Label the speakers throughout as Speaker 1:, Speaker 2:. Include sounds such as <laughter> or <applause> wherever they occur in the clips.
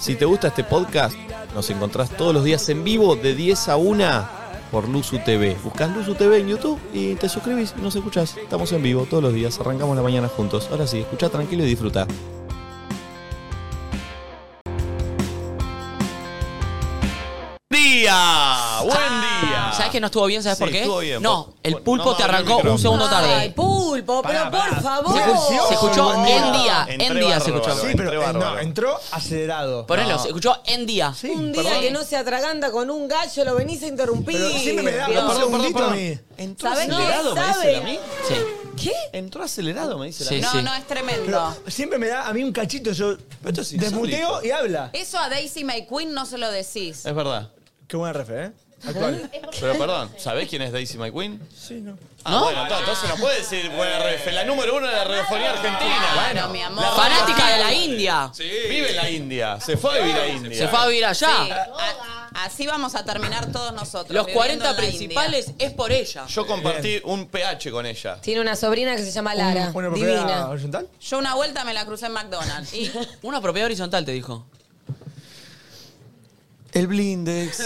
Speaker 1: Si te gusta este podcast, nos encontrás todos los días en vivo de 10 a 1 por Luzu TV. Buscás Luzu TV en YouTube y te suscribís y nos escuchás. Estamos en vivo todos los días, arrancamos la mañana juntos. Ahora sí, escucha tranquilo y disfruta. ¡Día! ¡Buen día!
Speaker 2: ¿Sabes Ah, que no estuvo bien? ¿Sabes
Speaker 1: Sí,
Speaker 2: por qué?
Speaker 1: estuvo bien.
Speaker 2: No,
Speaker 1: Vos-
Speaker 2: el pulpo
Speaker 1: no,
Speaker 2: te
Speaker 1: abrió el
Speaker 2: arrancó un
Speaker 1: micrófono.
Speaker 2: segundo
Speaker 3: Ay,
Speaker 2: tarde.
Speaker 3: pulpo,
Speaker 4: Pará,
Speaker 3: pero por
Speaker 4: pará.
Speaker 3: favor.
Speaker 2: Se, escu- se escuchó
Speaker 4: Buen
Speaker 2: en día,
Speaker 1: Entré
Speaker 2: en día se
Speaker 1: bárbaro.
Speaker 2: escuchó.
Speaker 1: Sí,
Speaker 4: Sí,
Speaker 1: pero,
Speaker 4: pero
Speaker 1: eh, no,
Speaker 4: no, entró acelerado.
Speaker 2: Ponelo, se escuchó en día.
Speaker 4: Sí,
Speaker 3: Un día
Speaker 4: perdón.
Speaker 3: que no se atraganta con un gallo, lo venís a interrumpir.
Speaker 4: Pero siempre me da
Speaker 3: Dios.
Speaker 4: un
Speaker 1: Perdón, perdón,
Speaker 4: segundito a
Speaker 1: perdón.
Speaker 4: mí.
Speaker 1: Entró
Speaker 3: ¿Sabés qué?
Speaker 1: acelerado, me dice
Speaker 3: ¿Sabe?
Speaker 1: a mí.
Speaker 2: Sí,
Speaker 3: ¿Qué?
Speaker 1: Entró acelerado, me dice la
Speaker 2: sí,
Speaker 1: mí.
Speaker 5: No,
Speaker 2: sí.
Speaker 5: no, es
Speaker 4: Pero
Speaker 5: tremendo.
Speaker 4: siempre me da a mí un cachito, yo
Speaker 1: esto es
Speaker 4: desmuteo
Speaker 1: insólito.
Speaker 4: y habla.
Speaker 5: Eso a Daisy May Queen no se lo decís.
Speaker 1: Es verdad.
Speaker 4: Qué buena refe, ¿eh? Actual.
Speaker 1: Pero perdón, ¿sabés quién es Daisy McQueen?
Speaker 4: Sí, no.
Speaker 1: Ah, bueno, to- entonces no puede decir buena refe. La número uno de
Speaker 4: <laughs>
Speaker 1: la radiofonía argentina.
Speaker 5: Bueno, mi amor.
Speaker 2: Fanática de la India.
Speaker 1: Vive en la India. Se fue a vivir a India.
Speaker 2: Se fue a vivir
Speaker 5: Sí,
Speaker 2: allá.
Speaker 5: a- así vamos a terminar todos nosotros.
Speaker 2: Los
Speaker 5: viviendo
Speaker 2: 40
Speaker 5: en la
Speaker 2: principales es por ella.
Speaker 1: Yo compartí un PH con ella.
Speaker 3: Tiene una sobrina que se llama Lara.
Speaker 4: Una propiedad
Speaker 1: Ah,
Speaker 3: divina.
Speaker 4: horizontal.
Speaker 5: India. Yo una vuelta me la crucé en McDonald's. Y
Speaker 2: <laughs> Una propiedad horizontal te dijo.
Speaker 1: El Blindex.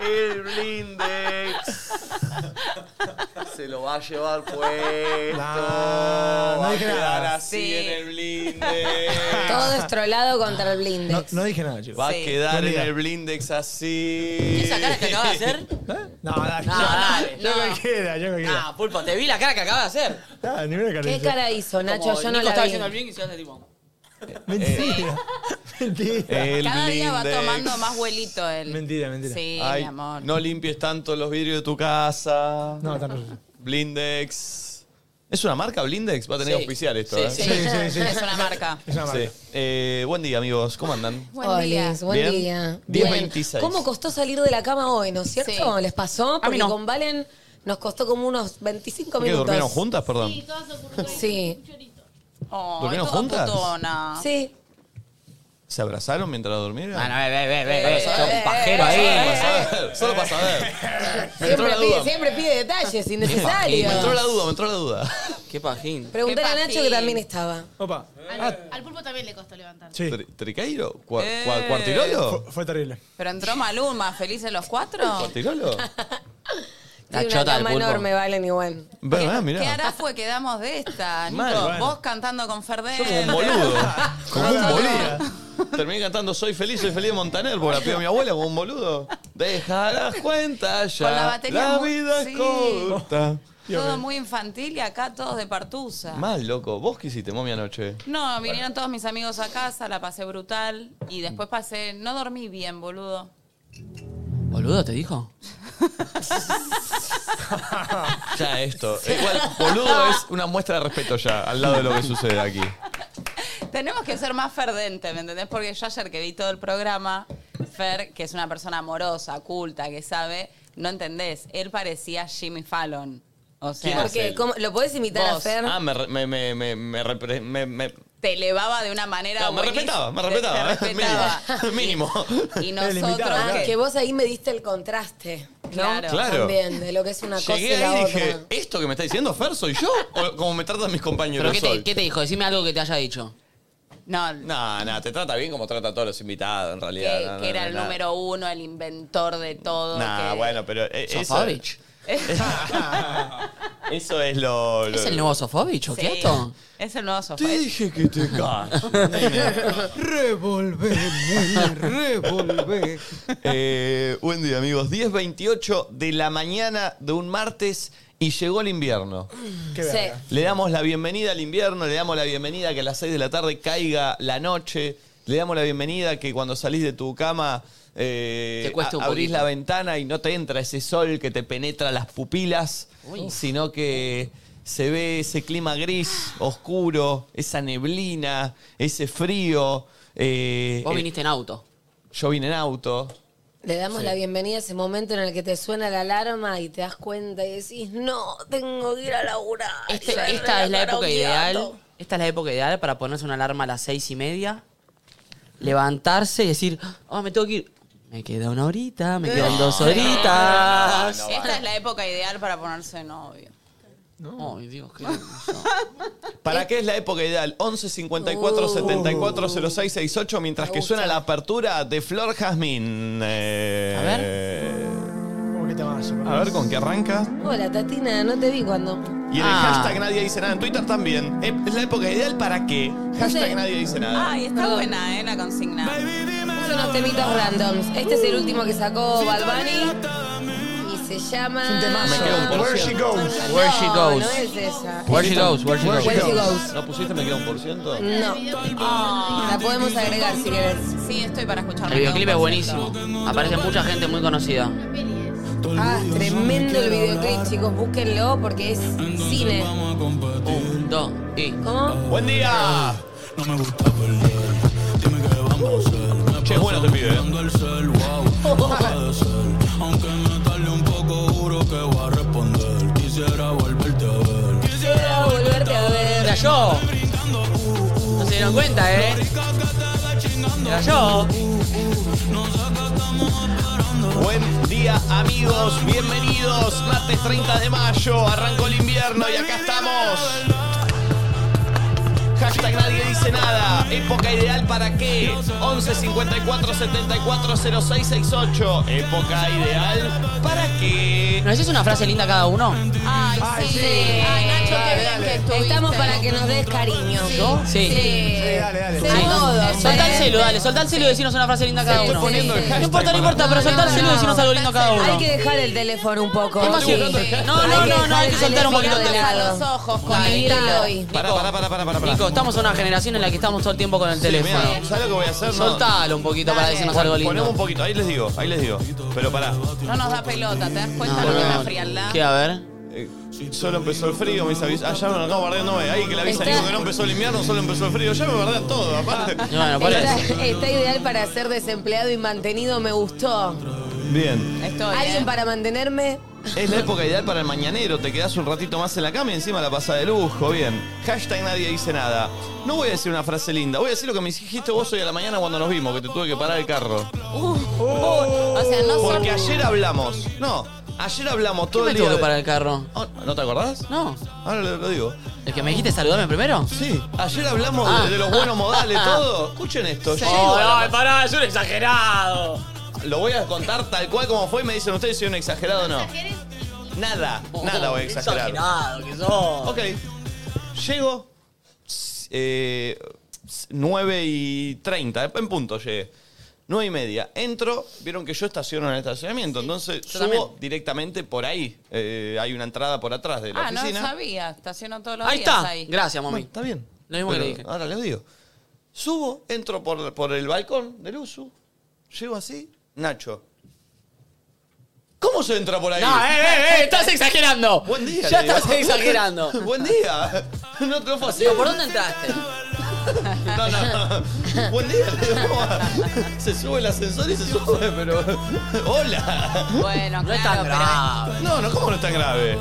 Speaker 1: El Blindex. Se lo va a llevar pues.
Speaker 4: No, no dije nada.
Speaker 5: Sí.
Speaker 1: Blindex.
Speaker 3: Todo estrolado contra el
Speaker 4: No,
Speaker 3: blindex.
Speaker 4: no dije nada, chicos.
Speaker 1: Va a
Speaker 5: Sí.
Speaker 1: quedar
Speaker 4: Buen
Speaker 1: en
Speaker 4: día.
Speaker 1: el Blindex así.
Speaker 2: ¿Esa cara que acabas de hacer?
Speaker 4: <laughs> ¿Eh? No, dale.
Speaker 2: No, dale,
Speaker 4: Yo
Speaker 2: no.
Speaker 4: cualquiera, yo cualquiera.
Speaker 2: Ah, pulpo, te vi la cara que acabas de hacer.
Speaker 4: Ah, ni una
Speaker 3: ¿Qué
Speaker 4: carita.
Speaker 3: cara hizo, Nacho?
Speaker 2: Como
Speaker 3: Yo
Speaker 2: Nico
Speaker 3: no la
Speaker 2: estaba
Speaker 3: vi.
Speaker 2: yendo al bien y se hace tipo.
Speaker 1: Eh,
Speaker 4: Mentira. Mentira.
Speaker 1: El
Speaker 5: cada día va
Speaker 1: Blindex.
Speaker 5: tomando más vuelito él.
Speaker 4: Mentira, mentira.
Speaker 5: Sí,
Speaker 1: Ay,
Speaker 5: mi amor.
Speaker 1: No limpies tanto los vidrios de tu casa.
Speaker 4: No, tampoco.
Speaker 1: Blindex. ¿Es una marca Blindex? Va a tener
Speaker 2: Sí.
Speaker 1: que auspiciar esto,
Speaker 2: Sí,
Speaker 1: ¿eh?
Speaker 2: sí.
Speaker 4: Sí, sí, sí.
Speaker 5: Es una marca.
Speaker 4: Es una marca.
Speaker 1: Sí. Eh, buen día, amigos. ¿Cómo andan?
Speaker 5: Buen
Speaker 3: Olis,
Speaker 5: día.
Speaker 3: buen
Speaker 1: Bien.
Speaker 3: día.
Speaker 1: 10:26.
Speaker 3: ¿Cómo costó salir de la cama hoy, no es cierto?
Speaker 5: Sí.
Speaker 3: ¿Les pasó? Porque
Speaker 2: mí no.
Speaker 3: con Valen nos costó como unos 25
Speaker 1: ¿Por qué
Speaker 3: minutos.
Speaker 1: durmieron juntas? Perdón.
Speaker 6: Sí, todas ocurrió
Speaker 3: Sí.
Speaker 6: un chorito.
Speaker 5: Oh,
Speaker 1: ¿Durmieron
Speaker 5: toda
Speaker 1: juntas?
Speaker 5: putona.
Speaker 3: Sí.
Speaker 1: ¿Se abrazaron mientras dormían?
Speaker 2: Ah, no, ve, ve, ve, ve, ve. Son pajeros
Speaker 1: Solo para
Speaker 2: ahí. pues,
Speaker 1: saber, solo para saber. Me entró
Speaker 3: Siempre
Speaker 1: la duda.
Speaker 3: pide, siempre pide detalles
Speaker 1: <laughs> Me entró
Speaker 3: innecesarios.
Speaker 1: la duda, me entró la duda.
Speaker 2: <laughs> Qué pajín.
Speaker 3: Preguntar a
Speaker 5: Qué
Speaker 3: Nacho
Speaker 5: pajín.
Speaker 3: que también estaba.
Speaker 4: Opa.
Speaker 6: Al, al pulpo también le costó levantar.
Speaker 4: Sí.
Speaker 1: Tri- ¿Triqueiro? ¿Cua-
Speaker 2: Eh.
Speaker 1: cua- ¿Cuartirolo?
Speaker 4: Fue, fue terrible.
Speaker 5: Pero entró Maluma, felices los cuatro.
Speaker 2: <laughs>
Speaker 1: ¿Cuartirolo?
Speaker 2: La
Speaker 3: Tiene una
Speaker 2: chota del
Speaker 3: cama
Speaker 2: pulpo.
Speaker 3: enorme, Valen, igual.
Speaker 4: Ah,
Speaker 1: Verdad,
Speaker 5: ¿Qué
Speaker 1: mirá.
Speaker 5: hará fue quedamos de esta? Nico,
Speaker 1: Mal, bueno.
Speaker 5: vos cantando con Ferdel.
Speaker 1: Yo como un boludo. Como un boludo. Terminé cantando Soy feliz, soy feliz de Montaner porque la pidió mi abuela como un boludo. Deja las cuentas ya.
Speaker 5: Con la batería muy-
Speaker 1: vida es
Speaker 5: sí.
Speaker 1: corta.
Speaker 5: Todo muy infantil y acá todos de partusa.
Speaker 1: Mal, loco. ¿Vos qué hiciste, momia, anoche?
Speaker 5: No, vinieron todos mis amigos a casa, la pasé brutal y después pasé, no dormí bien, boludo.
Speaker 1: <laughs>
Speaker 2: ¿Boludo te dijo?
Speaker 1: Ya, esto. Igual, boludo es una muestra de respeto ya, al lado de lo que sucede aquí.
Speaker 5: Tenemos que ser más ferdente, ¿me entendés? Porque yo ayer que vi todo el programa, Fer, que es una persona amorosa, culta, que sabe, no entendés, él parecía Jimmy Fallon. O
Speaker 1: ¿Quién
Speaker 5: sea,
Speaker 1: es?
Speaker 3: Porque,
Speaker 1: él.
Speaker 3: ¿cómo- ¿lo podés imitar a
Speaker 5: Vos.
Speaker 3: Fer?
Speaker 1: Ah, me, re- me, me, me, me, repre- me, me-
Speaker 5: te elevaba de una manera
Speaker 1: No, me
Speaker 5: buenísima.
Speaker 1: respetaba, me
Speaker 5: Te-
Speaker 1: respetaba.
Speaker 5: te
Speaker 1: eh.
Speaker 5: respetaba.
Speaker 1: Mínimo.
Speaker 4: <laughs>
Speaker 1: <laughs> Mínimo.
Speaker 5: Y
Speaker 4: Te limitaba,
Speaker 5: nosotros...
Speaker 3: Ah,
Speaker 4: claro.
Speaker 3: que vos ahí me diste el contraste, ¿no?
Speaker 5: Claro.
Speaker 1: Claro.
Speaker 3: También, de lo que es una
Speaker 1: Llegué
Speaker 3: cosa y la
Speaker 1: ahí y
Speaker 3: otra.
Speaker 1: dije, ¿esto que me está diciendo Fer soy yo? ¿O como me tratan mis
Speaker 2: ¿Pero
Speaker 1: compañeros
Speaker 2: qué
Speaker 1: hoy?
Speaker 2: te, qué te dijo? Decime algo que te haya dicho.
Speaker 5: No,
Speaker 1: No, no, te trata bien como trata a todos los invitados, en
Speaker 5: que,
Speaker 1: realidad. No, no,
Speaker 5: que era
Speaker 1: no,
Speaker 5: el
Speaker 1: no.
Speaker 5: número uno, el inventor de todo.
Speaker 1: Nah,
Speaker 5: que-
Speaker 1: bueno, pero... eh, eso,
Speaker 2: Sofovich.
Speaker 1: eso es lo... lo-
Speaker 2: ¿Es el nuevo Sofovich o
Speaker 5: Sí,
Speaker 2: qué esto?
Speaker 5: Es el nuevo sofá.
Speaker 1: Te dije que te calles.
Speaker 4: Revolver, nene, revolver.
Speaker 1: <laughs> Eh, buen día, amigos. 10.28 de la mañana de un martes y llegó el invierno.
Speaker 4: Qué
Speaker 3: Sí.
Speaker 4: verga.
Speaker 1: Le damos la bienvenida al invierno, le damos la bienvenida a que a las 6 de la tarde caiga la noche, le damos la bienvenida a que cuando salís de tu cama eh,
Speaker 2: Te cuesta un
Speaker 1: a- abrís
Speaker 2: poquito.
Speaker 1: la ventana y no te entra ese sol que te penetra las pupilas, sino que se ve ese clima gris, oscuro, esa neblina, ese frío. eh,
Speaker 2: Vos
Speaker 1: eh,
Speaker 2: viniste en auto.
Speaker 1: yo vine en auto.
Speaker 3: Le damos la bienvenida a ese momento en el que te suena la alarma y te das cuenta y decís, no, tengo que ir a laburar.
Speaker 2: Este-
Speaker 3: Y yo
Speaker 2: esta es la época
Speaker 3: karaokeando.
Speaker 2: ideal. Esta es la época ideal para ponerse una alarma a las seis y media, levantarse y decir, oh, me tengo que ir. Me queda una
Speaker 3: Eh.
Speaker 2: horita, me quedan dos horitas.
Speaker 5: Ah, Esta es la época ideal para ponerse novio.
Speaker 2: No. Ay, Dios,
Speaker 1: <laughs>
Speaker 2: qué
Speaker 1: ¿Para qué es la época ideal? 11 54 74 06 68 mientras que suena la apertura de Flor Jazmín. a ver.
Speaker 4: ¿Cómo que te vas?
Speaker 1: A ver con qué arranca.
Speaker 3: Hola, Tatina, no te vi cuando.
Speaker 1: Y en el hashtag nadie dice nada, en Twitter también. Eh, Es la época ideal para qué. Hashtag nadie dice nada.
Speaker 5: Ay, está buena, ¿eh? La consigna.
Speaker 3: Son unos temitas randoms. Este es el último que sacó Bad Bunny. Y se llama.
Speaker 1: Me quedo un por
Speaker 4: Where she
Speaker 1: ciento.
Speaker 4: goes.
Speaker 2: Where she
Speaker 3: No,
Speaker 2: goes.
Speaker 3: no es esa.
Speaker 2: Where she goes, where she
Speaker 4: Where
Speaker 2: goes.
Speaker 4: she
Speaker 3: Where she goes.
Speaker 1: ¿No pusiste me queda un por ciento?
Speaker 3: No. La podemos agregar si querés.
Speaker 5: Ah. Sí, estoy para escucharla.
Speaker 2: El videoclip es buenísimo. Aparece mucha gente muy conocida.
Speaker 3: Ah, tremendo el videoclip, chicos. Búsquenlo porque es cine.
Speaker 2: Un, dos y.
Speaker 3: ¿Cómo?
Speaker 1: ¡Buen día! Che, es bueno te pibe. ¿eh?
Speaker 3: Quiero volverte a ver.
Speaker 2: Era yo. No se dieron cuenta, ¿eh? Era yo.
Speaker 1: Buen día, amigos. Bienvenidos. Martes 30 de mayo. Arrancó el invierno y acá estamos. Hashtag nadie dice nada. Época ideal para qué. 11 54 74 06 68. Época ideal para qué.
Speaker 2: ¿No es una frase linda cada uno?
Speaker 5: Ay, sí. Ay, Nacho, qué bien que estuviste.
Speaker 3: Estamos para que nos des cariño.
Speaker 2: Sí.
Speaker 4: Sí, dale, dale.
Speaker 3: A todos.
Speaker 2: Soltá el
Speaker 3: ¿eh?
Speaker 2: celu, dale, soltá el celu y decinos una frase linda cada
Speaker 3: Estoy
Speaker 2: uno.
Speaker 3: poniendo el
Speaker 2: No importa, no importa, pero soltá el celu y decinos algo lindo cada uno.
Speaker 3: Hay que dejar el teléfono un poco.
Speaker 2: ¿Cómo así? No, no, no, no, hay que soltar un poquito el
Speaker 5: los
Speaker 2: teléfono.
Speaker 5: ojos con
Speaker 3: Con
Speaker 5: el hilo.
Speaker 3: hoy.
Speaker 1: Pará, pará, pará, pará, pará. pará.
Speaker 2: Nico, estamos en una generación en la que estamos todo el tiempo con el teléfono.
Speaker 1: Mirá, ¿Sabes lo que voy a hacer? No.
Speaker 2: Soltalo un poquito para decirnos algo
Speaker 1: Ponemos un
Speaker 2: lindo.
Speaker 1: poquito, ahí les digo, ahí les digo. Pero pará.
Speaker 5: No nos da pelota, ¿te das
Speaker 2: No,
Speaker 5: cuenta lo que es la
Speaker 2: no.
Speaker 5: frialdad?
Speaker 2: ¿Qué? A ver.
Speaker 1: Eh, Solo empezó el frío, me avisa. Ah, ya me acabo bardeándome. Ahí que le avisa
Speaker 3: Está-
Speaker 1: digo que no empezó el invierno, solo empezó el frío. Ya me bardean todo, aparte.
Speaker 2: Y <laughs> Bueno, por
Speaker 3: Está,
Speaker 2: eso.
Speaker 3: está ideal para ser desempleado y mantenido, me gustó.
Speaker 1: Bien.
Speaker 5: Estoy,
Speaker 3: ¿Alguien
Speaker 5: ¿eh?
Speaker 3: para mantenerme?
Speaker 1: Es la época ideal para el mañanero. Te quedás un ratito más en la cama y encima la pasa de lujo. Bien. Hashtag nadie dice nada. No voy a decir una frase linda. Voy a decir lo que me dijiste vos hoy a la mañana cuando nos vimos, que te tuve que parar el carro.
Speaker 3: Uh,
Speaker 2: Uh.
Speaker 5: O sea, no
Speaker 1: Porque
Speaker 5: solo...
Speaker 1: ayer hablamos. No, ayer hablamos
Speaker 2: ¿Qué
Speaker 1: todo
Speaker 2: me
Speaker 1: el día.
Speaker 2: tuvo que
Speaker 1: de-
Speaker 2: parar el carro?
Speaker 1: Oh, ¿No te acordás?
Speaker 2: No.
Speaker 1: Ahora lo, lo digo.
Speaker 2: ¿El que me dijiste saludarme primero?
Speaker 1: Sí. Ayer hablamos
Speaker 2: Ah.
Speaker 1: de, de los buenos modales,
Speaker 4: Ah.
Speaker 1: todo. Escuchen esto. Llego a la
Speaker 2: Ay, pará, es un exagerado.
Speaker 1: Lo voy a contar tal cual como fue y me dicen ustedes si soy un exagerado o no. Nada, nada voy a exagerar.
Speaker 2: Oh, Exagerado que sos.
Speaker 1: Ok. Llego. eh, 9 y 30, en punto llegué. 9 y media. Entro, vieron que yo estaciono en el estacionamiento, entonces subo
Speaker 2: también.
Speaker 1: directamente por ahí. Eh, hay una entrada por atrás de la
Speaker 5: Ah, no
Speaker 1: oficina.
Speaker 5: sabía. Estaciono todos los
Speaker 2: Ahí
Speaker 5: días
Speaker 2: está.
Speaker 5: ahí.
Speaker 2: Gracias,
Speaker 1: Bueno,
Speaker 2: mami.
Speaker 1: está bien.
Speaker 2: Lo mismo que
Speaker 1: Pero
Speaker 2: le dije.
Speaker 1: Ahora les digo. Subo, entro por, por el balcón del uso, llego así, Nacho. ¿Cómo se entra por ahí?
Speaker 2: No, eh, eh,
Speaker 1: <laughs>
Speaker 2: eh, estás exagerando.
Speaker 1: Buen día.
Speaker 2: Ya
Speaker 1: le digo.
Speaker 2: estás exagerando.
Speaker 1: <laughs> Buen día. No, no fue así.
Speaker 2: Digo, ¿por dónde entraste?
Speaker 1: No, no. Buen día. le digo, ¿cómo va? Se sube el ascensor y se sube, pero. <laughs> Hola.
Speaker 5: Bueno,
Speaker 2: No es
Speaker 5: claro,
Speaker 2: tan
Speaker 5: pero
Speaker 2: grave.
Speaker 1: No, no, ¿cómo no es tan grave?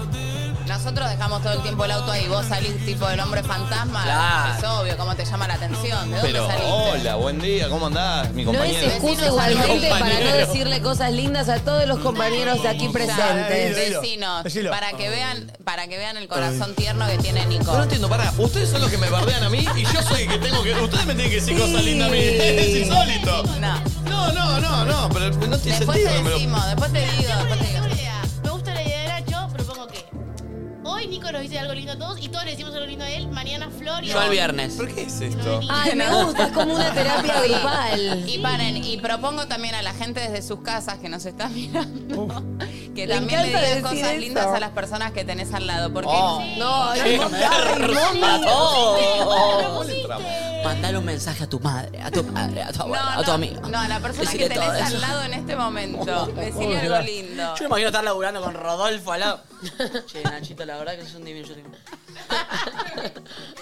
Speaker 5: nosotros dejamos todo el tiempo el auto ahí. Vos salís tipo del hombre fantasma.
Speaker 2: Claro.
Speaker 5: Es obvio cómo te llama la atención. ¿De dónde
Speaker 1: Pero,
Speaker 5: saliste?
Speaker 1: hola, buen día, ¿cómo andás? Mi
Speaker 3: No es
Speaker 1: compañero.
Speaker 3: excusa
Speaker 5: Vecinos,
Speaker 3: igualmente
Speaker 5: amigos.
Speaker 3: para no
Speaker 2: Compañero.
Speaker 3: decirle cosas lindas a todos los compañeros de aquí
Speaker 4: Dale,
Speaker 3: presentes.
Speaker 4: dale. Decilo,
Speaker 5: Vecinos,
Speaker 4: decilo.
Speaker 5: para que vean, para que vean el corazón tierno que tiene Nico.
Speaker 1: Yo no entiendo, pará, ustedes son los que me bardean a mí y yo soy el que tengo que. Ustedes me tienen que decir cosas
Speaker 3: Sí.
Speaker 1: lindas a mí. <laughs> Es insólito.
Speaker 5: No.
Speaker 1: No, no, no, no, pero no tiene
Speaker 5: Después
Speaker 1: sentido
Speaker 5: te
Speaker 1: que me lo-
Speaker 5: decimos, después te digo,
Speaker 7: Me
Speaker 5: después te
Speaker 7: gusta
Speaker 5: digo.
Speaker 7: la idea. Me gusta la idea de Nacho, propongo que hoy Nico nos dice algo lindo a todos y todos le decimos algo lindo a él. Mañana Flor y
Speaker 2: Yo al viernes.
Speaker 1: ¿Por qué es esto?
Speaker 3: Ay, me gusta, es como una terapia grupal.
Speaker 5: Y paren, y propongo también a la gente desde sus casas que nos está mirando que
Speaker 3: Le
Speaker 5: también le
Speaker 3: encanta
Speaker 5: digas
Speaker 3: decir
Speaker 5: cosas
Speaker 3: eso.
Speaker 5: lindas a las personas que tenés al lado. Porque
Speaker 1: Oh.
Speaker 3: No,
Speaker 2: ¡Qué
Speaker 3: no,
Speaker 2: persona sos!
Speaker 1: ¿Cómo le entramos?
Speaker 2: Mandale un mensaje a tu madre, a tu padre, a tu
Speaker 5: no,
Speaker 2: abuela,
Speaker 5: no,
Speaker 2: a tu amiga.
Speaker 5: No, a la persona
Speaker 2: Decile
Speaker 5: que
Speaker 2: todo
Speaker 5: tenés
Speaker 2: eso.
Speaker 5: al lado en este
Speaker 1: Oh,
Speaker 5: momento. Decirle
Speaker 2: Uy,
Speaker 5: algo
Speaker 2: verdad.
Speaker 5: lindo.
Speaker 2: Yo me imagino estar laburando con Rodolfo al lado. che, Nachito, la verdad que es un divino. Yo tengo...
Speaker 5: <laughs>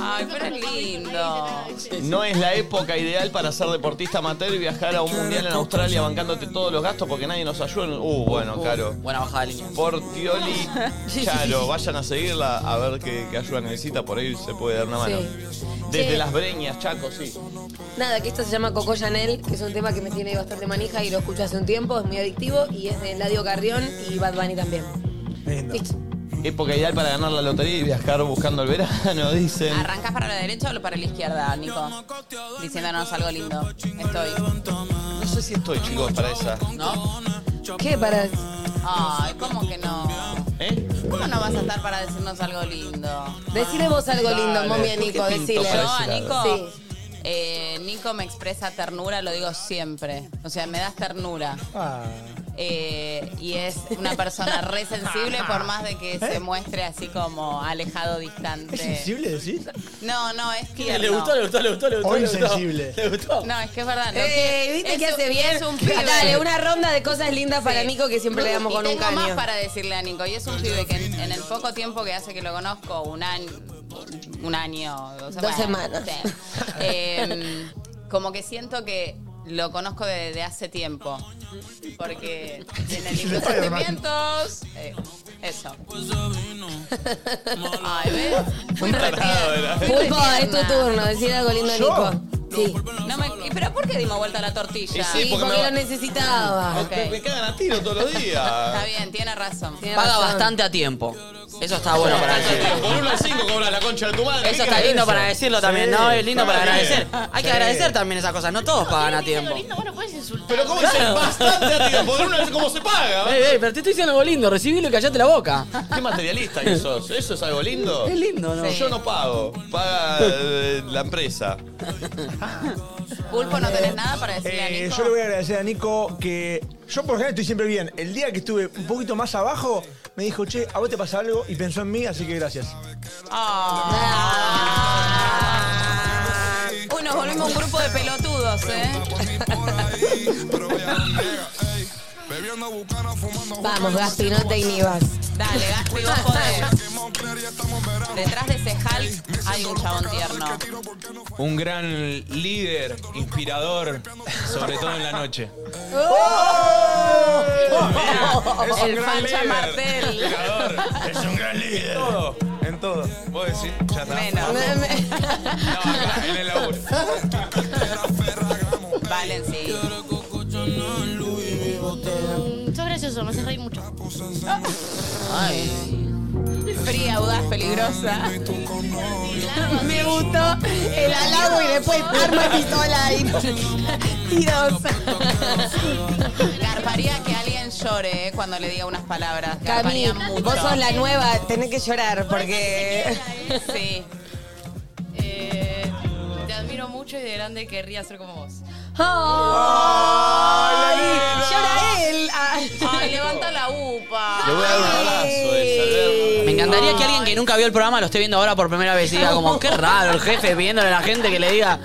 Speaker 5: Ay, pero es lindo.
Speaker 1: No es la época ideal para ser deportista amateur y viajar a un mundial en Australia bancándote todos los gastos porque nadie nos ayuda. Uh, bueno, caro.
Speaker 2: Buena bajada de línea.
Speaker 1: Portioli, Charo, vayan a seguirla a ver qué, qué ayuda necesita, por ahí se puede dar una mano.
Speaker 3: Sí.
Speaker 1: Desde
Speaker 3: Sí.
Speaker 1: las breñas, Chaco, sí.
Speaker 3: Nada, que esto se llama Coco Chanel, que es un tema que me tiene bastante manija y lo escucho hace un tiempo, es muy adictivo y es de Eladio Carrión y Bad Bunny también.
Speaker 4: Lindo.
Speaker 3: Listo.
Speaker 8: Época ideal para ganar la lotería y viajar buscando el
Speaker 1: <laughs>
Speaker 8: verano, dicen.
Speaker 5: ¿Arrancas para la derecha o para la izquierda, Nico? Diciéndonos algo lindo. Estoy.
Speaker 8: No sé si estoy, chicos, para esa.
Speaker 5: ¿No?
Speaker 3: ¿Qué para...?
Speaker 5: Ay, ¿cómo que no?
Speaker 8: ¿Eh?
Speaker 5: ¿Cómo no vas a estar para decirnos algo lindo?
Speaker 3: Decile vos algo lindo,
Speaker 8: Dale,
Speaker 3: momia
Speaker 8: ¿por qué
Speaker 3: Nico,
Speaker 8: pinto
Speaker 3: decile.
Speaker 8: para
Speaker 5: Yo a
Speaker 8: ese
Speaker 5: Nico,
Speaker 8: lado?
Speaker 5: eh, Nico me expresa ternura, lo digo siempre. O sea, me das ternura.
Speaker 3: Ah.
Speaker 5: Eh, y es una persona re sensible por más de que
Speaker 3: ¿Eh?
Speaker 5: se muestre así como alejado, distante.
Speaker 3: <laughs>
Speaker 4: ¿Es sensible decir?
Speaker 5: No, no, es tierno.
Speaker 1: Le gustó, le gustó, le gustó, le gustó.
Speaker 4: O
Speaker 1: le gustó.
Speaker 4: insensible.
Speaker 1: Le gustó.
Speaker 5: Ah, No, es que es verdad. lo
Speaker 3: Eh,
Speaker 5: que-
Speaker 3: ¿Viste
Speaker 5: es
Speaker 3: que
Speaker 5: un-
Speaker 3: hace bien? Ah,
Speaker 5: Es un pibe.
Speaker 3: Dale, una ronda de cosas lindas para
Speaker 5: Sí.
Speaker 3: Nico que siempre le damos
Speaker 5: Y
Speaker 3: con un
Speaker 5: tengo más
Speaker 3: caño.
Speaker 5: para decirle a Nico. Y es un pibe que en, en el poco tiempo que hace que lo conozco, un año, un año, o sea,
Speaker 3: Dos semanas.
Speaker 5: sí. Eh, como que siento que lo conozco desde hace tiempo. Porque tiene lindos
Speaker 4: Spider-Man.
Speaker 5: sentimientos. eh, eso. Ay, ¿ves? Fui re
Speaker 8: tarado era.
Speaker 5: tierna.
Speaker 3: Pulpo, es tu
Speaker 5: Tierna.
Speaker 3: turno, decile algo lindo
Speaker 4: ¿Yo?
Speaker 3: Nico. Sí.
Speaker 5: No me- ¿y ¿Pero por qué dimos vuelta a la tortilla?
Speaker 8: Y
Speaker 3: Sí,
Speaker 8: Sí, porque
Speaker 3: porque
Speaker 8: me
Speaker 3: lo
Speaker 8: va-
Speaker 3: necesitaba.
Speaker 5: Ok.
Speaker 8: Me, me cagan a tiro todos los
Speaker 5: Está
Speaker 8: días.
Speaker 5: bien, tiene razón.
Speaker 3: Tiene
Speaker 2: Paga
Speaker 3: razón.
Speaker 2: bastante a tiempo. Eso está bueno para decir.
Speaker 1: Por uno al cinco cobras la concha de tu madre.
Speaker 2: Eso
Speaker 1: ¿qué
Speaker 2: está
Speaker 1: crees?
Speaker 2: lindo para decirlo también, ¿no? Es lindo para
Speaker 1: Sí.
Speaker 2: agradecer. Hay que
Speaker 4: Sí.
Speaker 2: agradecer también esas cosas. No todos pagan a tiempo.
Speaker 7: Lindo, vos no puedes insultar.
Speaker 1: Pero cómo dice bastante a tiro. Por uno es cómo se paga.
Speaker 2: Ey, ey, pero te estoy diciendo algo lindo. Recibilo y callate la boca.
Speaker 1: Qué materialista que sos. Eso es algo lindo.
Speaker 2: Es lindo, ¿no?
Speaker 5: Sí.
Speaker 8: Yo no pago, paga eh, la empresa.
Speaker 5: Pulpo, ¿no tenés nada para decirle a
Speaker 4: Eh,
Speaker 5: Nico?
Speaker 4: yo le voy a agradecer a Nico que yo por lo general estoy siempre bien. El día que estuve un poquito más abajo, me dijo, che, a vos te pasa algo y pensó en mí, así que gracias.
Speaker 5: Ah. Uy, nos volvimos un grupo de pelotudos, ¿eh?
Speaker 3: Vamos, Gaspi, no te inhibas.
Speaker 5: Dale, Gaspi, vos podés. Detrás de ese Hulk hay un chabón tierno.
Speaker 9: Un gran líder, inspirador, sobre todo en la noche.
Speaker 10: Oh,
Speaker 5: Es un El gran Pancha líder, Martel.
Speaker 9: Inspirador. Es un gran líder. Todo.
Speaker 4: En todo.
Speaker 9: ¿Vos decís? Ya está.
Speaker 5: Menos.
Speaker 3: Me- me-
Speaker 9: No, acá, en el laburo.
Speaker 5: Valen, sí.
Speaker 7: Mm, Sos gracioso, me haces reír mucho.
Speaker 5: Fría, audaz, peligrosa. <laughs>
Speaker 3: Me gustó el halago y después arma pistola y
Speaker 5: <laughs>
Speaker 3: tiros.
Speaker 5: Garparía que alguien llore eh, cuando le diga unas palabras.
Speaker 3: Cami,
Speaker 5: Garparía mucho.
Speaker 3: vos sos la nueva, tenés que llorar porque... <laughs>
Speaker 5: Sí.
Speaker 11: Eh, te admiro mucho y de grande querría ser como vos.
Speaker 3: ¡Ay! ¡Llora él!
Speaker 11: Ay, levanta la
Speaker 3: <laughs>
Speaker 11: upa.
Speaker 8: Le voy a dar un abrazo
Speaker 1: ¿eh?
Speaker 8: de
Speaker 2: Me encantaría que alguien que nunca vio el programa lo esté viendo ahora por primera vez y diga como, qué raro el jefe viéndole a la gente que le diga...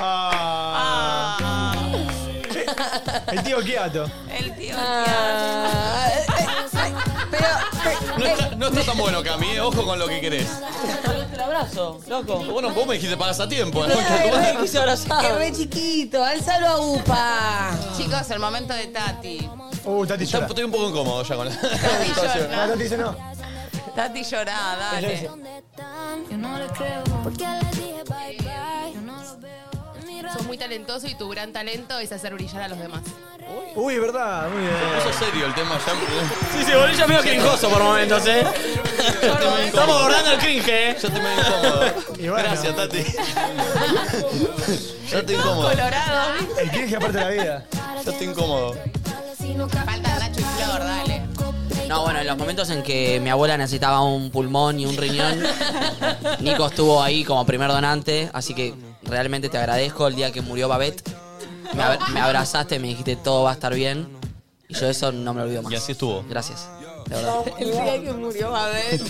Speaker 1: Ah.
Speaker 4: El tío Kiato.
Speaker 5: <laughs> El tío.
Speaker 3: Ah, eh, eh,
Speaker 1: No
Speaker 3: Pero... eh,
Speaker 1: está, no está tan bueno, Cami. eh. Ojo con lo que querés.
Speaker 2: El abrazo, loco.
Speaker 1: Bueno, vos me dijiste pagas a tiempo. la concha de tu madre.
Speaker 3: Ay, Es re chiquito, alzalo a UPA.
Speaker 5: Chicos, el momento de Tati.
Speaker 4: Uh, Tati
Speaker 1: Está-
Speaker 4: llora.
Speaker 1: Estoy un poco incómodo ya con la
Speaker 5: Tati
Speaker 1: situación.
Speaker 4: No,
Speaker 5: llora.
Speaker 4: Tati dice no.
Speaker 5: Tati llora, dale.
Speaker 12: Yo no le creo. Porque le dije bye bye. Yo no lo veo. Mira,
Speaker 11: Sos muy talentoso y tu gran talento es hacer brillar a los demás.
Speaker 4: Uy, es verdad, muy bien.
Speaker 1: Eso es serio el tema ya.
Speaker 2: Sí, se volvió ya medio cringoso por momentos, ¿eh? Estamos abordando el cringe,
Speaker 1: <laughs>
Speaker 2: ¿eh?
Speaker 1: Ya te me incómodo.
Speaker 4: Y bueno.
Speaker 1: Gracias, Tati. ya estoy incómodo.
Speaker 5: Colorado.
Speaker 4: El que es que aparte de la vida.
Speaker 1: Ya estoy incómodo.
Speaker 5: Falta Nacho y Flor, dale.
Speaker 2: No, bueno, en los momentos en que mi abuela necesitaba un pulmón y un riñón, Nico estuvo ahí como primer donante, así que realmente te agradezco el día que murió Babette. Me, abra- me abrazaste, me dijiste todo va a estar bien. Y yo eso no me lo olvido más.
Speaker 8: Y así estuvo.
Speaker 2: Gracias. de verdad.
Speaker 3: El día que murió Babel.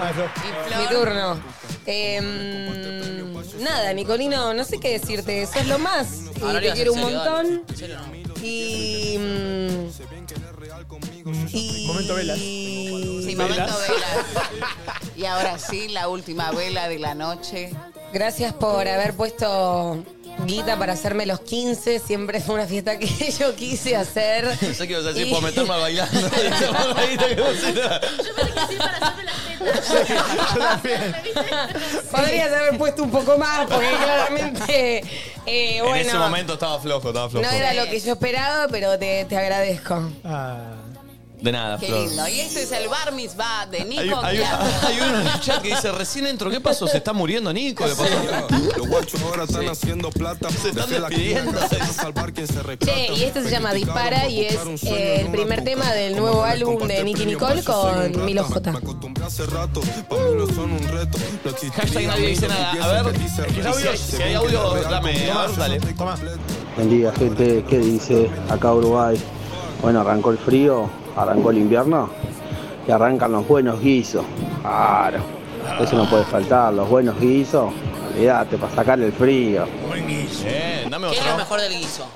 Speaker 4: Ay, Flor.
Speaker 3: Mi turno. Em, nada, Nicolino, no sé qué decirte. Sos lo más. Y
Speaker 2: Ah, no lo
Speaker 3: te
Speaker 2: digas
Speaker 3: quiero un
Speaker 2: en serio, dale.
Speaker 3: montón.
Speaker 2: En serio, no.
Speaker 3: Y. mm, y-
Speaker 4: Momento velas.
Speaker 5: Sí, momento vela. Y ahora sí, la última vela de la noche.
Speaker 3: Gracias por haber puesto guita para hacerme los 15. Siempre fue una fiesta que <laughs> yo quise hacer.
Speaker 1: <laughs> Pensé que ibas a decir,
Speaker 3: Y-
Speaker 1: por meterme a bailar. <laughs> ¿no?
Speaker 3: Podrías haber puesto un poco más, porque claramente. eh, bueno,
Speaker 1: en ese momento estaba flojo, estaba flojo.
Speaker 3: no era lo que yo esperaba, pero te, te agradezco.
Speaker 8: De nada,
Speaker 5: Qué
Speaker 8: Flor.
Speaker 5: lindo. Y este es el bar mitzvah de
Speaker 8: Hay,
Speaker 5: Nico.
Speaker 8: hay-
Speaker 5: Clark.
Speaker 1: <laughs>
Speaker 8: hay uno en el chat que dice, recién entro, ¿qué pasó? Se está muriendo Nico. ¿Le pasó?
Speaker 13: Los guachos ahora están haciendo plata. Se
Speaker 8: están despidiendo.
Speaker 13: salvar quien se rescata.
Speaker 3: Che, y este se llama Dispara y es eh, el primer tema del nuevo álbum de Nicky Nicole con Milo J.
Speaker 13: Hace rato, para mí no son un reto. No existiría
Speaker 1: Hashtag nadie dice nada. A ver, si hay- si hay audio, dame. A ver, dale. Toma.
Speaker 14: Buen día, gente. ¿Qué dice acá Uruguay? Bueno, arrancó el frío, arrancó el invierno y arrancan los buenos guisos. Claro, eso no puede faltar. Los buenos guisos, olvídate, para sacar el frío.
Speaker 1: Eh, dame
Speaker 2: ¿Qué es lo
Speaker 1: otro.
Speaker 2: mejor del guiso?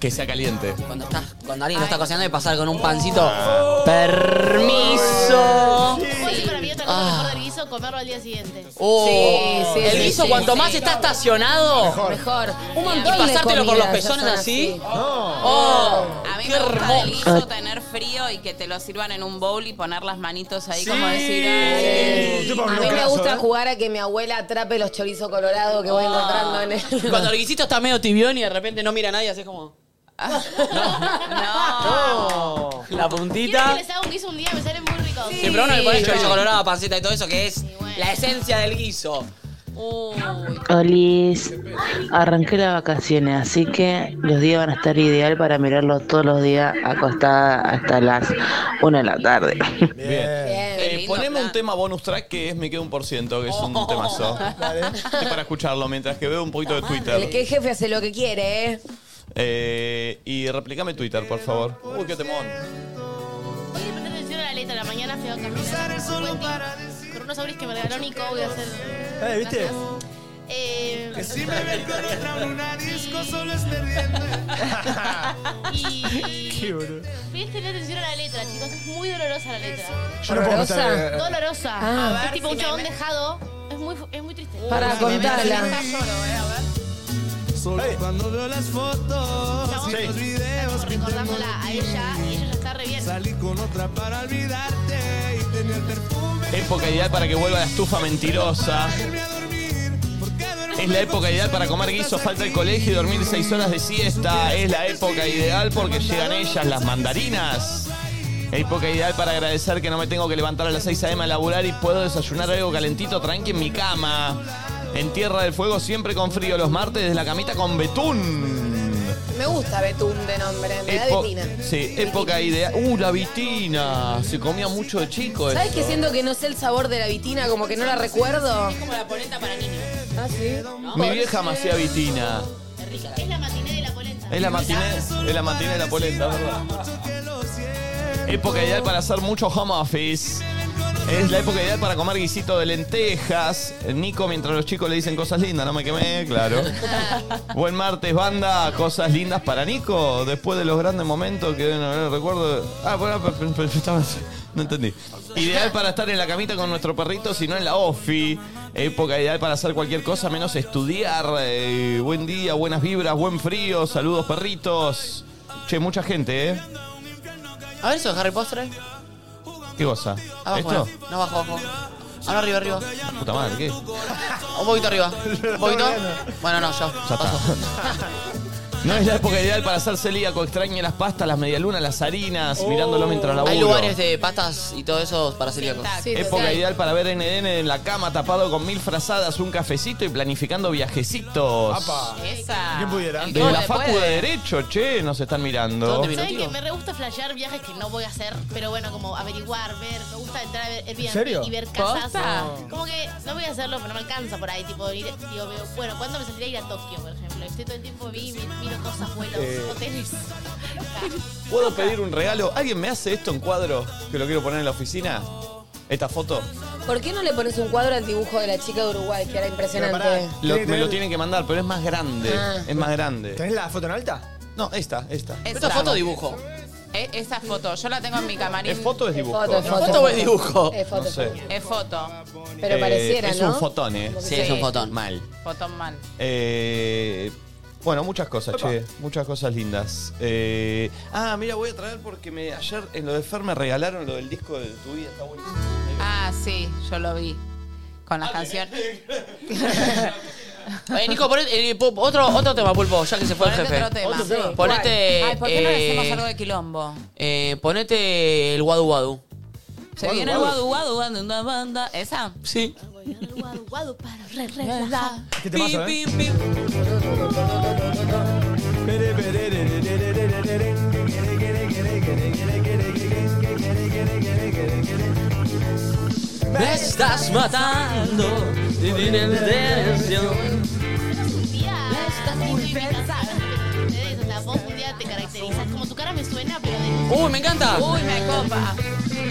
Speaker 1: Que sea caliente.
Speaker 2: Cuando estás, cuando alguien lo está cocinando y pasar con un pancito.
Speaker 1: Ah.
Speaker 2: Permiso.
Speaker 7: Sí, para mí otra cosa
Speaker 2: Ah,
Speaker 7: mejor del guiso comerlo al día siguiente.
Speaker 2: Oh,
Speaker 3: Sí, sí,
Speaker 2: el
Speaker 3: sí,
Speaker 2: guiso
Speaker 3: sí,
Speaker 2: cuanto
Speaker 3: sí.
Speaker 2: más está estacionado.
Speaker 3: Mejor.
Speaker 2: Un montón Y pasártelo por los pezones así. Oh,
Speaker 5: A mí
Speaker 2: qué
Speaker 5: me gusta el
Speaker 2: hermoso.
Speaker 3: Ah.
Speaker 5: guiso tener frío y que te lo sirvan en un bowl y poner las manitos ahí como decir... "Ay".
Speaker 3: A mí me
Speaker 5: ¿eh?
Speaker 3: gusta jugar a que mi abuela atrape los chorizos colorados que voy encontrando en el.
Speaker 2: <laughs> Cuando el guisito está medio tibión y de repente no mira a nadie, así como.
Speaker 7: <laughs>
Speaker 2: No.
Speaker 7: Quiero
Speaker 2: La
Speaker 7: que
Speaker 2: puntita.
Speaker 7: les haga un guiso un día, me salen muy ricos.
Speaker 2: Sí, pero uno le pone chorizo colorado, pancita y todo eso, que es la esencia del guiso.
Speaker 15: Olis, arranqué las vacaciones, así que los días van a estar ideal para mirarlos todos los días acostada hasta las 1 de la tarde.
Speaker 1: Bien. Eh, poneme un tema bonus track que es Me quedo un por ciento, que es un temazo.
Speaker 3: <laughs>
Speaker 1: Y para escucharlo mientras que veo un poquito de
Speaker 3: El
Speaker 1: Twitter.
Speaker 3: que jefe hace lo que quiere, ¿eh?
Speaker 1: Eh, y replicame Twitter, por favor. Uy, qué temón.
Speaker 7: Voy a poner atención a la letra. La mañana fui a caminar con Wendy, con unos auris que me regaló Nico. Voy a hacer.
Speaker 4: Eh, ¿viste?
Speaker 7: gracias. Eh,
Speaker 4: Que
Speaker 7: <laughs>
Speaker 4: si me
Speaker 7: encuentran una disco solo es Y
Speaker 4: Qué boludo.
Speaker 7: voy a tener atención a la letra, chicos. Es muy dolorosa la letra.
Speaker 4: Yo no puedo ¿Dolorosa? pensar, eh, eh.
Speaker 7: Dolorosa.
Speaker 4: Ah. A ver
Speaker 7: es tipo
Speaker 4: si
Speaker 7: un
Speaker 4: me
Speaker 7: chabón
Speaker 4: me-
Speaker 7: dejado. Es muy, fu- es muy triste.
Speaker 3: Para,
Speaker 7: Si me meto
Speaker 3: contala.
Speaker 7: en esta lloro, eh, a ver.
Speaker 13: Solo cuando veo las fotos y los videos que
Speaker 7: Recordándola a ella y ella ya está re bien.
Speaker 13: Salí con otra para olvidarte y tener perfume.
Speaker 1: Época ideal para que vuelva la estufa mentirosa. Es la época ideal para comer guiso, falta el colegio y dormir seis horas de siesta. Es la época ideal porque llegan ellas, las mandarinas. Época ideal para agradecer que no me tengo que levantar a las 6 a.m. a laburar y puedo desayunar algo calentito, tranqui en mi cama. En Tierra del Fuego siempre con frío, los martes desde la camita con betún.
Speaker 3: Me gusta Betún de nombre, me da
Speaker 1: Epo-
Speaker 3: Betina.
Speaker 1: Sí, época ideal. ¡Uh, la vitina! Se comía mucho de chico
Speaker 3: ¿Sabes
Speaker 1: eso.
Speaker 3: que siento que no sé el sabor de la vitina, como que no la recuerdo? Es como
Speaker 5: la polenta para niños.
Speaker 3: Ah, sí.
Speaker 1: Mi vieja me hacía vitina.
Speaker 7: Es la matiné de la polenta.
Speaker 1: Es la matiné, es la matiné de la polenta, ¿verdad? Época ideal para hacer mucho home office. Es la época ideal para comer guisito de lentejas. Nico, mientras los chicos le dicen cosas lindas, no me quemé, claro. Buen martes, banda. Cosas lindas para Nico. Después de los grandes momentos que no, no recuerdo. Ah, bueno, pe- pe- pe- estaba- no entendí. Ideal para estar en la camita con nuestro perrito, si no en la ofi. Época ideal para hacer cualquier cosa menos estudiar. Eh, buen día, buenas vibras, buen frío. Saludos, perritos. Che, mucha gente, ¿eh?
Speaker 2: A ver eso de Harry Potter. ¿eh?
Speaker 1: ¿Qué cosa?
Speaker 2: Abajo. ¿eh?
Speaker 1: ¿Esto?
Speaker 2: No, abajo, abajo. Ah, no, arriba, arriba.
Speaker 1: Puta madre, ¿qué?
Speaker 2: Un poquito arriba.
Speaker 3: <laughs>
Speaker 2: Un poquito. Bueno, no, yo.
Speaker 1: Ya está.
Speaker 2: Ah.
Speaker 1: No es la época ideal para hacer celíaco. Extrañe las pastas, las medialunas, las harinas,
Speaker 5: Uh.
Speaker 1: mirándolo mientras laburo.
Speaker 2: Hay lugares de pastas y todo eso para celíacos.
Speaker 1: Época ideal para ver NN en la cama tapado con mil frazadas, un cafecito y planificando viajecitos.
Speaker 5: Esa. ¿Quién
Speaker 4: pudiera?
Speaker 1: Desde la facu de Derecho, che, nos están mirando.
Speaker 7: ¿Saben que me re gusta flashear viajes que no voy a hacer? Pero bueno, como averiguar, ver. Me gusta entrar a ver Airbnb
Speaker 1: ¿En serio?
Speaker 7: y ver casas.
Speaker 1: ¿Posta?
Speaker 7: Como que no voy a hacerlo, pero no me alcanza por ahí. Tipo, ir- digo, veo, bueno, ¿cuándo me sentiría ir a Tokio, por ejemplo? Estoy todo el tiempo, vi, mi- miro cosas, vuelos,
Speaker 1: Eh.
Speaker 7: hoteles.
Speaker 1: ¿Puedo pedir un regalo? ¿Alguien me hace esto en cuadro? Que lo quiero poner en la oficina. ¿Esta foto?
Speaker 3: ¿Por qué no le pones un cuadro al dibujo de la chica de Uruguay, que era impresionante?
Speaker 1: Lo- me lo tienen que mandar, pero es más grande.
Speaker 3: Ah.
Speaker 1: Es más grande.
Speaker 4: ¿Tenés la foto en alta?
Speaker 1: No, esta, esta.
Speaker 2: Esta foto dibujo.
Speaker 5: E- esa foto, yo la tengo en mi camarín.
Speaker 1: ¿Es foto o es dibujo?
Speaker 5: foto, es
Speaker 1: ¿Es
Speaker 5: foto,
Speaker 1: foto o es
Speaker 5: es
Speaker 1: dibujo?
Speaker 5: foto. Es foto,
Speaker 1: No sé.
Speaker 5: Es foto.
Speaker 1: Eh, Es un fotón, ¿eh?
Speaker 5: Sí, es un fotón.
Speaker 1: Mal.
Speaker 5: Fotón mal.
Speaker 1: Eh, bueno, muchas cosas,
Speaker 5: Epa.
Speaker 1: che. Muchas cosas lindas. Eh, ah, mira, voy a traer porque me, ayer en lo de Fer me regalaron lo del disco de tu vida. Está buenísimo.
Speaker 5: Ah, sí, yo lo vi. Con
Speaker 1: Ah,
Speaker 5: las canciones.
Speaker 2: Eh, Nico, ponete, eh, pu- otro, otro tema, Pulpo, ya que se fue el jefe.
Speaker 5: Otro tema. Sí.
Speaker 2: Ponete.
Speaker 5: Ay, ¿por qué no le hacemos
Speaker 2: eh,
Speaker 5: algo de quilombo?
Speaker 2: eh, ponete el Wadu Wadu.
Speaker 5: Se viene el guadu guadu guadu una banda. ¿Esa?
Speaker 2: Sí.
Speaker 7: Guadu, guadu, para re, relajar.
Speaker 4: ¿Qué te pasa, eh?
Speaker 2: Me estás matando.
Speaker 7: Un día estás muy pensada. Ustedes, o sea, vos un día te caracterizas. Como tu cara me suena, pero de.
Speaker 2: Uy, me encanta.
Speaker 5: Uy, me copa.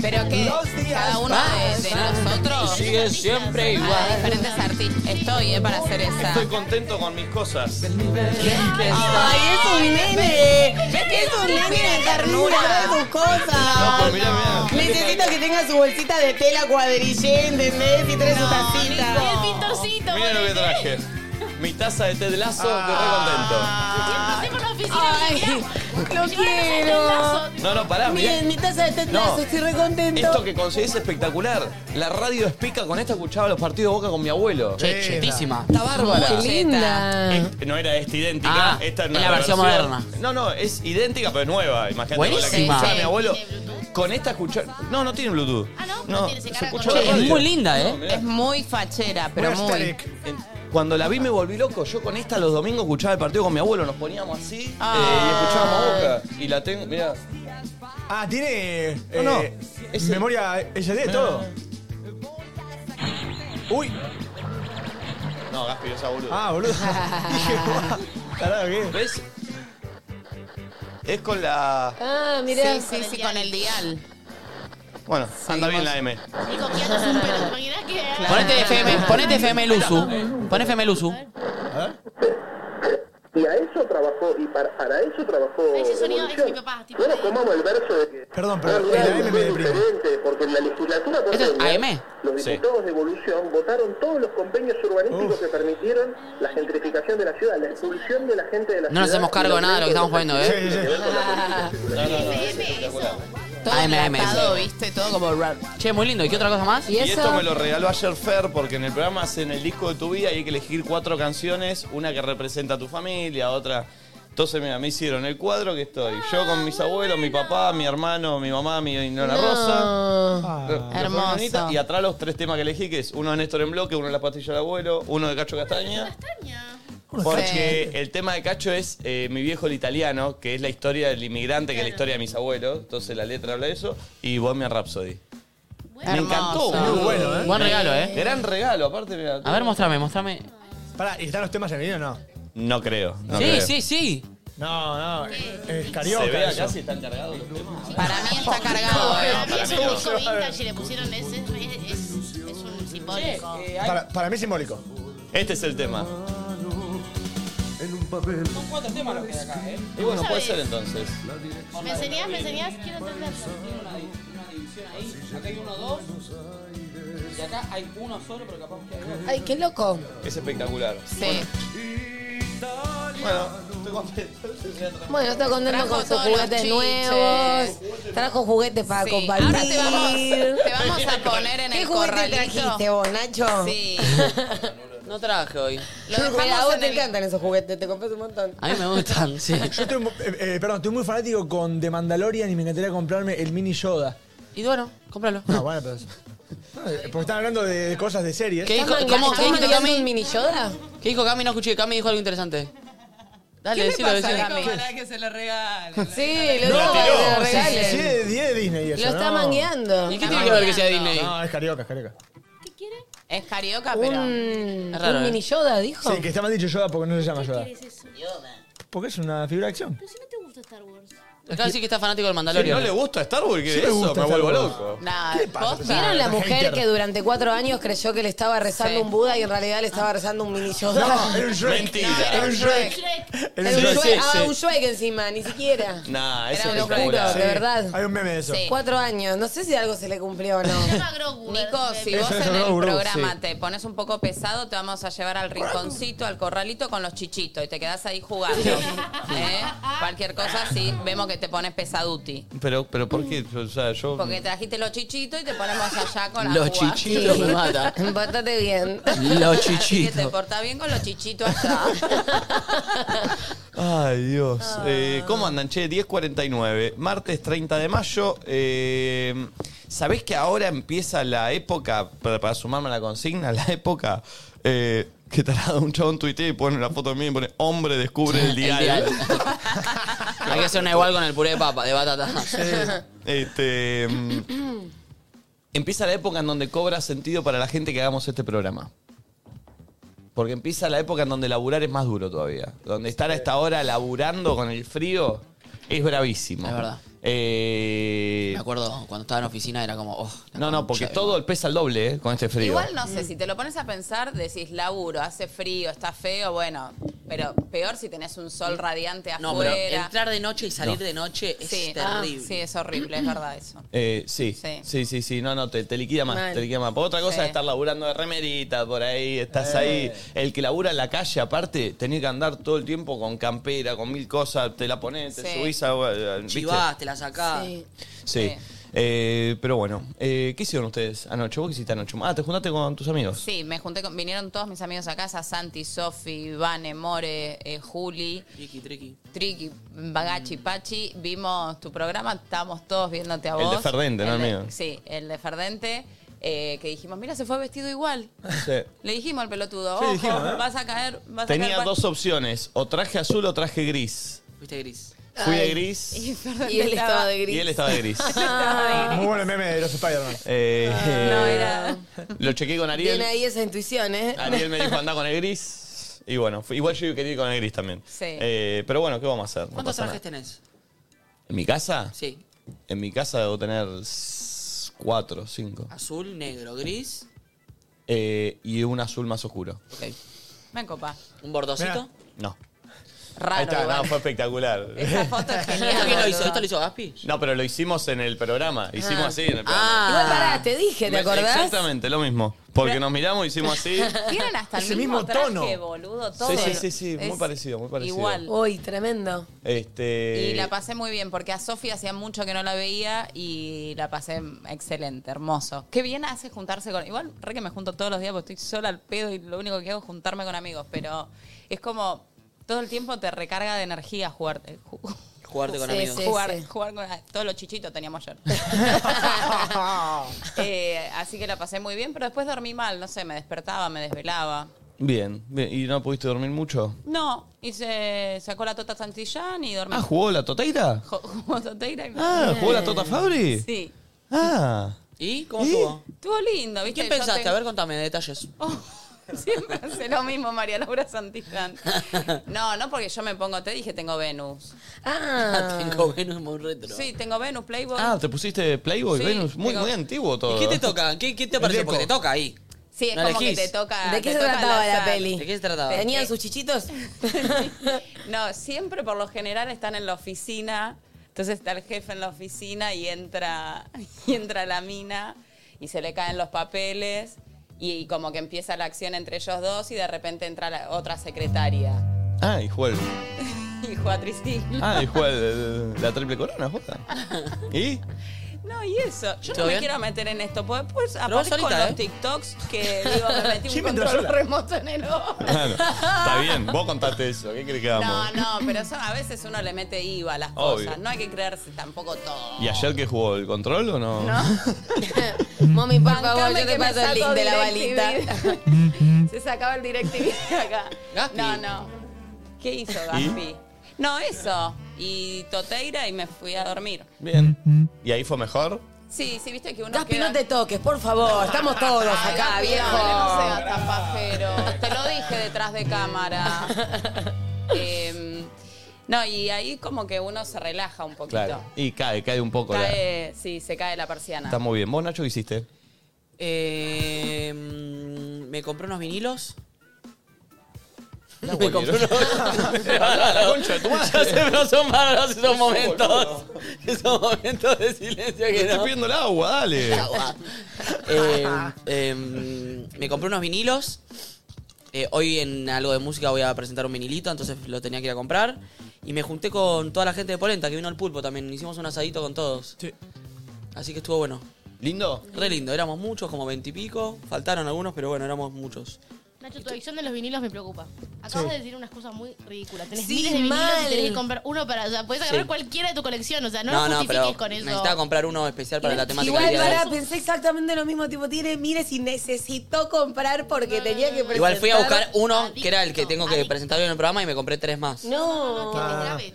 Speaker 5: Pero que cada uno de, de nosotros
Speaker 1: Sigue siempre
Speaker 5: a diferentes artistas. Estoy, eh, para hacer esa.
Speaker 1: Estoy contento con mis cosas.
Speaker 5: Ay, es un
Speaker 16: nene. Es un nene de ternura,
Speaker 3: ¿eh?
Speaker 16: de sus cosas.
Speaker 1: pues,
Speaker 16: Necesito que tenga su bolsita de tela cuadrillé, ¿entendés? Y trae su tacita. el pintorcito.
Speaker 1: Mira lo que traje. Mi taza de té de lazo,
Speaker 16: Ah.
Speaker 1: que re
Speaker 16: Ay, lo quiero.
Speaker 1: contento. No, no, pará, mirá.
Speaker 16: Miren, mi taza de té
Speaker 1: No.
Speaker 16: estoy re contento.
Speaker 1: Esto que conseguí es espectacular. La radio Espica con esta escuchaba los partidos de Boca con mi abuelo.
Speaker 2: Che, chetísima.
Speaker 1: Está bárbara.
Speaker 2: Muy linda.
Speaker 1: Es- no era esta idéntica.
Speaker 2: Ah,
Speaker 1: esta
Speaker 2: es la versión moderna.
Speaker 1: No, no, es idéntica pero es nueva. Imagínate con la que
Speaker 2: Buenísima.
Speaker 1: escuchaba mi abuelo. Con esta escucha. No, no tiene Bluetooth. Ah, no, no se escuchaba
Speaker 5: Che, es
Speaker 1: la radio.
Speaker 5: muy linda, ¿eh?
Speaker 1: No, mirá.
Speaker 5: Es muy fachera, pero
Speaker 1: Muy
Speaker 5: muy.
Speaker 1: aesthetic. Cuando la vi me volví loco. Yo con esta los domingos escuchaba el partido con mi abuelo. Nos poníamos así eh, y escuchábamos a Boca. Y la tengo, mira.
Speaker 4: Ah, tiene. eh,
Speaker 1: No, no.
Speaker 4: memoria SD, todo. Uy.
Speaker 1: No, Gaspi, esa boludo.
Speaker 4: Ah, <laughs> boludo. Dije, guau, tarado, ¿qué?
Speaker 1: ¿Ves? Es con la.
Speaker 3: Ah, mirá.
Speaker 5: Sí, sí, sí, con el dial.
Speaker 1: Bueno, anda bien la M.
Speaker 2: Ponete FM, ponete FM Luzu. Ponete FM Luzu.
Speaker 17: Y a eso trabajó, y para, para eso trabajó.
Speaker 7: Ese sonido es mi papá.
Speaker 17: No nos comamos el verso de que.
Speaker 4: Perdón,
Speaker 17: pero el AM me diferente, porque en la legislatura porteña,
Speaker 2: AM?
Speaker 17: los
Speaker 2: Sí.
Speaker 17: diputados de evolución votaron todos los convenios urbanísticos que permitieron la gentrificación de la ciudad, la expulsión de la gente de la ciudad.
Speaker 2: No nos hacemos cargo de nada de lo que estamos poniendo, ¿eh?
Speaker 5: Todo
Speaker 2: AM, AM.
Speaker 5: enlatado, viste, todo como rap.
Speaker 2: Che, muy lindo. ¿Y qué otra cosa más?
Speaker 1: Y, esto me lo regaló ayer Fer, porque en el programa hacen el disco de tu vida y hay que elegir cuatro canciones, una que representa a tu familia, otra. Entonces, mira, me hicieron el cuadro que estoy. Yo con mis abuelos, mi papá, mi hermano, mi mamá, mi nona
Speaker 5: No.
Speaker 1: Rosa. Eh, mi
Speaker 5: Hermoso.
Speaker 1: hermanita, Y atrás los tres temas que elegí, que es uno de Néstor en bloque, uno de la pastilla del abuelo, uno de Cacho Castaña. Porque el tema de Cacho es eh, mi viejo el italiano, que es la historia del inmigrante, que es la historia de mis abuelos. Entonces la letra habla de eso. Y Bohemian Rhapsody. Me encantó,
Speaker 2: Hermoso.
Speaker 1: muy bueno, ¿eh?
Speaker 2: Buen regalo, ¿eh?
Speaker 1: Gran regalo, aparte, mira.
Speaker 2: A ver, mostrame, mostrame.
Speaker 4: Pará, ¿y están los temas en video o no?
Speaker 1: No creo. No
Speaker 2: sí,
Speaker 1: creo.
Speaker 2: sí, sí.
Speaker 4: No, no. Es carioca.
Speaker 1: Se ve acá
Speaker 4: eso.
Speaker 1: si están cargados los temas.
Speaker 5: Para mí está cargado.
Speaker 7: Para mí
Speaker 1: para
Speaker 7: es
Speaker 1: mí
Speaker 7: un
Speaker 1: no.
Speaker 7: disco eh. vintage y le pusieron ese. Es, es, es un simbólico.
Speaker 16: eh,
Speaker 4: Para, para mí es simbólico.
Speaker 1: Este es el tema.
Speaker 13: En un papel.
Speaker 2: cuatro temas los que hay acá, ¿eh?
Speaker 1: Y bueno, pues, puede ser entonces.
Speaker 7: ¿Me enseñás? ¿Me enseñás? Quiero entenderlo.
Speaker 2: Acá hay uno, dos. Y acá hay uno solo, pero capaz que hay dos.
Speaker 3: Ay, qué loco.
Speaker 1: Es espectacular.
Speaker 5: Sí.
Speaker 1: Bueno, estoy contento.
Speaker 3: Bueno, está contento
Speaker 5: Trajo
Speaker 3: con sus
Speaker 5: todos los
Speaker 3: juguetes
Speaker 5: chiches.
Speaker 3: nuevos. Trajo juguetes para
Speaker 5: Sí.
Speaker 3: compartir.
Speaker 5: Ahora te vamos, te vamos a poner en
Speaker 16: ¿Qué
Speaker 5: el
Speaker 16: juguete
Speaker 5: corralito.
Speaker 16: trajiste vos, Nacho?
Speaker 5: Sí.
Speaker 2: No traje hoy.
Speaker 5: Lo
Speaker 3: <laughs>
Speaker 16: Pero a
Speaker 5: dejamos
Speaker 16: vos
Speaker 5: en
Speaker 16: te
Speaker 5: el...
Speaker 16: encantan esos juguetes, te compras un montón.
Speaker 2: A mí me gustan, sí.
Speaker 4: Yo estoy, mu- eh, eh, perdón, estoy muy fanático con The Mandalorian y me encantaría comprarme el mini Yoda.
Speaker 2: Y bueno, cómpralo.
Speaker 4: No, bueno, pero. no, eh, porque están hablando de cosas de series.
Speaker 2: ¿Qué dijo,
Speaker 4: ¿Estás
Speaker 2: ¿cómo,
Speaker 4: mangas-
Speaker 2: ¿qué dijo
Speaker 4: ¿Estás
Speaker 2: Cami?
Speaker 4: mangas-
Speaker 2: mini Yoda? ¿Qué dijo Cami? No escuché. Cami dijo algo interesante. Dale,
Speaker 11: ¿Qué
Speaker 2: decilo,
Speaker 11: le pasa
Speaker 2: decilo.
Speaker 11: a Nico para que se le regale?
Speaker 3: Sí,
Speaker 4: No,
Speaker 3: lo digo para que se lo
Speaker 4: no, sí,
Speaker 3: regalen.
Speaker 4: sí, sí, de 10 de Disney eso,
Speaker 3: Lo está
Speaker 4: no.
Speaker 3: mangueando.
Speaker 2: ¿Y qué tiene que ver que sea Disney?
Speaker 4: No, es carioca, es carioca.
Speaker 5: Es carioca, pero.
Speaker 3: Un,
Speaker 5: Es raro,
Speaker 3: un
Speaker 5: ¿eh?
Speaker 3: mini Yoda, dijo.
Speaker 4: Sí, que está mal dicho Yoda porque no se llama Yoda.
Speaker 7: eso?
Speaker 4: Porque es una figura de acción.
Speaker 7: Pero si no te gusta Star Wars.
Speaker 2: Acá decir que está fanático del
Speaker 1: Si
Speaker 2: Mandalorian.
Speaker 1: no le gusta Star Wars, ¿qué
Speaker 2: Sí
Speaker 1: es
Speaker 2: me
Speaker 1: eso?
Speaker 2: gusta
Speaker 1: Me
Speaker 2: Star
Speaker 1: vuelvo
Speaker 2: Wars.
Speaker 1: loco.
Speaker 5: Nah, posta.
Speaker 4: Ah,
Speaker 3: ¿Vieron la mujer
Speaker 1: Hater.
Speaker 3: que durante cuatro años creyó que le estaba rezando un Buda y en realidad le estaba rezando un mini Yoda? <laughs>
Speaker 1: No, era un Shrek. Mentira. Era un Shrek.
Speaker 3: Era un
Speaker 1: Sí,
Speaker 3: Shrek.
Speaker 1: sí,
Speaker 3: Ah,
Speaker 1: sí.
Speaker 3: un Shrek encima, ni siquiera.
Speaker 1: Nah, es
Speaker 3: Era un
Speaker 1: espectacular.
Speaker 3: locuro, de verdad.
Speaker 4: Hay un meme de eso.
Speaker 3: Cuatro años. No sé si algo se le cumplió
Speaker 5: <laughs>
Speaker 3: o no.
Speaker 5: Nico, si
Speaker 3: Eso
Speaker 5: vos
Speaker 3: es
Speaker 5: en el
Speaker 3: Grogu,
Speaker 5: programa
Speaker 3: sí.
Speaker 5: te pones un poco pesado, te vamos a llevar al rinconcito, al corralito con los chichitos y te quedás ahí jugando. ¿Eh? Cualquier cosa, sí, vemos que te pones pesaduti.
Speaker 1: Pero, pero ¿por qué? O sea, yo...
Speaker 5: Porque trajiste los chichitos y te ponemos allá con la
Speaker 1: Los
Speaker 5: jugada.
Speaker 1: chichitos me matan.
Speaker 3: Pórtate bien.
Speaker 1: Los
Speaker 5: Así
Speaker 1: chichitos.
Speaker 5: Que te portás bien con los chichitos allá.
Speaker 1: Ay, Dios. Eh, ¿Cómo andan, che? 10.49, martes 30 de mayo. Eh, ¿Sabés que ahora empieza la época, para, para sumarme a la consigna, la época eh, que tarado un chabón tuitea y pone la foto mía y pone hombre descubre el diario?
Speaker 2: <laughs> Hay que hacer una igual con el puré de papa,
Speaker 1: <laughs>
Speaker 2: de batata.
Speaker 1: este, mm, empieza la época en donde cobra sentido para la gente que hagamos este programa. Porque empieza la época en donde laburar es más duro todavía. Donde estar a esta hora laburando con el frío es bravísimo.
Speaker 2: Es verdad.
Speaker 1: Eh,
Speaker 2: Me acuerdo cuando estaba en oficina era como, oh,
Speaker 1: no, no, porque todo el pesa al doble eh, con este frío.
Speaker 5: Igual no sé, si te lo pones a pensar, decís laburo, hace frío, está feo, bueno, pero peor si tenés un sol radiante afuera.
Speaker 2: No, pero entrar de noche y salir de noche es
Speaker 5: Sí,
Speaker 2: terrible.
Speaker 5: ah, sí, es horrible, es verdad eso.
Speaker 1: Eh, sí,
Speaker 5: Sí.
Speaker 1: sí, sí, sí, no, no, te, te liquida más,
Speaker 5: Mal.
Speaker 1: te liquida más. Porque otra cosa
Speaker 5: Sí. Eh.
Speaker 1: es estar laburando de remerita por ahí, estás ahí. El que labura en la calle, aparte, tenés que andar todo el tiempo con campera, con mil cosas, te la pones, te
Speaker 2: Sí.
Speaker 1: subís a... a- ¿viste?
Speaker 2: Chivás, te la sacás.
Speaker 1: Sí. Eh, pero bueno, eh, ¿qué hicieron ustedes anoche? ¿Vos qué hiciste anoche? Ah, te juntaste con
Speaker 5: <laughs>
Speaker 1: tus amigos.
Speaker 5: Sí, me junté con, vinieron todos mis amigos a casa, Santi, Sofi, Vane, More, eh, Juli,
Speaker 2: Triqui, triqui.
Speaker 5: Triki, Bagachi,
Speaker 1: Mm.
Speaker 5: Pachi, vimos tu programa, estábamos todos viéndote a
Speaker 1: El
Speaker 5: vos.
Speaker 1: de Ferdente, ¿no,
Speaker 5: El de-
Speaker 1: amigo?
Speaker 5: Sí, el de Ferdente, eh, que dijimos, mira, se fue vestido igual. Le dijimos al pelotudo,
Speaker 1: Sí,
Speaker 5: ojo,
Speaker 1: dijimos, ¿eh?
Speaker 5: vas a caer, vas a
Speaker 1: Tenía
Speaker 5: caer.
Speaker 1: dos opciones, o traje azul o traje gris.
Speaker 2: Fuiste gris.
Speaker 1: Fui de gris.
Speaker 5: <laughs> Y,
Speaker 3: Y él estaba de gris.
Speaker 1: Y él estaba de
Speaker 5: <laughs>
Speaker 1: gris.
Speaker 4: Muy bueno el meme de los Spider-Man.
Speaker 1: Eh,
Speaker 3: No, era-
Speaker 1: Lo chequeé con Ariel.
Speaker 3: Tiene ahí esa intuición, ¿eh?
Speaker 1: Ariel me dijo anda con el gris. Y bueno, fui- igual yo quería ir con el gris también.
Speaker 3: Sí.
Speaker 1: Eh, pero bueno, ¿qué vamos a hacer? No
Speaker 2: ¿Cuántos
Speaker 1: pasa
Speaker 2: trajes
Speaker 1: nada.
Speaker 2: tenés?
Speaker 1: ¿En mi casa?
Speaker 2: Sí.
Speaker 1: En mi casa debo tener s- cuatro, cinco.
Speaker 2: Azul, negro, gris.
Speaker 1: Eh, y un azul más oscuro.
Speaker 5: Me copa.
Speaker 2: ¿Un bordocito?
Speaker 1: No.
Speaker 5: Raro.
Speaker 1: Ahí está,
Speaker 5: igual.
Speaker 1: no, fue espectacular.
Speaker 2: ¿Esto quién lo hizo? ¿Esto lo hizo Gaspi?
Speaker 1: No, pero lo hicimos en el programa. Hicimos
Speaker 2: Ah.
Speaker 1: así en el programa.
Speaker 3: Ah. Igual pará, te dije, ¿te <laughs>
Speaker 1: Me-
Speaker 3: acordás?
Speaker 1: Exactamente, lo mismo. Porque nos miramos, hicimos así.
Speaker 5: Tienen hasta el
Speaker 1: Ese
Speaker 5: mismo,
Speaker 1: mismo
Speaker 5: traje,
Speaker 1: tono.
Speaker 5: boludo, todo.
Speaker 1: Sí, sí, sí, sí, muy
Speaker 5: Es
Speaker 1: parecido, muy parecido.
Speaker 5: Igual.
Speaker 3: Uy, tremendo.
Speaker 1: Este.
Speaker 2: Eh,
Speaker 5: Y la pasé muy bien, porque a Sofía hacía mucho que no la veía y la pasé excelente, hermoso. Qué bien hace juntarse con... Igual, re que me junto todos los días porque estoy sola al pedo y lo único que hago es juntarme con amigos, pero es como... Todo el tiempo te recarga de energía jugar, eh, ju-
Speaker 2: Jugarte con
Speaker 5: Sí,
Speaker 2: amigos.
Speaker 5: sí, jugar, jugar con ah, todos los chichitos teníamos <laughs> ayer. Eh, así que la pasé muy bien, pero después dormí mal, no sé, me despertaba, me desvelaba.
Speaker 1: Bien, bien. ¿Y no pudiste dormir mucho?
Speaker 5: No, y se sacó la tota Santillán y dormí.
Speaker 1: Ah, ¿jugó la toteira?
Speaker 5: <laughs> Jo- jugó Toteira y-
Speaker 1: Ah, ¿jugó la Tota Fabri?
Speaker 5: Sí.
Speaker 1: Ah.
Speaker 2: ¿Y cómo estuvo?
Speaker 5: Estuvo lindo,
Speaker 2: ¿Y
Speaker 5: ¿viste?
Speaker 2: quién
Speaker 5: Yo
Speaker 2: pensaste?
Speaker 5: tengo-
Speaker 2: A ver,
Speaker 5: <laughs>
Speaker 2: contame detalles.
Speaker 5: Siempre hace lo mismo María Laura Santillán. No, no porque yo me pongo, te dije, tengo Venus. <laughs>
Speaker 3: Ah.
Speaker 2: <laughs> Tengo Venus muy retro.
Speaker 5: Sí, tengo Venus, Playboy.
Speaker 1: Ah, te pusiste Playboy
Speaker 5: Sí,
Speaker 1: Venus. Muy,
Speaker 5: tengo-
Speaker 1: muy antiguo todo.
Speaker 2: ¿Y qué te toca? ¿Qué, qué te apareció? Porque te toca ahí.
Speaker 5: Sí, es
Speaker 2: ¿No
Speaker 5: como que
Speaker 2: elegís?
Speaker 5: te toca.
Speaker 3: ¿De qué
Speaker 5: te
Speaker 3: se
Speaker 5: toca
Speaker 3: trataba
Speaker 5: al
Speaker 3: la
Speaker 5: azar.
Speaker 3: peli?
Speaker 2: ¿De qué se trataba?
Speaker 3: ¿Tenían sus
Speaker 2: <laughs>
Speaker 3: chichitos?
Speaker 5: No, siempre por lo general están en la oficina. Entonces está el jefe en la oficina y entra, <laughs> y entra la mina y se le caen los papeles y, como que empieza la acción entre ellos dos y de repente entra la otra secretaria. <laughs>
Speaker 1: Ah, y jugó el.
Speaker 5: Y juega Tristín.
Speaker 1: Ah, y jugó el- el- la triple corona, joda. ¿Y?
Speaker 5: No, y eso. Yo no
Speaker 1: ¿Todo
Speaker 5: me
Speaker 1: bien?
Speaker 5: quiero meter en esto, porque después
Speaker 2: vos
Speaker 5: aparezco
Speaker 2: solita,
Speaker 5: en los
Speaker 2: ¿eh?
Speaker 5: TikToks que digo,
Speaker 1: <laughs>
Speaker 5: me metí
Speaker 2: Sí,
Speaker 5: un
Speaker 2: mientras
Speaker 5: control
Speaker 2: sola.
Speaker 5: remoto en el ojo.
Speaker 1: Claro. Está bien, vos contaste eso. ¿Qué crees que
Speaker 5: No,
Speaker 1: hagamos?
Speaker 5: no, pero eso, a veces uno le mete IVA a las
Speaker 1: Obvio.
Speaker 5: cosas. No hay que creerse tampoco todo.
Speaker 1: ¿Y ayer que jugó? ¿El control o no?
Speaker 3: Mami, por favor,
Speaker 5: Bancame
Speaker 3: yo
Speaker 5: que
Speaker 3: te
Speaker 5: me
Speaker 3: paso el link
Speaker 5: saco
Speaker 3: de la
Speaker 5: DirecTV.
Speaker 3: balita. <laughs>
Speaker 5: Se sacaba el DirecTV de acá.
Speaker 2: Gaspi.
Speaker 5: No, no. ¿Qué hizo Gaspi? No, eso. Y Toteira y me fui a dormir.
Speaker 1: Bien. ¿Y ahí fue mejor?
Speaker 5: Sí, sí, viste que uno
Speaker 3: Gaspi,
Speaker 5: queda-
Speaker 3: no te toques, por favor. Estamos todos
Speaker 5: Ay,
Speaker 3: acá,
Speaker 5: Gaspi,
Speaker 3: viejo.
Speaker 5: dale, No seas tan
Speaker 3: <laughs>
Speaker 5: pajero. Te lo dije detrás de cámara. Em, No, y ahí como que uno se relaja un poquito.
Speaker 1: Claro. Y cae, cae un poco. la-
Speaker 5: Cae, sí, se cae la persiana.
Speaker 1: Está muy bien. ¿Vos, Nacho, qué hiciste?
Speaker 2: Eh, mm, me compré unos vinilos. <laughs>
Speaker 1: Me compré unos
Speaker 2: Ya se me asomaron esos momentos. <laughs> Esos momentos de silencio
Speaker 1: Te
Speaker 2: que
Speaker 1: estoy
Speaker 2: no.
Speaker 1: pidiendo el agua,
Speaker 2: <laughs>
Speaker 1: dale.
Speaker 2: Agua. Eh, eh, me compré unos vinilos. Eh, hoy en algo de música voy a presentar un vinilito, entonces lo tenía que ir a comprar. Y me junté con toda la gente de Polenta, que vino al pulpo también. Hicimos un asadito con todos. Así que estuvo bueno.
Speaker 1: ¿Lindo?
Speaker 2: Re lindo. Éramos muchos, como veintipico. Faltaron algunos, pero bueno, éramos muchos.
Speaker 7: Nacho, tu adicción de los vinilos me preocupa. Acabas
Speaker 2: Sí.
Speaker 7: de decir unas cosas muy ridículas. Tenés
Speaker 3: Sí,
Speaker 7: miles de vinilos
Speaker 3: mal.
Speaker 7: y tenés que comprar uno para. O sea, puedes agarrar
Speaker 2: Sí.
Speaker 7: cualquiera de tu colección. O sea, no, lo justifiques con eso.
Speaker 2: necesitaba comprar uno especial para la temática
Speaker 3: Igual,
Speaker 2: del día de
Speaker 3: pará,
Speaker 2: hoy.
Speaker 3: pensé exactamente lo mismo. Tipo, tiene miles y necesitó comprar porque tenía que presentar.
Speaker 2: Igual fui a buscar uno que era el que tengo que presentar hoy en el programa y me compré tres más.
Speaker 3: No.
Speaker 2: Ah.
Speaker 1: eh,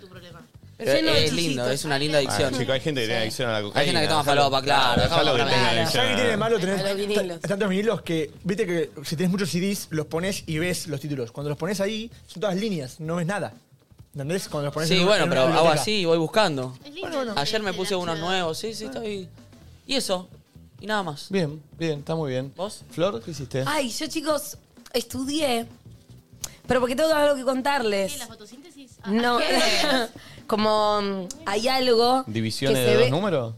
Speaker 2: Pero
Speaker 3: Lleno de
Speaker 2: es lindo, es una linda adicción.
Speaker 1: Ah, chico, hay gente que tiene adicción a la cocaína.
Speaker 2: Hay gente que toma
Speaker 1: Déjalo-
Speaker 2: falopa, claro.
Speaker 1: déjalo que tenga adicción.
Speaker 4: ¿Sabes qué tiene de malo
Speaker 3: A los vinilos.
Speaker 4: tener ta- tantos vinilos que, viste que si tenés muchos CDs, los pones y ves los títulos? Cuando los pones ahí, son todas líneas, no ves nada. ¿Entendés? Cuando los pones en
Speaker 2: Sí,
Speaker 4: una-
Speaker 2: bueno,
Speaker 4: en una
Speaker 2: pero hago
Speaker 4: biblioteca.
Speaker 2: así y voy buscando.
Speaker 4: Bueno, bueno.
Speaker 2: Ayer me puse unos nuevos, sí, sí, estoy. Y eso, y nada más.
Speaker 1: Bien, bien, está muy bien.
Speaker 2: ¿Vos?
Speaker 1: Flor, ¿qué hiciste?
Speaker 3: Ay, yo, chicos, estudié. Pero porque tengo algo que contarles. ¿La Ah,
Speaker 7: fotosíntesis?
Speaker 3: No.
Speaker 7: ¿qué?
Speaker 3: <laughs> Como mm, hay algo.
Speaker 1: ¿Divisiones
Speaker 3: que
Speaker 1: de
Speaker 3: se
Speaker 1: dos
Speaker 3: ve-
Speaker 1: <laughs> números?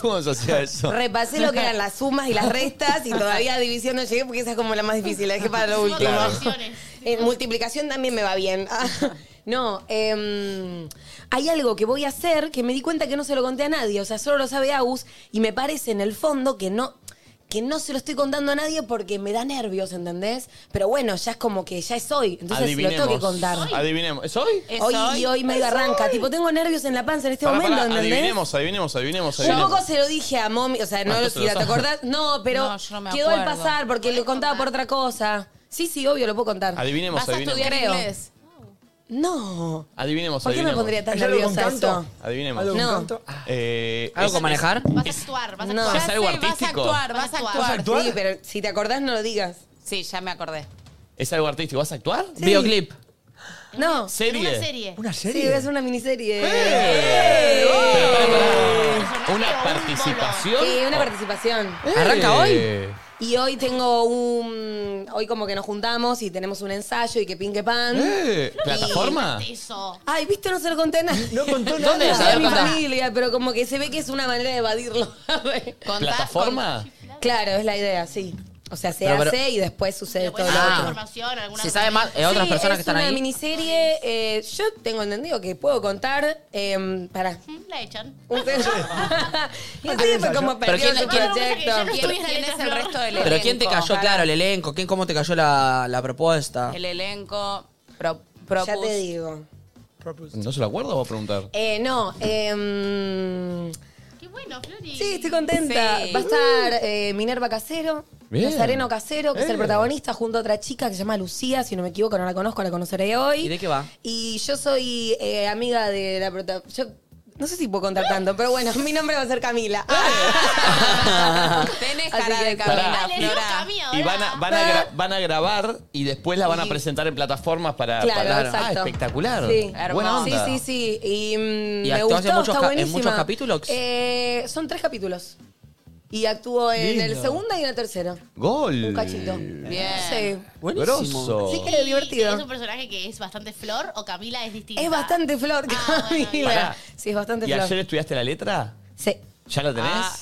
Speaker 1: ¿Cómo se hacía eso?
Speaker 3: Repasé lo que eran las sumas y las restas y todavía
Speaker 1: <laughs>
Speaker 3: a división no llegué porque esa es como la más difícil, la dejé para lo último.
Speaker 1: Claro.
Speaker 3: Eh, multiplicación también me va bien. <laughs> Ah, no, em, hay algo que voy a hacer que me di cuenta que no se lo conté a nadie, o sea, solo lo sabe Agus y me parece en el fondo que no que no se lo estoy contando a nadie porque me da nervios, ¿entendés? Pero bueno, ya es como que ya es hoy, entonces lo tengo que contar.
Speaker 1: Adivinemos. ¿Es hoy?
Speaker 3: Hoy y hoy medio arranca, tipo tengo nervios en la panza en este
Speaker 1: Pará,
Speaker 3: momento,
Speaker 1: pará,
Speaker 3: ¿entendés?
Speaker 1: adivinemos, adivinemos, adivinemos,
Speaker 3: Yo un
Speaker 1: adivinemos.
Speaker 3: poco se lo dije a Momi, o sea, no
Speaker 1: Ah,
Speaker 3: lo
Speaker 1: entonces
Speaker 3: si la
Speaker 1: lo
Speaker 3: te
Speaker 1: sabes. <laughs>
Speaker 3: acordás. No, pero
Speaker 5: No, yo no me
Speaker 3: quedó al
Speaker 5: acuerdo.
Speaker 3: pasar porque lo contaba por otra cosa. Sí, sí, obvio, lo puedo contar.
Speaker 1: Adivinemos, Vas a adivinemos. estudiar
Speaker 3: Creo.
Speaker 1: inglés.
Speaker 3: No.
Speaker 1: Adivinemos,
Speaker 3: ¿Por qué me
Speaker 1: adivinemos.
Speaker 3: pondría tan
Speaker 1: ¿Es algo con
Speaker 3: nerviosa
Speaker 1: canto?
Speaker 3: eso?
Speaker 1: Adivinemos.
Speaker 3: ¿Algo con No.
Speaker 1: ¿Algo
Speaker 3: canto?
Speaker 1: Eh,
Speaker 2: ¿Algo con manejar?
Speaker 7: Vas a actuar, vas a
Speaker 3: No.
Speaker 7: actuar.
Speaker 1: ¿Es algo artístico?
Speaker 5: vas a
Speaker 3: Sí, pero si te acordás, no lo digas.
Speaker 5: Sí, ya me acordé.
Speaker 1: ¿Es algo artístico? ¿Vas a actuar?
Speaker 3: Sí. Videoclip. No.
Speaker 1: ¿Serie?
Speaker 7: Una serie.
Speaker 1: ¿Una
Speaker 3: Sí, es una miniserie.
Speaker 2: ¡Eh!
Speaker 1: ¿Una participación?
Speaker 3: Sí, una participación.
Speaker 1: Eh.
Speaker 3: <laughs> Y hoy tengo un. Hoy, como que nos juntamos y tenemos un ensayo y que pinque pan.
Speaker 1: Eh, ¿Plataforma?
Speaker 7: Eso.
Speaker 3: Ay, viste, no se lo conté a nadie. <laughs>
Speaker 4: No contó
Speaker 3: nada.
Speaker 1: ¿Dónde es? A
Speaker 3: a
Speaker 1: ver,
Speaker 3: mi
Speaker 1: contá.
Speaker 3: familia, pero como que se ve que es una manera de evadirlo. <laughs>
Speaker 1: ¿Plataforma?
Speaker 3: Claro, es la idea, sí. O sea, se
Speaker 2: Pero,
Speaker 3: hace
Speaker 2: pero-
Speaker 3: y después sucede todo
Speaker 2: Ah.
Speaker 3: lo otro.
Speaker 7: Información, alguna
Speaker 2: Se sabe más, eh, otras
Speaker 3: Sí,
Speaker 2: personas que están
Speaker 3: es una
Speaker 2: ahí.
Speaker 3: miniserie. eh, yo tengo entendido que puedo contar. Eh, para.
Speaker 7: La echan.
Speaker 2: <laughs>
Speaker 3: como
Speaker 2: Pero
Speaker 3: perdió
Speaker 2: ¿quién-
Speaker 3: su
Speaker 2: quién-
Speaker 3: proyecto.
Speaker 7: Yo no
Speaker 5: ¿Quién,
Speaker 7: estuviera
Speaker 5: quién
Speaker 7: la
Speaker 5: es
Speaker 7: letra
Speaker 5: el
Speaker 7: Flor.
Speaker 5: resto del elenco?
Speaker 2: Pero ¿quién te cayó, claro, el elenco? ¿Quién, ¿Cómo te cayó la, la propuesta?
Speaker 5: El elenco pro- propus-
Speaker 3: Ya te digo.
Speaker 1: ¿No se lo acuerdo o va a preguntar?
Speaker 3: Eh, no, eh,
Speaker 7: Qué bueno, Flori.
Speaker 3: sí, estoy contenta.
Speaker 7: Sí.
Speaker 3: Va a estar eh, Minerva Casero,
Speaker 1: Bien.
Speaker 3: Nazareno Casero, que es el
Speaker 1: Eh.
Speaker 3: protagonista, junto a otra chica que se llama Lucía, si no me equivoco, no la conozco, la conoceré hoy.
Speaker 2: ¿Y de qué va?
Speaker 3: Y yo soy eh, amiga de la prota... Yo no sé si puedo contar tanto, pero bueno, <laughs> mi nombre va a ser Camila.
Speaker 7: Ah,
Speaker 5: Tenés cara de
Speaker 1: Pará.
Speaker 5: Camila,
Speaker 1: Y-
Speaker 5: Flora.
Speaker 1: Y van a, van, a gra- van a grabar y después la van a presentar en plataformas para...
Speaker 3: Claro,
Speaker 1: para-
Speaker 3: exacto.
Speaker 1: Ah, espectacular.
Speaker 3: Sí.
Speaker 1: Buena onda.
Speaker 3: Sí, sí, sí. Y, mm,
Speaker 1: ¿Y
Speaker 3: me
Speaker 1: actuás en
Speaker 3: gustó,
Speaker 1: muchos
Speaker 3: está
Speaker 1: ca- en
Speaker 3: buenísima.
Speaker 1: muchos capítulos?
Speaker 3: Eh, son tres capítulos. Y actúo en
Speaker 1: Lindo.
Speaker 3: el segundo y en el tercero.
Speaker 1: Gol.
Speaker 3: Un cachito. Bien. Sí.
Speaker 1: Grosso.
Speaker 3: Sí que es divertido.
Speaker 7: ¿Es un personaje que es bastante flor o Camila es distinta? Ah,
Speaker 3: Es bastante flor, Camila.
Speaker 1: Pará.
Speaker 3: sí, es bastante
Speaker 1: ¿Y
Speaker 3: flor.
Speaker 1: ayer estudiaste la letra?
Speaker 3: Sí.
Speaker 1: ¿Ya la tenés?
Speaker 5: Ah.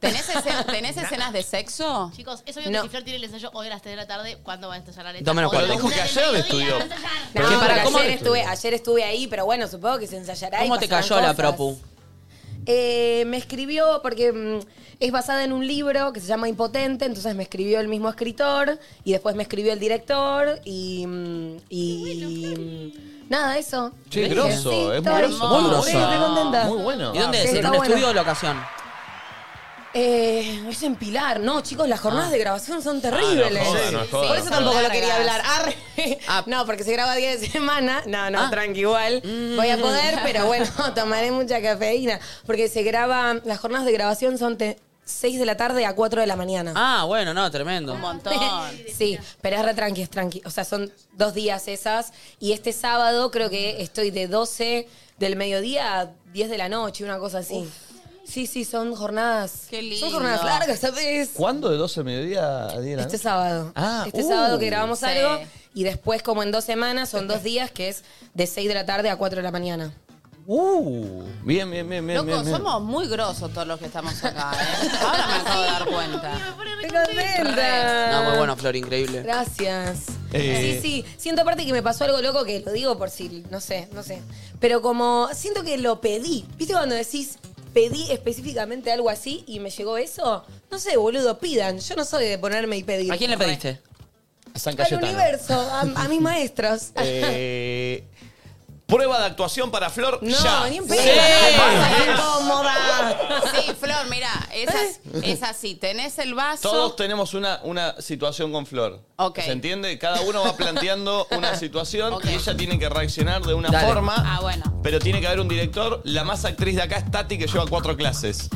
Speaker 5: ¿Tenés, escen- tenés escenas de sexo?
Speaker 7: Chicos, es obvio
Speaker 5: No.
Speaker 7: que si Flor tiene el ensayo hoy a las 3 de la tarde, ¿cuándo va a estallar la letra?
Speaker 1: Dos menos
Speaker 7: Hoy a
Speaker 1: cuarto.
Speaker 7: la
Speaker 1: Dijo
Speaker 7: una
Speaker 1: que
Speaker 7: del
Speaker 1: ayer
Speaker 7: mediodía
Speaker 1: estudió.
Speaker 7: va a estallar.
Speaker 3: No,
Speaker 1: ¿Qué, pará,
Speaker 3: porque
Speaker 1: cómo-
Speaker 3: ayer, estuve, ayer estuve ahí, pero bueno, supongo que se ensayará y
Speaker 2: ¿Cómo te
Speaker 3: pasarán
Speaker 2: cayó la
Speaker 3: cosas.
Speaker 2: propu?
Speaker 3: Eh, me escribió porque mm, es basada en un libro que se llama Impotente, entonces me escribió el mismo escritor y después me escribió el director y... mm, y nada, eso.
Speaker 1: Che,
Speaker 3: Le dije,
Speaker 1: grosso,
Speaker 3: sí,
Speaker 1: es
Speaker 3: todo
Speaker 1: muy
Speaker 3: lindo.
Speaker 1: grosso. Muy grosso.
Speaker 3: Sí, estoy contenta.
Speaker 1: Muy bueno.
Speaker 2: ¿Y dónde
Speaker 3: Ah, Sí,
Speaker 2: es? ¿En
Speaker 3: está
Speaker 2: un
Speaker 3: bueno.
Speaker 2: estudio o locación?
Speaker 3: Eh, es en Pilar, no, chicos, las jornadas
Speaker 2: Ah.
Speaker 3: de grabación son terribles.
Speaker 2: Ah, no joda, no joda,
Speaker 3: Por eso
Speaker 2: no
Speaker 3: tampoco
Speaker 2: joda.
Speaker 3: lo quería hablar. Arre.
Speaker 2: Ah.
Speaker 3: <laughs> No, porque se graba día de semana. No, no, tranqui igual.
Speaker 2: Mm.
Speaker 3: Voy a <laughs> poder, pero bueno, tomaré mucha cafeína. Porque se graba, las jornadas de grabación son, te- 6 de la tarde a 4 de la mañana.
Speaker 2: Ah, bueno, no, tremendo.
Speaker 5: Un montón.
Speaker 3: <laughs> sí, pero es re tranqui, es tranqui. O sea, son dos días esas. Y este sábado creo que estoy de 12 del mediodía a 10 de la noche, una cosa así. Sí, sí, son jornadas. Son jornadas largas, ¿sabes?
Speaker 1: ¿Cuándo? ¿De 12 de mediodía a 10 de la
Speaker 3: Este
Speaker 1: noche?
Speaker 3: sábado.
Speaker 1: Ah,
Speaker 3: este
Speaker 1: uh,
Speaker 3: sábado que grabamos
Speaker 1: sí.
Speaker 3: algo y después como en dos semanas son
Speaker 5: <laughs>
Speaker 3: dos días que es de 6 de la tarde a 4 de la mañana.
Speaker 1: Uh, bien, bien, bien, bien.
Speaker 5: Loco,
Speaker 1: bien, bien.
Speaker 5: somos muy grosos todos los que estamos acá, ¿eh? Ahora me acabo de dar cuenta.
Speaker 2: No, muy bueno, Flor, increíble.
Speaker 3: Gracias.
Speaker 2: Eh.
Speaker 3: Sí, sí. Siento aparte que me pasó algo loco que lo digo por si, no sé, no sé. Pero como siento que lo pedí. ¿Viste cuando decís pedí específicamente algo así y me llegó eso? No sé, boludo, pidan. Yo no soy de ponerme y pedir.
Speaker 2: ¿A quién le pediste?
Speaker 1: A San
Speaker 3: Al
Speaker 1: Cayetano.
Speaker 3: universo, a, a mis
Speaker 1: <laughs>
Speaker 3: maestros.
Speaker 1: Eh, prueba de actuación para Flor
Speaker 3: No,
Speaker 1: ya.
Speaker 3: ni en
Speaker 1: Sí.
Speaker 3: pedo.
Speaker 1: Sí.
Speaker 5: Sí, Flor, mira, es, es así. Tenés el vaso.
Speaker 1: Todos tenemos una, una situación con Flor.
Speaker 5: Ok.
Speaker 1: ¿Se entiende? Cada uno va planteando
Speaker 5: <laughs>
Speaker 1: una situación y ella tiene que reaccionar de una
Speaker 5: Dale.
Speaker 1: forma.
Speaker 5: Ah, bueno.
Speaker 1: Pero tiene que haber un director. La más actriz de acá es Tati, que lleva
Speaker 5: <laughs>
Speaker 1: cuatro clases.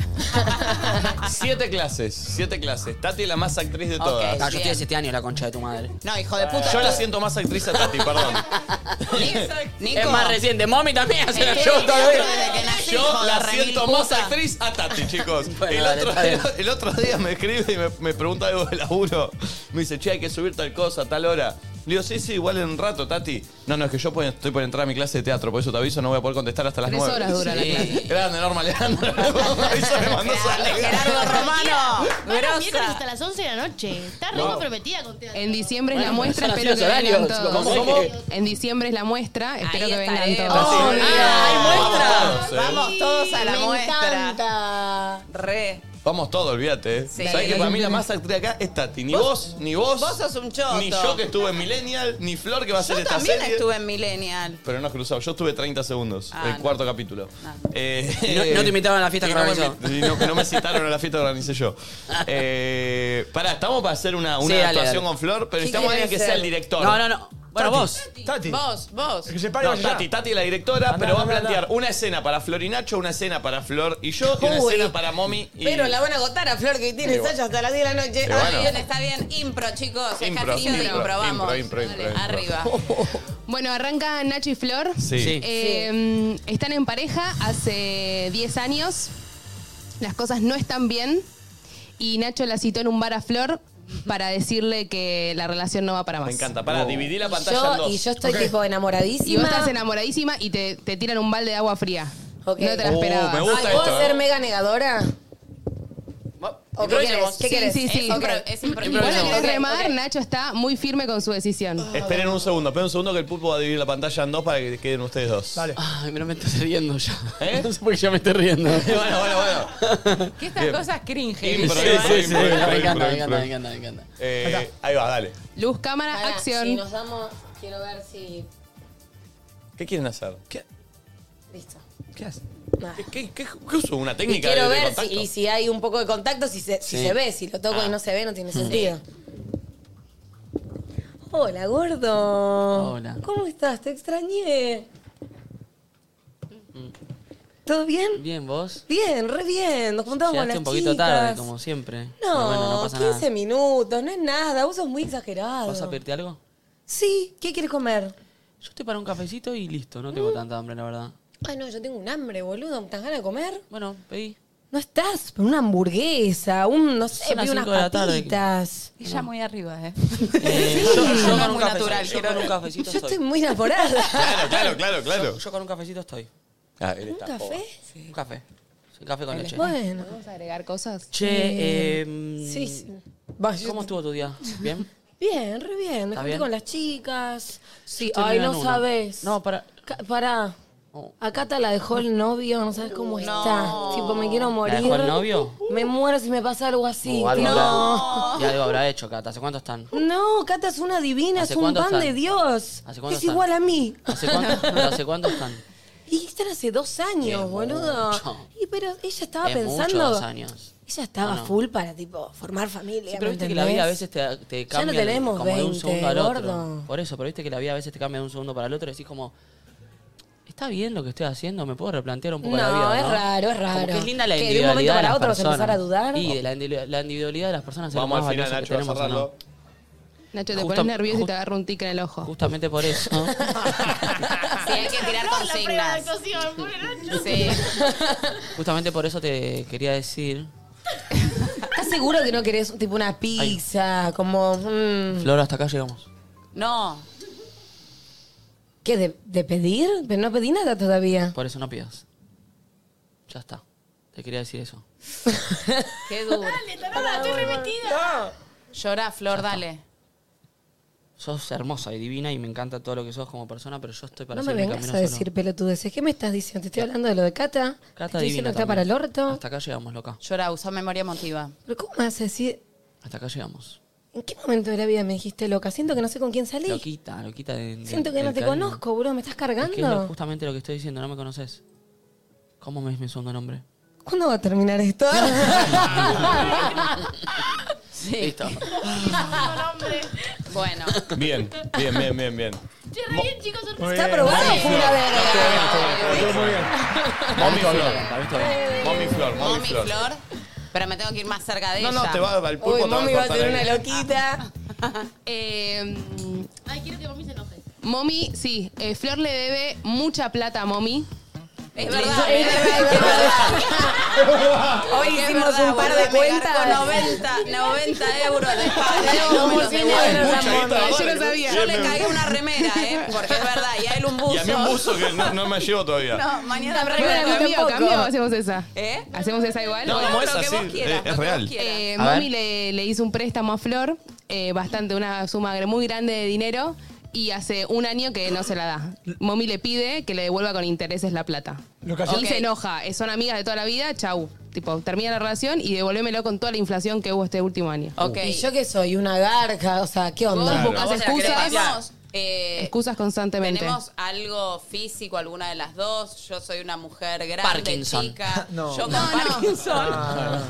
Speaker 1: siete clases, siete clases. Tati es la más actriz de todas.
Speaker 2: Ah, yo tiene 7 años la concha de tu madre.
Speaker 5: No, hijo de puta.
Speaker 1: Yo la siento más actriz a Tati, perdón.
Speaker 5: <laughs> Nico.
Speaker 2: Es más reciente. Mommy también
Speaker 4: <laughs>
Speaker 2: hace la
Speaker 5: Eh,
Speaker 2: yo
Speaker 5: eh,
Speaker 2: todavía.
Speaker 5: desde que nací, hijo
Speaker 1: Yo
Speaker 5: de
Speaker 1: la
Speaker 5: remil
Speaker 1: siento
Speaker 5: puta.
Speaker 1: más actriz a Tati, chicos.
Speaker 2: Bueno,
Speaker 1: el,
Speaker 2: dale,
Speaker 1: otro,
Speaker 2: está bien.
Speaker 1: el- el otro día me escribe y me, me pregunta algo de laburo. Me dice, che, hay que subir tal cosa, a tal hora. Le digo, sí, sí, igual en un rato, Tati. No, no, es que yo puedo- estoy por entrar a mi clase de teatro, por eso te aviso, no voy a poder contestar hasta las
Speaker 5: Tres
Speaker 1: nueve.
Speaker 5: horas dura la clase.
Speaker 1: Grande, Norma Leandro. Eso me mandó salir.
Speaker 5: Romano.
Speaker 7: Bueno, miércoles hasta las 11 de la noche. Está re
Speaker 1: No.
Speaker 7: comprometida con teatro.
Speaker 11: En diciembre es la
Speaker 7: Bueno,
Speaker 11: muestra,
Speaker 7: son así
Speaker 11: espero
Speaker 7: los
Speaker 11: que vengan
Speaker 7: horarios,
Speaker 11: todos.
Speaker 7: ¿cómo? ¿Cómo?
Speaker 11: En diciembre es la muestra, espero que vengan
Speaker 5: estaremos.
Speaker 11: todos.
Speaker 5: Oh,
Speaker 7: Ah,
Speaker 5: mira. Ay, muestra.
Speaker 1: Vamos todos, eh.
Speaker 5: Vamos todos a la
Speaker 7: Me
Speaker 5: muestra.
Speaker 7: encanta.
Speaker 5: Re.
Speaker 1: Vamos todos, olvídate. eh.
Speaker 5: Sí.
Speaker 1: ¿Sabés que para mí la más actriz acá es Tati? Ni vos, ni vos.
Speaker 5: Vos sos un choto.
Speaker 1: Ni yo que estuve en Millennial, ni Flor que va a hacer
Speaker 5: Yo
Speaker 1: esta
Speaker 5: también
Speaker 1: serie.
Speaker 5: estuve en Millennial.
Speaker 1: Pero no has cruzado. Yo estuve 30 segundos,
Speaker 5: Ah,
Speaker 1: el
Speaker 5: no.
Speaker 1: cuarto capítulo. Eh,
Speaker 2: Y no- no te invitaron a la fiesta
Speaker 1: y
Speaker 2: que
Speaker 1: no me
Speaker 2: organizó.
Speaker 1: invi- y no, que no me citaron a la fiesta que organicé
Speaker 2: <laughs>
Speaker 1: yo. Eh, pará, estamos para hacer una, una
Speaker 2: Sí, dale,
Speaker 1: actuación
Speaker 2: dale.
Speaker 1: con Flor, pero
Speaker 2: ¿Quién
Speaker 1: necesitamos
Speaker 2: quiere
Speaker 1: alguien que
Speaker 2: ser?
Speaker 1: sea el director.
Speaker 2: No, no, no. Bueno, vos.
Speaker 4: Tati.
Speaker 5: Vos, vos.
Speaker 4: Que se pare
Speaker 1: No,
Speaker 4: allá.
Speaker 1: Tati, Tati es la directora,
Speaker 4: Andá,
Speaker 1: pero va a
Speaker 4: andá,
Speaker 1: plantear una escena para Flor y Nacho, una escena para Flor y yo, y una
Speaker 3: Uy.
Speaker 1: escena para Mommy y.
Speaker 3: Pero la van a agotar a Flor que tiene
Speaker 1: Y bueno.
Speaker 3: ensayo hasta las 10 de la noche.
Speaker 1: Y bueno.
Speaker 5: Está bien, está bien. Impro, chicos.
Speaker 1: Impro,
Speaker 5: Ejercicio de
Speaker 1: impro,
Speaker 5: impro, vamos.
Speaker 1: impro, impro, impro, impro.
Speaker 5: Arriba.
Speaker 11: Bueno, arranca Nacho y Flor.
Speaker 1: Sí. Sí.
Speaker 11: Eh, Están en pareja hace 10 años. Las cosas no están bien. Y Nacho la citó en un bar a Flor para decirle que la relación no va para más.
Speaker 1: Me encanta. Para, dividí la pantalla en
Speaker 3: Yo,
Speaker 1: dos.
Speaker 3: Ah, y yo estoy
Speaker 1: Ok.
Speaker 3: tipo enamoradísima.
Speaker 11: Y vos estás enamoradísima y te, te tiran un balde de agua fría. No te la
Speaker 1: Oh,
Speaker 11: esperabas.
Speaker 1: me gusta
Speaker 3: Ay, ¿Puedo
Speaker 1: esto,
Speaker 3: ser
Speaker 1: eh.
Speaker 3: mega negadora? ¿O qué querés? ¿Qué
Speaker 11: Sí,
Speaker 3: querés?
Speaker 11: sí, sí.
Speaker 3: Ok.
Speaker 11: Vos la
Speaker 1: Improvisamos.
Speaker 11: querés
Speaker 1: Ok,
Speaker 11: remar, Nacho está muy firme con su decisión.
Speaker 1: Esperen un segundo, esperen un segundo que el pulpo va a dividir la pantalla en dos para que queden ustedes dos. Dale.
Speaker 2: Ay, pero me estoy riendo ya.
Speaker 1: ¿Eh?
Speaker 2: <laughs> No sé por qué ya me estoy
Speaker 1: <laughs>
Speaker 2: riendo.
Speaker 1: bueno, bueno, bueno.
Speaker 5: Que estas
Speaker 1: Bien.
Speaker 5: cosas cringe.
Speaker 1: Impro,
Speaker 2: Sí,
Speaker 1: impro,
Speaker 2: sí, sí.
Speaker 1: impro,
Speaker 2: Me
Speaker 1: impro,
Speaker 2: encanta,
Speaker 1: impro,
Speaker 2: me encanta, me
Speaker 1: impro.
Speaker 2: encanta, me encanta.
Speaker 1: Eh, ahí va, dale.
Speaker 11: Luz, cámara,
Speaker 3: Pará,
Speaker 11: acción.
Speaker 3: Si nos damos, quiero ver si.
Speaker 1: ¿Qué quieren hacer? ¿Qué,
Speaker 3: Listo.
Speaker 1: qué hacen?
Speaker 3: Nah.
Speaker 1: ¿Qué, qué, qué- qué uso? ¿Una
Speaker 3: Y
Speaker 1: técnica
Speaker 3: quiero
Speaker 1: de, de
Speaker 3: ver si,
Speaker 1: contacto?
Speaker 3: y si hay un poco de contacto, si se, si
Speaker 1: Sí.
Speaker 3: se ve, si lo toco
Speaker 1: Ah.
Speaker 3: y no se ve, no tiene sentido. Hola, gordo.
Speaker 2: Hola.
Speaker 3: ¿Cómo estás? Te extrañé. ¿Todo bien?
Speaker 2: Bien, vos.
Speaker 3: Bien, re bien. Nos juntamos con
Speaker 2: Llegaste
Speaker 3: las
Speaker 2: un poquito
Speaker 3: chicas.
Speaker 2: tarde, como siempre. Pero
Speaker 3: No,
Speaker 2: bueno, no pasa
Speaker 3: 15
Speaker 2: nada.
Speaker 3: minutos, no es nada. Vos sos muy exagerado.
Speaker 2: ¿Vas a pedirte algo?
Speaker 3: Sí, ¿qué quieres comer?
Speaker 2: Yo te paro un cafecito y listo. No tengo tanta hambre, la verdad.
Speaker 3: Ay, no, yo tengo un hambre, boludo. ¿Tan ganas de comer?
Speaker 2: Bueno, pedí.
Speaker 3: No estás, pero una hamburguesa, un, no sé,
Speaker 2: Son las
Speaker 3: pedí unas
Speaker 2: cinco de la tarde.
Speaker 3: papitas.
Speaker 5: Ella muy <laughs> arriba, ¿eh?
Speaker 2: Eh,
Speaker 3: Sí.
Speaker 2: yo, yo
Speaker 3: No
Speaker 2: con
Speaker 3: es
Speaker 2: un
Speaker 3: muy
Speaker 2: cafecito,
Speaker 5: natural,
Speaker 2: yo con un cafecito
Speaker 3: Yo
Speaker 2: estoy.
Speaker 3: estoy
Speaker 2: <laughs>
Speaker 3: muy enamorada.
Speaker 1: Claro, claro, claro, claro.
Speaker 2: Yo, yo con un cafecito estoy.
Speaker 1: Ah, él está.
Speaker 3: ¿Un café?
Speaker 2: Un café. Un café con leche.
Speaker 3: Bueno.
Speaker 11: ¿Vamos a agregar cosas?
Speaker 2: Che, eh,
Speaker 3: Sí, sí.
Speaker 2: ¿cómo estuvo tu día? ¿Bien?
Speaker 3: Bien, re bien. Me
Speaker 2: ¿Está
Speaker 3: junté
Speaker 2: bien?
Speaker 3: con las chicas. Sí,
Speaker 2: Estoy
Speaker 3: ay,
Speaker 2: bien
Speaker 3: no
Speaker 2: uno.
Speaker 3: sabes.
Speaker 2: No, para. Oh.
Speaker 3: Ca- Pará. Acá te la dejó el novio, no sabes cómo está. Tipo, me quiero morir.
Speaker 2: ¿La dejó el novio?
Speaker 3: Me muero si me pasa algo así.
Speaker 2: O algo
Speaker 3: no.
Speaker 2: habrá- Ya algo habrá hecho, Cata. ¿Hace cuánto están?
Speaker 3: No, Cata es una divina,
Speaker 2: ¿Hace
Speaker 3: es un
Speaker 2: cuánto
Speaker 3: pan
Speaker 2: están?
Speaker 3: de Dios.
Speaker 2: ¿Hace cuánto
Speaker 3: Es
Speaker 2: están?
Speaker 3: igual a mí.
Speaker 2: ¿Hace cuánto, pero ¿hace cuánto están?
Speaker 3: Y están hace dos años,
Speaker 2: Es
Speaker 3: boludo.
Speaker 2: mucho.
Speaker 3: Y pero ella estaba
Speaker 2: es
Speaker 3: pensando.
Speaker 2: mucho dos años.
Speaker 3: Ella estaba
Speaker 2: ¿O no?
Speaker 3: full para tipo formar familia.
Speaker 2: Sí,
Speaker 3: ¿me
Speaker 2: pero viste que la vida a veces te, te
Speaker 3: Ya
Speaker 2: cambia
Speaker 3: no tenemos
Speaker 2: como de un
Speaker 3: 20,
Speaker 2: segundo al otro.
Speaker 3: gordo.
Speaker 2: Por eso, pero viste que la vida a veces te cambia de un segundo para el otro y decís como, ¿está bien lo que estoy haciendo? ¿Me puedo replantear un poco
Speaker 3: No,
Speaker 2: la vida?
Speaker 3: es raro, es
Speaker 2: Como
Speaker 3: raro.
Speaker 2: que es linda la
Speaker 3: Que de un momento
Speaker 2: individualidad
Speaker 3: para
Speaker 2: de las
Speaker 3: otro vas a empezar
Speaker 2: personas.
Speaker 3: a dudar.
Speaker 2: Y de la, individu- la individualidad de las personas es lo
Speaker 1: Vamos
Speaker 2: más
Speaker 1: al final,
Speaker 2: valioso que
Speaker 1: Nacho, a
Speaker 2: tenemos, ¿o no?
Speaker 1: cerrarlo.
Speaker 11: Nacho, te
Speaker 2: Justo-
Speaker 11: pones nervioso y te agarra un tic en el ojo.
Speaker 2: Justamente por eso.
Speaker 5: Sí, hay que tirar consignas.
Speaker 7: <laughs>
Speaker 5: Sí.
Speaker 2: Justamente por eso te quería decir,
Speaker 3: ¿Estás seguro que no querés tipo una pizza? Como. mm,
Speaker 2: Flor, hasta acá llegamos.
Speaker 5: No.
Speaker 3: ¿Qué? De, de pedir? Pero no pedí nada todavía.
Speaker 2: Por eso no pidas. Ya está. Te quería
Speaker 3: <laughs>
Speaker 2: decir eso.
Speaker 5: Qué duro. Dale, tarada, estoy remetida. Llora, Flor, dale.
Speaker 2: Sos hermosa y divina y me encanta todo lo que sos como persona, pero yo estoy para
Speaker 3: No me
Speaker 2: seguir mi
Speaker 3: vengas
Speaker 2: camino
Speaker 3: a decir pelotudeces. ¿Qué me estás diciendo? Te estoy hablando de lo de Cata.
Speaker 2: solo.
Speaker 3: Te
Speaker 2: Cata
Speaker 3: estoy diciendo
Speaker 2: divina
Speaker 3: que está para el
Speaker 2: también.
Speaker 3: orto.
Speaker 2: Hasta acá llegamos, loca.
Speaker 5: Llora, usa memoria emotiva.
Speaker 3: ¿Pero cómo me vas a decir?
Speaker 2: Hasta acá llegamos.
Speaker 3: ¿En qué momento de la vida me dijiste loca? Siento que no sé con quién salí.
Speaker 2: Loquita, loquita de, de-
Speaker 3: Siento que
Speaker 2: del
Speaker 3: no te
Speaker 2: cariño.
Speaker 3: conozco, bro. ¿Me estás
Speaker 2: Es que es lo-
Speaker 3: cargando?
Speaker 2: justamente lo que estoy diciendo, no me conoces. ¿Cómo me es mi segundo nombre?
Speaker 3: ¿Cuándo va a terminar
Speaker 2: <laughs>
Speaker 3: esto?
Speaker 2: Listo.
Speaker 5: Bueno.
Speaker 1: Bien, bien, bien, bien, bien.
Speaker 7: Che, re bien, chicos, sorpresa.
Speaker 1: Está aprobado o fue una verga?
Speaker 5: muy bien.
Speaker 1: Mommy
Speaker 5: Flor.
Speaker 1: Flor. Mommy Flor, Mommy
Speaker 5: Mommy
Speaker 1: Flor.
Speaker 5: Flor. Pero me tengo que ir más cerca de
Speaker 1: No,
Speaker 5: ella.
Speaker 1: no, te va- el pulpo Uy, te va a mami va a cortar ser
Speaker 11: Ah.
Speaker 1: ahí.
Speaker 11: <laughs>
Speaker 1: una
Speaker 5: loquita.
Speaker 11: Eh,
Speaker 7: Ay, quiero que mami se enoje.
Speaker 11: Momi, sí, eh, Flor le debe mucha plata a Momi.
Speaker 5: Es
Speaker 7: verdad,
Speaker 5: es
Speaker 3: <laughs>
Speaker 5: verdad, es
Speaker 11: verdad.
Speaker 5: Hoy hicimos un par de cuentas. Con 90, 90 euros de <laughs> pago.
Speaker 11: Como
Speaker 5: Me los
Speaker 11: cien
Speaker 5: devuelve.
Speaker 11: euros, Mucha amor. guita,
Speaker 5: Yo
Speaker 11: vale.
Speaker 5: no sabía.
Speaker 11: Sí,
Speaker 5: Yo le
Speaker 11: me-
Speaker 5: cagué una remera, ¿eh? Porque es verdad. Y a él un buzo.
Speaker 1: Y a mí un buzo que no, no me llevo todavía.
Speaker 5: No, mañana
Speaker 11: Bueno,
Speaker 5: remera
Speaker 11: cambio,
Speaker 5: tampoco.
Speaker 11: cambio, hacemos esa.
Speaker 5: ¿Eh?
Speaker 11: ¿Hacemos esa igual?
Speaker 1: No,
Speaker 11: Bueno.
Speaker 1: no, es así, eh, es real.
Speaker 11: Eh,
Speaker 1: A
Speaker 11: Mami
Speaker 1: ver.
Speaker 11: le, le hizo un préstamo a Flor, eh, bastante, una suma muy grande de dinero, y hace un año que no se la da. Mami le pide que le devuelva con intereses la plata.
Speaker 4: Lo que hace-
Speaker 11: Y se enoja, eh, son amigas de toda la vida, chau. Tipo, termina la relación y devuélvemelo con toda la inflación que hubo este último año.
Speaker 3: ¿Y yo qué soy? ¿Una garca? O sea, ¿qué onda?
Speaker 11: Claro. Buscas
Speaker 5: Vos te la querés
Speaker 11: excusas.
Speaker 5: pasear. Eh,
Speaker 11: Excusas constantemente.
Speaker 5: Tenemos algo físico, alguna de las dos. Yo soy una mujer grande, chica. Yo con Parkinson.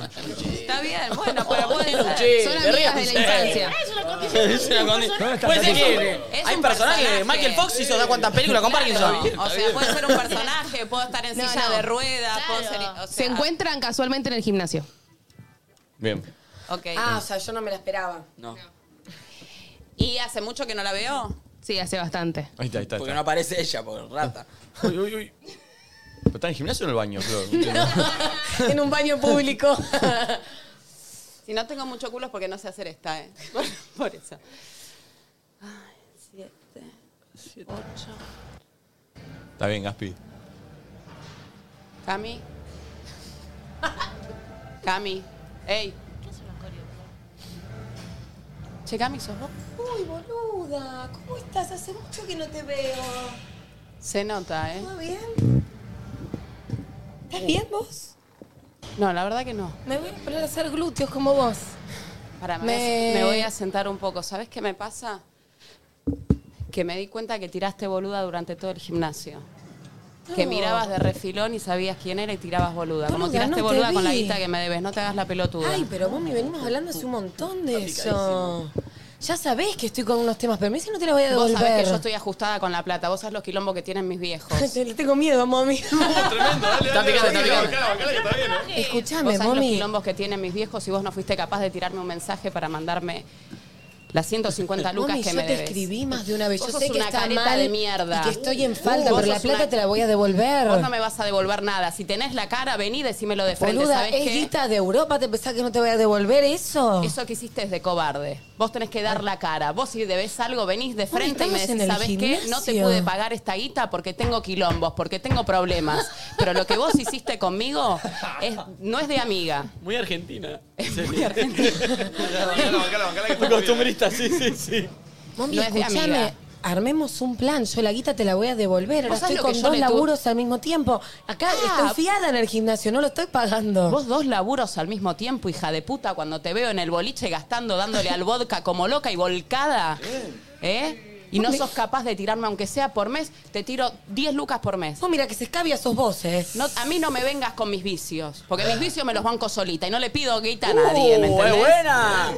Speaker 5: Está bien, bueno, pero puede ser.
Speaker 2: Son te amigas rías. de la infancia.
Speaker 5: Es una
Speaker 2: <laughs> Es una condi- Puede ser que
Speaker 5: Es
Speaker 2: hay
Speaker 5: un
Speaker 2: personajes,
Speaker 5: personaje.
Speaker 2: Michael Fox hizo da cuántas películas con
Speaker 5: Claro,
Speaker 2: Parkinson.
Speaker 5: O sea,
Speaker 2: <laughs>
Speaker 5: puede ser un personaje, puedo estar en
Speaker 11: No,
Speaker 5: silla
Speaker 11: no.
Speaker 5: de ruedas, puedo ser. O sea,
Speaker 11: Se encuentran casualmente en el gimnasio.
Speaker 1: Bien.
Speaker 5: ok.
Speaker 3: Ah, o sea, yo no me la esperaba.
Speaker 2: No.
Speaker 5: ¿Y hace mucho que no la veo?
Speaker 11: Sí, hace bastante.
Speaker 1: Ah, Ahí está, ahí está. ahí
Speaker 2: Porque
Speaker 1: está.
Speaker 2: no aparece ella, por rata.
Speaker 1: Uy, uy, uy. ¿Pero ¿Está en el gimnasio o en el baño, Flor? No entiendo.
Speaker 3: <laughs> en un baño público.
Speaker 5: <laughs> Si no tengo mucho culo es porque no sé hacer esta, ¿eh? <laughs> Por eso. Ay, siete, ocho.
Speaker 1: Está bien, Gaspi.
Speaker 5: Cami. Cami. Ey. Che, Cami, ¿sos vos?
Speaker 3: Uy, boluda, ¿cómo estás? Hace mucho que no te veo.
Speaker 5: Se nota, ¿eh?
Speaker 3: ¿Todo bien? ¿Estás bien vos?
Speaker 5: No, la verdad que no.
Speaker 3: Me voy a poner a hacer glúteos como vos.
Speaker 5: Pará, me,
Speaker 3: Me-
Speaker 5: me voy a sentar un poco. ¿Sabes qué me pasa? Que me di cuenta que tiraste boluda durante todo el gimnasio. Que
Speaker 3: No.
Speaker 5: mirabas de refilón y sabías quién era y tirabas boluda. Como
Speaker 3: Boluda,
Speaker 5: tiraste
Speaker 3: no te
Speaker 5: boluda con la
Speaker 3: vi.
Speaker 5: guita que me debes. No te hagas la pelotuda.
Speaker 3: Ay, pero vos me venimos hablando hace un montón de eso. Ya sabés que estoy con unos temas, pero me dice no te los voy a
Speaker 5: Vos
Speaker 3: devolver.
Speaker 5: sabés que yo estoy ajustada con la plata. Vos sabés los quilombos que tienen mis viejos.
Speaker 3: <laughs> Le tengo miedo, mami.
Speaker 5: Está picante, está picante.
Speaker 3: Escuchame,
Speaker 5: Vos sabés los
Speaker 3: mami.
Speaker 5: quilombos que tienen mis viejos y vos no fuiste capaz de tirarme un mensaje para mandarme las 150 lucas
Speaker 3: Mami,
Speaker 5: que
Speaker 3: yo
Speaker 5: me
Speaker 3: te
Speaker 5: debes.
Speaker 3: escribí más de una vez.
Speaker 5: Vos
Speaker 3: Pues yo
Speaker 5: sos
Speaker 3: sé que
Speaker 5: una
Speaker 3: está
Speaker 5: careta
Speaker 3: mal
Speaker 5: de mierda. Uh,
Speaker 3: y que estoy en falta,
Speaker 5: Vos
Speaker 3: pero la
Speaker 5: sos
Speaker 3: plata
Speaker 5: una-
Speaker 3: te la voy a devolver.
Speaker 5: Vos no me vas a devolver nada. Si tenés la cara, vení, decímelo de frente.
Speaker 3: Boluda,
Speaker 5: ¿Sabés
Speaker 3: es
Speaker 5: qué?
Speaker 3: guita de Europa, ¿te pensás que no te voy a devolver eso?
Speaker 5: Eso que hiciste es de cobarde. Vos tenés que dar la cara. Vos si debés algo, venís de
Speaker 3: Mami,
Speaker 5: frente y me
Speaker 3: estamos en
Speaker 5: decís,
Speaker 3: el
Speaker 5: ¿sabés qué? No te
Speaker 3: gimnasio".
Speaker 5: pude pagar esta guita porque tengo quilombos, porque tengo problemas. Pero lo que vos hiciste conmigo es- no es de amiga.
Speaker 2: <laughs> Muy argentina.
Speaker 1: Muy
Speaker 2: costumbrista, sí, sí, sí.
Speaker 3: Mami,
Speaker 5: No es de
Speaker 3: escúchame.
Speaker 5: amiga.
Speaker 3: Armemos un plan, yo la guita te la voy a devolver. Ahora
Speaker 5: ¿Vos sabés
Speaker 3: estoy
Speaker 5: lo
Speaker 3: con
Speaker 5: que yo
Speaker 3: dos
Speaker 5: le tu-
Speaker 3: laburos al mismo tiempo. Acá
Speaker 5: Ah.
Speaker 3: estoy fiada en el gimnasio, no lo estoy pagando.
Speaker 5: Vos dos laburos al mismo tiempo, hija de puta, cuando te veo en el boliche gastando, dándole al vodka como loca y volcada. ¿Eh? Y no sos capaz de tirarme, aunque sea por mes, te tiro 10 lucas por mes.
Speaker 3: Vos mira que se escabia sos eh. voces.
Speaker 5: No, a mí no me vengas con mis vicios, porque mis vicios me los banco solita y no le pido guita a nadie, ¿me
Speaker 2: ¡Uh,
Speaker 5: entendés?
Speaker 2: es buena!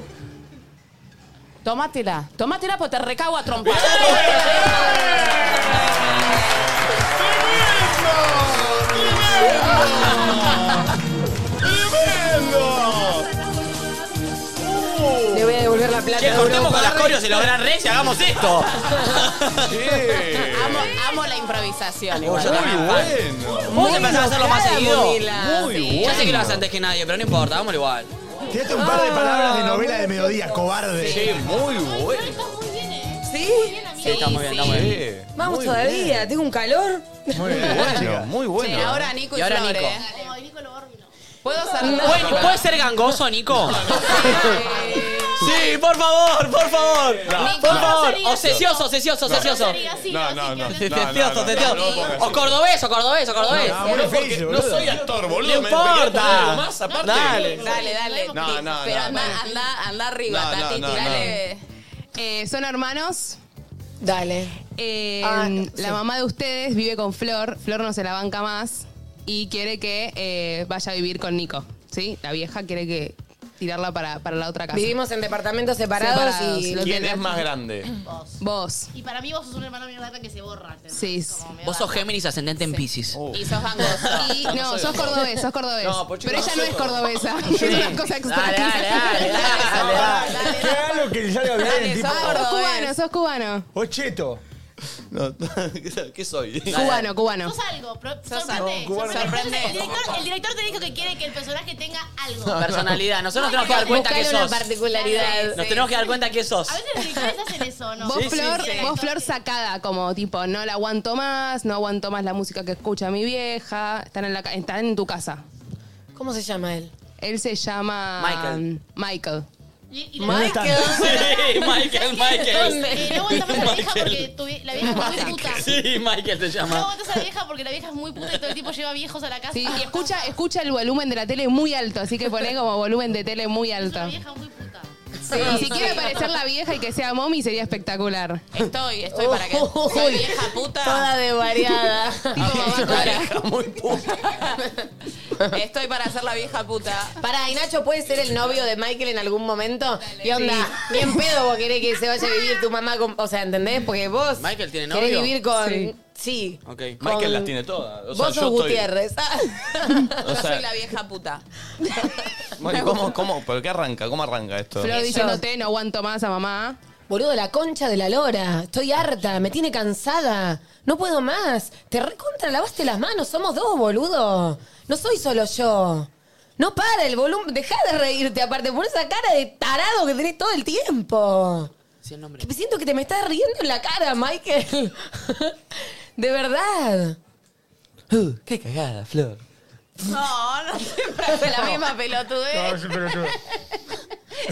Speaker 5: Tomátela,
Speaker 3: <laughs>
Speaker 5: tomátela porque te recago a trompa.
Speaker 3: Le voy a devolver la plata.
Speaker 2: Che,
Speaker 3: a
Speaker 2: cortemos
Speaker 3: Europa.
Speaker 2: con las corios y los gran rex y hagamos esto.
Speaker 5: Amo, amo la improvisación.
Speaker 2: Muy
Speaker 5: Igual.
Speaker 2: bueno. Vos empezás a hacerlo más
Speaker 5: local,
Speaker 2: seguido.
Speaker 5: Murila.
Speaker 2: Muy
Speaker 5: Sí.
Speaker 2: Ya sé que lo haces antes que nadie, pero no importa, hagámoslo igual.
Speaker 4: Tírate un par de palabras de novela de mediodía, cobarde.
Speaker 1: Sí, muy bueno.
Speaker 3: ¿Sí?
Speaker 2: Sí, está muy bien, está muy bien.
Speaker 3: Vamos todavía, tengo un calor.
Speaker 1: Muy bueno, muy bueno.
Speaker 5: Che, ahora Nico y,
Speaker 2: Y ahora
Speaker 5: Flor,
Speaker 2: Nico.
Speaker 5: ¿eh? ¿Puedo hacer
Speaker 2: ¿Puede, puede ser gangoso, Nico? Sí, por favor, por favor.
Speaker 5: Nico,
Speaker 2: por
Speaker 5: no
Speaker 2: favor.
Speaker 5: sería
Speaker 2: O
Speaker 5: así.
Speaker 2: secioso, secioso,
Speaker 5: No, no
Speaker 2: secioso.
Speaker 5: sería así, No, no, así no, que- no,
Speaker 2: Secioso,
Speaker 5: no,
Speaker 2: secioso.
Speaker 5: no, no, no, no,
Speaker 2: O cordobés, o cordobés, o cordobés.
Speaker 1: No, no, porque no soy actor, boludo.
Speaker 2: No
Speaker 1: me- me quería poner
Speaker 2: importa.
Speaker 1: algo más aparte.
Speaker 2: Dale.
Speaker 5: Dale, dale.
Speaker 1: No, no,
Speaker 5: Pero
Speaker 1: no,
Speaker 5: anda,
Speaker 1: no.
Speaker 5: anda, anda arriba,
Speaker 1: No, no,
Speaker 5: Tati,
Speaker 1: no,
Speaker 5: tirale.
Speaker 11: Eh, son hermanos.
Speaker 3: Dale.
Speaker 11: Eh,
Speaker 3: Ah,
Speaker 11: La
Speaker 3: sí.
Speaker 11: mamá de ustedes vive con Flor. Flor no se la banca más y quiere que eh, vaya a vivir con Nico. ¿Sí? La vieja quiere que tirarla para, para la otra casa.
Speaker 3: Vivimos en departamentos separados,
Speaker 11: Separados,
Speaker 3: y.
Speaker 11: lo
Speaker 1: ¿Quién
Speaker 11: tenés.
Speaker 1: es más grande?
Speaker 11: Vos.
Speaker 7: Y para mí vos sos un hermano mío que se borra. ¿entendés?
Speaker 11: Sí.
Speaker 2: Vos sos Géminis ascendente en Pisces.
Speaker 1: Oh.
Speaker 5: Y sos gangoso.
Speaker 11: Y, no,
Speaker 5: soy
Speaker 11: sos
Speaker 5: gangoso.
Speaker 11: cordobés, sos cordobés.
Speaker 2: No, pues, chicos,
Speaker 11: Pero ella no
Speaker 2: nosotros-
Speaker 11: es cordobesa. Es una cosa extraña.
Speaker 4: Que haga lo que le salga bien,
Speaker 11: Dale,
Speaker 4: tipo.
Speaker 11: sos cubano, sos cubano.
Speaker 4: O cheto.
Speaker 1: No, <laughs> ¿Qué soy?
Speaker 11: Cubano, cubano.
Speaker 7: Sos algo, pro-
Speaker 5: Sos
Speaker 7: sorprende.
Speaker 5: algo, cubano.
Speaker 7: sorprende. El,
Speaker 5: Sorprende.
Speaker 7: director, el director te dijo que quiere que el personaje tenga algo.
Speaker 2: Personalidad. Nosotros nos tenemos que dar cuenta que
Speaker 3: Buscar una
Speaker 2: sos.
Speaker 3: particularidad.
Speaker 2: Nos tenemos que dar cuenta que sos.
Speaker 7: A veces los directores hacen eso, ¿no?
Speaker 11: Vos, Flor,
Speaker 7: Sí,
Speaker 11: vos, Flor, sacada, como tipo, no la aguanto más, no aguanto más la música que escucha mi vieja. Están en, la, ca- están en tu casa.
Speaker 3: ¿Cómo se llama él?
Speaker 11: Él se llama.
Speaker 2: Michael.
Speaker 11: um, Michael.
Speaker 7: Y,
Speaker 11: Michael.
Speaker 7: <laughs>
Speaker 2: Sí, <laughs> Michael, Michael.
Speaker 7: Y no
Speaker 2: <laughs>
Speaker 7: aguantamos a la vieja porque tu vie- la vieja es muy puta.
Speaker 2: Sí, Michael te
Speaker 7: No
Speaker 2: llama.
Speaker 7: aguantas a la vieja porque la vieja es muy puta y todo el tiempo lleva viejos a la casa.
Speaker 11: Sí, y escucha, escucha el volumen de la tele muy alto, así que poné como volumen de tele muy alto. Sí, si quiere parecer la vieja y que sea mommy sería espectacular.
Speaker 5: Estoy, estoy para que. Soy vieja puta.
Speaker 3: Toda desvariada.
Speaker 5: <laughs> Estoy para ser la vieja
Speaker 1: <laughs>
Speaker 5: puta.
Speaker 3: Pará, ¿y Nacho puede ser el novio de Michael en algún momento? ¿Qué onda? Ni en pedo vos querés que se vaya a vivir tu mamá con... O sea, ¿entendés? Porque vos
Speaker 2: Michael tiene novio.
Speaker 3: querés vivir con... Sí.
Speaker 2: Ok.
Speaker 1: Michael las tiene todas. O sea,
Speaker 3: vos
Speaker 1: yo
Speaker 3: sos
Speaker 1: estoy-
Speaker 3: Gutiérrez. Ah.
Speaker 1: O
Speaker 5: Yo
Speaker 1: sea-
Speaker 5: soy la vieja puta.
Speaker 1: Bueno, ¿cómo, cómo, ¿Pero qué arranca? ¿Cómo arranca esto?
Speaker 11: Flor diciéndote, no aguanto más a mamá.
Speaker 3: Boludo, la concha de la lora. Estoy harta, me tiene cansada. No puedo más. Te recontra lavaste las manos. Somos dos, boludo. No soy solo yo. No para el volumen. Deja de reírte, aparte. Por esa cara de tarado que tenés todo el tiempo. Que siento que te me estás riendo en la cara, Michael. <laughs> de verdad.
Speaker 2: Uh, qué cagada, Flor.
Speaker 5: No, no siempre hace <laughs> la misma pelotudez.
Speaker 4: No, sí, pero yo-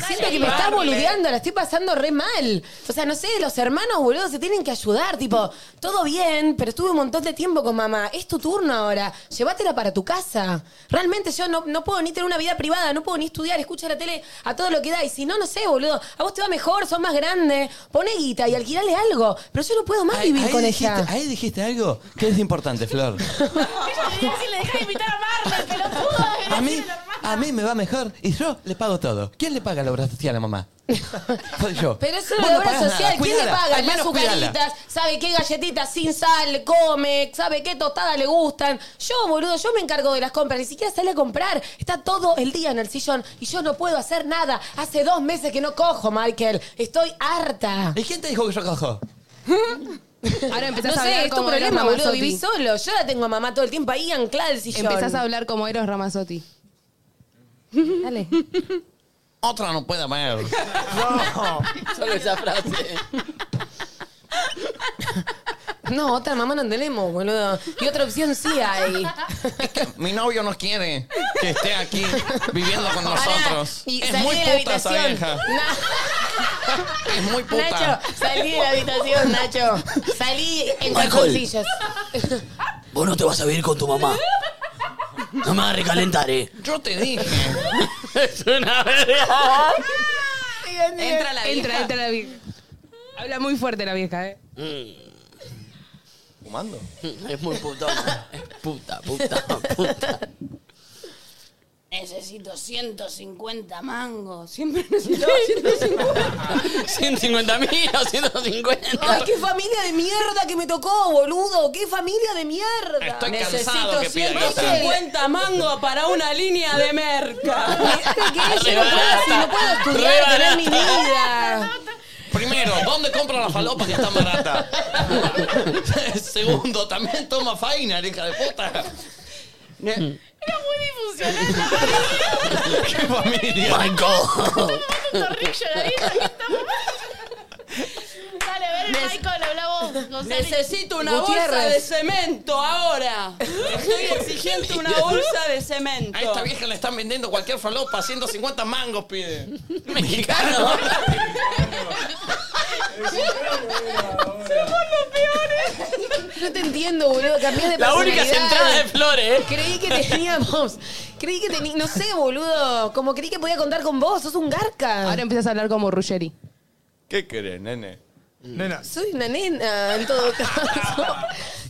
Speaker 3: Siento que me estás boludeando, la estoy pasando re mal. O sea, no sé, los hermanos, boludo, se tienen que ayudar. Tipo, todo bien, pero estuve un montón de tiempo con mamá. Es tu turno ahora. Llévatela para tu casa. Realmente yo no, no puedo ni tener una vida privada, no puedo ni estudiar, escuchar la tele a todo lo que da. Y si no, no sé, boludo. A vos te va mejor, sos más grande. Pone guita y alquilale algo. Pero yo no puedo más vivir con
Speaker 1: dijiste,
Speaker 3: ella.
Speaker 1: ahí dijiste algo que es importante, Flor.
Speaker 7: Ella le diría si le dejaba invitar a Marley, pelotuda.
Speaker 1: A mí, a mí me va mejor y yo le pago todo. ¿Quién le paga la obra social a mamá? Soy yo.
Speaker 3: Pero eso es
Speaker 1: Vos
Speaker 3: la
Speaker 1: no
Speaker 3: obra
Speaker 1: pagás nada,
Speaker 3: social. ¿Quién le
Speaker 1: cuidala,
Speaker 3: paga?
Speaker 1: al
Speaker 3: Las
Speaker 1: menos cuidala.
Speaker 3: azucaritas, ¿sabe qué galletitas sin sal come? ¿Sabe qué tostada le gustan? Yo, boludo, yo me encargo de las compras. Ni siquiera sale a comprar. Está todo el día en el sillón y yo no puedo hacer nada. Hace dos meses que no cojo, Michael. Estoy harta.
Speaker 1: ¿Y quién te dijo que yo cojo?
Speaker 11: Ahora
Speaker 3: No
Speaker 11: empezás a
Speaker 3: sé,
Speaker 11: hablar
Speaker 3: es tu
Speaker 11: como
Speaker 3: problema,
Speaker 11: Eros
Speaker 3: boludo. Viví
Speaker 11: Ramazzotti.
Speaker 3: solo. Yo la tengo a mamá todo el tiempo ahí anclada al sillón.
Speaker 11: Empezás a hablar como Eros Ramazzotti. Dale.
Speaker 1: Otra no puede pagar.
Speaker 2: Solo esa frase.
Speaker 3: <laughs> No, otra mamá no tenemos, boludo. Y otra opción sí hay.
Speaker 1: Mi novio nos quiere que esté aquí viviendo con nosotros.
Speaker 3: y
Speaker 1: es
Speaker 3: salí
Speaker 1: muy
Speaker 3: de la
Speaker 1: puta esa
Speaker 3: habitación.
Speaker 1: vieja. Es muy puta.
Speaker 3: Nacho, salí de la habitación, Nacho. Salí en
Speaker 2: Michael.
Speaker 3: calzoncillos.
Speaker 2: Vos no te vas a vivir con tu mamá. No me vas a recalentar, eh.
Speaker 1: Yo te dije.
Speaker 2: <laughs> es una verga. <laughs>
Speaker 5: Entra la vieja.
Speaker 11: Entra, entra la vieja. Habla muy fuerte la vieja, ¿eh?
Speaker 1: <laughs> ¿Fumando?
Speaker 2: Es muy putona. Es puta, puta, puta.
Speaker 7: Necesito 150 mangos. Siempre necesito
Speaker 2: 150 mil o 150.
Speaker 3: Ay, qué familia de mierda que me tocó, boludo. Qué familia de mierda.
Speaker 2: Estoy
Speaker 18: Necesito
Speaker 2: cansado que pidan guita.
Speaker 18: 150 mangos para una línea de merca.
Speaker 3: que yo no puedo, si no puedo estudiar,
Speaker 18: Re
Speaker 3: tener mi
Speaker 18: barata.
Speaker 3: vida.
Speaker 1: Primero, ¿dónde compra la falopa que
Speaker 3: <laughs>
Speaker 1: está barata? Segundo, también toma faina, hija de puta.
Speaker 7: Era muy disfuncional.
Speaker 1: ¡Qué
Speaker 2: <laughs>
Speaker 1: familia!
Speaker 7: Dale, a ver, el Michael, habla vos. González.
Speaker 18: Necesito una bolsa de cemento ahora. Estoy exigiendo una bolsa de cemento.
Speaker 1: A esta vieja le están vendiendo cualquier falopa, 150 mangos, pide.
Speaker 2: Mexicano.
Speaker 3: No te entiendo, boludo. Cambié de
Speaker 2: La única es
Speaker 3: personalidad.
Speaker 2: entrada de flores. ¿eh?
Speaker 3: Creí que teníamos. Creí que teníamos. No sé, boludo. Como creí que podía contar con vos. Sos un garca.
Speaker 11: Ahora empiezas a hablar como Ruggeri.
Speaker 1: ¿Qué querés, nene? Nena.
Speaker 3: Soy una nena, en todo <laughs> caso.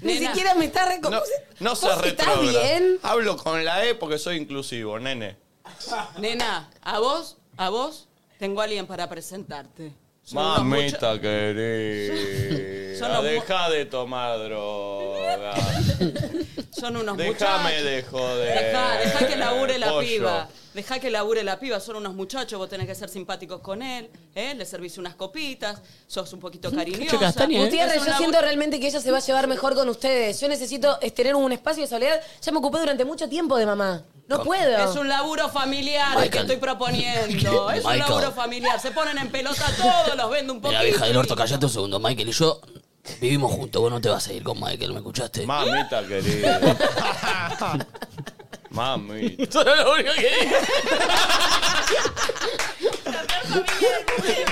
Speaker 3: Ni
Speaker 18: Nena.
Speaker 3: siquiera me está
Speaker 1: No,
Speaker 3: reconociendo.
Speaker 1: no
Speaker 3: ¿Vos
Speaker 1: seas
Speaker 3: estás
Speaker 1: retrógrada.
Speaker 3: bien?
Speaker 1: Hablo con la E porque soy inclusivo, nene.
Speaker 18: Nena, a vos, a vos, tengo a alguien para presentarte. Son unos mucha-
Speaker 1: Mamita querida,
Speaker 18: Son los
Speaker 1: deja de tomar droga.
Speaker 18: Son unos
Speaker 1: Déjame
Speaker 18: muchachos.
Speaker 1: de joder.
Speaker 18: Dejá, dejá que labure la
Speaker 1: pollo.
Speaker 18: piba. Dejá que labure la piba. Son unos muchachos, vos tenés que ser simpáticos con él. ¿eh? Le servís unas copitas, sos un poquito cariñosa.
Speaker 2: ¿eh?
Speaker 18: Es
Speaker 3: Gutiérrez, yo
Speaker 18: una
Speaker 3: siento realmente que ella se va a llevar mejor con ustedes. Yo necesito es, tener un espacio de soledad. Ya me ocupé durante mucho tiempo de mamá. No puedo.
Speaker 18: Es un laburo familiar el que
Speaker 2: Michael.
Speaker 18: estoy proponiendo. Es un
Speaker 2: Michael.
Speaker 18: laburo familiar. Se ponen en pelota todos, los vendo un poquito.
Speaker 2: Mira, vieja del orto, callate un segundo. Michael y yo vivimos juntos. Vos no te vas a ir con Michael, ¿me escuchaste?
Speaker 1: Mamita
Speaker 2: <laughs>
Speaker 1: querida. Mami.
Speaker 2: Eso era lo único que
Speaker 10: <laughs>
Speaker 2: dije.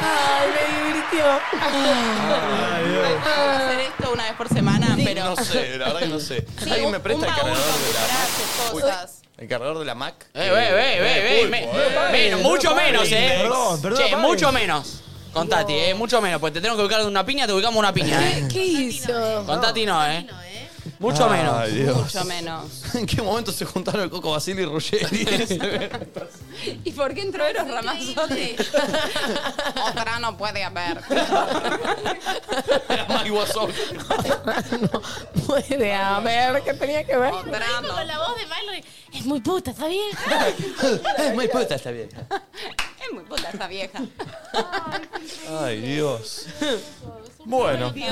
Speaker 3: Ay, me divirtió. Ah.
Speaker 5: Hay que hacer esto una vez por semana, pero.
Speaker 1: No sé, la verdad
Speaker 18: <laughs>
Speaker 1: que no sé.
Speaker 5: Sí,
Speaker 1: ¿Alguien
Speaker 5: un-
Speaker 1: me presta
Speaker 5: un baúl
Speaker 1: el cargador de la Mac?
Speaker 5: con
Speaker 1: Uy,
Speaker 5: cosas.
Speaker 1: ¿El cargador de la Mac? eh.
Speaker 2: Eh, ve, ve, ve, ve, me- menos, mucho menos, eh. Che, mucho menos. Con Tati, eh, mucho menos. Pues te tengo que ubicar de una piña, te ubicamos una piña, eh.
Speaker 3: ¿Qué hizo?
Speaker 2: Con Tati no, eh. Mucho
Speaker 1: Ay,
Speaker 2: menos.
Speaker 1: Dios.
Speaker 5: Mucho
Speaker 1: <laughs>
Speaker 5: menos.
Speaker 1: ¿En qué momento se juntaron el Coco Basile y <laughs> Ruggeri? Eh,
Speaker 5: ¿Y por qué entró Eros Ramazzotti? <laughs> Otra no puede haber.
Speaker 1: Mike Wazowski.
Speaker 3: Puede haber, ¿qué tenía que ver?
Speaker 7: Michael con la voz de Miley. Es muy puta, ¿está
Speaker 3: <laughs>
Speaker 7: bien?
Speaker 1: Es muy puta esta vieja.
Speaker 5: Es muy puta esta vieja.
Speaker 1: Ay, Dios. Bueno,
Speaker 3: Dios.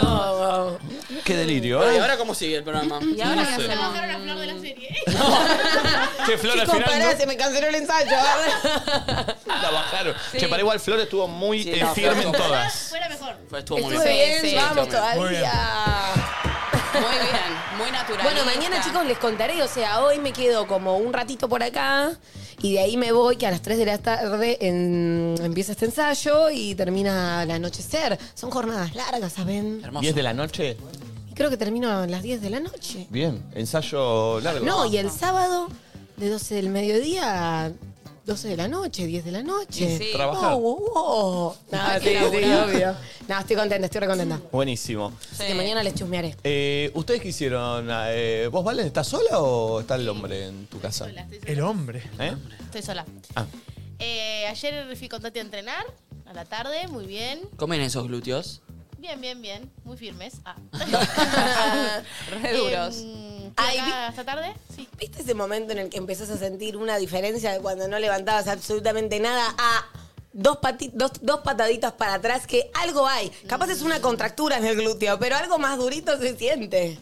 Speaker 1: qué delirio,
Speaker 2: Bueno, ¿Y
Speaker 1: ¿eh?
Speaker 2: ahora cómo sigue el programa?
Speaker 5: ¿Y ahora
Speaker 1: No
Speaker 5: qué
Speaker 1: sé.
Speaker 5: hacemos?
Speaker 7: Bajaron a Flor de la serie.
Speaker 1: Che, Flor al
Speaker 16: Chicos,
Speaker 1: final
Speaker 16: pará, se me canceló el ensayo.
Speaker 1: no la bajaron. Che, para igual Flor estuvo muy eh,
Speaker 2: no,
Speaker 1: firme
Speaker 2: Flor
Speaker 1: en
Speaker 2: estuvo-
Speaker 1: todas.
Speaker 7: Fue la mejor.
Speaker 2: Fue- Estuvo muy
Speaker 3: Estuve bien,
Speaker 2: Sí,
Speaker 3: vamos
Speaker 2: estuvo muy
Speaker 3: todavía.
Speaker 1: Muy bien.
Speaker 5: Muy bien, muy natural.
Speaker 3: Bueno, mañana chicos les contaré, o sea, hoy me quedo como un ratito por acá y de ahí me voy que a las 3 de la tarde en- empieza este ensayo y termina el anochecer. Son jornadas largas, ¿saben?
Speaker 1: 10 de la noche.
Speaker 3: Y creo que termino a las 10 de la noche.
Speaker 1: Bien, ensayo largo.
Speaker 3: No, y el sábado de 12 del mediodía a 12 de la noche, 10 de la noche.
Speaker 1: Y sí. Trabajar.
Speaker 3: Oh, oh, oh. No,
Speaker 1: Hay
Speaker 3: sí,
Speaker 1: que
Speaker 3: sí,
Speaker 1: laburar.
Speaker 3: obvio. No, estoy contenta, estoy recontenta.
Speaker 1: Buenísimo.
Speaker 3: Así que mañana les chusmearé.
Speaker 1: Eh, ¿Ustedes qué hicieron? Eh, ¿Vos, Valen, estás sola o está el hombre en tu casa?
Speaker 4: El hombre.
Speaker 1: ¿Eh?
Speaker 7: Estoy sola.
Speaker 1: Ah.
Speaker 7: Eh, ayer fui con Tati a entrenar a la tarde, muy bien.
Speaker 2: ¿Comen esos glúteos?
Speaker 7: Bien, bien, bien. Muy firmes. Ah.
Speaker 5: <laughs> Re duros.
Speaker 7: Em,
Speaker 3: Ay,
Speaker 7: ¿fui acá
Speaker 3: vi-
Speaker 7: hasta tarde? Sí.
Speaker 3: ¿Viste ese momento en el que empezás a sentir una diferencia de cuando no levantabas absolutamente nada a dos, pati- dos, dos pataditas para atrás que algo hay? Capaz es una contractura en el glúteo, pero algo más durito se siente.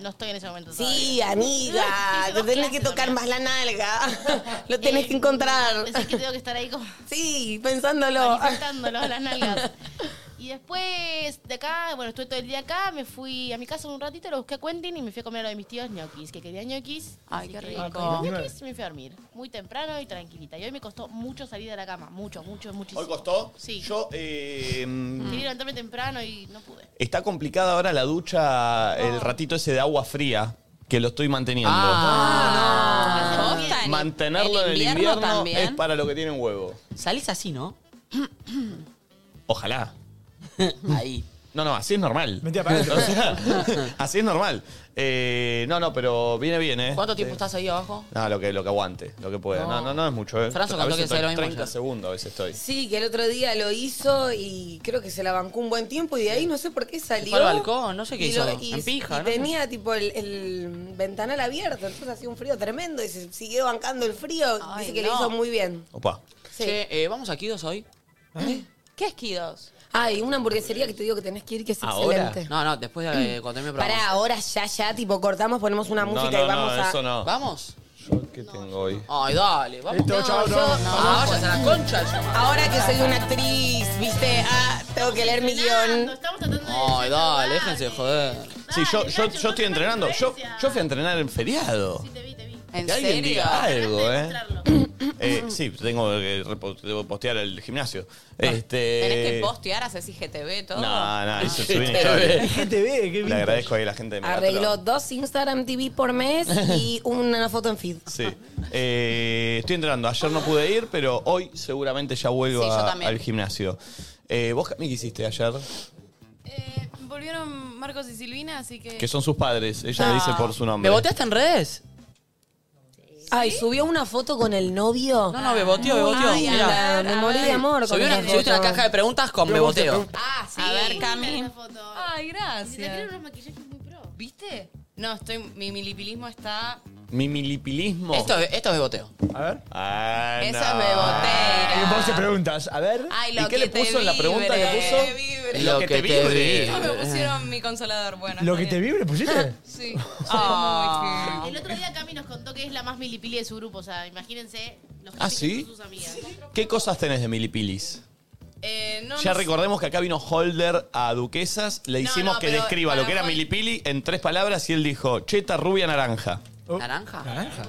Speaker 7: No estoy en ese momento
Speaker 3: Sí,
Speaker 7: todavía.
Speaker 3: amiga,
Speaker 7: Sí,
Speaker 3: te
Speaker 7: somos
Speaker 3: tenés que
Speaker 7: clases
Speaker 3: tocar más
Speaker 7: también. <laughs>
Speaker 3: la nalga. Lo tenés que encontrar.
Speaker 7: Eh, Pensé que tengo que estar ahí como
Speaker 3: Sí, pensándolo.
Speaker 7: manifestándolo a las nalgas. Y después de acá, bueno, estuve todo el día acá, me fui a mi casa un ratito, lo busqué a Quentin y me fui a comer a lo de mis tíos ñoquis, que quería ñoquis.
Speaker 5: Ay,
Speaker 7: así
Speaker 5: qué
Speaker 7: que
Speaker 5: rico.
Speaker 7: comí ñoquis y me fui a dormir. Muy temprano y tranquilita. Y hoy me costó mucho salir de la cama, mucho, mucho, muchísimo.
Speaker 1: ¿Hoy costó?
Speaker 7: Sí.
Speaker 1: Yo, eh, mm,
Speaker 7: Quería levantarme temprano y no pude.
Speaker 1: Está complicada ahora la ducha,
Speaker 4: Ah.
Speaker 1: el ratito ese de agua fría, que lo estoy manteniendo.
Speaker 4: Ah.
Speaker 5: Ah.
Speaker 2: Ah,
Speaker 5: Posta, en-
Speaker 1: Mantenerlo en el invierno,
Speaker 5: también.
Speaker 1: es para lo que tienen huevo.
Speaker 2: Salís así, ¿no?
Speaker 1: Ojalá.
Speaker 2: <laughs> Ahí.
Speaker 1: No, no, así es normal.
Speaker 4: Mentira, para adentro.
Speaker 1: <laughs> O sea, así es normal. Eh, no, no, pero viene bien, ¿eh?
Speaker 2: ¿Cuánto tiempo <laughs> estás ahí abajo?
Speaker 1: No, lo que, lo que aguante, lo que pueda. No, no, no, es mucho, ¿eh?
Speaker 2: Franzo
Speaker 1: A
Speaker 2: contó
Speaker 1: veces
Speaker 2: que
Speaker 1: estoy
Speaker 2: sea lo mismo
Speaker 1: 30
Speaker 2: ayer.
Speaker 1: segundos a veces estoy.
Speaker 3: Sí, que el otro día lo hizo y creo que se la bancó un buen tiempo y de ahí no sé por qué salió.
Speaker 2: Fue al balcón, no sé qué
Speaker 3: Y
Speaker 2: hizo,
Speaker 3: lo- y-
Speaker 2: en pija,
Speaker 3: y
Speaker 2: ¿no?
Speaker 3: tenía tipo el, el ventanal abierto, entonces hacía un frío tremendo y se siguió bancando el frío. Dice que le
Speaker 2: no.
Speaker 3: hizo muy bien.
Speaker 1: Opa.
Speaker 3: Sí.
Speaker 2: Che, eh, ¿vamos a Kidos hoy?
Speaker 3: ¿Qué es Kidos? Ay, una hamburguesería que te digo que tenés que ir que es excelente.
Speaker 2: No, no, después de eh, cuando termine el programa.
Speaker 3: Para ahora ya, ya, tipo cortamos, ponemos una
Speaker 1: No,
Speaker 3: música
Speaker 1: no,
Speaker 3: y vamos
Speaker 1: no,
Speaker 3: a.
Speaker 1: eso no.
Speaker 2: ¿Vamos?
Speaker 1: ¿Qué tengo hoy?
Speaker 2: Ay, dale, vamos.
Speaker 1: Listo, chao, no.
Speaker 2: Ah, vayas a la concha.
Speaker 16: Ahora que soy una actriz, viste, ah, tengo que leer mi guión.
Speaker 2: Ay, dale, déjense de joder.
Speaker 1: Sí, yo, yo, yo estoy entrenando. Yo, yo fui a entrenar en feriado.
Speaker 2: ¿En
Speaker 1: Que alguien
Speaker 2: serio?
Speaker 1: diga algo, ¿eh? Eh, sí, tengo que repo- debo postear el gimnasio. Este,
Speaker 5: Tenés que postear, haces IGTV, todo.
Speaker 1: No, no, eso es
Speaker 4: IGTV.
Speaker 1: IGTV, qué Le agradezco ahí a la gente de mi
Speaker 3: Arregló
Speaker 1: otro lado.
Speaker 3: dos Instagram TV por mes
Speaker 1: <laughs>
Speaker 3: y una foto en feed.
Speaker 1: Sí. Eh, estoy entrenando. Ayer no pude ir, pero hoy seguramente ya vuelvo
Speaker 3: Sí, yo
Speaker 1: a-
Speaker 3: también.
Speaker 1: al gimnasio. Eh, ¿Vos, Cami, qué hiciste ayer?
Speaker 10: Volvieron Marcos y Silvina, así que.
Speaker 1: Que son sus padres. Ella le dice por su nombre.
Speaker 2: ¿Me boteaste en redes?
Speaker 3: Ay, subió una foto con el novio.
Speaker 2: No, no, beboteó, beboteó.
Speaker 3: Ay, la-
Speaker 2: Mira.
Speaker 3: me morí de amor. con
Speaker 2: Subí una,
Speaker 3: esa
Speaker 2: subiste una
Speaker 3: foto.
Speaker 2: caja de preguntas con beboteo.
Speaker 10: Ah, sí.
Speaker 5: A ver, Cami.
Speaker 10: Ay, gracias.
Speaker 5: Ni siquiera unos
Speaker 10: maquillajes muy pro. ¿Viste? No, estoy, mi milipilismo está.
Speaker 1: Mi milipilismo.
Speaker 2: Esto, es- esto es beboteo.
Speaker 1: A ver. Ah,
Speaker 10: Eso
Speaker 1: no.
Speaker 10: es bebotera.
Speaker 4: Y vos te preguntas, a ver.
Speaker 10: Ay,
Speaker 1: ¿Y
Speaker 10: lo
Speaker 1: qué le
Speaker 10: que te
Speaker 1: puso en la pregunta que
Speaker 10: vibre,
Speaker 1: puso?
Speaker 10: vibre.
Speaker 1: Lo que te vibre.
Speaker 10: No, me pusieron Ah, mi consolador, bueno.
Speaker 4: ¿Lo que te
Speaker 10: <laughs>
Speaker 4: vibre pusiste?
Speaker 10: Sí.
Speaker 5: Ah.
Speaker 7: El otro día Cami nos contó que es la más milipili de su grupo, o sea, imagínense los
Speaker 1: ¿Ah,
Speaker 7: jefes que
Speaker 1: sí?
Speaker 7: son sus amigas.
Speaker 1: ¿Qué cosas tenés de milipilis?
Speaker 10: Eh, no,
Speaker 1: ya
Speaker 10: no sé.
Speaker 1: recordemos que acá vino Holder a Duquesas, le
Speaker 10: No,
Speaker 1: hicimos
Speaker 10: no,
Speaker 1: que
Speaker 10: pero
Speaker 1: describa
Speaker 10: para
Speaker 1: lo que era
Speaker 10: Hol-
Speaker 1: milipili en tres palabras y él dijo, cheta rubia naranja.
Speaker 2: ¿Naranja?
Speaker 1: ¿Naranja?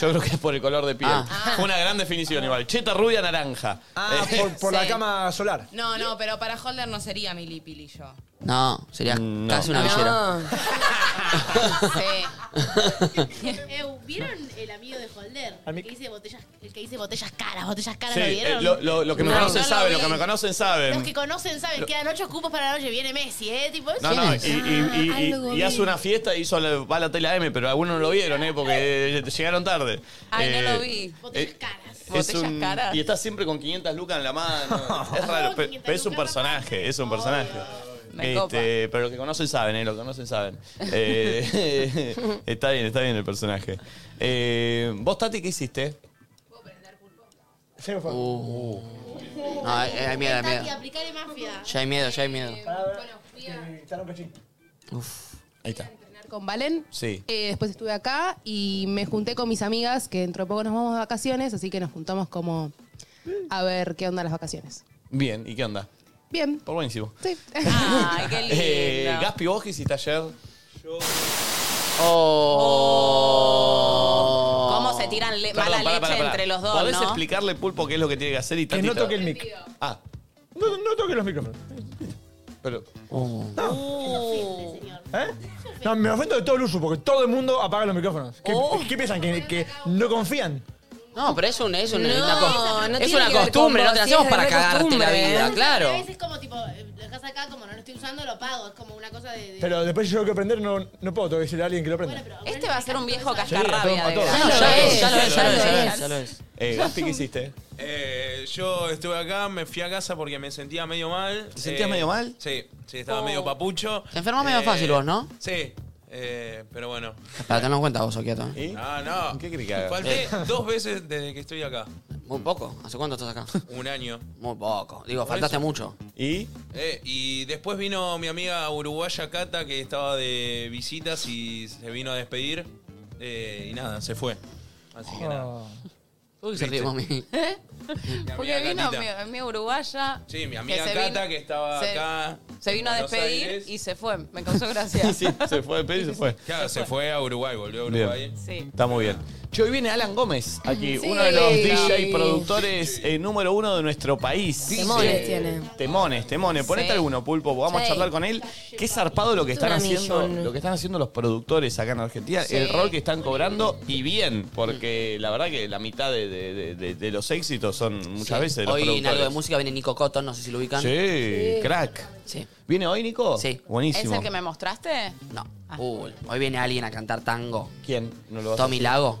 Speaker 1: Yo creo que es por el color de piel.
Speaker 10: Ah.
Speaker 1: Fue una gran definición igual. Cheta rubia naranja.
Speaker 4: Ah,
Speaker 1: Eh,
Speaker 4: por, por la
Speaker 10: Sí.
Speaker 4: cama solar.
Speaker 10: No, no, pero para Holder no sería milipili yo.
Speaker 2: No, sería casi
Speaker 10: No.
Speaker 2: una villera.
Speaker 7: <laughs> Eh, ¿Vieron el amigo de Holder? El que dice botellas, el que dice botellas caras, botellas caras,
Speaker 1: sí,
Speaker 7: ¿lo
Speaker 1: eh,
Speaker 7: vieron?
Speaker 1: lo, lo- lo que me
Speaker 7: No,
Speaker 1: conocen
Speaker 7: no lo
Speaker 1: saben, lo
Speaker 7: vi.
Speaker 1: que me conocen
Speaker 7: Los
Speaker 1: saben.
Speaker 7: que conocen saben,
Speaker 1: Lo-
Speaker 7: quedan ocho cupos para la noche, viene Messi, ¿eh? Tipo,
Speaker 1: No, no, y, y- y- y- y hace una fiesta y hizo la, va a la tela M, pero algunos no lo vieron, ¿eh? Porque
Speaker 10: <laughs>
Speaker 1: eh, llegaron tarde. Eh, eh, Es
Speaker 10: Botellas
Speaker 1: un-
Speaker 10: caras.
Speaker 1: Y está siempre con 500 lucas en
Speaker 4: <laughs>
Speaker 1: la mano. es raro, pe- pero, es un personaje, es un personaje.
Speaker 10: Me
Speaker 1: Este, pero lo que conocen saben, eh, lo que
Speaker 10: <laughs>
Speaker 1: conocen saben. Eh, <laughs> está bien, está bien el personaje. Eh, ¿Vos, Tati, qué hiciste? Uh,
Speaker 4: Se me fue.
Speaker 2: No, hay, hay miedo, hay
Speaker 7: Tati,
Speaker 2: miedo.
Speaker 7: aplicale mafia.
Speaker 2: Ya hay miedo, ya hay miedo.
Speaker 1: Ahí está.
Speaker 11: Con Valen.
Speaker 1: Sí.
Speaker 11: Eh, después estuve acá y me junté con mis amigas, que dentro de poco nos vamos de vacaciones, así que nos juntamos como a ver qué onda las vacaciones.
Speaker 1: Bien, ¿y qué onda?
Speaker 11: Bien.
Speaker 1: Por buenísimo. <laughs>
Speaker 11: Sí.
Speaker 10: <laughs> Ay, qué lindo.
Speaker 1: Eh, Gaspi, ¿vos qué hiciste ayer?
Speaker 2: Oh.
Speaker 5: ¿Cómo se tiran le- Eh, mala
Speaker 1: pará,
Speaker 5: leche
Speaker 1: pará, pará.
Speaker 5: entre los dos,
Speaker 1: ¿Podés
Speaker 5: no?
Speaker 1: explicarle, Pulpo, qué es lo que tiene que hacer y
Speaker 4: Que no
Speaker 1: Tati-
Speaker 4: toque el mic.
Speaker 1: Ah,
Speaker 4: No, no toque los micrófonos.
Speaker 1: pero...
Speaker 4: Uh. ¿Eh? No, me ofendo de todo el uso, porque todo el mundo apaga los micrófonos. ¿Qué, qué piensan? ¿Que, que no confían?
Speaker 2: No, pero es, un, es, un-
Speaker 4: No,
Speaker 2: una, Eh, co-
Speaker 4: no
Speaker 2: es
Speaker 4: tiene
Speaker 2: una
Speaker 4: que ver
Speaker 2: costumbre,
Speaker 4: con vos,
Speaker 2: no te la
Speaker 4: sí,
Speaker 2: hacemos
Speaker 4: es
Speaker 2: para
Speaker 4: re
Speaker 2: cagarte la
Speaker 4: costumbre,
Speaker 2: vida,
Speaker 4: ¿eh?
Speaker 7: A
Speaker 2: claro.
Speaker 7: veces como tipo, eh, lo dejas acá, como no lo estoy usando, lo pago. Es como una cosa de. de-
Speaker 4: Pero después yo tengo que aprender, no, no puedo tengo que decirle a alguien que lo aprenda.
Speaker 5: Este va a ser un viejo
Speaker 4: Sí, a todos-
Speaker 5: cascarrabia
Speaker 4: a
Speaker 5: de
Speaker 4: todos.
Speaker 5: verdad.
Speaker 1: Eh, Gaspi, ¿qué hiciste?
Speaker 9: Eh, yo estuve acá, me fui a casa porque me sentía medio mal. ¿Te
Speaker 1: sentías medio mal?
Speaker 9: Sí, sí, estaba
Speaker 2: Oh.
Speaker 9: medio papucho. Eh,
Speaker 2: Te enfermas medio fácil vos, ¿no?
Speaker 9: Sí, eh, pero bueno.
Speaker 2: Para tenerlo en cuenta vos, Oquieto. ¿eh?
Speaker 9: Ah, no.
Speaker 1: ¿Qué crees Eh.
Speaker 9: Falté dos veces desde que estoy acá.
Speaker 2: Muy poco. ¿Hace cuánto estás acá?
Speaker 9: Un año.
Speaker 2: Muy poco. Digo,
Speaker 9: Por
Speaker 2: faltaste
Speaker 9: eso.
Speaker 2: mucho.
Speaker 1: ¿Y?
Speaker 9: Eh, y después vino mi amiga uruguaya Cata que estaba de visitas y se vino a despedir. Eh, y nada, se fue. Así que nada.
Speaker 2: Oh. Uy, se ríe,
Speaker 9: Triste. <laughs>
Speaker 2: mami.
Speaker 9: Mi
Speaker 10: Porque
Speaker 9: amiga
Speaker 10: vino mi,
Speaker 9: Catita.
Speaker 10: mi uruguaya.
Speaker 9: Sí, mi
Speaker 10: que
Speaker 9: amiga
Speaker 10: se
Speaker 9: Cata
Speaker 10: vino-
Speaker 9: que estaba
Speaker 10: se-
Speaker 9: acá.
Speaker 10: Se vino a
Speaker 9: en Buenos
Speaker 10: despedir
Speaker 1: <laughs>
Speaker 9: Aires.
Speaker 10: y se fue. Me causó gracia.
Speaker 1: Sí, se fue de pedo y se fue.
Speaker 9: Claro, se fue a Uruguay, volvió a Uruguay.
Speaker 1: Está muy bien. Che, hoy viene Alan Gómez aquí,
Speaker 16: Sí.
Speaker 1: uno de los DJ productores eh, número uno de nuestro país. Eh,
Speaker 16: Temones tiene.
Speaker 1: Temones, temones. Ponete
Speaker 16: Sí.
Speaker 1: alguno, Pulpo, vamos a
Speaker 16: Sí.
Speaker 1: charlar con él. Qué zarpado lo que
Speaker 16: Es
Speaker 1: están
Speaker 16: una
Speaker 1: haciendo,
Speaker 16: millón.
Speaker 1: lo que están haciendo los productores acá en Argentina,
Speaker 16: Sí.
Speaker 1: el rol que están cobrando y bien, porque la verdad que la mitad de, de- de- de- de los éxitos son muchas
Speaker 2: Sí.
Speaker 1: veces de los
Speaker 2: Hoy en
Speaker 1: productores.
Speaker 2: algo de música viene Nico Cotton, no sé si lo ubican.
Speaker 1: Sí, crack. ¿Viene hoy, Nico? Sí.
Speaker 5: ¿Es
Speaker 1: Buenísimo.
Speaker 5: el que me mostraste?
Speaker 2: No. Uh, hoy viene alguien a cantar tango.
Speaker 1: Ah. ¿Quién? ¿No lo vas a
Speaker 2: ¿Tommy
Speaker 1: decir?
Speaker 2: Lago?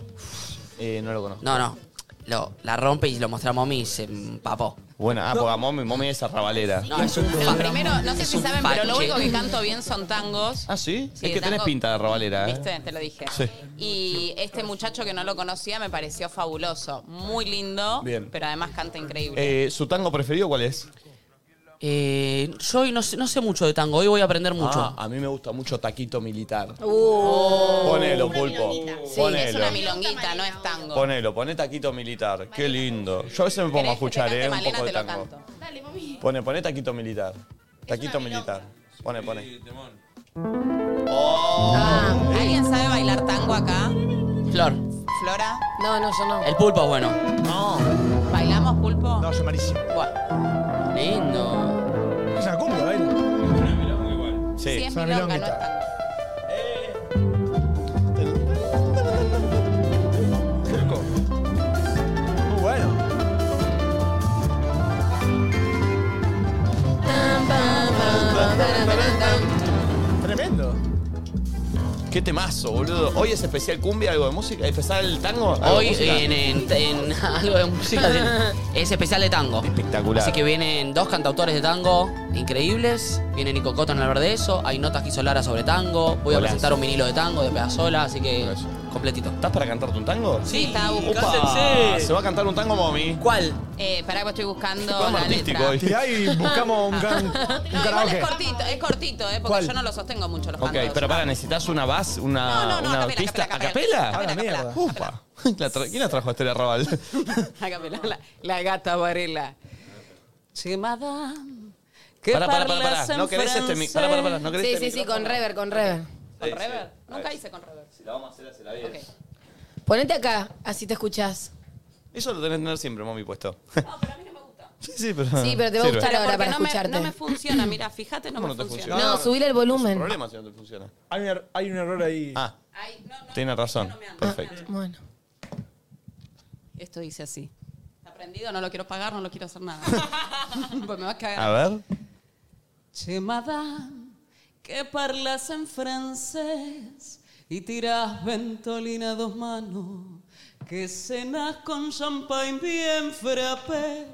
Speaker 1: Eh, no lo conozco.
Speaker 2: No, no. Lo- la rompe y lo mostró a Mommy y se empapó.
Speaker 1: Bueno, ah, porque a Momi, Momi es arrabalera.
Speaker 2: No, es un
Speaker 10: Lo primero, no sé
Speaker 2: Es
Speaker 10: si
Speaker 2: un
Speaker 10: saben, pero lo
Speaker 2: parche.
Speaker 10: único que canto bien son tangos.
Speaker 1: Ah, sí.
Speaker 10: Sí,
Speaker 1: es que tenés
Speaker 10: tango-
Speaker 1: pinta de arrabalera, ¿eh?
Speaker 10: Viste, te lo dije.
Speaker 1: Sí.
Speaker 10: Y este muchacho que no lo conocía me pareció fabuloso. Muy lindo,
Speaker 1: Bien.
Speaker 10: pero además canta increíble.
Speaker 1: Eh, ¿Su tango preferido cuál es?
Speaker 2: Eh, yo hoy no sé, no sé mucho de tango, hoy voy a aprender mucho.
Speaker 1: Ah, a mí me gusta mucho Taquito Militar.
Speaker 2: Oh.
Speaker 1: Ponelo, Pulpo.
Speaker 10: Uh. Sí, es
Speaker 1: Ponelo.
Speaker 10: una milonguita, no es tango.
Speaker 1: Ponelo, poné Taquito Militar. Qué lindo. Yo a veces me pongo a escuchar, ¿eh? Un
Speaker 10: Malena,
Speaker 1: poco de
Speaker 10: te lo
Speaker 1: tango.
Speaker 10: canto.
Speaker 7: Dale, mami.
Speaker 1: Pone, poné Taquito Militar. Taquito Militar. Pone, pone.
Speaker 10: Ah, ¿Alguien sabe bailar tango acá?
Speaker 2: Flor.
Speaker 10: ¿Flora?
Speaker 3: No, no, yo no.
Speaker 2: El pulpo es bueno.
Speaker 10: ¿Bailamos pulpo?
Speaker 4: No, soy malísimo.
Speaker 2: Lindo.
Speaker 4: Es una cumbia, baila.
Speaker 1: Sí,
Speaker 10: es milonga, no es tango.
Speaker 4: Muy bueno. Tremendo.
Speaker 1: Qué temazo, boludo. Hoy es especial cumbia, algo de música. ¿Especial tango? ¿Algo de
Speaker 2: Hoy eh,
Speaker 1: música?
Speaker 2: en, en- en <laughs> algo de
Speaker 1: <laughs>
Speaker 2: música de- es especial de tango.
Speaker 1: Espectacular.
Speaker 2: Así que vienen dos cantautores de tango increíbles. Viene Nico Cotton al hablar de eso. Hay notas que hizo Lara sobre tango. Voy a
Speaker 1: Golazo.
Speaker 2: presentar un vinilo de tango de Pedazola, así que completito.
Speaker 1: ¿Estás para cantarte un tango?
Speaker 10: Sí, estaba
Speaker 1: Opa,
Speaker 10: buscando.
Speaker 1: se va a cantar un tango, Momi.
Speaker 2: ¿Cuál?
Speaker 10: Eh, pará que estoy buscando
Speaker 1: Programa
Speaker 10: la
Speaker 1: artístico
Speaker 10: letra.
Speaker 1: hoy.
Speaker 4: Tirá y buscamos un, can,
Speaker 10: No,
Speaker 4: un
Speaker 10: <laughs> igual
Speaker 4: karaoke.
Speaker 10: es cortito, es cortito, eh, porque
Speaker 1: ¿Cuál?
Speaker 10: yo no lo sostengo mucho los
Speaker 1: Ok,
Speaker 10: cantos.
Speaker 1: pero para, ¿necesitas una base, una,
Speaker 10: No, no, no,
Speaker 1: una
Speaker 10: a capela,
Speaker 1: pista? ¿A
Speaker 10: capela,
Speaker 1: capela?
Speaker 10: capela, capela,
Speaker 1: Ah, la mierda. Upa. La tra- <laughs> ¿Quién la trajo a Estela Raval?
Speaker 10: A capela, la, la gata Varela. Sí, madame. que
Speaker 1: Pará, pará, pará,
Speaker 10: parlas
Speaker 1: pará.
Speaker 10: en
Speaker 1: ¿No querés este mi- pará, pará, pará, ¿no querés
Speaker 3: Sí,
Speaker 1: este
Speaker 3: sí, sí,
Speaker 1: micrófono?
Speaker 3: con rever, con rever.
Speaker 10: ¿Con reverb? Nunca hice con reverb.
Speaker 1: Si la vamos a hacer, hacela bien.
Speaker 3: Ponete acá, así te escuchás.
Speaker 1: <laughs> Eso lo tenés que tener siempre, mami, puesto. No, pero a mí no me gusta. <laughs> Sí, sí, pero...
Speaker 3: Sí, pero te va a
Speaker 1: sirve.
Speaker 3: gustar ahora para
Speaker 10: no me,
Speaker 3: escucharte.
Speaker 10: no me funciona, mira, fíjate, no me
Speaker 1: ¿Cómo no te
Speaker 10: funciona.
Speaker 1: funciona?
Speaker 3: No, subile el
Speaker 1: Es un
Speaker 3: volumen.
Speaker 1: problema si no te funciona.
Speaker 4: Hay, un er- hay un error ahí.
Speaker 1: Ah, tiene razón. Perfecto.
Speaker 3: Bueno.
Speaker 10: Esto dice así. Está prendido, no lo quiero pagar, no lo quiero hacer <laughs> nada. pues me va a cagar.
Speaker 1: A ver.
Speaker 10: Che, madame, que parlas en francés y tiras ventolina a dos manos, que cenas con champagne bien frappé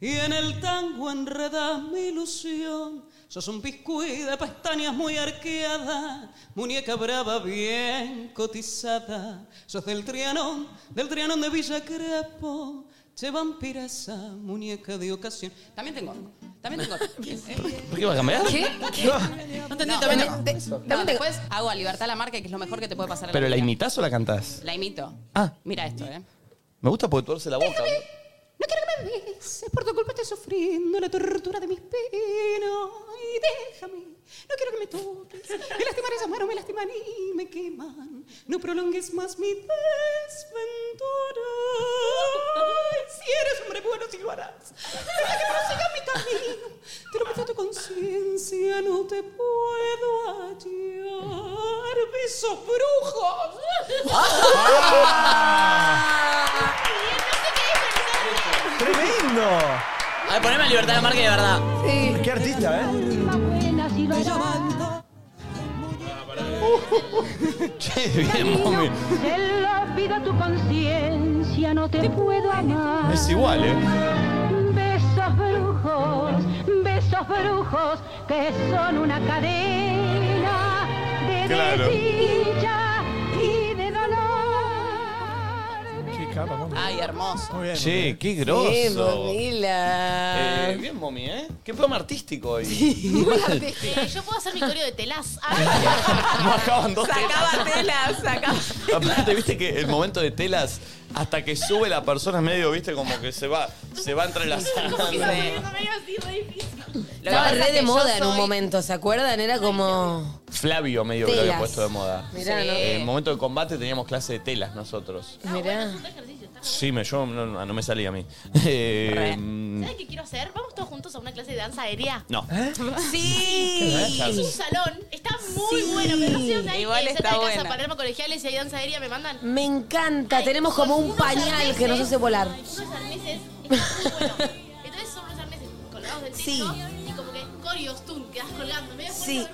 Speaker 10: y en el tango enredas mi ilusión. Sos un biscuit de pestañas muy arqueadas, muñeca brava bien cotizada. Sos del Trianón, del Trianón de Villa Crespo. Che vampiresa, muñeca de ocasión. También tengo. También tengo.
Speaker 1: <laughs> ¿Por qué va a cambiar?
Speaker 10: No entendí, también
Speaker 16: No, también-
Speaker 10: te- No, después hago a Libertad la marca, que es lo mejor que te puede pasar. en
Speaker 1: ¿Pero la
Speaker 10: vida.
Speaker 1: imitas o la cantás?
Speaker 10: La imito.
Speaker 1: Ah.
Speaker 10: Mira esto, ¿eh?
Speaker 1: Me gusta porque tuerce la boca.
Speaker 10: No quiero que me beses, por tu culpa estoy sufriendo la tortura de mis penas. Y déjame, no quiero que me toques. Me lastiman esas manos, me lastiman y me queman. No prolongues más mi desventura. Ay, Si eres hombre bueno, si lo harás. Deja que prosiga mi camino. Te lo pido a tu conciencia, no te puedo hallar. Besos brujos.
Speaker 1: Ah.
Speaker 4: ¡Tremendo!
Speaker 2: A ver, poneme libertad de marca de verdad.
Speaker 4: ¡Qué artista,
Speaker 16: eh!
Speaker 1: Che, bien, mami.
Speaker 16: Se lo pido a tu conciencia, no te puedo amar.
Speaker 1: Es igual, ¿eh?
Speaker 16: Besos brujos, besos brujos, que son una cadena de
Speaker 1: Claro.
Speaker 16: desdicha y de dolor.
Speaker 4: Qué capa, mami.
Speaker 10: Ay, hermoso.
Speaker 4: Muy bien.
Speaker 1: Che, qué
Speaker 3: Bien,
Speaker 1: grosso.
Speaker 3: Bonila.
Speaker 1: Eh, bien, Momi, ¿eh? Qué programa artístico hoy. <laughs>
Speaker 7: Eh, yo puedo hacer mi coreo de telas.
Speaker 1: Bajaban dos
Speaker 10: Sacaba telas, sacaba.
Speaker 1: Aparte, viste que el momento de telas, hasta que sube la persona es medio, viste, como que se va, se va entrelazando.
Speaker 3: Estaba re de moda en un momento, ¿se acuerdan? Era como.
Speaker 1: Flavio medio que lo había
Speaker 3: Telas.
Speaker 1: puesto de moda.
Speaker 3: Mirá, ¿no?
Speaker 1: Eh, en momento de combate teníamos clase de telas nosotros.
Speaker 3: Mirá.
Speaker 1: Sí, me, yo no, no me salía a mí. <laughs> Eh, mm,
Speaker 7: ¿Sabes qué quiero hacer? Vamos todos juntos a una clase de danza aérea.
Speaker 1: no.
Speaker 7: <laughs> Sí. Es un salón. Está muy bueno. Me no sé dónde hay,
Speaker 5: Igual
Speaker 7: eh,
Speaker 5: está
Speaker 7: cerca de casa,
Speaker 5: buena.
Speaker 7: Palermo Colegiales, si hay danza aérea, me mandan.
Speaker 3: Me encanta, tenemos como un pañal que nos hace volar.
Speaker 7: Unos arneses. Está muy bueno. Entonces son unos arneses colgados del techo. Y como que corios, tú, quedas colgando. Medio
Speaker 3: Sí.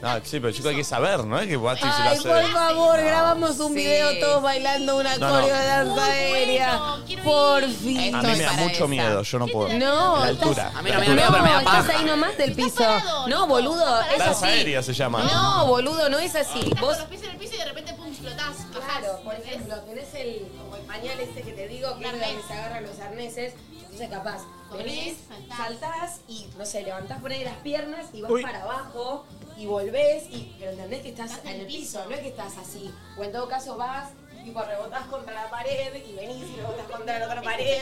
Speaker 1: No, ah, sí, pero chico, hay que saber, ¿no? Es que vos si lo
Speaker 3: Ay,
Speaker 1: haces-
Speaker 3: por favor,
Speaker 1: No.
Speaker 3: grabamos un video todos bailando una
Speaker 1: No, no.
Speaker 3: coreo de danza
Speaker 7: Muy bueno,
Speaker 3: aérea. por fin.
Speaker 1: A mí me da mucho miedo, yo no puedo.
Speaker 3: No,
Speaker 1: la
Speaker 3: estás-
Speaker 1: altura.
Speaker 3: A
Speaker 2: mí no
Speaker 1: la
Speaker 2: me da miedo, pero me da
Speaker 1: altura.
Speaker 3: Estás ahí nomás del piso. No, boludo, es
Speaker 1: Danza
Speaker 3: así.
Speaker 1: aérea se llama.
Speaker 3: No, boludo, no es así. Vos
Speaker 7: Los pies en el piso y de repente, pum, flotás.
Speaker 3: Claro, por ejemplo, tenés el, como el pañal este que te digo, que es donde se agarran los arneses. Entonces, capaz, venís, saltás y, no sé, levantás por ahí las piernas y vas
Speaker 16: Uy.
Speaker 3: para abajo y volvés. Y, pero entendés que estás en el piso, no es que estás así. O en todo caso, vas y rebotás contra la pared y venís y rebotás contra la otra pared.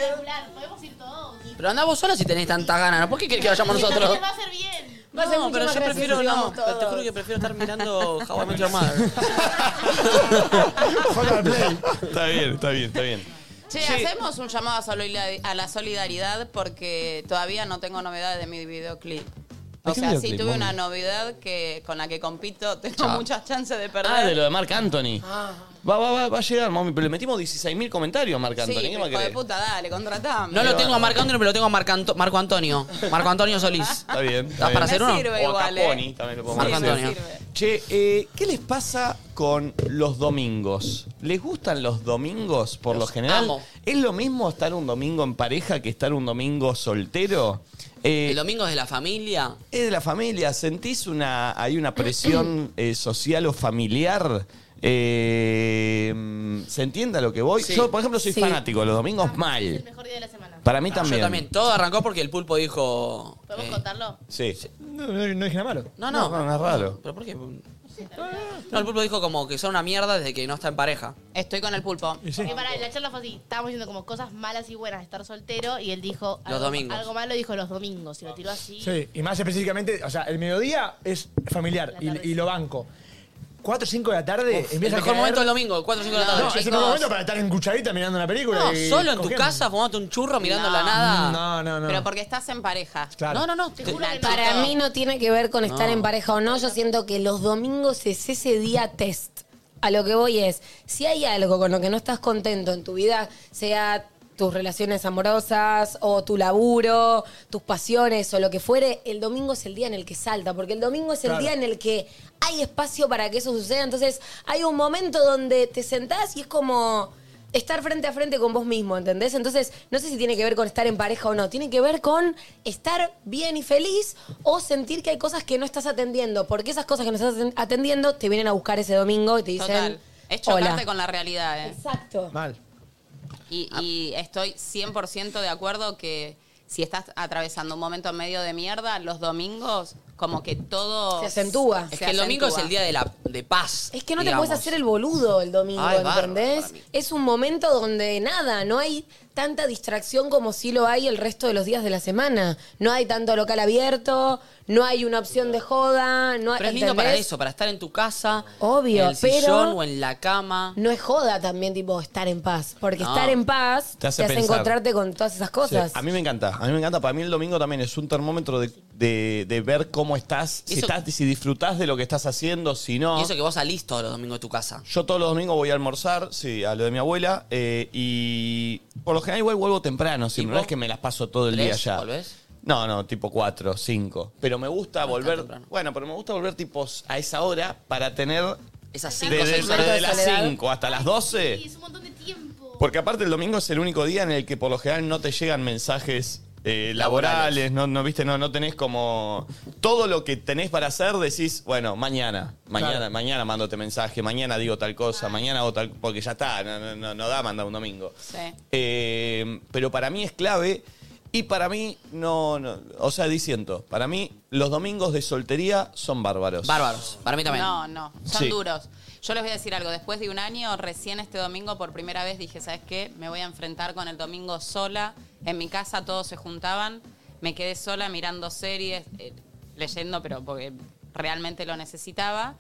Speaker 7: Podemos ir todos.
Speaker 2: Pero andá vos sola si tenés tantas ganas, ¿no? ¿Por qué querés que vayamos nosotros?
Speaker 7: Va a ser bien.
Speaker 3: <laughs> Va a ser mucho
Speaker 2: pero
Speaker 3: más
Speaker 2: yo
Speaker 3: gracioso
Speaker 2: prefiero
Speaker 3: si
Speaker 2: no.
Speaker 3: vamos
Speaker 2: Pero te
Speaker 3: todos.
Speaker 2: juro que prefiero estar mirando How I Met Your Mother.
Speaker 1: <laughs> Está bien, está bien, está bien.
Speaker 5: Che, hacemos un llamado a solidar- a la solidaridad porque todavía no tengo novedades de mi videoclip.
Speaker 1: ¿De
Speaker 5: O
Speaker 1: qué
Speaker 5: sea, sí
Speaker 1: videoclip,
Speaker 5: tuve
Speaker 1: mami?
Speaker 5: una novedad que con la que compito, <laughs> tengo
Speaker 1: Ah.
Speaker 5: muchas chances de perder.
Speaker 1: Ah, de lo de Marc Anthony.
Speaker 3: Ah.
Speaker 10: Ah.
Speaker 1: Va, va, va, va a llegar, mami. Pero le metimos 16.000 comentarios a Marc
Speaker 5: Sí,
Speaker 1: Anthony. ¿Qué
Speaker 5: hijo
Speaker 1: más
Speaker 5: de
Speaker 1: querés?
Speaker 5: puta, dale, contratame.
Speaker 2: No lo tengo a Marc Antonio, pero lo tengo a Marc Anto- Marco Antonio. Marco Antonio Solís.
Speaker 1: Está bien.
Speaker 2: ¿Estás para hacer uno?
Speaker 5: sirve
Speaker 1: o a
Speaker 5: igual,
Speaker 1: Caponi,
Speaker 5: eh.
Speaker 1: también lo podemos
Speaker 2: Marco
Speaker 1: hacer.
Speaker 2: Antonio.
Speaker 1: Che, eh, ¿qué les pasa con los domingos? ¿Les gustan los domingos por lo general?
Speaker 2: amo.
Speaker 1: ¿Es lo mismo estar un domingo en pareja que estar un domingo soltero? Eh,
Speaker 2: El domingo es de la familia.
Speaker 1: ¿Es de la familia? ¿Sentís una, hay una
Speaker 2: <clears throat>
Speaker 1: presión eh, social o familiar? Eh, ¿Se entiende a lo que voy?
Speaker 2: Sí.
Speaker 1: Yo, por ejemplo, soy
Speaker 2: Sí.
Speaker 1: fanático de los domingos mal.
Speaker 7: Ah, Mejor día de la semana.
Speaker 1: Para mí
Speaker 2: No,
Speaker 1: también.
Speaker 2: Ah, Yo también. Todo arrancó porque el pulpo dijo.
Speaker 7: ¿Podemos
Speaker 2: eh,
Speaker 7: contarlo?
Speaker 1: Sí.
Speaker 4: No, no, no dije nada malo.
Speaker 2: No, no.
Speaker 1: No, no, es raro.
Speaker 2: ¿Pero por qué? No, el pulpo dijo como que son una mierda desde que no está en pareja.
Speaker 5: Estoy con el pulpo.
Speaker 7: Porque para, la charla fue así, estábamos diciendo como cosas malas y buenas de estar soltero y él dijo
Speaker 4: Los
Speaker 7: algo,
Speaker 4: domingos.
Speaker 7: algo malo dijo los domingos y lo tiró así.
Speaker 4: Sí, y más específicamente, o sea, el mediodía es familiar y, y lo banco. 4 o 5 de la tarde
Speaker 2: Uf, el
Speaker 4: Eh, empieza a
Speaker 2: mejor
Speaker 4: caer-
Speaker 2: momento del domingo, 4 o 5 de la tarde.
Speaker 4: No, es el
Speaker 2: chicos.
Speaker 4: mejor momento para estar en cucharita mirando una película.
Speaker 2: No,
Speaker 4: y
Speaker 2: solo en tu
Speaker 4: cogiendo.
Speaker 2: casa fumándote un churro mirando
Speaker 5: No.
Speaker 2: la nada.
Speaker 4: No, no, no.
Speaker 5: Pero porque estás en pareja.
Speaker 4: Claro.
Speaker 5: No, no, no. te-
Speaker 3: Para mí no tiene que ver con estar
Speaker 5: No.
Speaker 3: en pareja o no. Yo siento que los domingos es ese día test. A lo que voy es, si hay algo con lo que no estás contento en tu vida, sea tus relaciones amorosas o tu laburo, tus pasiones o lo que fuere, el domingo es el día en el que salta, porque el domingo es el
Speaker 16: Claro.
Speaker 3: día en el que hay espacio para que eso suceda. Entonces hay un momento donde te sentás y es como estar frente a frente con vos mismo, ¿entendés? Entonces, no sé si tiene que ver con estar en pareja o no, tiene que ver con estar bien y feliz o sentir que hay cosas que no estás atendiendo, porque esas cosas que no estás aten- atendiendo te vienen a buscar ese domingo y te dicen,
Speaker 5: Total. Es chocarte
Speaker 3: "Hola".
Speaker 5: con la realidad, eh.
Speaker 3: Exacto.
Speaker 4: Mal.
Speaker 5: Y, y estoy 100% de acuerdo que si estás atravesando un momento medio de mierda, los domingos, como que todo.
Speaker 3: Se acentúa.
Speaker 5: se
Speaker 2: Es que el domingo es
Speaker 5: acentúa.
Speaker 2: el día de, la, de paz.
Speaker 3: Es que no
Speaker 2: digamos.
Speaker 3: te puedes hacer el boludo el domingo,
Speaker 2: Ah, es bárbaro
Speaker 3: ¿entendés? Es un momento donde nada, no hay tanta distracción como si lo hay el resto de los días de la semana. No hay tanto local abierto, no hay una opción de joda, no hay,
Speaker 2: Pero es lindo para
Speaker 3: ¿entendés?
Speaker 2: eso, para estar en tu casa.
Speaker 3: Obvio,
Speaker 2: en el sillón
Speaker 3: pero-
Speaker 2: o en la cama.
Speaker 3: No es joda también, tipo, estar en paz. Porque
Speaker 1: No.
Speaker 3: estar en paz
Speaker 1: Te
Speaker 3: te
Speaker 1: hace
Speaker 3: hace,
Speaker 1: pensar.
Speaker 3: encontrarte con todas esas
Speaker 1: Sí,
Speaker 3: cosas.
Speaker 1: a mí me encanta, a mí me encanta. Para mí el domingo también es un termómetro de, de- de ver cómo estás si,
Speaker 2: Eso-
Speaker 1: estás, si disfrutás de lo que estás haciendo, si no.
Speaker 2: Y eso que vos salís todos los domingos de tu casa.
Speaker 1: Yo todos los domingos voy a almorzar, sí, a lo de mi abuela, eh, y por lo general igual vuelvo temprano, siempre. No es que me las paso todo el día
Speaker 2: ¿Tres?
Speaker 1: allá.
Speaker 2: ¿Volvés?
Speaker 1: No, no, tipo 4, 5. Pero me gusta volver. Bueno, pero me gusta volver tipo a esa hora para tener.
Speaker 2: Esas
Speaker 7: cinco,
Speaker 1: Desde,
Speaker 7: seis
Speaker 1: desde
Speaker 7: horas de
Speaker 1: las
Speaker 7: soledad.
Speaker 1: 5 hasta las 12.
Speaker 7: Es un montón de tiempo.
Speaker 1: Porque aparte el domingo es el único día en el que por lo general no te llegan mensajes eh, laborales, no, no viste, no, no tenés como todo lo que tenés para hacer decís, bueno, mañana, mañana,
Speaker 4: Claro.
Speaker 1: mañana mándote mensaje, mañana digo tal
Speaker 7: Ah.
Speaker 1: cosa, mañana hago tal, porque ya está, no, no, no, no da mandar un domingo.
Speaker 5: Sí.
Speaker 1: Eh, pero para mí es clave y para mí no, no, o sea, diciendo, para mí los domingos de soltería son bárbaros.
Speaker 2: Bárbaros, para mí
Speaker 5: No, no, son
Speaker 1: Sí.
Speaker 5: duros. Yo les voy a decir algo, después de un año, recién este domingo por primera vez dije, ¿sabes qué? Me voy a enfrentar con el domingo sola. En mi casa todos se juntaban, me quedé sola mirando series, eh, leyendo, pero porque realmente lo necesitaba.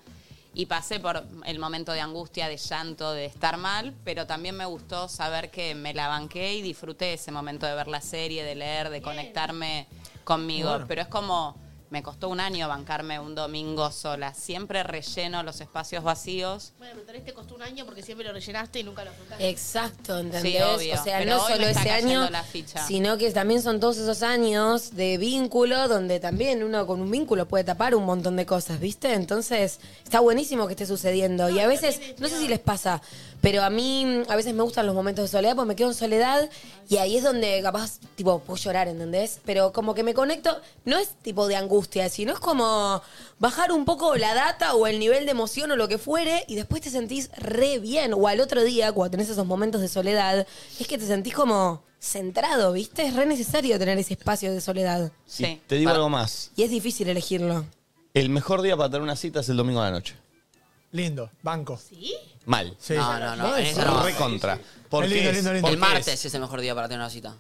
Speaker 5: Y pasé por el momento de angustia, de llanto, de estar mal, pero también me gustó saber que me la banqué y disfruté ese momento de ver la serie, de leer, de conectarme conmigo.
Speaker 18: Bueno.
Speaker 5: Pero es como, me costó un año bancarme un domingo sola. Siempre relleno los espacios vacíos.
Speaker 7: Bueno, pero tal vez te costó un año porque siempre lo rellenaste y nunca lo afrontaste.
Speaker 3: Exacto, ¿entendés?
Speaker 5: Sí, obvio.
Speaker 3: O sea,
Speaker 5: Pero
Speaker 3: no
Speaker 5: hoy me
Speaker 3: solo
Speaker 5: está
Speaker 3: ese
Speaker 5: cayendo
Speaker 3: año,
Speaker 5: la ficha.
Speaker 3: sino que también son todos esos años de vínculo donde también uno con un vínculo puede tapar un montón de cosas, ¿viste? Entonces, está buenísimo que esté sucediendo. y a veces, no sé si les pasa, pero a mí mm, a veces me gustan los momentos de soledad, pues me quedo en soledad y ahí es donde capaz, tipo, puedo llorar, ¿entendés? Pero como que me conecto, no es tipo de angustia, sino es como bajar un poco la data o el nivel de emoción o lo que fuere y después te sentís re bien. O al otro día, cuando tenés esos momentos de soledad, es que te sentís como centrado, ¿viste? Es re necesario tener ese espacio de soledad.
Speaker 1: Y te digo algo más.
Speaker 3: Y es difícil elegirlo.
Speaker 1: El mejor día para tener una cita es el domingo de la noche.
Speaker 4: Lindo, banco.
Speaker 1: Mal.
Speaker 4: Sí. No, no, no, en
Speaker 1: Es
Speaker 4: eso no.
Speaker 1: recontra.
Speaker 4: Es ¿eh? lindo, lindo, lindo.
Speaker 2: El martes es el mejor día para tener una cita.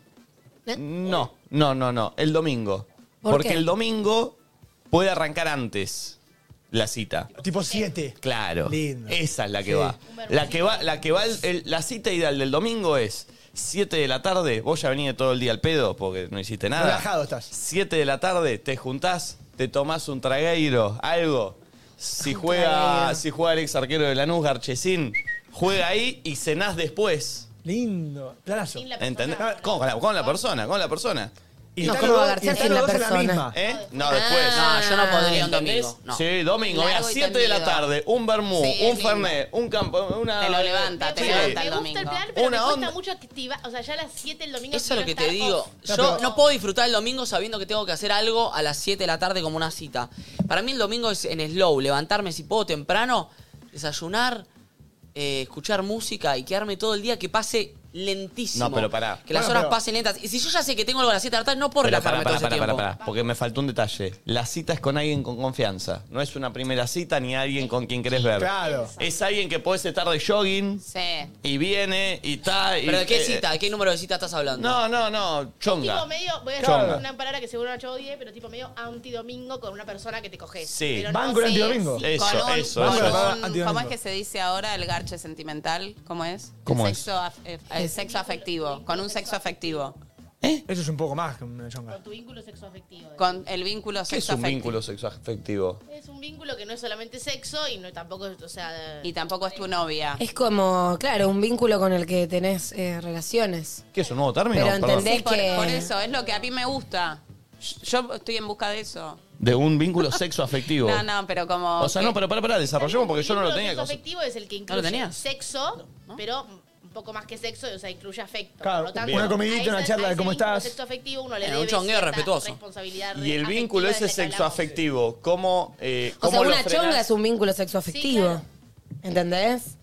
Speaker 1: No, no, no, no. El domingo.
Speaker 2: ¿Por
Speaker 1: Porque
Speaker 2: qué?
Speaker 1: el domingo puede arrancar antes la cita.
Speaker 4: Tipo 7.
Speaker 1: Claro.
Speaker 4: Lindo.
Speaker 1: Esa es la que
Speaker 4: Sí.
Speaker 1: va. La que va, la que va el- el- la cita ideal del domingo es 7 de la tarde, vos ya venís de todo el día al pedo porque no hiciste nada.
Speaker 4: Relajado estás.
Speaker 1: 7 de la tarde, te juntás, te tomás un tragueiro, algo. Si juega,
Speaker 4: tragueiro.
Speaker 1: si juega el ex arquero de Lanús, Garchesín, juega ahí y cenás después.
Speaker 4: Lindo. Planazo.
Speaker 1: ¿Entendés? ¿Cómo? Con la, con la persona, con la persona.
Speaker 4: Y No, están ¿cómo los- va García y están sin los la dos en la persona? misma.
Speaker 1: ¿Eh? No, después.
Speaker 2: No, yo no podría un
Speaker 1: ¿Entendés?
Speaker 2: domingo. No.
Speaker 1: Sí, domingo, a
Speaker 2: Ah. Largo
Speaker 1: las
Speaker 2: y
Speaker 1: 7 de la
Speaker 2: tendido.
Speaker 1: tarde, un vermú,
Speaker 2: Sí,
Speaker 1: un fernet, un campo, una...
Speaker 5: Te lo levanta, te
Speaker 1: Sí.
Speaker 5: levanta el
Speaker 7: Me gusta el
Speaker 5: domingo.
Speaker 7: plan, pero
Speaker 2: Una
Speaker 7: me cuesta
Speaker 2: onda.
Speaker 7: mucho activar. O sea, ya a las 7 el domingo.
Speaker 2: Eso es lo que
Speaker 7: quiero
Speaker 2: te
Speaker 7: estar
Speaker 2: digo.
Speaker 7: off.
Speaker 2: Yo no puedo disfrutar el domingo sabiendo que tengo que hacer algo a las 7 de la tarde como una cita. Para mí el domingo es en slow, levantarme si puedo temprano, desayunar, eh, escuchar música y quedarme todo el día que pase lentísimo.
Speaker 1: No, pero pará.
Speaker 2: Que las
Speaker 1: Bueno,
Speaker 2: horas
Speaker 1: pero-
Speaker 2: pasen lentas. Y si yo ya sé que tengo algo a las 7 de la tarde, no puedo
Speaker 1: Pero
Speaker 2: relajarme
Speaker 1: pará,
Speaker 2: todo
Speaker 1: pará,
Speaker 2: ese
Speaker 1: pará,
Speaker 2: tiempo.
Speaker 1: pará, porque me faltó un detalle. La cita es con alguien con confianza. No es una primera cita ni alguien con quien querés ver.
Speaker 4: Claro.
Speaker 1: Es alguien que podés estar de jogging
Speaker 5: Sí.
Speaker 1: y viene y está... y-
Speaker 2: ¿Pero de qué
Speaker 1: eh,
Speaker 2: cita? ¿De qué número de cita estás hablando?
Speaker 1: No, no, no. Chonga.
Speaker 7: Tipo medio, voy a decir
Speaker 1: Chonga.
Speaker 7: una palabra que seguro Nacho odie, pero tipo medio antidomingo con una persona que te coges.
Speaker 1: Sí.
Speaker 7: Pero
Speaker 1: Banco el antidomingo.
Speaker 7: sí,
Speaker 1: Eso,
Speaker 7: con un-
Speaker 1: eso,
Speaker 7: con
Speaker 1: eso,
Speaker 7: un-
Speaker 1: eso.
Speaker 5: ¿Cómo es que se dice ahora el garche sentimental? ¿Cómo es?
Speaker 1: ¿Cómo
Speaker 5: el
Speaker 1: es?
Speaker 5: sexo, af- eh, el sexo afectivo, con un sexo afectivo.
Speaker 4: Eso es un poco más que una chonga.
Speaker 7: Tu vínculo sexoafectivo.
Speaker 5: Con el vínculo
Speaker 1: ¿Qué es
Speaker 5: sexo
Speaker 1: un
Speaker 5: afectivo.
Speaker 1: vínculo sexoafectivo?
Speaker 7: Es un vínculo que no es solamente sexo y no tampoco, es- o sea...
Speaker 5: Y tampoco es tu
Speaker 7: Ah.
Speaker 5: novia.
Speaker 3: Es como, claro, un vínculo con el que tenés eh, relaciones.
Speaker 1: ¿Qué es un nuevo término?
Speaker 3: Pero
Speaker 1: Perdón.
Speaker 3: entendés
Speaker 5: Por,
Speaker 3: que-
Speaker 5: por eso, es lo que a mí me gusta. Yo estoy en busca de eso.
Speaker 1: De un vínculo sexoafectivo.
Speaker 5: <laughs> No, no, pero como...
Speaker 1: O sea, no, pero pará, pará, desarrollemos porque yo no lo tenía.
Speaker 7: sexo
Speaker 1: que-
Speaker 7: afectivo es el que
Speaker 1: lo
Speaker 7: incluye
Speaker 1: tenías?
Speaker 7: sexo, pero un poco más que sexo, o sea, incluye afecto.
Speaker 1: Claro,
Speaker 7: Por lo tanto,
Speaker 1: una
Speaker 4: comidita,
Speaker 7: a ese-
Speaker 4: una charla
Speaker 7: a
Speaker 4: de
Speaker 7: ese
Speaker 4: cómo
Speaker 7: vínculo
Speaker 4: estás.
Speaker 7: sexoafectivo uno le
Speaker 1: Era
Speaker 7: debe
Speaker 1: Eh, un chongueo
Speaker 7: cierta
Speaker 1: respetuoso.
Speaker 7: responsabilidad
Speaker 1: Y el vínculo
Speaker 7: afectiva
Speaker 1: ese
Speaker 7: de la que
Speaker 1: sexoafectivo, ¿cómo, eh,
Speaker 3: O
Speaker 1: cómo
Speaker 3: sea,
Speaker 1: lo
Speaker 3: una
Speaker 1: frenás?
Speaker 3: chonga es un vínculo sexoafectivo. ¿Entendés?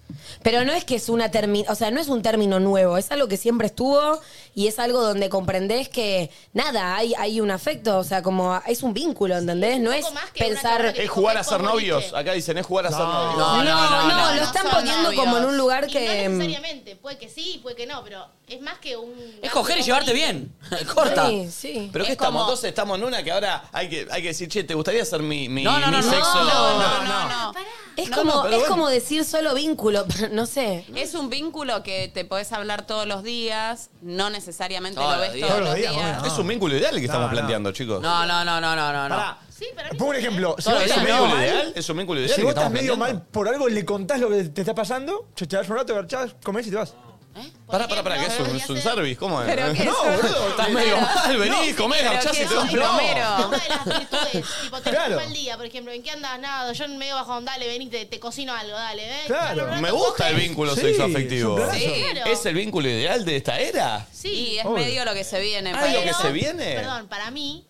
Speaker 3: Pero no es que es una termi- o sea, no es un término nuevo, es algo que siempre estuvo y es algo donde comprendés que nada, hay, hay un afecto, o sea, como es un vínculo, ¿entendés? no es pensar.
Speaker 1: Es jugar a ser novios. Acá dicen, es jugar a ser novios.
Speaker 3: No, no, no, lo están
Speaker 7: son
Speaker 3: poniendo
Speaker 7: novios.
Speaker 3: como en un lugar que.
Speaker 1: em,
Speaker 7: No necesariamente, puede que sí, puede que no, pero es más que un...
Speaker 2: Es coger y llevarte bien. Corta.
Speaker 3: Sí, sí.
Speaker 1: Pero
Speaker 2: Es
Speaker 1: que estamos,
Speaker 2: como-
Speaker 1: entonces estamos en una que ahora hay que, hay que decir, che, ¿te gustaría ser mi, mi,
Speaker 2: No, no,
Speaker 1: mi
Speaker 2: no, no,
Speaker 1: sexo?
Speaker 2: no,
Speaker 5: no, no, no.
Speaker 3: Es
Speaker 5: No,
Speaker 3: como,
Speaker 5: no, pero
Speaker 3: es
Speaker 5: bueno.
Speaker 3: como decir solo vínculo, <laughs> no sé.
Speaker 5: Es un vínculo que te podés hablar todos los días, no necesariamente lo ves todos los días.
Speaker 1: Es un vínculo ideal el que estamos planteando, chicos.
Speaker 2: No, no, no, no, no, no. no.
Speaker 4: Pongo un ejemplo. Si
Speaker 1: Todo
Speaker 4: vos
Speaker 1: ¿Es un
Speaker 4: estás
Speaker 1: vínculo
Speaker 4: medio mal,
Speaker 1: ideal? ¿Es un vínculo ideal
Speaker 4: Si
Speaker 1: el que
Speaker 4: vos
Speaker 1: estamos
Speaker 4: estás medio
Speaker 1: planteando?
Speaker 4: mal por algo, le contás lo que te está pasando, yo te das un rato, garchás, comés y te vas.
Speaker 1: Pará, pará, pará, que es un, es un service, ¿cómo es? <laughs>
Speaker 4: Pero que
Speaker 1: no,
Speaker 4: es un-
Speaker 1: boludo, estás
Speaker 4: Pero-
Speaker 1: medio mal,
Speaker 4: No,
Speaker 1: venís,
Speaker 4: sí,
Speaker 1: comés,
Speaker 4: pero
Speaker 1: garchás
Speaker 4: que
Speaker 1: y
Speaker 4: es
Speaker 1: te das
Speaker 4: un
Speaker 1: un plomo.
Speaker 4: plomero.
Speaker 7: Tipo, te claro.
Speaker 1: Claro.
Speaker 7: mal día, por ejemplo. ¿En qué andas? Nada, yo medio bajón, dale, vení, te, te cocino algo, dale, ven. Dale, un
Speaker 1: Me
Speaker 7: rato,
Speaker 1: gusta el
Speaker 7: coges.
Speaker 1: vínculo
Speaker 4: Sí,
Speaker 1: sexoafectivo.
Speaker 4: es un
Speaker 7: Sí, planazo.
Speaker 1: ¿Es el vínculo ideal de esta era?
Speaker 7: Sí,
Speaker 5: Y es
Speaker 1: Obvio.
Speaker 5: medio lo que se viene.
Speaker 1: Ah,
Speaker 5: parece.
Speaker 1: lo que se viene.
Speaker 7: Perdón, para mí,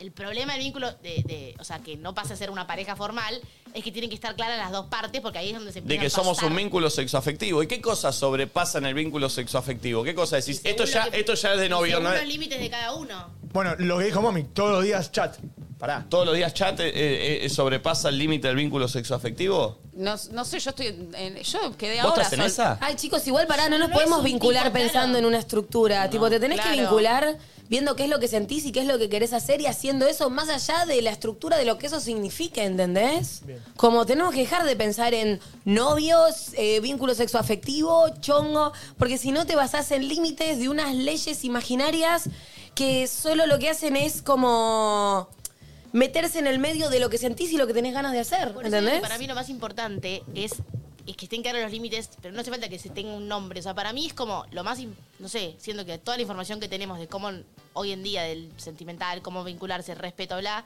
Speaker 7: el problema del vínculo de, de- o sea, que no pasa a ser una pareja formal, es que tienen que estar claras las dos partes, porque ahí es donde se
Speaker 1: De
Speaker 7: empieza
Speaker 1: que somos un vínculo sexoafectivo. ¿Y qué cosas sobrepasan el vínculo sexoafectivo? ¿Qué cosas decís? Esto ya, esto ya es de novio, ¿no?
Speaker 7: Según los límites de cada uno.
Speaker 4: Bueno, lo que dijo Mami, todos los días chat. Pará.
Speaker 1: ¿Todos los días chat eh, eh, sobrepasa el límite del vínculo sexoafectivo?
Speaker 5: No, no sé, yo estoy. en- yo quedé
Speaker 1: ¿Vos
Speaker 5: ahora.
Speaker 1: estás en esa?
Speaker 3: Ay, chicos, igual pará, no nos
Speaker 5: No es
Speaker 3: podemos
Speaker 5: un
Speaker 3: vincular
Speaker 5: tipo,
Speaker 3: pensando en una estructura. tipo, te tenés que
Speaker 5: claro.
Speaker 3: vincular viendo qué es lo que sentís y qué es lo que querés hacer y haciendo eso más allá de la estructura de lo que eso significa, ¿entendés? Como tenemos que dejar de pensar en novios, eh, vínculo sexoafectivo, chongo, porque si no te basás en límites de unas leyes imaginarias que solo lo que hacen es como meterse en el medio de lo que sentís y lo que tenés ganas de hacer,
Speaker 7: Por eso digo
Speaker 3: ¿entendés?
Speaker 7: que para mí lo más importante es, es que estén claros los límites, pero no hace falta que se tenga un nombre. O sea, para mí es como lo más, im- no sé, siendo que toda la información que tenemos de cómo hoy en día, del sentimental, cómo vincularse, el respeto, bla.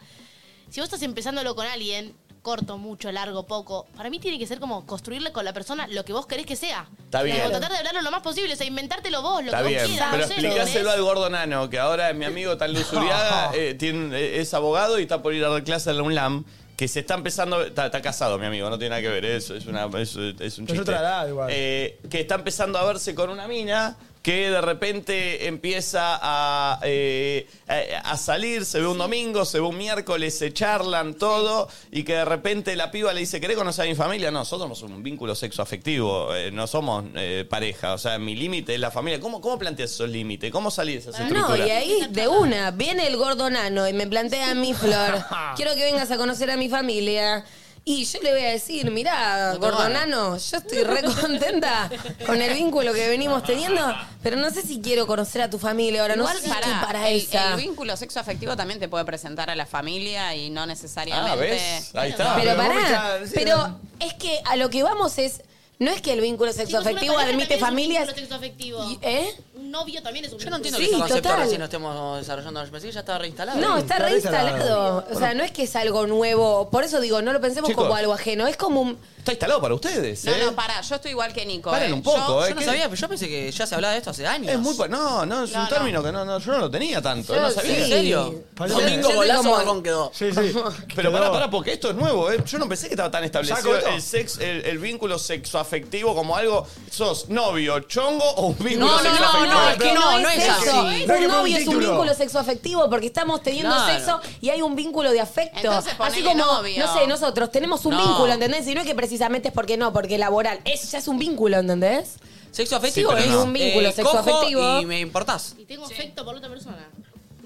Speaker 7: Si vos estás empezándolo con alguien, corto, mucho, largo, poco, para mí tiene que ser como construirle con la persona lo que vos querés que sea.
Speaker 1: Está bien.
Speaker 7: Como tratar de hablarlo lo más posible, o sea, inventártelo vos, lo
Speaker 1: Está
Speaker 7: que vos
Speaker 1: bien,
Speaker 7: quieras.
Speaker 1: pero
Speaker 7: no sé,
Speaker 1: explícaselo
Speaker 7: ¿entendés?
Speaker 1: al gordo nano, que ahora mi amigo tan lusuriada eh, tiene- eh, es abogado y está por ir a dar clase a la UNLAM, que se está empezando, está, está casado mi amigo, no tiene nada que ver, eso es, una, es, es un
Speaker 4: Es
Speaker 1: chiste.
Speaker 4: otra edad igual.
Speaker 1: Eh, que está empezando a verse con una mina que de repente empieza a, eh, a, a salir, se ve un domingo, se ve un miércoles, se charlan todo y que de repente la piba le dice, ¿querés conocer a mi familia? No, nosotros somos un vínculo sexoafectivo, eh, no somos eh, pareja, o sea, mi límite es la familia. ¿Cómo, cómo planteas esos límites? ¿Cómo salís de esas
Speaker 3: No,
Speaker 1: estructuras?
Speaker 3: y ahí de una, viene el gordo nano y me plantea
Speaker 7: <laughs>
Speaker 3: a mi flor, quiero que vengas a conocer a mi familia. Y yo le voy a decir, mirá,
Speaker 16: No te
Speaker 3: gordo
Speaker 16: van.
Speaker 3: nano, yo estoy re contenta con el vínculo que venimos teniendo, pero no sé si quiero conocer a tu familia ahora, no
Speaker 5: Igual
Speaker 3: sé
Speaker 5: pará,
Speaker 3: qué para
Speaker 5: el,
Speaker 3: esa.
Speaker 5: el vínculo sexo afectivo también te puede presentar a la familia y no necesariamente.
Speaker 1: Ah, ¿ves? Ahí está.
Speaker 3: Pero pará, pero
Speaker 2: eh,
Speaker 3: es que a lo que vamos es, no es que el vínculo sexoafectivo
Speaker 7: pareja
Speaker 3: admite familias.
Speaker 7: Un vínculo sexoafectivo.
Speaker 3: ¿Eh?
Speaker 7: Un novio también es un
Speaker 2: Yo no entiendo
Speaker 3: Sí,
Speaker 2: que este concepto
Speaker 3: total.
Speaker 2: recién lo estemos desarrollando. Yo pensé que ya estaba reinstalado.
Speaker 3: No, está reinstalado. O sea, no es que es algo nuevo. Por eso digo, no lo pensemos
Speaker 1: Chicos.
Speaker 3: como algo ajeno. Es como un.
Speaker 1: Está instalado para ustedes,
Speaker 5: No,
Speaker 1: ¿eh?
Speaker 5: no, pará, yo estoy igual que Nico.
Speaker 1: Paren
Speaker 5: eh.
Speaker 1: un poco,
Speaker 5: Yo-
Speaker 1: ¿eh?
Speaker 5: yo no
Speaker 1: ¿Qué-
Speaker 5: sabía,
Speaker 2: pero yo pensé que ya se hablaba de esto hace años.
Speaker 1: Es muy... pa- No, no, es
Speaker 5: No,
Speaker 1: un
Speaker 5: no.
Speaker 1: término que no, no, yo no lo tenía tanto,
Speaker 2: Yo
Speaker 1: no
Speaker 2: sí.
Speaker 1: sabía.
Speaker 2: ¿En serio? Parece- Domingo Yo sé Golazo cómo- Marrón quedó.
Speaker 1: <laughs> Sí, sí. Pero pará, pará, porque esto es nuevo, ¿eh? Yo no pensé que estaba tan
Speaker 4: Saco
Speaker 1: establecido
Speaker 4: esto.
Speaker 1: el, sex, el, el vínculo sexoafectivo como algo... ¿Sos novio, chongo o un vínculo
Speaker 2: No, no, no,
Speaker 1: sexoafectivo?
Speaker 2: no, es que no, no es así.
Speaker 3: Eso.
Speaker 1: Sí.
Speaker 3: Un novio es un vínculo sexoafectivo porque estamos teniendo
Speaker 2: Claro.
Speaker 3: sexo y hay un vínculo de afecto.
Speaker 5: Entonces ponele
Speaker 3: Así como,
Speaker 5: novio.
Speaker 3: no sé, nosotros tenemos un
Speaker 2: No.
Speaker 3: vínculo, ¿entendés? Y no es que precisamente es porque no, porque laboral. Eso ya es un vínculo, ¿entendés?
Speaker 2: Sexo afectivo
Speaker 3: Sí, pero
Speaker 2: es
Speaker 3: no. Un vínculo
Speaker 2: eh,
Speaker 3: sexo
Speaker 2: cojo
Speaker 3: afectivo.
Speaker 2: Y me importás.
Speaker 7: Y tengo afecto por la otra persona.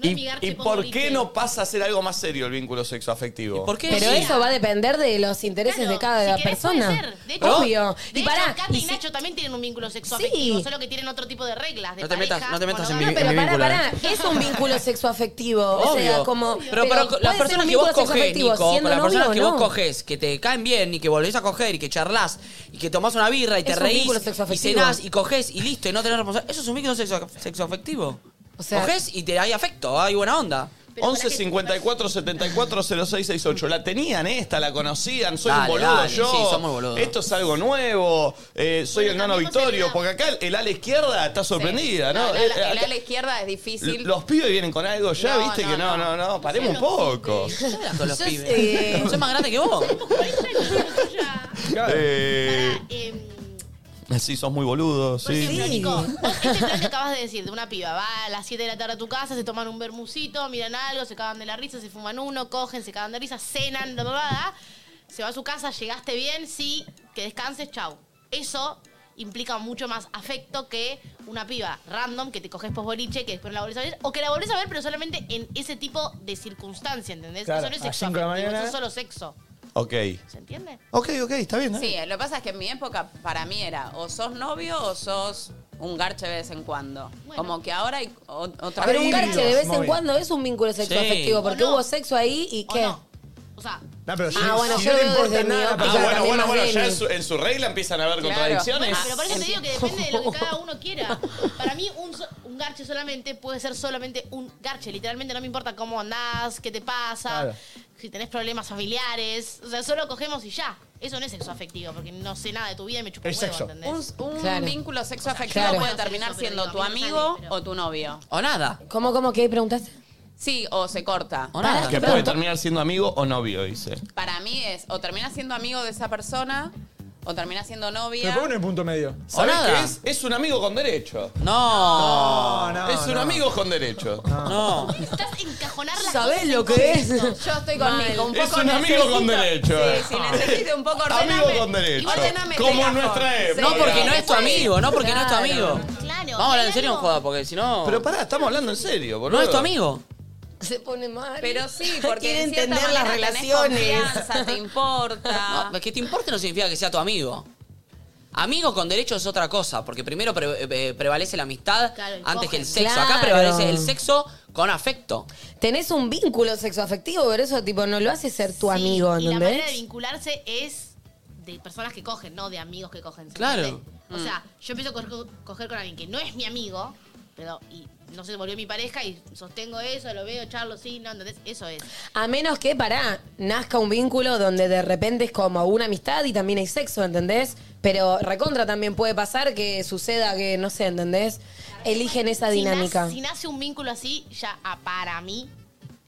Speaker 1: ¿Y, y por qué no pasa a ser algo más serio el vínculo sexoafectivo?
Speaker 2: por qué?
Speaker 3: Pero eso va a depender de los intereses de cada persona.
Speaker 7: De hecho,
Speaker 3: Obvio.
Speaker 7: De
Speaker 3: y
Speaker 7: hecho,
Speaker 3: pará,
Speaker 7: Cata y, Nacho también tienen un vínculo sexoafectivo, solo que tienen otro tipo de reglas. De
Speaker 2: No te metas-
Speaker 7: pareja,
Speaker 2: no te metas en
Speaker 7: monogamia.
Speaker 2: mi- en mi
Speaker 3: Pará,
Speaker 2: vínculo,
Speaker 3: pará,
Speaker 2: eh.
Speaker 3: es un vínculo sexoafectivo. O sea,
Speaker 2: Obvio.
Speaker 3: como.
Speaker 2: pero, pero
Speaker 3: puede
Speaker 2: las
Speaker 3: ser
Speaker 2: personas
Speaker 3: un
Speaker 2: que vos
Speaker 3: vínculo
Speaker 2: cogés,
Speaker 3: sexoafectivo
Speaker 2: Nico,
Speaker 3: siendo
Speaker 2: con las personas
Speaker 3: novio o
Speaker 2: que
Speaker 3: no.
Speaker 2: vos cogés, que te caen bien y que volvés a coger y que charlas y que tomás una birra y te
Speaker 3: Es un
Speaker 2: reís
Speaker 3: vínculo
Speaker 2: y
Speaker 3: sexoafectivo.
Speaker 2: cenás y cogés y listo y no tenés responsabilidad. Eso es un vínculo sexo, sexoafectivo.
Speaker 3: O sea-
Speaker 2: cogés y te hay afecto, ¿ah? hay buena onda.
Speaker 1: 11 54 74 0668. La tenían esta, la conocían. Soy un
Speaker 2: Dale,
Speaker 1: boludo
Speaker 2: dale,
Speaker 1: yo.
Speaker 2: sí, somos boludos.
Speaker 1: Esto es algo nuevo. eh, soy el nano Victorio. Porque acá el ala izquierda está sorprendida, ¿no?
Speaker 5: No, la-
Speaker 1: Eh,
Speaker 5: la- el
Speaker 1: acá-
Speaker 5: ala izquierda es difícil.
Speaker 1: los pibes vienen con algo ya,
Speaker 5: No,
Speaker 1: viste
Speaker 5: no,
Speaker 1: que no, no, no. Paremos un poco. <laughs>
Speaker 2: Con los pibes.
Speaker 3: eh,
Speaker 2: <laughs> Son más grandes que vos.
Speaker 1: Eh, sí, sos muy boludo,
Speaker 7: Por
Speaker 1: sí.
Speaker 7: ejemplo, Pues Nico, vos este plan que acabas de decir de una piba, va a las 7 de la tarde a tu casa, se toman un bermucito, miran algo, se cagan de la risa, se fuman uno, cogen, se cagan de risa, cenan, bla, bla, bla, se va a su casa, llegaste bien, sí, que descanses, chau. Eso implica mucho más afecto que una piba random que te coges post boliche, que después no la volvés a ver, o que la volvés a ver, pero solamente en ese tipo de circunstancia, ¿entendés?
Speaker 1: Claro,
Speaker 7: eso no es
Speaker 1: a
Speaker 7: sexo,
Speaker 1: cinco de la
Speaker 7: afectivo,
Speaker 1: mañana.
Speaker 7: eso es solo sexo,
Speaker 1: Ok.
Speaker 7: ¿se entiende?
Speaker 1: Ok, ok, está bien. ¿eh?
Speaker 5: Sí, lo que pasa es que en mi época para mí era o sos novio o sos un garche de vez en cuando. Como que ahora hay o- otra
Speaker 3: Pero un garche de vez en cuando es un vínculo
Speaker 5: Sí.
Speaker 3: sexoafectivo, porque
Speaker 5: ¿O no?
Speaker 3: hubo sexo ahí y qué.
Speaker 7: O sea,
Speaker 4: No, pero si,
Speaker 3: Ah, bueno,
Speaker 4: si
Speaker 3: yo
Speaker 4: no le
Speaker 3: veo
Speaker 4: importa
Speaker 3: desde mi
Speaker 4: nada.
Speaker 3: óptica
Speaker 1: Ah, bueno,
Speaker 3: también
Speaker 1: bueno,
Speaker 3: más
Speaker 1: bueno, ya
Speaker 3: Beni.
Speaker 1: en su, en su regla empiezan a haber
Speaker 5: Claro.
Speaker 1: contradicciones.
Speaker 7: Bueno, Ah, pero por eso te digo que depende de lo que cada uno
Speaker 5: <laughs>
Speaker 7: quiera. Para mí, un, so- un garche solamente puede ser solamente un garche. Literalmente no me importa cómo andás, qué te pasa,
Speaker 4: Claro.
Speaker 7: si tenés problemas familiares. O sea, solo cogemos y ya. Eso no es sexo afectivo, porque no sé nada de tu vida y me chupo
Speaker 5: Es
Speaker 7: un huevo,
Speaker 5: sexo.
Speaker 7: ¿entendés?
Speaker 5: Un, un
Speaker 3: Claro.
Speaker 5: vínculo sexo afectivo
Speaker 3: claro.
Speaker 5: puede terminar siendo tu amigo o tu novio.
Speaker 2: O nada.
Speaker 3: ¿Cómo, cómo, qué preguntaste?
Speaker 5: Sí, o se corta.
Speaker 1: Que puede terminar siendo amigo o novio, dice.
Speaker 5: Para mí es o terminás siendo amigo de esa persona o terminás siendo
Speaker 4: Pero
Speaker 5: novia.
Speaker 4: pone en punto medio.
Speaker 1: ¿Sabés
Speaker 5: nada.
Speaker 1: qué es? Es un amigo con derecho.
Speaker 2: No.
Speaker 4: No, no,
Speaker 1: Es un
Speaker 4: no.
Speaker 1: amigo con derecho.
Speaker 2: No.
Speaker 3: ¿Sabés lo que es?
Speaker 5: Yo estoy con
Speaker 3: Mal.
Speaker 5: Nico. Un
Speaker 1: Es
Speaker 5: poco
Speaker 1: un amigo
Speaker 5: necesito-
Speaker 1: con derecho, eh.
Speaker 5: Sí, sí, necesito un poco ordename.
Speaker 1: Amigo con derecho.
Speaker 5: Ordename,
Speaker 1: Como
Speaker 5: carajo.
Speaker 1: en nuestra época.
Speaker 2: No porque no es tu amigo, no porque no es tu amigo.
Speaker 7: Claro,
Speaker 2: Vamos a hablar en serio un joda, porque si no.
Speaker 1: Pero pará, estamos hablando en serio, boludo.
Speaker 2: No es tu amigo.
Speaker 3: Se pone mal.
Speaker 5: Pero sí, porque
Speaker 3: Quiere
Speaker 5: de cierta
Speaker 3: entender las
Speaker 5: manera tenés
Speaker 3: relaciones.
Speaker 5: confianza, te
Speaker 3: <laughs> Ah.
Speaker 5: importa.
Speaker 2: No, que te importe no significa que sea tu amigo. Amigo con derecho es otra cosa, porque primero pre- eh, prevalece la amistad
Speaker 3: Claro, el
Speaker 2: antes que el
Speaker 3: cogen.
Speaker 2: sexo. Acá
Speaker 3: Claro.
Speaker 2: prevalece el sexo con afecto.
Speaker 3: Tenés un vínculo sexoafectivo, pero eso tipo no lo hace ser tu amigo,
Speaker 7: Y la manera de
Speaker 3: ¿entendés?
Speaker 7: vincularse es de personas que cogen, no de amigos que cogen. ¿se
Speaker 3: Claro.
Speaker 7: entiende? O
Speaker 3: Mm.
Speaker 7: sea, yo empiezo a co- coger con alguien que no es mi amigo, pero y no se volvió mi pareja y sostengo eso, lo veo, charlo, sí, no, ¿entendés? Eso es.
Speaker 3: A menos que, pará, nazca un vínculo donde de repente es como una amistad y también hay sexo, ¿entendés? Pero recontra también puede pasar que suceda que, no sé, ¿entendés? Eligen esa
Speaker 7: Si nas-
Speaker 3: dinámica.
Speaker 7: Si nace, un vínculo así, ya ah, para mí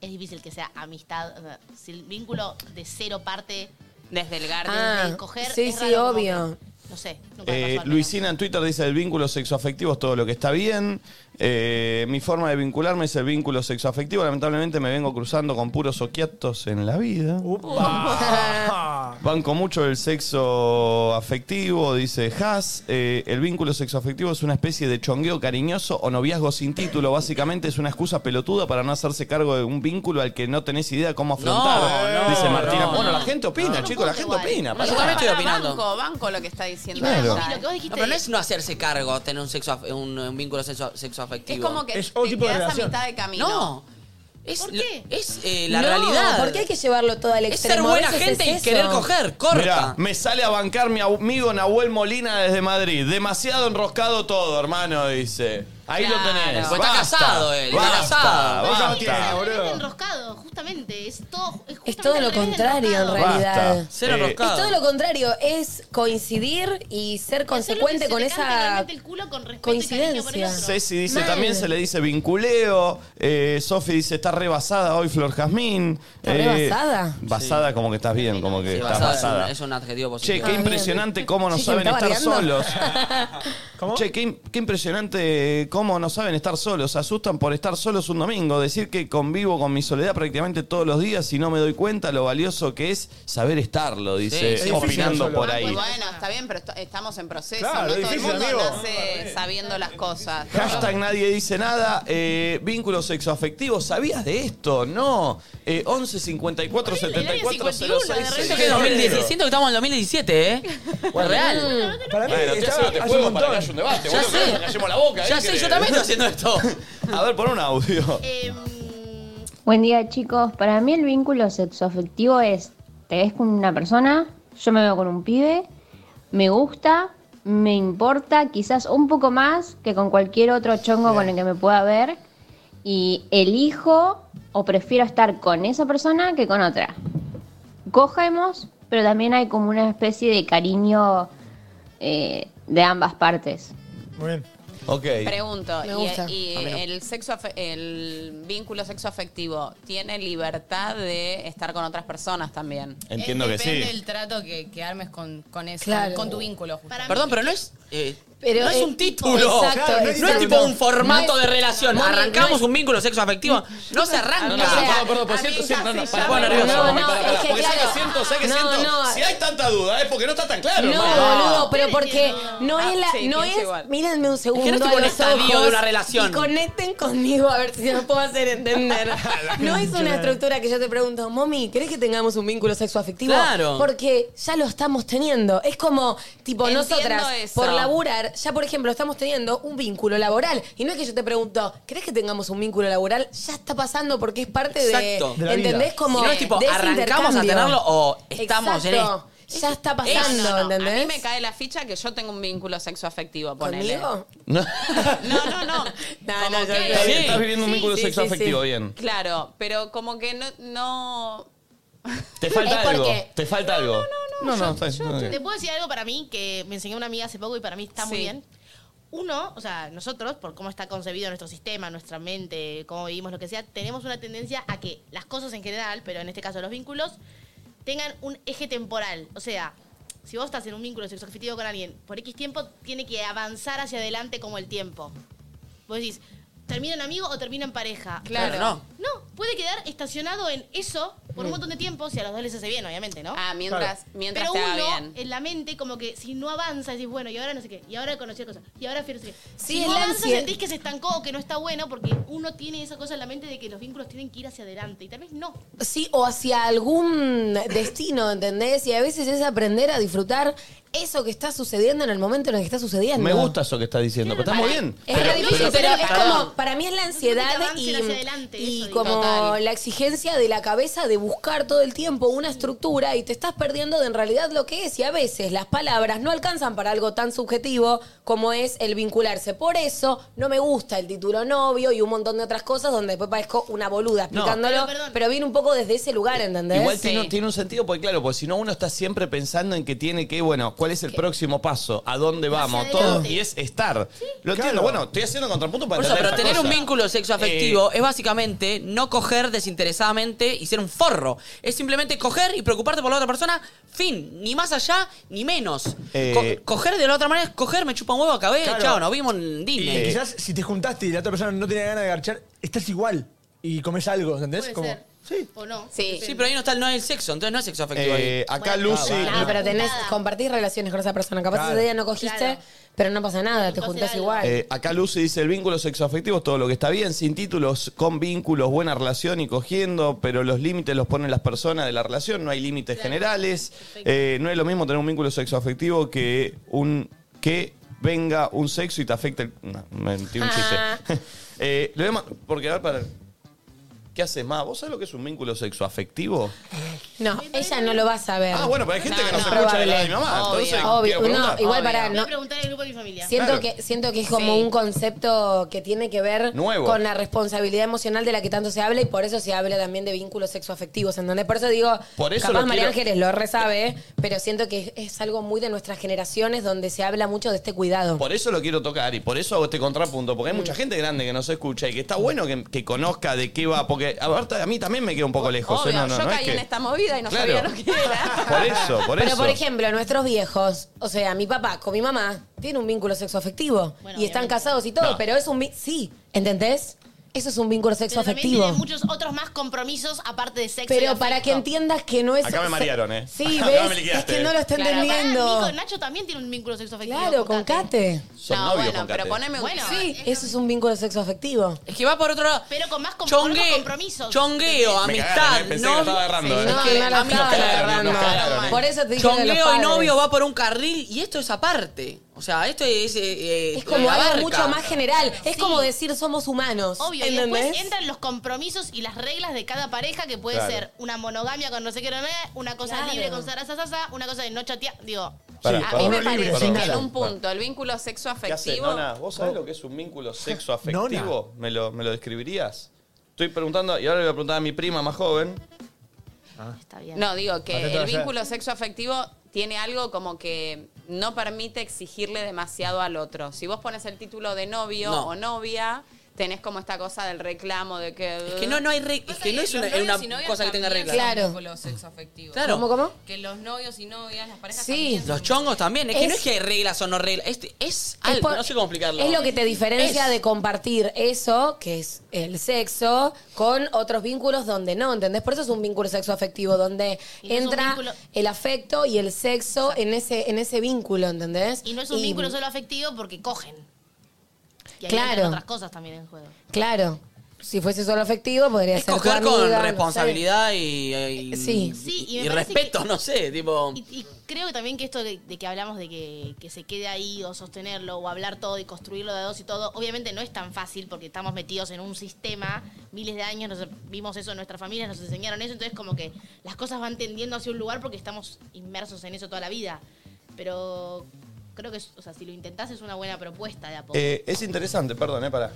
Speaker 7: es difícil que sea amistad. o sea, Si el vínculo de cero parte
Speaker 5: desde el
Speaker 7: de,
Speaker 5: garden.
Speaker 7: de
Speaker 3: Ah,
Speaker 7: coger.
Speaker 3: sí,
Speaker 7: es
Speaker 3: sí,
Speaker 7: raro, como
Speaker 3: obvio.
Speaker 7: que- No sé, nunca me
Speaker 1: Eh,
Speaker 7: pasó al menos.
Speaker 1: Luisina en Twitter dice el vínculo sexoafectivo es todo lo que está bien. Eh, mi forma de vincularme es el vínculo sexoafectivo. Lamentablemente me vengo cruzando con puros oquiatos en la vida. <laughs> Banco mucho el sexo afectivo, dice Haas. Eh, el vínculo sexoafectivo es una especie de chongueo cariñoso o noviazgo sin título. Básicamente es una excusa pelotuda para no hacerse cargo de un vínculo al que no tenés idea cómo afrontar.
Speaker 2: no,
Speaker 1: dice Martina.
Speaker 2: no,
Speaker 1: bueno,
Speaker 2: no.
Speaker 1: la gente opina, chicos, la gente opina.
Speaker 2: No, yo
Speaker 1: pará.
Speaker 2: también estoy opinando.
Speaker 5: Banco, banco lo que está diciendo.
Speaker 1: Claro.
Speaker 5: ella, ¿eh?
Speaker 2: No, pero no es no hacerse cargo, tener un, sexo, af- un, un vínculo sexo,
Speaker 5: Es
Speaker 2: sexoafectivo.
Speaker 5: como que te quedas a mitad de camino.
Speaker 2: No. Es, lo- es eh, la
Speaker 3: No,
Speaker 2: realidad.
Speaker 3: ¿Por qué hay que llevarlo todo al
Speaker 2: Es ser
Speaker 3: extremo? A
Speaker 2: buena
Speaker 3: veces
Speaker 2: gente
Speaker 3: es
Speaker 2: y
Speaker 3: eso.
Speaker 2: querer coger,
Speaker 1: Mirá, me sale a bancar mi amigo Nahuel Molina desde Madrid. Demasiado enroscado todo, hermano, dice. Ahí lo tenés.
Speaker 2: Pues está
Speaker 1: Basta,
Speaker 2: casado él, está
Speaker 1: basta,
Speaker 2: casado.
Speaker 1: basta.
Speaker 2: Eso tiene,
Speaker 7: Es enroscado, justamente. Es todo, es
Speaker 3: Es todo lo contrario en
Speaker 1: Basta.
Speaker 3: realidad.
Speaker 1: Cero Eh,
Speaker 3: es
Speaker 1: enroscado.
Speaker 3: todo lo contrario, es coincidir y ser consecuente con esa coincidencia.
Speaker 1: Ceci dice,
Speaker 3: Mal.
Speaker 1: también se le dice vinculeo. Eh, Sofi dice, está rebasada hoy Flor Jazmín. Eh,
Speaker 3: ¿Está rebasada?
Speaker 1: Basada como que estás bien, como que
Speaker 2: Sí,
Speaker 1: estás
Speaker 2: basada es un-
Speaker 1: basada.
Speaker 2: es un adjetivo
Speaker 1: Che,
Speaker 2: positivo.
Speaker 1: qué impresionante cómo no
Speaker 2: Sí, que me
Speaker 1: saben estar
Speaker 2: estaba bardeando.
Speaker 1: solos.
Speaker 2: <laughs>
Speaker 1: Che, qué, im- qué impresionante cómo no saben estar solos. Se asustan por estar solos un domingo. Decir que convivo con mi soledad prácticamente todos los días y no me doy cuenta lo valioso que es saber estarlo, dice,
Speaker 5: Sí, sí, Ah,
Speaker 1: opinando por ahí.
Speaker 5: Bueno, está bien, pero esto- estamos en proceso.
Speaker 1: Claro,
Speaker 5: no todo el
Speaker 1: difícil,
Speaker 5: mundo
Speaker 1: amigo.
Speaker 5: nace sabiendo las cosas.
Speaker 1: Hashtag nadie dice nada. Eh, vínculos sexoafectivos. ¿Sabías de esto? No. Eh, 11 54 74 06
Speaker 2: Siento que es 2017, siento que estamos en 2017, ¿eh? Es real.
Speaker 4: Para
Speaker 1: mí Bueno, estoy estaba haciéndote hace juego un para que montón. haya un debate,
Speaker 2: Ya
Speaker 1: boludo, que
Speaker 2: sé.
Speaker 1: nos callemos la boca, ¿eh?
Speaker 2: Ya
Speaker 1: ¿Qué
Speaker 2: sé, yo
Speaker 1: querés?
Speaker 2: también estoy haciendo esto.
Speaker 1: <laughs> A ver, pon un audio.
Speaker 19: Buen día chicos, para mí el vínculo sexoafectivo es, te ves con una persona, yo me veo con un pibe, me gusta, me importa quizás un poco más que con cualquier otro chongo con el que me pueda ver y elijo o prefiero estar con esa persona que con otra. Cogemos, pero también hay como una especie de cariño eh, de ambas partes.
Speaker 4: Muy bien.
Speaker 1: Ok.
Speaker 5: Pregunto,
Speaker 19: Me
Speaker 5: ¿y,
Speaker 19: gusta.
Speaker 5: y
Speaker 19: A mí no.
Speaker 5: el, sexo afe- el vínculo sexo afectivo tiene libertad de estar con otras personas también?
Speaker 1: Entiendo que sí.
Speaker 20: Depende del trato que, que armes con, con, eso,
Speaker 5: Claro.
Speaker 20: con tu vínculo. justo.
Speaker 2: Perdón, pero no es. eh,
Speaker 20: Pero,
Speaker 2: no es
Speaker 20: eh,
Speaker 2: un título.
Speaker 20: exacto,
Speaker 2: no es
Speaker 20: exacto.
Speaker 2: tipo un formato
Speaker 20: No es-
Speaker 2: de relación.
Speaker 20: no es-
Speaker 2: Arrancamos
Speaker 20: no
Speaker 2: un vínculo sexoafectivo. No se arranca.
Speaker 1: No, no, perdón, perdón, perdón, por cierto, siento, no, pará, pará, pará, pará, pará, pará,
Speaker 3: que
Speaker 1: porque sé
Speaker 3: claro.
Speaker 1: que siento, sé que
Speaker 3: No,
Speaker 1: siento,
Speaker 3: no.
Speaker 1: si hay tanta duda es porque no está tan claro.
Speaker 3: No,
Speaker 1: hermano.
Speaker 3: boludo, pero porque no
Speaker 5: Ah,
Speaker 3: es la.
Speaker 5: sí,
Speaker 3: no
Speaker 5: pienso
Speaker 3: es.
Speaker 5: igual.
Speaker 3: Mírenme un segundo.
Speaker 2: no es tipo
Speaker 3: a
Speaker 2: un
Speaker 3: los
Speaker 2: estadio de
Speaker 3: ojos
Speaker 2: una relación.
Speaker 3: Y conecten conmigo a ver si lo puedo hacer
Speaker 2: <laughs>
Speaker 3: entender. No es una estructura que yo te pregunto, mami, ¿querés que tengamos un vínculo sexoafectivo?
Speaker 16: Claro.
Speaker 3: Porque ya lo estamos teniendo. Es como, tipo,
Speaker 5: Entiendo
Speaker 3: nosotras,
Speaker 5: eso.
Speaker 3: por laburar, ya por ejemplo, estamos teniendo un vínculo laboral. Y no es que yo te pregunto, ¿querés que tengamos un vínculo laboral? Ya está pasando porque es parte
Speaker 2: Exacto.
Speaker 3: de.
Speaker 2: De la vida.
Speaker 3: ¿Entendés? Como.
Speaker 2: Y no es tipo,
Speaker 3: de ese
Speaker 2: arrancamos a
Speaker 3: intercambio.
Speaker 2: tenerlo o estamos en
Speaker 3: Exacto.
Speaker 2: esto.
Speaker 3: Ya está pasando,
Speaker 5: Eso no.
Speaker 3: ¿entendés?
Speaker 5: A mí me cae la ficha que yo tengo un vínculo sexo afectivo, ponele.
Speaker 3: ¿Conmigo?
Speaker 5: <laughs> No, no, no.
Speaker 1: yo- Está bien, estás viviendo un vínculo sexoafectivo, bien.
Speaker 5: Claro, pero como que no... no...
Speaker 1: Te falta
Speaker 5: Es
Speaker 1: algo,
Speaker 5: porque-
Speaker 1: te falta algo. No, no, está bien, está bien.
Speaker 7: ¿Te puedo decir algo para mí que me enseñó una amiga hace poco y para mí está muy
Speaker 5: Sí.
Speaker 7: bien? Uno, o sea, nosotros, por cómo está concebido nuestro sistema, nuestra mente, cómo vivimos, lo que sea, tenemos una tendencia a que las cosas en general, pero en este caso los vínculos, tengan un eje temporal. O sea, si vos estás en un vínculo sexoafectivo con alguien, por X tiempo tiene que avanzar hacia adelante como el tiempo. Vos decís, ¿termina en amigo o termina en pareja?
Speaker 5: Claro. Claro,
Speaker 7: No, puede quedar estacionado en eso por un montón de tiempo, si a los dos les hace bien, obviamente, ¿no? Ah,
Speaker 5: Mm. mientras- Claro. mientras
Speaker 7: Pero
Speaker 5: te haga
Speaker 7: uno,
Speaker 5: bien.
Speaker 7: en la mente, como que si no avanza, decís, bueno, y ahora no sé qué, y ahora conocí otra cosa, y ahora fui no sé qué.
Speaker 3: Sí,
Speaker 7: si
Speaker 3: es
Speaker 7: no
Speaker 3: la
Speaker 7: avanza,
Speaker 3: ansiedad.
Speaker 7: sentís que se estancó, que no está bueno, porque uno tiene esa cosa en la mente de que los vínculos tienen que ir hacia adelante, y tal vez no.
Speaker 3: Sí, o hacia algún destino, ¿entendés? Y a veces es aprender a disfrutar eso que está sucediendo en el momento en el que está sucediendo.
Speaker 1: Me gusta eso que estás diciendo, pero está muy bien.
Speaker 3: Es re difícil, pero, es como, para mí es la ansiedad
Speaker 7: avance
Speaker 3: y,
Speaker 7: hacia adelante,
Speaker 3: y
Speaker 7: eso digo.
Speaker 3: como
Speaker 7: Total.
Speaker 3: la exigencia de la cabeza de buscar todo el tiempo una estructura y te estás perdiendo de en realidad lo que es. Y a veces las palabras no alcanzan para algo tan subjetivo como es el vincularse. Por eso no me gusta el título novio y un montón de otras cosas donde después parezco una boluda explicándolo.
Speaker 1: Pero,
Speaker 3: pero, viene un poco desde ese lugar, ¿entendés?
Speaker 1: Igual tiene, tiene un sentido, porque claro, porque si no uno está siempre pensando en que tiene que, bueno, ¿cuál es el próximo paso? ¿A dónde vamos? Todo.
Speaker 2: adelante.
Speaker 1: Y es estar. Lo entiendo, bueno, estoy haciendo contrapunto para
Speaker 2: Por eso, pero
Speaker 1: esta
Speaker 2: tener
Speaker 1: cosa.
Speaker 2: un vínculo sexoafectivo es básicamente no coger desinteresadamente y ser un forro. Es simplemente coger y preocuparte por la otra persona, fin. Ni más allá, ni menos.
Speaker 4: Eh,
Speaker 2: Co- coger de la otra manera es coger, me chupa un huevo, acabé,
Speaker 4: Claro.
Speaker 2: chao, nos vimos en
Speaker 4: Y
Speaker 2: Disney.
Speaker 4: quizás si te juntaste y la otra persona no tenía ganas de garchar, estás igual y comes algo, ¿entendés? Como,
Speaker 7: Sí. ¿O no?
Speaker 2: Sí. pero ahí no está el no del sexo, entonces no es sexo afectivo.
Speaker 1: Eh,
Speaker 2: ahí.
Speaker 1: acá Lucy-
Speaker 3: Ah, pero tenés, compartís relaciones con esa persona. Capaz
Speaker 1: Claro.
Speaker 3: ese día no cogiste, pero no pasa nada, te juntás igual.
Speaker 1: Eh, acá Lucy dice, el vínculo sexoafectivo es todo lo que está bien, sin títulos, con vínculos, buena relación y cogiendo, pero los límites los ponen las personas de la relación, no hay límites generales. Eh, no es lo mismo tener un vínculo sexoafectivo que un que venga un sexo y te afecte el... No, mentí un chiste.
Speaker 13: Ah.
Speaker 1: <laughs> Eh, lo voy a ma- porque a ver, para... ¿Qué haces más? ¿Vos sabés lo que es un vínculo sexoafectivo?
Speaker 3: No, ella no lo va a saber.
Speaker 1: Ah, bueno, pero hay gente que no se
Speaker 3: probable.
Speaker 1: escucha de la de mi mamá,
Speaker 3: Obvio.
Speaker 1: entonces
Speaker 3: Obvio.
Speaker 1: quiero preguntar.
Speaker 3: No, igual para
Speaker 7: Voy
Speaker 3: no.
Speaker 7: a preguntar al grupo de mi familia.
Speaker 3: Siento,
Speaker 1: Claro.
Speaker 3: que, siento que es como un concepto que tiene que ver
Speaker 1: Nuevo.
Speaker 3: con la responsabilidad emocional de la que tanto se habla y por eso se habla también de vínculos sexoafectivos, ¿entendés? Por eso digo,
Speaker 1: Por eso
Speaker 3: capaz
Speaker 1: lo
Speaker 3: María
Speaker 1: quiero-
Speaker 3: Ángeles lo resabe, pero siento que es, es algo muy de nuestras generaciones donde se habla mucho de este cuidado.
Speaker 1: Por eso lo quiero tocar y por eso hago este contrapunto, porque hay
Speaker 5: Mm.
Speaker 1: mucha gente grande que nos escucha y que está bueno que, que conozca de qué va, porque a, ver, a mí también me queda un poco lejos.
Speaker 5: Obvio,
Speaker 1: ¿eh? No, no,
Speaker 5: yo
Speaker 1: no es
Speaker 5: caí
Speaker 1: que-
Speaker 5: en esta movida y no
Speaker 1: Claro.
Speaker 5: sabía lo que era.
Speaker 1: Por eso, por
Speaker 3: pero
Speaker 1: eso.
Speaker 3: por ejemplo, nuestros viejos, o sea, mi papá con mi mamá tiene un vínculo sexoafectivo y están casados y todo,
Speaker 7: No.
Speaker 3: pero es un vi- sí, ¿entendés? Eso es un vínculo
Speaker 7: Pero también
Speaker 3: sexoafectivo.
Speaker 7: tiene muchos otros más compromisos aparte de sexo.
Speaker 3: Pero para que entiendas que no es.
Speaker 1: Acá me marearon, ¿eh?
Speaker 3: Sí,
Speaker 1: Acá me
Speaker 3: ves, es
Speaker 1: liquidaste,
Speaker 3: que no
Speaker 1: ¿eh?
Speaker 3: lo está entendiendo.
Speaker 7: Nico, Nacho también tiene un vínculo sexoafectivo.
Speaker 3: Claro, con Kate.
Speaker 1: Son
Speaker 7: No,
Speaker 1: novios
Speaker 7: bueno,
Speaker 1: con
Speaker 7: pero
Speaker 1: Kate.
Speaker 7: poneme un-
Speaker 3: Bueno,
Speaker 7: Sí.
Speaker 3: sí, eso es un vínculo sexoafectivo.
Speaker 2: Es que va por otro lado.
Speaker 7: Pero con más com-
Speaker 2: Chongue-
Speaker 7: con otros compromisos.
Speaker 2: Chongueo,
Speaker 1: Me
Speaker 2: amistad,
Speaker 1: cagaron, eh, pensé que lo
Speaker 2: novio-
Speaker 1: estaba agarrando,
Speaker 2: Sí,
Speaker 1: eh.
Speaker 2: no, no lo
Speaker 1: Nos
Speaker 2: estaba
Speaker 1: cagaron, eh, nos
Speaker 2: agarrando.
Speaker 1: cagaron, eh.
Speaker 3: Por eso te dije lo de los
Speaker 2: Chongueo y
Speaker 3: padres.
Speaker 2: novio va por un carril y esto es aparte. O sea, esto es. eh, eh,
Speaker 3: Es como algo
Speaker 2: abarca.
Speaker 3: mucho más general. Es como decir somos humanos.
Speaker 7: Obvio, y
Speaker 3: ¿entendés?
Speaker 7: después entran los compromisos y las reglas de cada pareja, que puede
Speaker 1: Claro.
Speaker 7: ser una monogamia con no sé qué, no, no, una cosa
Speaker 5: Claro.
Speaker 7: libre con sara, sasa, sasa, una cosa de no chatear. Digo,
Speaker 1: Pará,
Speaker 5: a
Speaker 1: pará,
Speaker 5: mí me
Speaker 1: pará,
Speaker 5: parece
Speaker 1: pará,
Speaker 5: que
Speaker 1: pará.
Speaker 5: en un punto el vínculo sexoafectivo...
Speaker 1: ¿Qué haces, Nona? ¿Vos sabés lo que es un vínculo
Speaker 5: <laughs>
Speaker 1: sexoafectivo? ¿Me lo, ¿Me lo describirías? Estoy preguntando, y ahora le voy a preguntar a mi prima más joven.
Speaker 5: Ah. No, digo que
Speaker 1: Atento
Speaker 5: el
Speaker 1: allá.
Speaker 5: vínculo sexoafectivo tiene algo como que no permite exigirle demasiado al otro. Si vos pones el título de novio
Speaker 2: No.
Speaker 5: o novia, tenés como esta cosa del reclamo de que... eh,
Speaker 2: Es que no, no hay re- es que no es una, una cosa que tenga reglas.
Speaker 20: Los sexoafectivos.
Speaker 2: Claro. ¿Cómo,
Speaker 3: cómo?
Speaker 20: Que los novios y novias, las parejas
Speaker 3: Sí.
Speaker 2: Los chongos también. Es, que
Speaker 3: Es-
Speaker 2: no es que hay reglas o no reglas. Es, es algo.
Speaker 3: por-
Speaker 2: no sé cómo explicarlo.
Speaker 3: Es lo que te diferencia
Speaker 2: Es-
Speaker 3: de compartir eso, que es el sexo, con otros vínculos donde no, ¿entendés? Por eso es un vínculo sexoafectivo, donde
Speaker 7: Y no es un
Speaker 3: entra
Speaker 7: vínculo-
Speaker 3: el afecto y el sexo en ese, en ese vínculo, ¿entendés?
Speaker 7: y no es un vínculo solo afectivo porque cogen. Y ahí
Speaker 3: Claro.
Speaker 7: entran otras cosas también en juego.
Speaker 3: Claro. Si fuese solo afectivo, podría ser tu
Speaker 2: Coger con
Speaker 3: amiga, no sé.
Speaker 2: responsabilidad y, y-
Speaker 3: Sí.
Speaker 7: Sí, y
Speaker 2: y,
Speaker 7: me
Speaker 2: y
Speaker 7: parece
Speaker 2: respeto,
Speaker 7: que-
Speaker 2: no sé, tipo.
Speaker 7: Y creo que también que esto de, de que hablamos de que, que se quede ahí o sostenerlo o hablar todo y construirlo de a dos y todo, obviamente no es tan fácil porque estamos metidos en un sistema, miles de años nos, vimos eso en nuestras familias, nos enseñaron eso, entonces como que las cosas van tendiendo hacia un lugar porque estamos inmersos en eso toda la vida. Pero creo que, es- o sea, si lo intentás es una buena propuesta de a poco.
Speaker 1: Eh, es interesante, perdón, eh, para.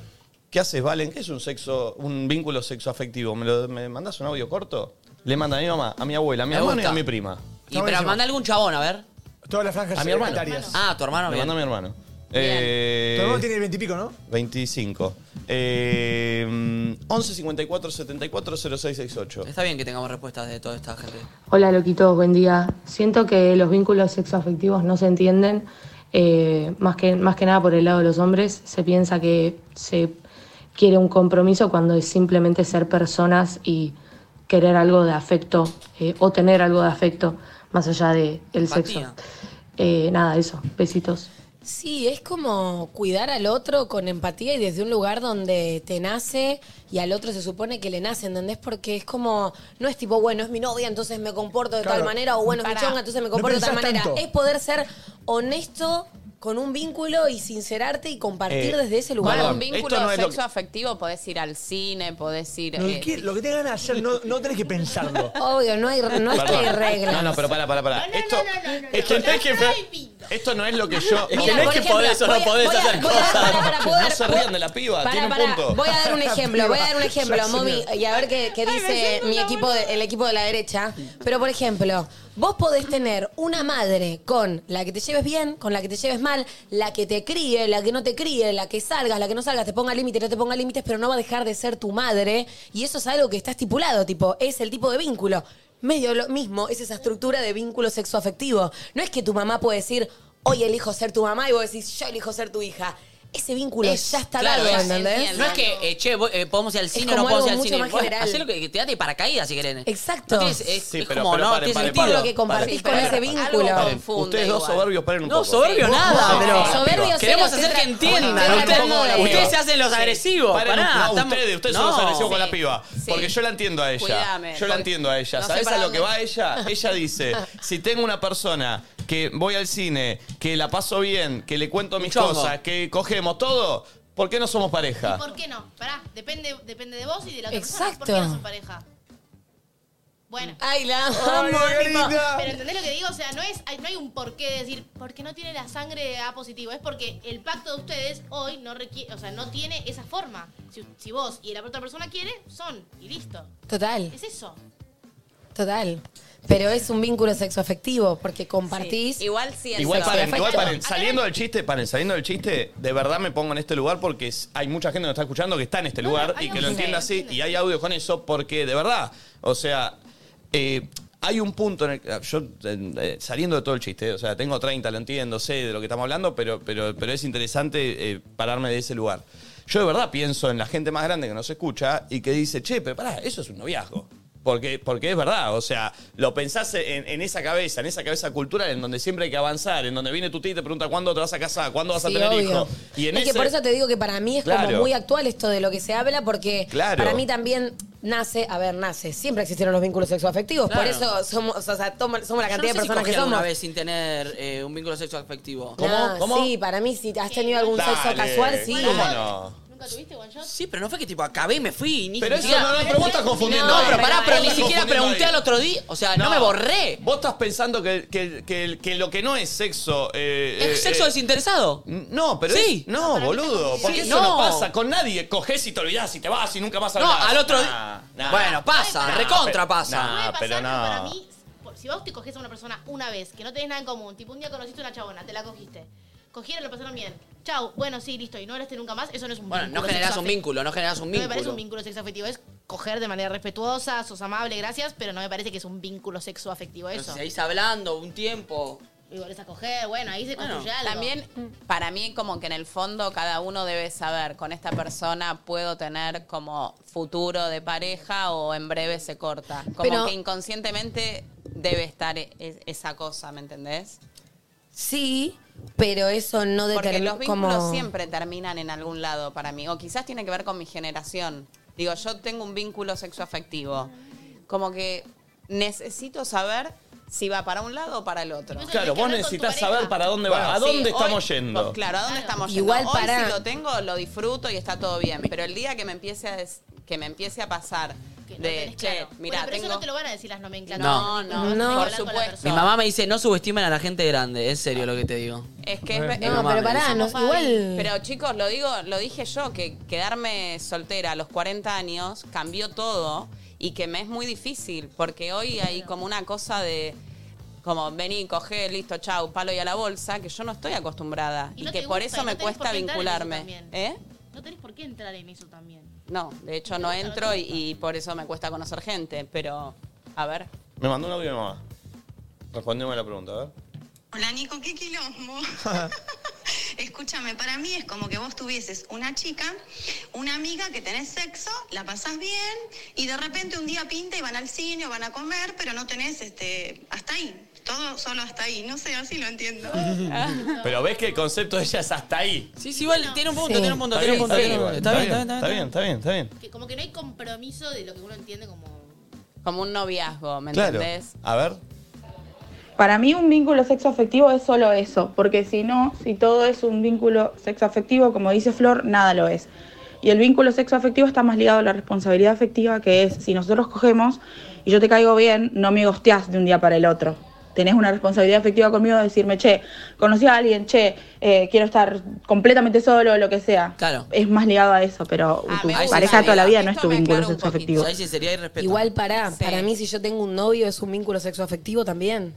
Speaker 1: ¿Qué haces, Valen? ¿Qué es un sexo, un vínculo sexoafectivo? ¿Me, lo- me mandás un audio corto? Le manda a mi mamá, a mi abuela, a mi
Speaker 2: Me
Speaker 1: hermano y
Speaker 2: gusta.
Speaker 1: a mi prima.
Speaker 2: Y pero manda algún chabón, a ver.
Speaker 4: Todas las franjas
Speaker 1: A mi hermano.
Speaker 4: etarias.
Speaker 2: Ah, tu hermano.
Speaker 1: Le
Speaker 2: bien.
Speaker 1: manda a mi hermano. Eh,
Speaker 4: Todo el mundo tiene veintipico, ¿no?
Speaker 1: 25. Eh, mm, 11 54 74 0668.
Speaker 2: Está bien que tengamos respuestas de toda esta gente.
Speaker 21: Hola loquitos, buen día. Siento que los vínculos sexoafectivos no se entienden, eh, más, que, más que nada por el lado de los hombres. Se piensa que se quiere un compromiso cuando es simplemente ser personas y querer algo de afecto eh, o tener algo de afecto más allá del el sexo.
Speaker 3: Empatía.
Speaker 21: Eh, nada, eso. Besitos.
Speaker 3: Sí, es como cuidar al otro con empatía y desde un lugar donde te nace y al otro se supone que le nace, ¿entendés? Porque es como, no es tipo, bueno, es mi novia, entonces me comporto de
Speaker 16: Claro.
Speaker 3: tal manera, o bueno, es mi
Speaker 16: Pará.
Speaker 3: chonga, entonces me
Speaker 16: No
Speaker 3: comporto de tal
Speaker 16: pensás
Speaker 3: manera.
Speaker 16: tanto.
Speaker 3: Es poder ser honesto con un vínculo y sincerarte y compartir
Speaker 1: Eh,
Speaker 3: desde ese lugar.
Speaker 1: perdón,
Speaker 5: un vínculo
Speaker 1: esto no es lo-
Speaker 5: sexo afectivo podés ir al cine, podés ir.
Speaker 4: Lo
Speaker 5: eh,
Speaker 4: que, quie- lo que tengas ganas de hacer, no, no tenés que pensarlo.
Speaker 3: Obvio, no hay, no es que hay
Speaker 1: Perdón.
Speaker 3: reglas.
Speaker 1: No, no, pero para, para, para. esto, esto, esto no es lo que yo.
Speaker 3: Es que Mira, no es por que ejemplo, podés o no voy a- podés voy a- hacer voy a- cosas. para, para, voy a-
Speaker 1: no se rían de la piba,
Speaker 3: Para,
Speaker 1: tiene un
Speaker 3: para,
Speaker 1: punto.
Speaker 3: voy a
Speaker 1: <laughs>
Speaker 3: dar un ejemplo, voy a dar un ejemplo,
Speaker 16: Ya,
Speaker 3: mami,
Speaker 16: señor.
Speaker 3: y a ver qué, qué dice mi equipo, de- el equipo de la derecha. Pero, por ejemplo, vos podés tener una madre con la que te lleves bien, con la que te lleves mal, la que te críe, la que no te críe, la que salgas, la que no salgas, te ponga límites, no te ponga límites, pero no va a dejar de ser tu madre. Y eso es algo que está estipulado, tipo, es el tipo de vínculo. Medio lo mismo, es esa estructura de vínculo sexoafectivo. No es que tu mamá puede decir, hoy elijo ser tu mamá, y vos decís, yo elijo ser tu hija. Ese vínculo ya está
Speaker 2: Claro,
Speaker 3: dado,
Speaker 2: es-
Speaker 3: ¿entendés?
Speaker 2: No es que, eh, che, voy- eh, podemos ir al cine o no
Speaker 3: como
Speaker 2: podemos ir al
Speaker 3: algo mucho
Speaker 2: cine.
Speaker 3: más
Speaker 2: Bueno,
Speaker 3: general.
Speaker 2: hacé lo que te date paracaídas si querés.
Speaker 3: Exacto.
Speaker 2: No tienes- es,
Speaker 1: Sí,
Speaker 2: es
Speaker 1: pero-
Speaker 2: como,
Speaker 1: pero
Speaker 2: no,
Speaker 1: paren,
Speaker 2: tiene
Speaker 1: paren,
Speaker 2: sentido.
Speaker 1: paren, paren, paren, paren, paren. Ustedes dos soberbios, paren un
Speaker 2: No,
Speaker 1: poco.
Speaker 2: soberbio
Speaker 1: Sí.
Speaker 2: nada,
Speaker 1: Sí.
Speaker 2: pero-
Speaker 1: Sí.
Speaker 2: Soberbio Queremos cero, hacer que cero, entiendan, cero, ustedes- cero, cero. ustedes se hacen los agresivos,
Speaker 1: Paren,
Speaker 2: pará,
Speaker 1: no,
Speaker 2: estamos-
Speaker 1: ustedes, ustedes
Speaker 2: No.
Speaker 1: son los agresivos con
Speaker 2: Sí.
Speaker 1: la piba. Porque yo la entiendo a ella.
Speaker 2: Cuídame,
Speaker 1: yo la
Speaker 2: porque-
Speaker 1: entiendo a ella.
Speaker 2: no sé
Speaker 1: ¿Sabes a
Speaker 2: para
Speaker 1: lo que
Speaker 2: dónde.
Speaker 1: va ella?
Speaker 2: <laughs>
Speaker 1: Ella dice, si tengo una persona que voy al cine, que la paso bien, que le cuento mis
Speaker 2: chongo.
Speaker 1: cosas, que cogemos todo, ¿por qué no somos pareja?
Speaker 7: ¿Por qué no? Pará, depende, depende de vos y de la otra persona. ¿Por
Speaker 1: Exacto.
Speaker 7: qué no son pareja? Bueno.
Speaker 3: Ay, la amo,
Speaker 7: Ay,
Speaker 3: tipo.
Speaker 7: Margarita. Pero ¿entendés lo que digo? O sea, no, es, hay- no hay un porqué de decir, porque no tiene la sangre A positivo. Es porque el pacto de ustedes hoy no requiere, o sea, no tiene esa forma. Si, si vos y la otra persona quiere, son y listo.
Speaker 3: Total.
Speaker 7: Es eso.
Speaker 3: Total. Pero es un vínculo sexoafectivo porque compartís.
Speaker 5: Igual sí,
Speaker 1: Igual paren, igual paren. Saliendo del chiste, paren, saliendo del chiste, de verdad me pongo en este lugar porque es- hay mucha gente que nos está escuchando que está en este lugar y que lo
Speaker 7: sí,
Speaker 1: entiende así. Y hay audio con eso porque, de verdad, o sea, eh, hay un punto en el que. Yo, eh, eh, saliendo de todo el chiste, eh, o sea, tengo 30, lo entiendo, sé de lo que estamos hablando, pero, pero, pero es interesante eh, pararme de ese lugar. Yo de verdad pienso en la gente más grande que nos escucha y que dice, che, pero pará, eso es un noviazgo. Porque, porque es verdad, o sea, lo pensás en, en esa cabeza, en esa cabeza cultural en donde siempre hay que avanzar, en donde viene tu tía y te pregunta cuándo te vas a casar, cuándo vas a
Speaker 3: Sí,
Speaker 1: tener
Speaker 3: obvio.
Speaker 1: hijo. Y en
Speaker 3: es
Speaker 1: ese-
Speaker 3: que por eso te digo que para mí es
Speaker 1: Claro.
Speaker 3: como muy actual esto de lo que se habla, porque
Speaker 1: Claro.
Speaker 3: para mí también nace, a ver, nace, siempre existieron los vínculos sexoafectivos,
Speaker 2: Claro.
Speaker 3: por eso somos, o sea, toma- somos la
Speaker 2: Yo
Speaker 3: cantidad
Speaker 2: no sé
Speaker 3: de
Speaker 2: si
Speaker 3: personas
Speaker 2: cogí
Speaker 3: que
Speaker 2: alguna
Speaker 3: somos.
Speaker 2: vez sin tener eh, un vínculo sexo afectivo.
Speaker 3: Nah, Sí, para mí, si has tenido algún sexo casual, sí.
Speaker 7: ¿Nunca tuviste one shot?
Speaker 2: Sí, pero no fue que tipo acabé y me fui. Ni
Speaker 1: Pero eso
Speaker 2: siquiera-
Speaker 1: no, no, pero vos estás confundiendo.
Speaker 2: No, pero
Speaker 1: ahí.
Speaker 2: pará, pero
Speaker 1: Vos
Speaker 2: ni
Speaker 1: estás
Speaker 2: siquiera
Speaker 1: confundiendo
Speaker 2: pregunté
Speaker 1: ahí.
Speaker 2: al otro día. O sea, no, me borré.
Speaker 1: Vos estás pensando que, que- que- que lo que no es sexo. eh,
Speaker 2: Es
Speaker 1: eh,
Speaker 2: sexo
Speaker 1: eh,
Speaker 2: desinteresado.
Speaker 1: No, pero.
Speaker 2: Sí.
Speaker 1: es- no, boludo.
Speaker 2: confundí.
Speaker 1: Porque
Speaker 2: Sí,
Speaker 1: eso no.
Speaker 2: no.
Speaker 1: pasa con nadie. Cogés y te olvidás y te vas y nunca más
Speaker 2: No,
Speaker 1: hablás.
Speaker 2: al otro di-
Speaker 1: Nah, nah.
Speaker 2: Bueno, pasa,
Speaker 1: Nah,
Speaker 2: recontra
Speaker 1: pero-
Speaker 2: pasa.
Speaker 1: Nah,
Speaker 2: Puede
Speaker 1: pero
Speaker 2: pasar,
Speaker 1: no.
Speaker 7: Para mí, por- si vos te coges a una persona una vez, que no tenés nada en común, tipo un día conociste una chabona, te la cogiste, cogieron, lo pasaron bien, chau, bueno, sí, listo, y no hablaste nunca más, eso no es un
Speaker 2: Bueno, no generás un vínculo, no generás un
Speaker 7: No me parece un
Speaker 2: vínculo.
Speaker 7: vínculo sexoafectivo, es coger de manera respetuosa, sos amable, gracias, pero no me parece que es un vínculo sexoafectivo
Speaker 2: Pero
Speaker 7: eso.
Speaker 2: si seguís hablando un tiempo.
Speaker 7: Y volvés a coger, bueno, ahí se construye algo.
Speaker 5: También, para mí, como que en el fondo cada uno debe saber, con esta persona puedo tener como futuro de pareja o en breve se corta. Como
Speaker 3: Pero-
Speaker 5: que inconscientemente debe estar e- e- esa cosa, ¿me entendés?
Speaker 3: Sí, pero eso no
Speaker 5: Porque
Speaker 3: determina
Speaker 5: los vínculos
Speaker 3: como...
Speaker 5: siempre terminan en algún lado para mí. O quizás tiene que ver con mi generación. Digo, yo tengo un vínculo sexoafectivo. Como que necesito saber si va para un lado o para el otro.
Speaker 1: Claro, vos necesitas saber para dónde va. ¿A
Speaker 5: Sí,
Speaker 1: dónde
Speaker 5: hoy-
Speaker 1: estamos yendo?
Speaker 5: pues, claro, ¿a dónde estamos yendo?
Speaker 3: Igual
Speaker 5: Hoy
Speaker 3: para-
Speaker 5: si lo tengo, lo disfruto y está todo bien. Pero el día que me empiece a, des- que me empiece a pasar de, che,
Speaker 7: Bueno,
Speaker 5: mirá,
Speaker 7: pero eso
Speaker 5: tengo...
Speaker 7: no te lo van a decir las nomenclaturas.
Speaker 2: No,
Speaker 5: no,
Speaker 7: Vas a tener que
Speaker 5: por
Speaker 7: hablar con la
Speaker 5: supuesto.
Speaker 2: Mi mamá me dice, no subestimen a la gente grande. Es serio lo que te digo.
Speaker 5: Es que es,
Speaker 2: No,
Speaker 5: es-
Speaker 2: pero No, mames, pará,
Speaker 3: no, somos igual-
Speaker 5: Pero chicos, lo digo, lo dije yo, que quedarme soltera a los 40 años cambió todo y que me es muy difícil, porque hoy hay como una cosa de como vení, cogé, listo, chau, palo y a la bolsa, que yo no estoy acostumbrada y,
Speaker 7: no
Speaker 5: que
Speaker 7: te
Speaker 5: por
Speaker 7: gusta,
Speaker 5: eso
Speaker 7: y no
Speaker 5: me
Speaker 7: tenés
Speaker 5: cuesta
Speaker 7: por qué entrar en eso
Speaker 5: vincularme.
Speaker 7: también.
Speaker 5: ¿Eh?
Speaker 7: No tenés por qué entrar en eso también.
Speaker 5: No, de hecho no entro y, y por eso me cuesta conocer gente, pero a ver.
Speaker 1: Me mandó un audio mi mamá. Respondeme la pregunta, a ver.
Speaker 3: <laughs>
Speaker 22: Hola Nico, qué quilombo.
Speaker 23: Escúchame, para mí es como que vos tuvieses una chica, una amiga que tenés sexo, la pasás bien y de repente un día pinta y van al cine o van a comer, pero no tenés este hasta ahí. Todo solo hasta ahí. No sé, así lo
Speaker 7: <laughs>
Speaker 23: entiendo.
Speaker 7: Ah,
Speaker 1: Pero ves que el concepto de ella es hasta ahí.
Speaker 2: Sí, sí, igual tiene un punto, tiene un punto,
Speaker 1: Está
Speaker 2: tiene un
Speaker 1: bien,
Speaker 2: punto. tiene un punto.
Speaker 1: está bien, está bien,
Speaker 24: está bien, está bien.
Speaker 7: Que como que no hay compromiso de lo que uno entiende como.
Speaker 25: Como un noviazgo, ¿me
Speaker 24: Claro.
Speaker 25: entendés?
Speaker 24: A ver.
Speaker 5: Para mí un vínculo sexoafectivo es solo eso, porque si no, si todo es un vínculo sexoafectivo, como dice Flor, nada lo es. Y el vínculo sexoafectivo está más ligado a la responsabilidad afectiva, que es si nosotros cogemos y yo te caigo bien, no me gosteás de un día para el otro. Tenés una responsabilidad afectiva conmigo de decirme, che, conocí a alguien, che, eh, quiero estar completamente solo, lo que sea.
Speaker 2: Claro.
Speaker 5: Es más ligado a eso, pero tu
Speaker 2: Ah, me gusta
Speaker 5: pareja
Speaker 2: esa
Speaker 5: toda la
Speaker 2: idea.
Speaker 5: vida no es tu vínculo sexoafectivo.
Speaker 2: Ahí sinceridad y respeto.
Speaker 3: Igual para, para mí si yo tengo un novio es un vínculo sexoafectivo también.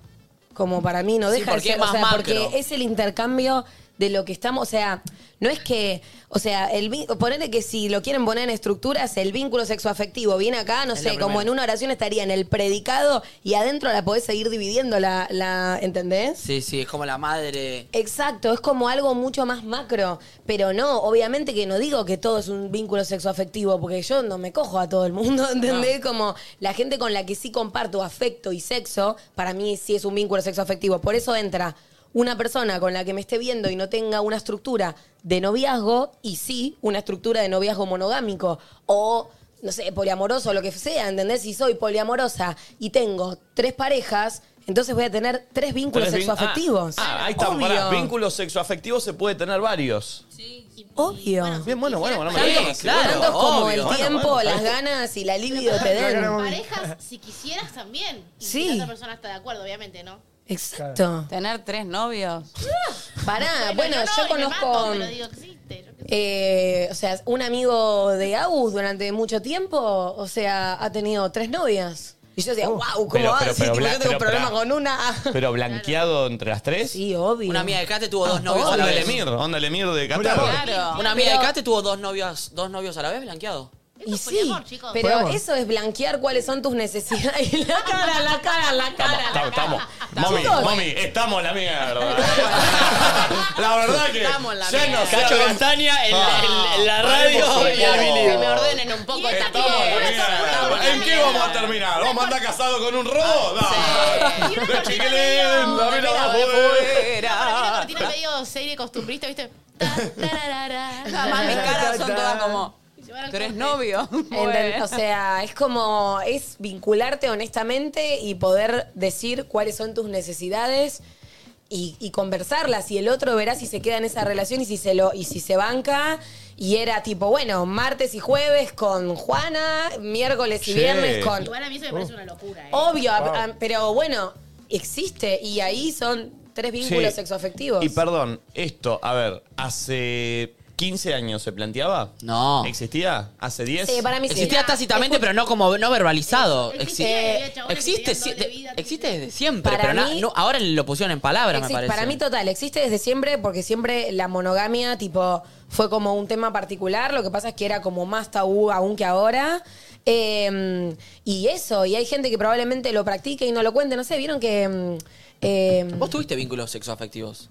Speaker 3: Como para mí no
Speaker 2: Sí,
Speaker 3: deja
Speaker 2: porque
Speaker 3: de
Speaker 2: es
Speaker 3: ser,
Speaker 2: más
Speaker 3: o sea,
Speaker 2: macro.
Speaker 3: porque es el intercambio de lo que estamos, o sea, no es que, o sea, el vi- ponerle que si lo quieren poner en estructuras, el vínculo sexoafectivo viene acá, no
Speaker 2: Es la
Speaker 3: sé, como
Speaker 2: primera.
Speaker 3: en una oración estaría en el predicado y adentro la podés seguir dividiendo la, la ¿entendés?
Speaker 2: Sí, sí, es como la madre.
Speaker 3: Exacto, es como algo mucho más macro, pero no, obviamente que no digo que todo es un vínculo sexoafectivo, porque yo no me cojo a todo el mundo, <laughs> ¿entendés? Como la gente con la que sí comparto afecto y sexo, para mí sí es un vínculo sexoafectivo, por eso entra una persona con la que me esté viendo y no tenga una estructura de noviazgo y sí una estructura de noviazgo monogámico o no sé, poliamoroso o lo que sea, ¿entendés? Si soy poliamorosa y tengo tres parejas, entonces voy a tener tres vínculos
Speaker 1: Tres vin-
Speaker 3: sexoafectivos.
Speaker 1: Ah, ah, ahí está.
Speaker 3: Obvio.
Speaker 1: Pará, vínculos sexoafectivos se puede tener varios.
Speaker 3: Obvio.
Speaker 1: Bien, bueno, bueno, bueno.
Speaker 3: Sí,
Speaker 1: bueno,
Speaker 3: claro,
Speaker 1: bueno,
Speaker 3: como
Speaker 1: obvio.
Speaker 3: el
Speaker 1: Bueno,
Speaker 3: tiempo,
Speaker 1: bueno,
Speaker 3: las
Speaker 1: ahí-
Speaker 3: ganas y la
Speaker 1: <laughs>
Speaker 3: libido te
Speaker 7: Pero
Speaker 3: den.
Speaker 7: con parejas, si quisieras también. Y
Speaker 3: Sí.
Speaker 7: Si la otra persona está de acuerdo, obviamente, ¿no?
Speaker 3: Exacto.
Speaker 25: Tener tres novios.
Speaker 3: Pará, bueno,
Speaker 7: no, no,
Speaker 3: yo
Speaker 7: y me mato,
Speaker 3: conozco.
Speaker 7: pero digo, existe.
Speaker 3: eh, o sea, un amigo de Agus durante mucho tiempo, o sea, ha tenido tres novias. Y yo
Speaker 1: Oh.
Speaker 3: decía, wow, ¿cómo
Speaker 1: Pero-
Speaker 3: va?
Speaker 1: pero-
Speaker 3: ah, Sí,
Speaker 1: pero
Speaker 3: tipo,
Speaker 1: bla-
Speaker 3: yo tengo
Speaker 1: pero
Speaker 3: problema
Speaker 1: pará.
Speaker 3: con una.
Speaker 1: Pero blanqueado entre las tres.
Speaker 3: Sí, obvio. Ah,
Speaker 2: Una amiga de Kate tuvo dos novios a la
Speaker 1: Onda
Speaker 2: vez.
Speaker 1: Lemir, onda Lemir de Qatar.
Speaker 2: Claro. Una amiga de
Speaker 3: Pero-
Speaker 2: Kate tuvo dos novios, dos novios a la vez blanqueado.
Speaker 3: Y sí,
Speaker 2: chicos.
Speaker 3: pero
Speaker 2: Poliamor.
Speaker 3: eso es blanquear cuáles son tus necesidades. la cara, la cara, la cara.
Speaker 1: Estamos, estamos. Mami,
Speaker 3: Chicos.
Speaker 1: mami, estamos en la mierda. la verdad que.
Speaker 7: Estamos en la
Speaker 1: ya
Speaker 7: mierda.
Speaker 1: no sé a
Speaker 7: Cacho
Speaker 1: dónde-
Speaker 7: Castaña en la-
Speaker 1: Ah.
Speaker 7: en la radio
Speaker 1: Vamos,
Speaker 7: y el
Speaker 1: vamos.
Speaker 7: Billy. Que me ordenen un poco esta
Speaker 1: Estamos en la
Speaker 7: piel.
Speaker 1: mierda. ¿En qué vamos a terminar? ¿Vamos a andar casados con un robo? Dale. Pero chiquilín, la Ah, mira va a poder.
Speaker 7: Una cortina medio serie costumbrista,
Speaker 2: <laughs>
Speaker 7: ¿viste?
Speaker 5: <laughs>
Speaker 25: Además, mis caras son todas como. Tú eres novio.
Speaker 5: pues.
Speaker 3: Enten-
Speaker 5: <laughs>
Speaker 3: o sea, es como, es vincularte honestamente y poder decir cuáles son tus necesidades y, y conversarlas. Y el otro verá si se queda en esa relación y si se lo, y si se banca. Y era tipo, bueno, martes y jueves con Juana, miércoles y
Speaker 7: Sí.
Speaker 3: viernes con.
Speaker 7: Igual a mí eso me
Speaker 1: Uh.
Speaker 7: parece una locura. ¿eh?
Speaker 3: Obvio,
Speaker 7: Wow.
Speaker 3: a- a- pero bueno, existe. Y ahí son tres vínculos
Speaker 1: Sí.
Speaker 3: sexoafectivos.
Speaker 1: Y perdón, esto, a ver, hace 15 años se planteaba.
Speaker 2: No.
Speaker 1: ¿Existía? ¿Hace 10?
Speaker 3: Sí, para mí sí.
Speaker 2: Existía
Speaker 3: Era-
Speaker 2: tácitamente, pero no como no verbalizado.
Speaker 3: Existe,
Speaker 2: Exi-
Speaker 3: había chabones que
Speaker 2: existe, sí, de- existe desde siempre,
Speaker 3: Eh, Para
Speaker 2: pero na-
Speaker 3: mí-
Speaker 2: no, ahora lo pusieron en palabras, me
Speaker 3: Existe-
Speaker 2: parece.
Speaker 3: Para mí total, existe desde siempre porque siempre la monogamia tipo fue como un tema particular, lo que pasa es que era como más tabú aún que ahora. Eh, y eso, y hay gente que probablemente lo practique y no lo cuente, no sé, vieron que... mm, eh,
Speaker 2: Vos tuviste vínculos sexoafectivos.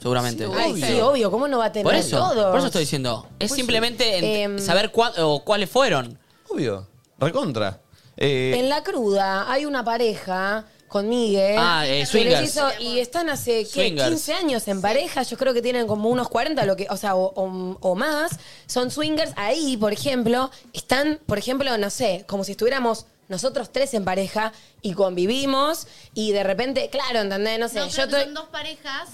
Speaker 2: Seguramente.
Speaker 3: ay, sí, obvio, ¿cómo no va a tener
Speaker 2: Por eso,
Speaker 3: todo?
Speaker 2: por eso estoy diciendo. Es
Speaker 3: Pues
Speaker 2: simplemente
Speaker 3: sí.
Speaker 2: en-
Speaker 3: Em,
Speaker 2: saber cuá- o cuáles fueron.
Speaker 1: Obvio. Recontra. Eh,
Speaker 3: En la cruda hay una pareja con Miguel.
Speaker 2: Ah, eh,
Speaker 3: que les
Speaker 1: swingers.
Speaker 3: hizo- y están hace ¿qué?
Speaker 1: Swingers.
Speaker 3: 15 años en pareja. Yo creo que tienen como unos 40, lo que, o sea, o, o- o más. Son swingers. Ahí, por ejemplo, están, por ejemplo, no sé, como si estuviéramos nosotros tres en pareja y convivimos y de repente, claro, ¿entendés? No sé,
Speaker 7: No,
Speaker 3: yo
Speaker 7: creo que
Speaker 3: estoy-
Speaker 7: son dos parejas.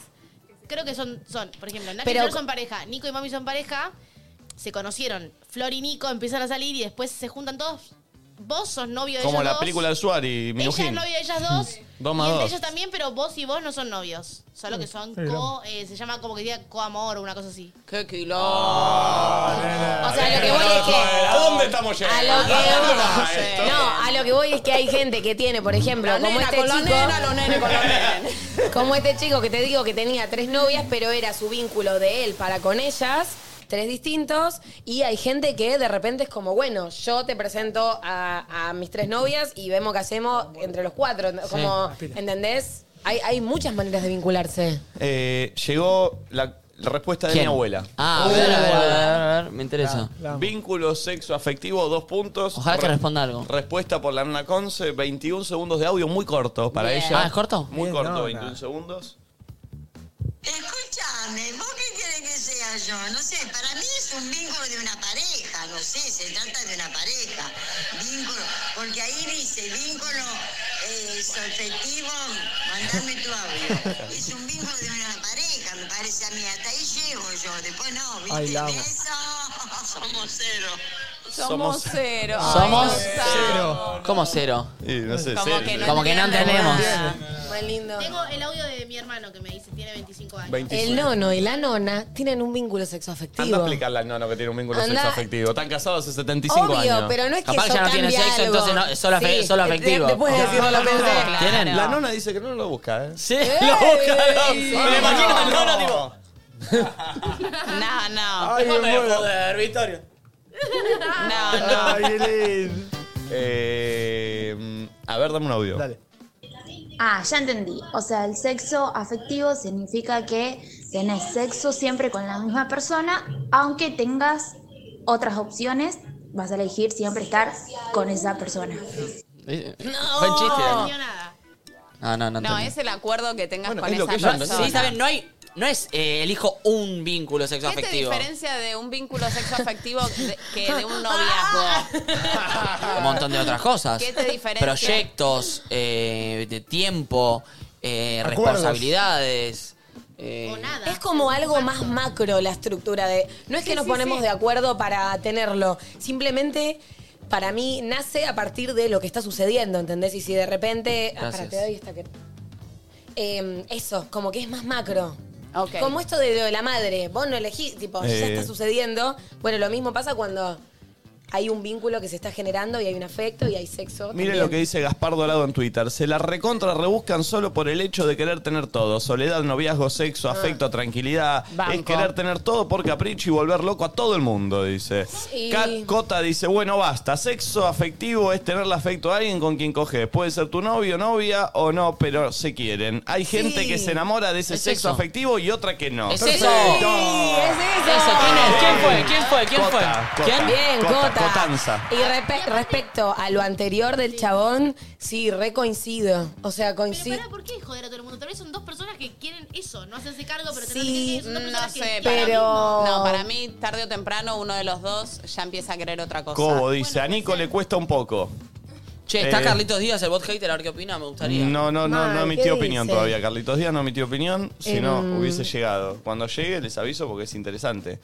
Speaker 7: Creo que son, son por ejemplo, Nacho
Speaker 3: Pero-
Speaker 7: y Flor son pareja, Nico y Mami son pareja, se conocieron, Flor y Nico empiezan a salir y después se juntan todos. Vos sos novio de
Speaker 1: como
Speaker 7: ellas
Speaker 1: la
Speaker 7: dos,
Speaker 1: película del Suárez
Speaker 7: Ella
Speaker 1: y
Speaker 7: es
Speaker 1: Minujín.
Speaker 7: novio de ellas dos.
Speaker 1: <laughs> Dos más
Speaker 7: y
Speaker 1: dos.
Speaker 7: entre ellas también, pero vos y vos no son novios. Solo que son
Speaker 1: Qué
Speaker 7: co, eh, se llama como que diga coamor o una cosa así.
Speaker 25: ¡Qué
Speaker 3: O sea, lo que voy es que...
Speaker 1: ¿A dónde estamos
Speaker 3: A
Speaker 1: llegando?
Speaker 3: lo que
Speaker 1: ¿A dónde va
Speaker 3: voy, Ah,
Speaker 1: esto?
Speaker 3: eh, no, a lo que voy es que hay gente que tiene, por ejemplo,
Speaker 25: La
Speaker 3: como
Speaker 25: nena
Speaker 3: este
Speaker 25: con la
Speaker 3: chico,
Speaker 25: nena, los nenes
Speaker 3: <laughs>
Speaker 25: con los nenes.
Speaker 3: como este chico que te digo que tenía tres novias, pero era su vínculo de él para con ellas, tres distintos, y hay gente que de repente es como, bueno, yo te presento a, a mis tres novias y vemos qué hacemos entre los cuatro,
Speaker 25: Ah,
Speaker 3: como, ¿entendés? Hay, hay muchas maneras de vincularse.
Speaker 1: Eh, llegó la, La respuesta de
Speaker 2: ¿Quién?
Speaker 1: mi abuela.
Speaker 2: Ah, a ver, a ver, a ver, a ver, me interesa.
Speaker 1: Vínculo sexo afectivo, dos puntos.
Speaker 2: Ojalá que
Speaker 1: Re-
Speaker 2: responda algo.
Speaker 1: Respuesta por la Nana Conce, 21 segundos de audio muy corto para
Speaker 2: Bien.
Speaker 1: ella.
Speaker 2: Ah, ¿es corto?
Speaker 1: Muy
Speaker 2: Bien,
Speaker 1: corto,
Speaker 2: no,
Speaker 1: 21 segundos.
Speaker 8: Escúchame, ¿vos qué querés que sea yo? No sé, para mí es un vínculo de una pareja, no sé, se trata de una pareja. Vínculo, porque ahí dice vínculo eh, afectivo, mandame tu audio. Es un vínculo de una pareja, me parece a mí, hasta ahí llego yo, después no, ¿viste?
Speaker 13: Ay, la amo.
Speaker 8: Beso, somos cero.
Speaker 5: Somos cero.
Speaker 2: Somos
Speaker 5: Ay, no
Speaker 2: cero. ¿Cómo cero?
Speaker 1: no sé,
Speaker 5: Como cero. que no
Speaker 2: Como que no
Speaker 5: entendemos
Speaker 2: entendemos.
Speaker 5: nada.
Speaker 3: Más lindo.
Speaker 7: Tengo el audio de mi hermano que me dice, tiene 25 años.
Speaker 3: El nono y la nona tienen un vínculo
Speaker 1: Anda a
Speaker 3: sexoafectivo.
Speaker 1: explicarle al nono que tiene un vínculo
Speaker 3: Anda-
Speaker 1: sexo afectivo. Están casados hace 75
Speaker 3: Obvio,
Speaker 1: años.
Speaker 3: pero no es que
Speaker 2: Capaz que
Speaker 3: eso
Speaker 2: ya no tienen
Speaker 3: cambia
Speaker 2: sexo,
Speaker 3: algo.
Speaker 2: entonces no, es solo, afe-
Speaker 3: Sí,
Speaker 2: solo
Speaker 3: de-
Speaker 2: afectivo.
Speaker 3: después de decirlo, lo
Speaker 2: <laughs>
Speaker 3: pensé.
Speaker 2: ¿Tienen?
Speaker 1: La nona dice que no lo busca, ¿eh?
Speaker 2: Sí, <laughs>
Speaker 1: lo
Speaker 2: busca.
Speaker 3: Eh.
Speaker 2: <laughs>
Speaker 1: Sí.
Speaker 2: Me lo imagino al nono, tipo.
Speaker 5: No, no.
Speaker 1: Ay, me muero.
Speaker 2: joder, Victorio.
Speaker 5: No, no.
Speaker 1: Eh, mm, a ver, dame un audio. Dale.
Speaker 12: Ah, ya entendí. O sea, el sexo afectivo significa que tenés sexo siempre con la misma persona, aunque tengas otras opciones, vas a elegir siempre estar con esa persona.
Speaker 2: No. Buen chiste. No, Ah, no, no.
Speaker 5: No,
Speaker 2: entendí.
Speaker 5: es el acuerdo que tengas con esa
Speaker 2: No,
Speaker 5: persona.
Speaker 2: sí, está bien, no hay. No es eh, elijo un vínculo sexo
Speaker 5: ¿Qué te
Speaker 2: afectivo.
Speaker 5: diferencia de un vínculo sexoafectivo de- que de un noviazgo?
Speaker 2: Un montón de otras cosas.
Speaker 5: ¿Qué te diferencia?
Speaker 2: Proyectos, eh, de tiempo, eh,
Speaker 3: Acuerdos.
Speaker 2: responsabilidades. eh,
Speaker 3: Es como algo más macro la estructura de. No es que
Speaker 7: Sí,
Speaker 3: nos
Speaker 7: sí,
Speaker 3: ponemos
Speaker 7: sí.
Speaker 3: de acuerdo para tenerlo. Simplemente. Para mí nace a partir de lo que está sucediendo, ¿entendés? Y si de repente. Ah, pará,
Speaker 16: Gracias.
Speaker 3: te doy esta que- Eh, eso, como que es más macro.
Speaker 5: Ok.
Speaker 3: Como esto de lo de la madre. Vos no elegís, tipo, ya
Speaker 1: Eh.
Speaker 3: está sucediendo. Bueno, lo mismo pasa cuando hay un vínculo que se está generando y hay un afecto y hay sexo.
Speaker 1: Miren
Speaker 3: también.
Speaker 1: lo que dice Gaspar Dorado en Twitter. Se la recontra rebuscan solo por el hecho de querer tener todo. Soledad, noviazgo,
Speaker 2: Ah.
Speaker 1: sexo, afecto, tranquilidad.
Speaker 13: Banco.
Speaker 1: Es querer tener todo por capricho y volver loco a todo el mundo, dice.
Speaker 13: Sí.
Speaker 1: Kat Cota dice, bueno, basta. Sexo afectivo es tenerle afecto a alguien con quien coges. Puede ser tu novio, novia o no, pero se quieren. Hay gente que se enamora de ese
Speaker 2: Es
Speaker 1: sexo
Speaker 2: eso.
Speaker 1: afectivo y otra que no.
Speaker 2: ¡Es
Speaker 1: Perfecto.
Speaker 2: eso! ¡Es eso! ¿Quién es? ¿Quién fue? ¿Quién fue? ¿Quién fue?
Speaker 1: Cota, Cota,
Speaker 2: ¿Quién?
Speaker 3: Bien, Cota.
Speaker 1: Cotanza.
Speaker 3: Y repe- respecto a lo anterior del chabón, sí, recoincido. O sea,
Speaker 7: Pero
Speaker 3: coincido.
Speaker 7: pará, ¿por qué joder a todo el mundo? Tal vez son dos personas que quieren eso, no hacerse cargo, pero
Speaker 5: <laughs> Sí,
Speaker 7: tener que
Speaker 5: no sé, para
Speaker 3: pero-
Speaker 5: mí, no, para mí tarde o temprano uno de los dos ya empieza a querer otra cosa.
Speaker 1: Cobo dice, a Nico le cuesta un poco.
Speaker 2: Che, está
Speaker 1: Eh,
Speaker 2: Carlitos Díaz, el bot hater, a ver qué opina, me gustaría.
Speaker 1: No, no, no, no
Speaker 2: Mal,
Speaker 1: emitió
Speaker 2: ¿qué
Speaker 1: opinión
Speaker 2: dice?
Speaker 1: todavía. Carlitos Díaz no emitió opinión, si no
Speaker 3: Em.
Speaker 1: hubiese llegado. Cuando llegue les aviso porque es interesante.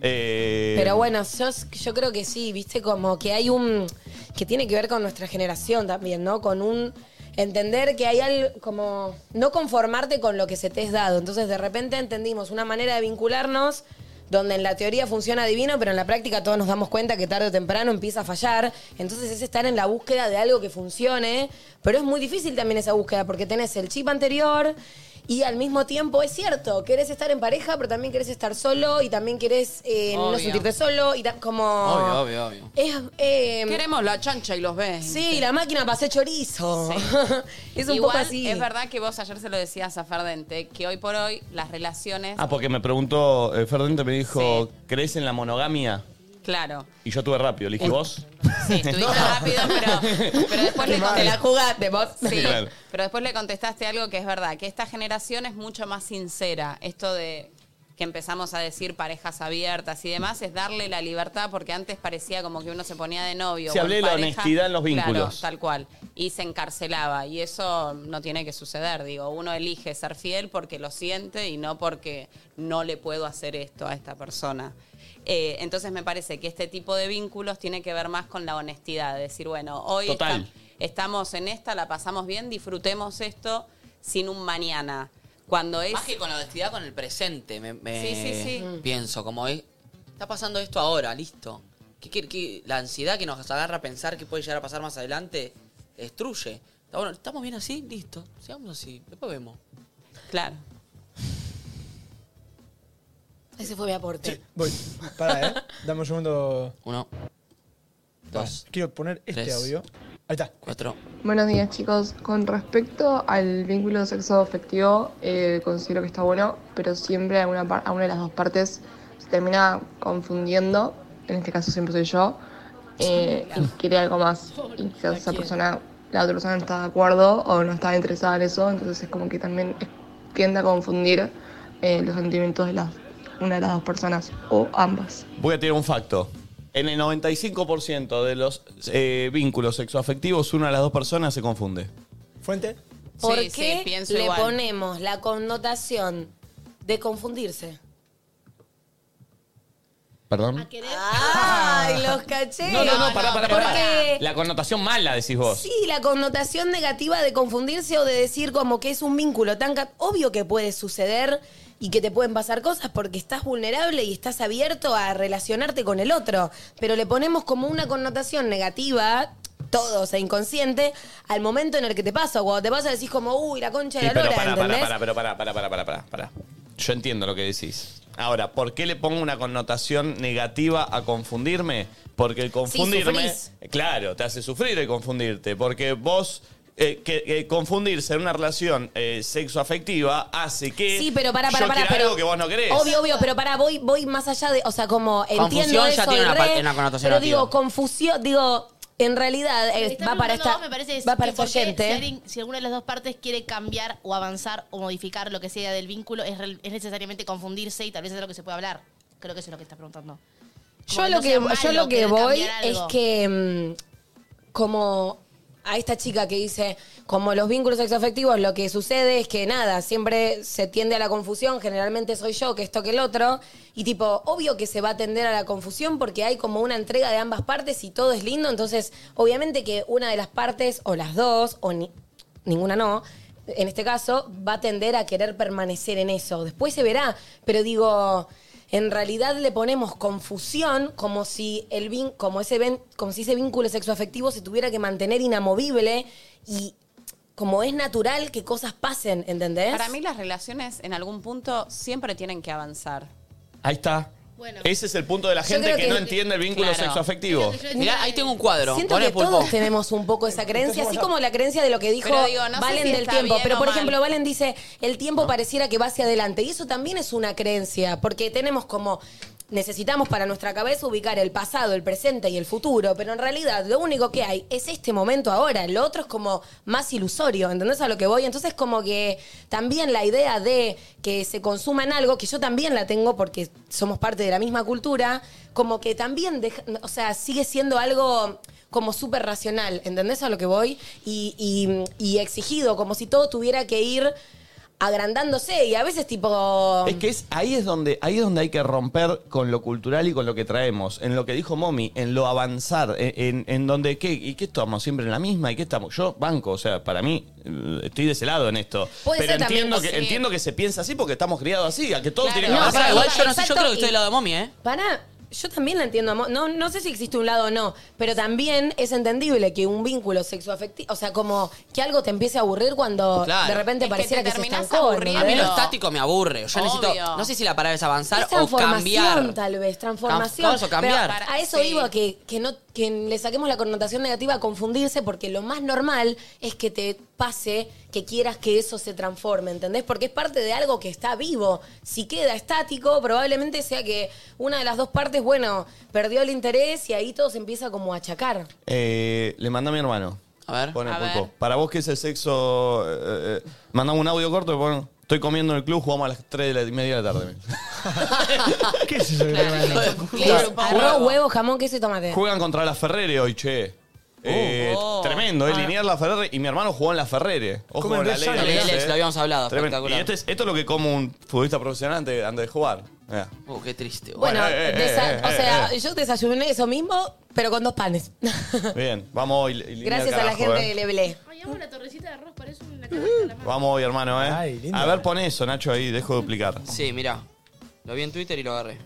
Speaker 1: Eh,
Speaker 3: Pero bueno, sos- yo creo que sí, viste, como que hay un. que tiene que ver con nuestra generación también, ¿no? Con un. Entender que hay algo como no conformarte con lo que se te es dado. Entonces de repente entendimos una manera de vincularnos donde en la teoría funciona divino, pero en la práctica todos nos damos cuenta que tarde o temprano empieza a fallar. Entonces es estar en la búsqueda de algo que funcione, pero es muy difícil también esa búsqueda porque tenés el chip anterior y al mismo tiempo es cierto, querés estar en pareja, pero también querés estar solo y también querés eh, no
Speaker 5: Obvio.
Speaker 3: sentirte solo y ta- como...
Speaker 2: obvio, obvio.
Speaker 3: Es, eh,
Speaker 5: Queremos la chancha y los ves.
Speaker 3: Sí, la máquina pasé chorizo. <laughs> es un
Speaker 5: Igual,
Speaker 3: poco así.
Speaker 5: Es verdad que vos ayer se lo decías a Ferdente, que hoy por hoy las relaciones.
Speaker 1: Ah, porque me preguntó, eh, Ferdinand me dijo, ¿crees en la monogamia?
Speaker 5: Claro.
Speaker 1: Y yo tuve rápido, le dije, ¿vos?
Speaker 5: Sí, estuviste rápido, pero, pero después le
Speaker 3: Te la
Speaker 5: contestaste.
Speaker 3: jugaste vos.
Speaker 5: Sí,
Speaker 1: <laughs> Claro.
Speaker 5: pero después le contestaste algo que es verdad, que esta generación es mucho más sincera. Esto de que empezamos a decir parejas abiertas y demás, es darle la libertad, porque antes parecía como que uno se ponía de novio.
Speaker 1: Sí,
Speaker 5: o en
Speaker 1: hablé de la
Speaker 5: pareja.
Speaker 1: honestidad en los
Speaker 5: Claro,
Speaker 1: vínculos.
Speaker 5: tal cual. Y se encarcelaba. Y eso no tiene que suceder, digo. Uno elige ser fiel porque lo siente y no porque no le puedo hacer esto a esta persona. Eh, entonces me parece que este tipo de vínculos tiene que ver más con la honestidad, de decir, bueno, hoy
Speaker 1: Total.
Speaker 5: esta- estamos en esta, la pasamos bien, disfrutemos esto sin un mañana. Cuando es...
Speaker 2: Más que con la honestidad, con el presente, me, me-
Speaker 5: Sí, sí, sí.
Speaker 2: pienso, como es, está pasando esto ahora, listo. ¿Qué, qué- qué- la ansiedad que nos agarra a pensar que puede llegar a pasar más adelante destruye. Está bueno, estamos bien así, listo, sigamos así, después vemos.
Speaker 5: Claro.
Speaker 3: Ese fue mi aporte.
Speaker 4: Voy. Para, ¿eh? Dame un segundo.
Speaker 2: Uno.
Speaker 4: Quiero poner este
Speaker 2: Tres.
Speaker 4: audio. Ahí está.
Speaker 2: Cuatro.
Speaker 14: Buenos días chicos, con respecto al vínculo sexo-afectivo, eh, considero que está bueno, pero siempre a una, par- a una de las dos partes se termina confundiendo, en este caso siempre soy yo, eh, y quiere algo más, y quizás esa persona, la otra persona no está de acuerdo o no está interesada en eso, entonces es como que también es- tiende a confundir eh, los sentimientos de las, una de las dos personas, o ambas.
Speaker 1: Voy a tirar un facto. En el 95% de los eh, vínculos sexoafectivos, una de las dos personas se confunde.
Speaker 4: ¿Fuente?
Speaker 3: ¿Por
Speaker 5: Sí, sí,
Speaker 3: qué
Speaker 5: pienso
Speaker 3: le
Speaker 5: igual.
Speaker 3: ponemos la connotación de confundirse?
Speaker 1: ¿Perdón?
Speaker 5: Ah.
Speaker 3: ¡Ay, los caché!
Speaker 15: No, no, no, pará, pará, pará.
Speaker 3: Porque
Speaker 15: La connotación mala, decís vos.
Speaker 3: Sí, la connotación negativa de confundirse o de decir como que es un vínculo tan... ca- Obvio que puede suceder y que te pueden pasar cosas porque estás vulnerable y estás abierto a relacionarte con el otro, pero le ponemos como una connotación negativa todos e inconsciente al momento en el que te pasa. Cuando te pasa decís como, uy, la concha de la
Speaker 1: Sí, pero
Speaker 3: lora,
Speaker 1: pará, pará,
Speaker 3: ¿entendés?
Speaker 1: pará, pero pará, pará, pará, pará, pará, pará. Yo entiendo lo que decís. Ahora, ¿por qué le pongo una connotación negativa a confundirme? Porque el confundirme.
Speaker 15: sufrís.
Speaker 1: claro, te hace sufrir el confundirte. Porque vos. eh, que, que confundirse en una relación eh, sexoafectiva hace que.
Speaker 3: Sí, pero para, para,
Speaker 1: yo
Speaker 3: para.
Speaker 1: quiera algo que vos no querés.
Speaker 3: Obvio, obvio, pero para, voy, voy más allá de. O sea, como entiendo
Speaker 1: Confusión
Speaker 3: eso.
Speaker 1: ya tiene
Speaker 3: y
Speaker 1: una
Speaker 3: re,
Speaker 1: parte- una connotación
Speaker 3: Pero
Speaker 1: negativa.
Speaker 3: digo, confusión, digo, en realidad eh, va para esta.
Speaker 7: No, me parece
Speaker 3: va para
Speaker 7: que
Speaker 3: esta
Speaker 7: por qué
Speaker 3: oyente.
Speaker 7: Si, alguien- si alguna de las dos partes quiere cambiar o avanzar o modificar lo que sea del vínculo, es, re- es necesariamente confundirse y tal vez es de lo que se puede hablar. Creo que eso es lo que está preguntando.
Speaker 3: Yo
Speaker 7: que
Speaker 3: lo
Speaker 7: no
Speaker 3: que,
Speaker 7: sea
Speaker 3: yo
Speaker 7: malo
Speaker 3: lo que
Speaker 7: querer
Speaker 3: voy
Speaker 7: cambiar
Speaker 3: es
Speaker 7: algo.
Speaker 3: que mm, como a esta chica que dice, como los vínculos sexoafectivos, lo que sucede es que nada, siempre se tiende a la confusión, generalmente soy yo que esto que el otro, y tipo, obvio que se va a tender a la confusión porque hay como una entrega de ambas partes y todo es lindo, entonces obviamente que una de las partes, o las dos, o ni- ninguna no, en este caso, va a tender a querer permanecer en eso. Después se verá, pero digo, en realidad le ponemos confusión como si, el vin- como ese, ven- como si ese vínculo sexoafectivo se tuviera que mantener inamovible y como es natural que cosas pasen, ¿entendés?
Speaker 5: Para mí las relaciones en algún punto siempre tienen que avanzar.
Speaker 1: Ahí está. Ese es el punto de la
Speaker 5: Yo
Speaker 1: gente
Speaker 5: creo
Speaker 1: que,
Speaker 5: que-
Speaker 1: no entiende el vínculo
Speaker 5: Claro.
Speaker 1: sexoafectivo.
Speaker 2: Mirá, ahí tengo un cuadro.
Speaker 3: Siento
Speaker 2: Pon
Speaker 3: que
Speaker 2: el pulpo.
Speaker 3: todos tenemos un poco esa creencia, así como la creencia de lo que dijo
Speaker 5: Pero digo, no sé
Speaker 3: Valen
Speaker 5: si
Speaker 3: del
Speaker 5: está
Speaker 3: tiempo.
Speaker 5: bien
Speaker 3: Pero,
Speaker 5: o
Speaker 3: por
Speaker 5: mal.
Speaker 3: ejemplo, Valen dice, el tiempo pareciera que va hacia adelante. Y eso también es una creencia, porque tenemos como... Necesitamos para nuestra cabeza ubicar el pasado, el presente y el futuro, pero en realidad lo único que hay es este momento ahora, lo otro es como más ilusorio, ¿entendés a lo que voy? Entonces como que también la idea de que se consuma en algo, que yo también la tengo porque somos parte de la misma cultura, como que también, deja- o sea, sigue siendo algo como súper racional, ¿entendés a lo que voy? Y, y- y exigido, como si todo tuviera que ir agrandándose y a veces tipo...
Speaker 1: Es que es, ahí, es donde, ahí es donde hay que romper con lo cultural y con lo que traemos. En lo que dijo Momi, en lo avanzar, e, en, en- en donde, ¿qué? ¿Y qué estamos? ¿Siempre en la misma? ¿Y qué estamos? Yo banco, o sea, para mí, eh, estoy de ese lado en esto.
Speaker 3: Puede
Speaker 1: Pero
Speaker 3: ser también,
Speaker 1: entiendo,
Speaker 3: o
Speaker 1: que,
Speaker 3: sea-
Speaker 1: entiendo que se piensa así porque estamos criados así, a que todo
Speaker 3: Claro.
Speaker 1: tiene que
Speaker 3: No,
Speaker 1: avanzar.
Speaker 3: pará, igual yo no sé,
Speaker 2: Yo creo que estoy
Speaker 3: y-
Speaker 2: del lado de Momi, ¿eh?
Speaker 3: Para, yo también la entiendo, amor. No, no sé si existe un lado o no, pero también es entendible que un vínculo sexoafectivo, o sea, como que algo te empiece a aburrir cuando
Speaker 2: Claro.
Speaker 3: de repente
Speaker 2: Es que
Speaker 3: pareciera
Speaker 2: te
Speaker 3: que, se
Speaker 2: terminás
Speaker 3: estancó. ¿no?
Speaker 2: A mí lo estático me aburre. Yo necesito.
Speaker 3: Obvio.
Speaker 2: No sé si la palabra es avanzar
Speaker 3: Es
Speaker 2: o
Speaker 3: transformación,
Speaker 2: cambiar.
Speaker 3: tal vez, transformación.
Speaker 2: Claro, eso, cambiar.
Speaker 3: Pero a eso
Speaker 2: Sí.
Speaker 3: iba, que, que no, que le saquemos la connotación negativa a confundirse, porque lo más normal es que te pase que quieras que eso se transforme, ¿entendés? Porque es parte de algo que está vivo. Si queda estático, probablemente sea que una de las dos partes, bueno, perdió el interés y ahí todo se empieza como a achacar.
Speaker 1: Eh, le manda a mi hermano.
Speaker 2: A ver.
Speaker 1: Pone
Speaker 3: A ver.
Speaker 1: pulpo. Para vos, ¿qué es el sexo? Eh, eh, mandame un audio corto y pon, Estoy comiendo en el club, jugamos a las 3 de la y media de la tarde.
Speaker 4: <laughs> ¿Qué es eso?
Speaker 3: Arroz, huevo, jamón, queso y tomate.
Speaker 1: Juegan contra la Ferrere hoy, che. Eh,
Speaker 3: oh.
Speaker 1: Tremendo, eh,
Speaker 3: Ah.
Speaker 1: Linear la Ferrere. Y mi hermano jugó en la Ferrere. Ojo
Speaker 2: Como
Speaker 1: con la
Speaker 2: en
Speaker 1: ley.
Speaker 2: Bellas
Speaker 1: también,
Speaker 2: Artes.
Speaker 1: eh.
Speaker 2: Lo habíamos hablado,
Speaker 1: Tremendo.
Speaker 2: espectacular.
Speaker 1: Y esto es, esto es lo que come un futbolista profesional antes, antes de jugar. Mirá.
Speaker 2: Uh, qué triste.
Speaker 3: Bueno,
Speaker 1: eh, eh,
Speaker 3: desa-
Speaker 1: eh,
Speaker 3: o
Speaker 1: eh,
Speaker 3: sea,
Speaker 1: eh.
Speaker 3: yo desayuné eso mismo, pero con dos panes.
Speaker 1: Bien, vamos hoy. Linear,
Speaker 3: Gracias a la
Speaker 1: carajo,
Speaker 3: gente
Speaker 1: eh.
Speaker 3: de Leblé.
Speaker 1: Vamos hoy, hermano, eh. a ver, pon eso, Nacho, ahí, dejo de duplicar.
Speaker 2: Sí, mirá. Lo vi en Twitter y lo agarré.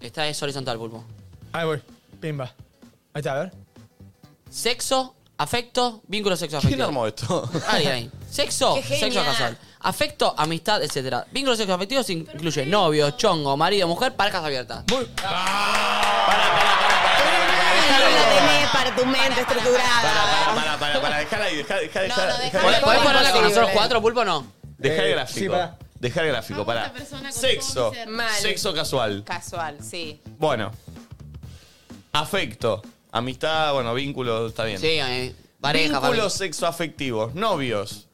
Speaker 2: Esta es horizontal, pulpo.
Speaker 4: Ahí voy. Pimba. Ahí está, a ver.
Speaker 2: Sexo, afecto, vínculo sexo afectivo.
Speaker 1: ¿Quién armó esto?
Speaker 2: Alguien. Sexo,
Speaker 4: Qué genial.
Speaker 2: sexo casual. Afecto, amistad, etc. Vínculo sexo afectivo se incluye novio, chongo, marido, mujer, parejas abiertas.
Speaker 3: No la tenés para tu mente estructurada.
Speaker 1: Pará, dejala ahí, dejá, dejá, dejá. dejá-
Speaker 2: ¿Podés
Speaker 1: dejá-
Speaker 2: podés ponerla con nosotros
Speaker 1: Eh,
Speaker 2: cuatro, Pulpo, o no?
Speaker 1: Dejá el
Speaker 2: Eh,
Speaker 1: gráfico.
Speaker 2: sí, pará.
Speaker 1: Dejá el gráfico, pará.
Speaker 5: Ah,
Speaker 1: Sexo.
Speaker 5: Mal.
Speaker 1: Sexo casual.
Speaker 5: Casual, sí.
Speaker 1: Bueno. Afecto. Amistad, bueno, vínculos, está bien.
Speaker 2: Sí, eh, pareja, familia.
Speaker 1: Vínculos sexoafectivos, novios,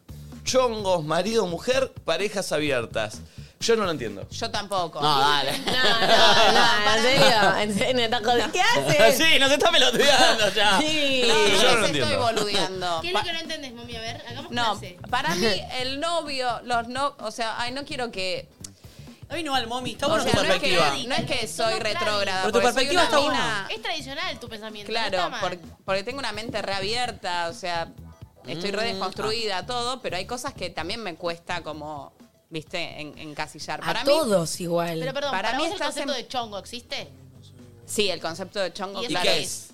Speaker 1: chongos, marido, mujer, parejas abiertas. Yo no lo entiendo.
Speaker 5: Yo tampoco.
Speaker 1: No, dale.
Speaker 2: <laughs>
Speaker 3: No, en serio, en serio, está jodido. ¿Qué
Speaker 5: Ah,
Speaker 3: haces?
Speaker 1: sí, nos está peloteando ya.
Speaker 3: Sí.
Speaker 5: No, no,
Speaker 1: Yo no lo
Speaker 5: les estoy
Speaker 1: entiendo.
Speaker 5: boludeando.
Speaker 7: ¿Qué es lo que no entendés, mami? A ver, hagamos
Speaker 5: No,
Speaker 7: clase.
Speaker 5: para
Speaker 3: <laughs>
Speaker 5: mí el novio, los no, o sea, ay, no quiero que
Speaker 18: Ay, no, al mommy. Está
Speaker 5: O
Speaker 18: bueno
Speaker 5: sea,
Speaker 18: tu
Speaker 5: no es que,
Speaker 18: perspectiva.
Speaker 5: no es que soy retrógrada.
Speaker 18: Pero tu
Speaker 5: porque soy
Speaker 18: perspectiva
Speaker 5: una
Speaker 18: está
Speaker 5: mina-
Speaker 18: buena.
Speaker 7: Es tradicional tu pensamiento.
Speaker 5: Claro,
Speaker 7: no está mal.
Speaker 5: por- porque tengo una mente reabierta, o sea, estoy re
Speaker 7: Mm.
Speaker 18: ah.
Speaker 5: desconstruida, todo, pero hay cosas que también me cuesta como, viste, en- encasillar. Para
Speaker 3: A
Speaker 5: mí,
Speaker 3: todos igual.
Speaker 7: Pero perdón, para,
Speaker 5: para mí
Speaker 7: vos el
Speaker 5: estás
Speaker 7: concepto
Speaker 5: en-
Speaker 7: de chongo existe.
Speaker 5: sí, el concepto de chongo,
Speaker 7: ¿Y eso
Speaker 5: claro,
Speaker 7: qué
Speaker 5: es?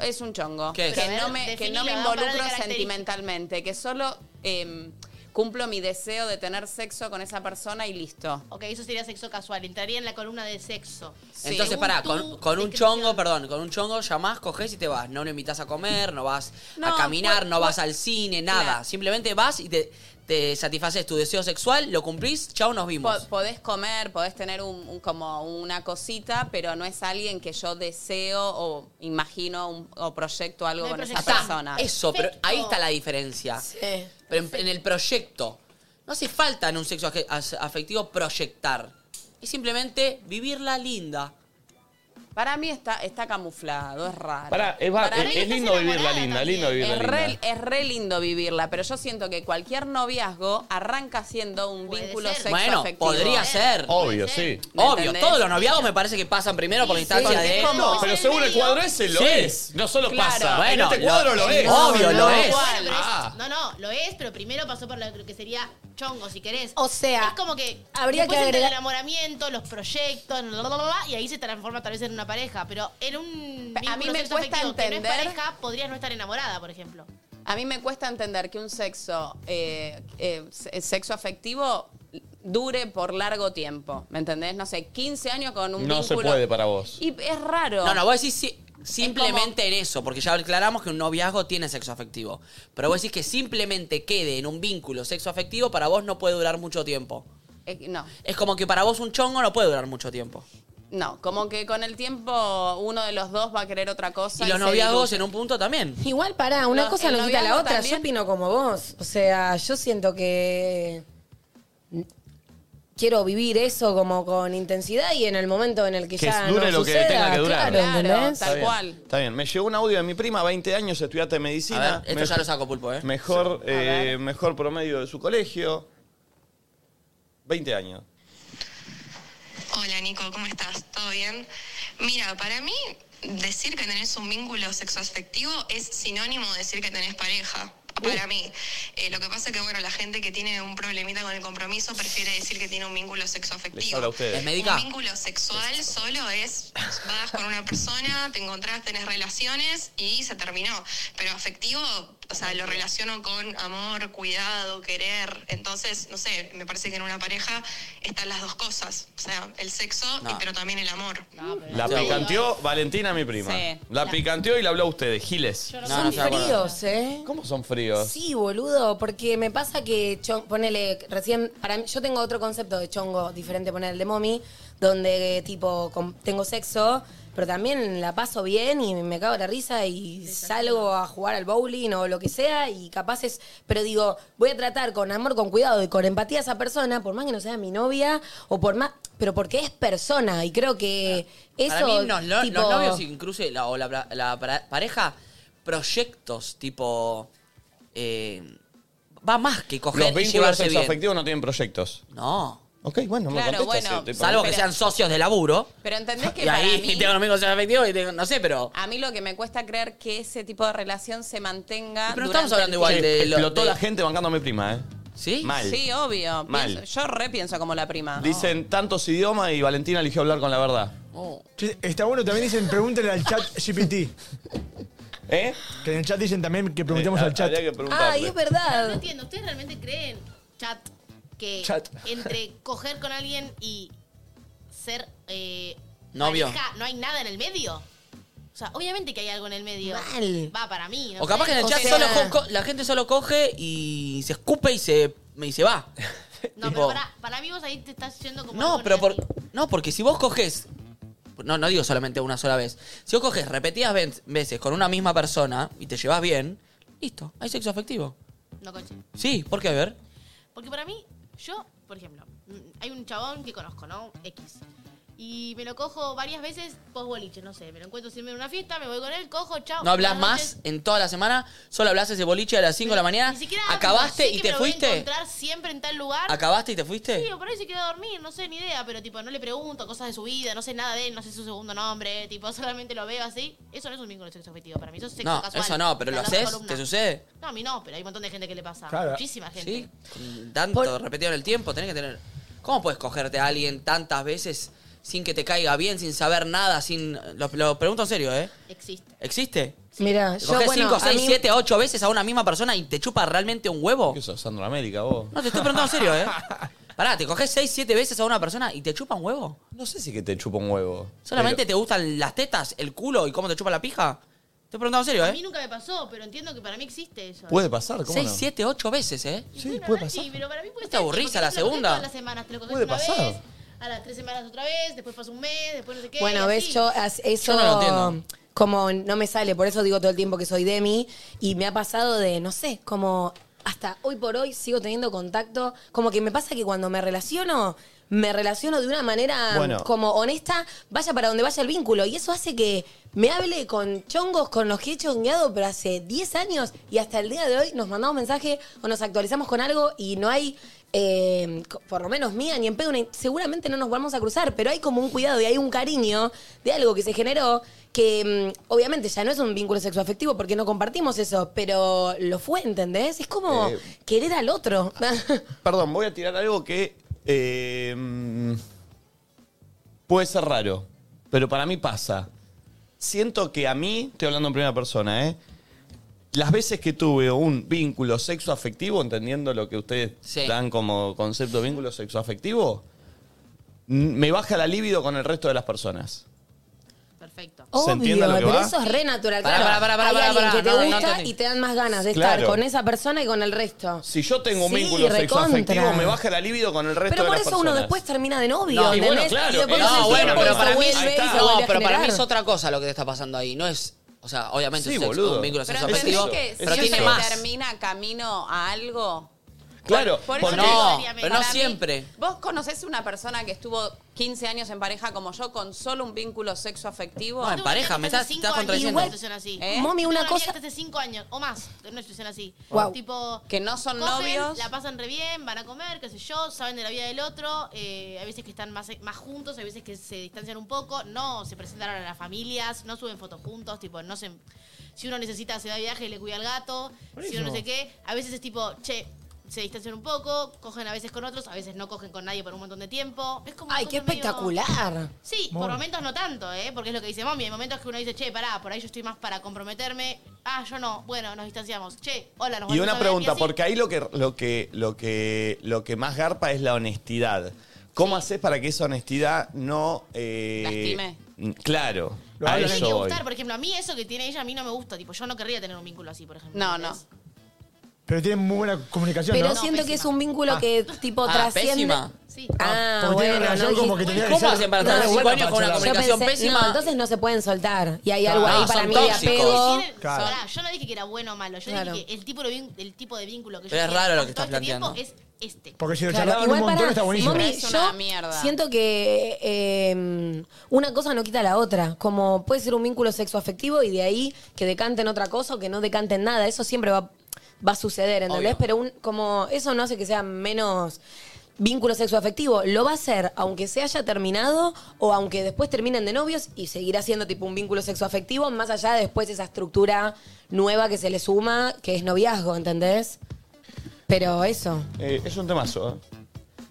Speaker 5: es un chongo.
Speaker 7: ¿Qué es?
Speaker 5: Que,
Speaker 7: A ver,
Speaker 5: no me, que
Speaker 7: definilo,
Speaker 5: no me
Speaker 7: vamos a darle
Speaker 5: involucro
Speaker 7: características.
Speaker 5: sentimentalmente, que solo em, cumplo mi deseo de tener sexo con esa persona y listo.
Speaker 7: Ok, eso sería sexo casual. Entraría en la columna de sexo.
Speaker 2: Entonces,
Speaker 7: Según
Speaker 2: pará,
Speaker 7: tú,
Speaker 2: con, con un chongo, perdón, con un chongo llamás, cogés y te vas. No lo invitas a comer, no vas
Speaker 5: No,
Speaker 2: a caminar,
Speaker 5: pu-
Speaker 2: no
Speaker 5: pu-
Speaker 2: vas al cine, nada. Simplemente vas y te, te satisfaces tu deseo sexual, lo cumplís, chao, nos vimos.
Speaker 5: Po- podés comer, podés tener un, un- como una cosita, pero no es alguien que yo deseo o imagino un- o proyecto algo
Speaker 2: No
Speaker 5: con
Speaker 2: hay
Speaker 5: esa
Speaker 2: proyección.
Speaker 5: persona.
Speaker 2: Eso, pero ahí está la diferencia. Pero en, en el proyecto. No hace falta en un sexo aje- as- afectivo proyectar. Es simplemente vivirla linda.
Speaker 5: Para mí está, está camuflado, es raro.
Speaker 1: Pará, es, va-
Speaker 5: Para
Speaker 1: es-
Speaker 5: mí
Speaker 1: es
Speaker 5: estás
Speaker 1: lindo vivirla
Speaker 5: enamorada
Speaker 1: linda,
Speaker 5: también.
Speaker 1: lindo vivirla
Speaker 5: es
Speaker 1: linda.
Speaker 5: Re, es re lindo vivirla, pero yo siento que cualquier noviazgo arranca siendo un vínculo sexo
Speaker 2: Bueno,
Speaker 5: afectivo.
Speaker 2: podría ser.
Speaker 1: Obvio, sí.
Speaker 2: Obvio,
Speaker 5: ¿Entendés?
Speaker 2: todos los noviados me parece que pasan primero por la instancia
Speaker 5: porque
Speaker 2: de.
Speaker 5: es como-
Speaker 1: No, pero según el cuadro ese lo
Speaker 2: Sí.
Speaker 1: es. No solo
Speaker 2: Claro.
Speaker 1: pasa.
Speaker 2: Bueno,
Speaker 1: en este
Speaker 2: lo-
Speaker 1: cuadro lo, es.
Speaker 2: obvio, lo es.
Speaker 7: Bueno, pero es-
Speaker 1: Ah.
Speaker 7: No, no, lo es, pero primero pasó por lo que sería chongo, si querés.
Speaker 3: O sea,
Speaker 7: es como que
Speaker 3: habría
Speaker 7: después
Speaker 3: que
Speaker 7: entra el
Speaker 3: agregar-
Speaker 7: enamoramiento, los proyectos, bla, bla, bla, bla, y ahí se transforma tal vez en una pareja, pero en un
Speaker 5: A mí me
Speaker 7: sexo afectivo que no
Speaker 5: cuesta
Speaker 7: es
Speaker 5: entender-
Speaker 7: pareja, podrías no estar enamorada, por ejemplo.
Speaker 5: A mí me cuesta entender que un sexo, eh, eh, se- sexo afectivo dure por largo tiempo, ¿me entendés? No sé, 15 años con un
Speaker 1: No se
Speaker 5: vínculo.
Speaker 1: puede para vos.
Speaker 5: Y es raro.
Speaker 2: No, no, vos decís si- simplemente en eso, porque ya aclaramos que un noviazgo tiene sexo afectivo. Pero vos decís que simplemente quede en un vínculo sexo afectivo para vos no puede durar mucho tiempo.
Speaker 5: Eh, no,
Speaker 2: Es como que para vos un chongo no puede durar mucho tiempo.
Speaker 5: no, como que con el tiempo uno de los dos va a querer otra cosa.
Speaker 2: Y los
Speaker 5: se
Speaker 2: noviazgos
Speaker 5: diluye.
Speaker 2: en un punto también.
Speaker 3: Igual, pará, una
Speaker 5: No,
Speaker 3: cosa
Speaker 5: el
Speaker 3: no quita la
Speaker 5: noviazgo
Speaker 3: otra.
Speaker 5: también-
Speaker 3: Yo opino como vos. O sea, yo siento que quiero vivir eso como con intensidad y en el momento en el que,
Speaker 1: Que
Speaker 3: ya
Speaker 1: dure
Speaker 3: no
Speaker 1: lo que
Speaker 3: suceda,
Speaker 1: tenga que durar.
Speaker 3: Claro, ¿entendés?
Speaker 1: Está bien, Está bien. Me llegó un audio de mi prima, 20 años, estudiante de medicina.
Speaker 2: A ver, esto
Speaker 1: Me-
Speaker 2: ya lo saco, Pulpo, ¿eh?
Speaker 1: Mejor, eh, mejor promedio de su colegio. 20 años.
Speaker 20: Hola Nico, ¿cómo estás? ¿Todo bien? Mira, para mí decir que tenés un vínculo sexoafectivo es sinónimo de decir que tenés pareja. Para mí. Eh, lo que pasa es que, bueno, la gente que tiene un problemita con el compromiso prefiere decir que tiene un vínculo
Speaker 1: Les
Speaker 20: sexoafectivo.
Speaker 1: habla a ustedes.
Speaker 2: ¿Es médica?
Speaker 20: Un vínculo sexual solo es vas con una persona, te encontrás, tenés relaciones y se terminó. Pero afectivo, o sea, lo relaciono con amor, cuidado, querer. Entonces, no sé, me parece que en una pareja están las dos cosas. O sea, el sexo, y-
Speaker 1: No.
Speaker 20: pero también el amor.
Speaker 1: La picanteó Valentina, mi prima.
Speaker 20: Sí.
Speaker 1: La picanteó y la habló a ustedes, Giles.
Speaker 20: Yo
Speaker 3: no Son
Speaker 1: se va a acordar.
Speaker 3: fríos, ¿eh?
Speaker 1: ¿Cómo son fríos?
Speaker 3: Sí, boludo, porque me pasa que, chon- ponele, recién, para mí, yo tengo otro concepto de chongo diferente, poner el de mommy, donde eh, tipo com- tengo sexo, pero también la paso bien y me cago en la risa y salgo a jugar al bowling o lo que sea y capaz es, pero digo, voy a tratar con amor, con cuidado y con empatía a esa persona, por más que no sea mi novia o por más, pero porque es persona y creo que eso...
Speaker 2: para mí, los, no-
Speaker 3: tipo-
Speaker 2: los novios, incluso la, o la, la pra- pareja, proyectos tipo. eh, va más que coger
Speaker 1: Los
Speaker 2: y
Speaker 1: vínculos
Speaker 2: llevarse bien.
Speaker 1: sexoafectivos no tienen proyectos.
Speaker 2: No.
Speaker 1: Ok, bueno, me
Speaker 5: Claro,
Speaker 1: contestas,
Speaker 5: bueno,
Speaker 1: eh, tipo-
Speaker 2: Salvo que
Speaker 5: pero-
Speaker 2: sean socios de laburo.
Speaker 5: Pero entendés que
Speaker 2: y
Speaker 5: para
Speaker 2: <laughs> ahí
Speaker 5: mí...
Speaker 2: tengo los amigos afectivos y tengo- no sé, pero.
Speaker 5: A mí lo que me cuesta creer que ese tipo de relación se mantenga.
Speaker 2: Pero no
Speaker 5: durante
Speaker 2: estamos hablando
Speaker 5: el
Speaker 2: igual
Speaker 5: tiempo.
Speaker 2: de lo-
Speaker 1: Explotó
Speaker 2: de-
Speaker 1: la gente bancando a mi prima, ¿eh?
Speaker 2: ¿Sí?
Speaker 1: Mal.
Speaker 5: Sí, obvio.
Speaker 1: Mal.
Speaker 5: Pienso- yo repienso como la
Speaker 2: Ah,
Speaker 5: prima.
Speaker 1: Dicen tantos idiomas y Valentina eligió hablar con la verdad.
Speaker 4: Che, Está bueno, también dicen, pregúntale al chat GPT.
Speaker 1: ¿Eh?
Speaker 4: Que en el chat dicen también que preguntemos
Speaker 1: Eh,
Speaker 4: al chat.
Speaker 1: habría que
Speaker 3: Ay, es
Speaker 7: Pero
Speaker 3: verdad.
Speaker 7: no entiendo, ¿ustedes realmente creen, chat, que
Speaker 4: Chat.
Speaker 7: entre coger con alguien y ser eh,
Speaker 2: Novio.
Speaker 7: pareja no hay nada en el medio? O sea, obviamente que hay algo en el medio.
Speaker 2: Mal.
Speaker 7: Va para mí. no
Speaker 2: O capaz
Speaker 7: sé.
Speaker 2: que en el chat solo co- la gente solo coge y se escupe y se, y se va.
Speaker 7: No, pero
Speaker 2: Tipo,
Speaker 7: para, para mí vos ahí te estás yendo como.
Speaker 2: no,
Speaker 7: algo
Speaker 2: pero por, no, porque si vos coges. No, no digo solamente una sola vez. Si vos coges repetidas ven- veces con una misma persona y te llevas bien, listo, hay sexo afectivo.
Speaker 7: ne- No, conche.
Speaker 2: Sí, ¿por qué? A ver.
Speaker 7: Porque para mí, yo, por ejemplo, mm, hay un chabón que conozco, ¿no? X. Y me lo cojo varias veces post boliche, no sé. Me lo encuentro siempre en una fiesta, me voy con él, cojo, chao.
Speaker 2: No hablas
Speaker 7: buenas
Speaker 2: más
Speaker 7: noches.
Speaker 2: en toda la semana, solo hablas ese boliche a las 5 de la mañana,
Speaker 7: Ni siquiera
Speaker 2: acabaste
Speaker 7: sé
Speaker 2: y
Speaker 7: que
Speaker 2: te
Speaker 7: me lo voy a
Speaker 2: fuiste.
Speaker 7: encontrar siempre en tal lugar.
Speaker 2: ¿Acabaste y te fuiste?
Speaker 7: Sí, o por ahí se quedó a dormir, no sé ni idea, pero tipo, no le pregunto cosas de su vida, no sé nada de él, no sé su segundo nombre, tipo, solamente lo veo así. Eso no es un vínculo sexo afectivo para mí, eso es sexo
Speaker 2: No,
Speaker 7: casual.
Speaker 2: eso no, pero
Speaker 7: La
Speaker 2: lo
Speaker 7: otra
Speaker 2: haces,
Speaker 7: columna.
Speaker 2: ¿te sucede?
Speaker 7: No, a mí no, pero hay un montón de gente que le pasa.
Speaker 2: Claro.
Speaker 7: Muchísima gente.
Speaker 2: Sí, con Mm, tanto repetido en el tiempo, tenés que tener. ¿Cómo puedes cogerte a alguien tantas veces sin que te caiga bien, sin saber nada, sin. Lo, lo pregunto en serio, ¿eh?
Speaker 7: Existe.
Speaker 2: ¿Existe?
Speaker 3: Mira,
Speaker 2: ¿Te
Speaker 3: yo
Speaker 2: coges
Speaker 3: bueno,
Speaker 2: 5,
Speaker 3: a
Speaker 2: 6,
Speaker 3: mí-
Speaker 2: 7, 8 veces a una misma persona y te chupa realmente un huevo? ¿Qué
Speaker 1: sos, Sandro América, vos?
Speaker 2: No, te estoy preguntando en serio,
Speaker 1: <laughs>
Speaker 2: ¿eh? Pará, ¿te coges 6, 7 veces a una persona y te chupa un huevo?
Speaker 1: No sé si que te chupa un huevo.
Speaker 2: ¿Solamente te gustan las tetas, el culo y cómo te chupa la pija? Te estoy preguntando en serio,
Speaker 7: A mí
Speaker 2: ¿eh?
Speaker 7: nunca me pasó, pero entiendo que para mí existe eso.
Speaker 1: Puede pasar, ¿cómo
Speaker 2: 6,
Speaker 1: no?
Speaker 2: 7, 8 veces, ¿eh?
Speaker 7: Sí, puede pasar. Sí, pero para mí puede
Speaker 2: ¿No te
Speaker 7: ser,
Speaker 2: aburrís
Speaker 7: porque
Speaker 2: a la
Speaker 7: te lo coges
Speaker 2: segunda?
Speaker 7: todas las semanas, te lo coges
Speaker 2: Puede
Speaker 7: una
Speaker 2: pasar.
Speaker 7: vez, a las tres semanas otra vez, después pasa un mes, después no sé qué.
Speaker 3: Bueno,
Speaker 7: y
Speaker 3: ves,
Speaker 7: así.
Speaker 3: yo as- eso
Speaker 2: Yo no lo entiendo.
Speaker 3: como no me sale, por eso digo todo el tiempo que soy Demi y me ha pasado de, no sé, como hasta hoy por hoy sigo teniendo contacto, como que me pasa que cuando me relaciono, me relaciono de una manera
Speaker 1: Bueno.
Speaker 3: como honesta, vaya para donde vaya el vínculo y eso hace que me hable con chongos con los que he chongueado pero hace 10 años y hasta el día de hoy nos mandamos mensaje o nos actualizamos con algo y no hay eh, co- por lo menos mía ni en pedo, ni- seguramente no nos vamos a cruzar, pero hay como un cuidado y hay un cariño de algo que se generó que mm, obviamente ya no es un vínculo sexoafectivo porque no compartimos eso, pero lo fue, ¿entendés? Es como
Speaker 1: Eh.
Speaker 3: querer al otro. <laughs>
Speaker 1: Perdón, voy a tirar algo que eh, mm, puede ser raro, pero para mí pasa. Siento que a mí, estoy hablando en primera persona, ¿eh? Las veces que tuve un vínculo sexoafectivo, entendiendo lo que ustedes dan como concepto de vínculo sexoafectivo, n- me baja la libido con el resto de las personas.
Speaker 7: Perfecto.
Speaker 1: ¿Se entiende lo que
Speaker 3: pero
Speaker 1: va?
Speaker 3: eso es re natural.
Speaker 1: Pará,
Speaker 3: claro.
Speaker 1: pará, pará, pará,
Speaker 3: Hay
Speaker 1: pará,
Speaker 3: alguien
Speaker 1: pará,
Speaker 3: que te
Speaker 1: no, no
Speaker 3: gusta
Speaker 1: entendí.
Speaker 3: y te dan más ganas de
Speaker 1: Claro.
Speaker 3: estar con esa persona y con el resto.
Speaker 1: Si yo tengo un
Speaker 3: Sí,
Speaker 1: vínculo
Speaker 3: recontra.
Speaker 1: sexoafectivo, me baja la libido con el resto
Speaker 3: Pero
Speaker 1: de
Speaker 3: por
Speaker 1: las
Speaker 3: eso
Speaker 1: personas.
Speaker 3: uno después termina de novio,
Speaker 1: No, y bueno,
Speaker 3: ¿entendés?
Speaker 1: claro,
Speaker 3: Y después
Speaker 1: eso-
Speaker 3: pasa el
Speaker 2: No, bueno,
Speaker 3: tiempo y
Speaker 2: pero
Speaker 3: se
Speaker 2: para mí,
Speaker 3: vuelve y se
Speaker 2: no,
Speaker 3: vuelve a
Speaker 2: pero para mí
Speaker 3: generar.
Speaker 2: es otra cosa lo que te está pasando ahí. No es, o sea, obviamente
Speaker 1: Sí,
Speaker 2: es un sexo-
Speaker 1: boludo.
Speaker 2: un vínculo
Speaker 1: Pero
Speaker 2: sexo
Speaker 1: entendés
Speaker 2: afectivo,
Speaker 1: que
Speaker 2: pero
Speaker 5: siempre
Speaker 2: tiene más.
Speaker 5: termina camino a algo.
Speaker 1: Claro,
Speaker 5: Por eso
Speaker 2: Pero
Speaker 5: te digo
Speaker 2: no,
Speaker 5: seriamente,
Speaker 2: pero no
Speaker 5: para mí-
Speaker 2: siempre.
Speaker 5: ¿Vos conocés una persona que estuvo 15 años en pareja como yo con solo un vínculo sexo afectivo?
Speaker 2: No, en pareja, me estás- estás contradiciendo.
Speaker 7: Una situación así.
Speaker 5: ¿Eh?
Speaker 7: Tengo amiga que está Hace cinco años o más en una situación así.
Speaker 5: Wow.
Speaker 7: Tipo.
Speaker 5: Que no son
Speaker 7: cogen,
Speaker 5: novios.
Speaker 7: La pasan re bien, van a comer, qué sé yo, saben de la vida del otro. eh, hay veces que están más, más juntos, hay veces que se distancian un poco. No se presentaron a las familias, no suben fotos juntos, tipo, no se. Si uno necesita, se da viaje y le cuida al gato. Si uno no
Speaker 9: Buenísimo.
Speaker 7: sé qué. A veces es tipo, che. Se distancian un poco, cogen a veces con otros, a veces no cogen con nadie por un montón de tiempo. Es como
Speaker 3: Ay,
Speaker 7: una
Speaker 3: qué
Speaker 7: cosa medio-
Speaker 3: espectacular.
Speaker 7: Sí, por
Speaker 3: Bueno.
Speaker 7: momentos no tanto, ¿eh? Porque es lo que dice Mommy. Hay momentos que uno dice, che, pará, por ahí yo estoy más para comprometerme. Ah, yo no. Bueno, nos distanciamos. Che, hola, nos
Speaker 1: Y
Speaker 7: volvemos a
Speaker 1: una
Speaker 7: ver,
Speaker 1: pregunta,
Speaker 7: así.
Speaker 1: porque ahí lo que, lo que, lo que, lo que más garpa es la honestidad. ¿Cómo haces para que esa honestidad no eh,
Speaker 7: Lastime.
Speaker 1: n- Claro,
Speaker 7: Lo
Speaker 1: a
Speaker 7: hablan. Tiene que
Speaker 1: eso voy.
Speaker 7: gustar, por ejemplo, a mí eso que tiene ella a mí no me gusta. Tipo, yo no querría tener un vínculo así, por ejemplo.
Speaker 5: No, no.
Speaker 4: Pero tienen muy buena comunicación,
Speaker 3: Pero
Speaker 4: ¿no?
Speaker 3: siento que es un vínculo que tipo
Speaker 4: Ah,
Speaker 3: trasciende.
Speaker 4: pésima.
Speaker 7: Sí.
Speaker 3: Ah,
Speaker 4: porque tiene
Speaker 3: bueno,
Speaker 4: relación
Speaker 3: no
Speaker 4: como
Speaker 3: dijiste-
Speaker 4: que tenía que ¿Cómo ser- hacen para estar
Speaker 3: No,
Speaker 4: cinco
Speaker 3: bueno,
Speaker 4: años con una
Speaker 3: yo
Speaker 4: comunicación
Speaker 3: pensé,
Speaker 4: pésima?
Speaker 3: No, entonces no se pueden soltar. Y hay algo
Speaker 4: Claro.
Speaker 3: ahí
Speaker 4: No,
Speaker 3: para
Speaker 4: son
Speaker 3: mí de
Speaker 4: tóxicos.
Speaker 3: apego.
Speaker 4: Claro.
Speaker 7: Pará, yo no dije que era bueno o malo. Yo
Speaker 3: Claro.
Speaker 7: dije que el tipo, de vin- el tipo de vínculo que
Speaker 2: Pero
Speaker 7: yo
Speaker 2: es
Speaker 7: quiero
Speaker 2: raro lo
Speaker 7: con
Speaker 2: que
Speaker 7: todo
Speaker 2: estás
Speaker 7: este tiempo
Speaker 2: planteando.
Speaker 7: es este.
Speaker 4: Porque si lo
Speaker 3: Claro,
Speaker 4: charlaban un
Speaker 3: igual
Speaker 4: montón
Speaker 3: pará,
Speaker 4: está buenísimo.
Speaker 3: mami,
Speaker 5: Es una
Speaker 3: yo
Speaker 5: mierda.
Speaker 3: siento que eh, una cosa no quita la otra. Como puede ser un vínculo sexoafectivo y de ahí que decanten otra cosa o que no decanten nada. Eso siempre va, va a suceder, ¿entendés?
Speaker 16: Obvio.
Speaker 3: Pero un- como eso no hace que sea menos vínculo sexoafectivo. Lo va a hacer aunque se haya terminado o aunque después terminen de novios y seguirá siendo tipo un vínculo sexoafectivo más allá de después esa estructura nueva que se le suma, que es noviazgo, ¿entendés? Pero eso.
Speaker 1: Eh, es un temazo. ¿eh?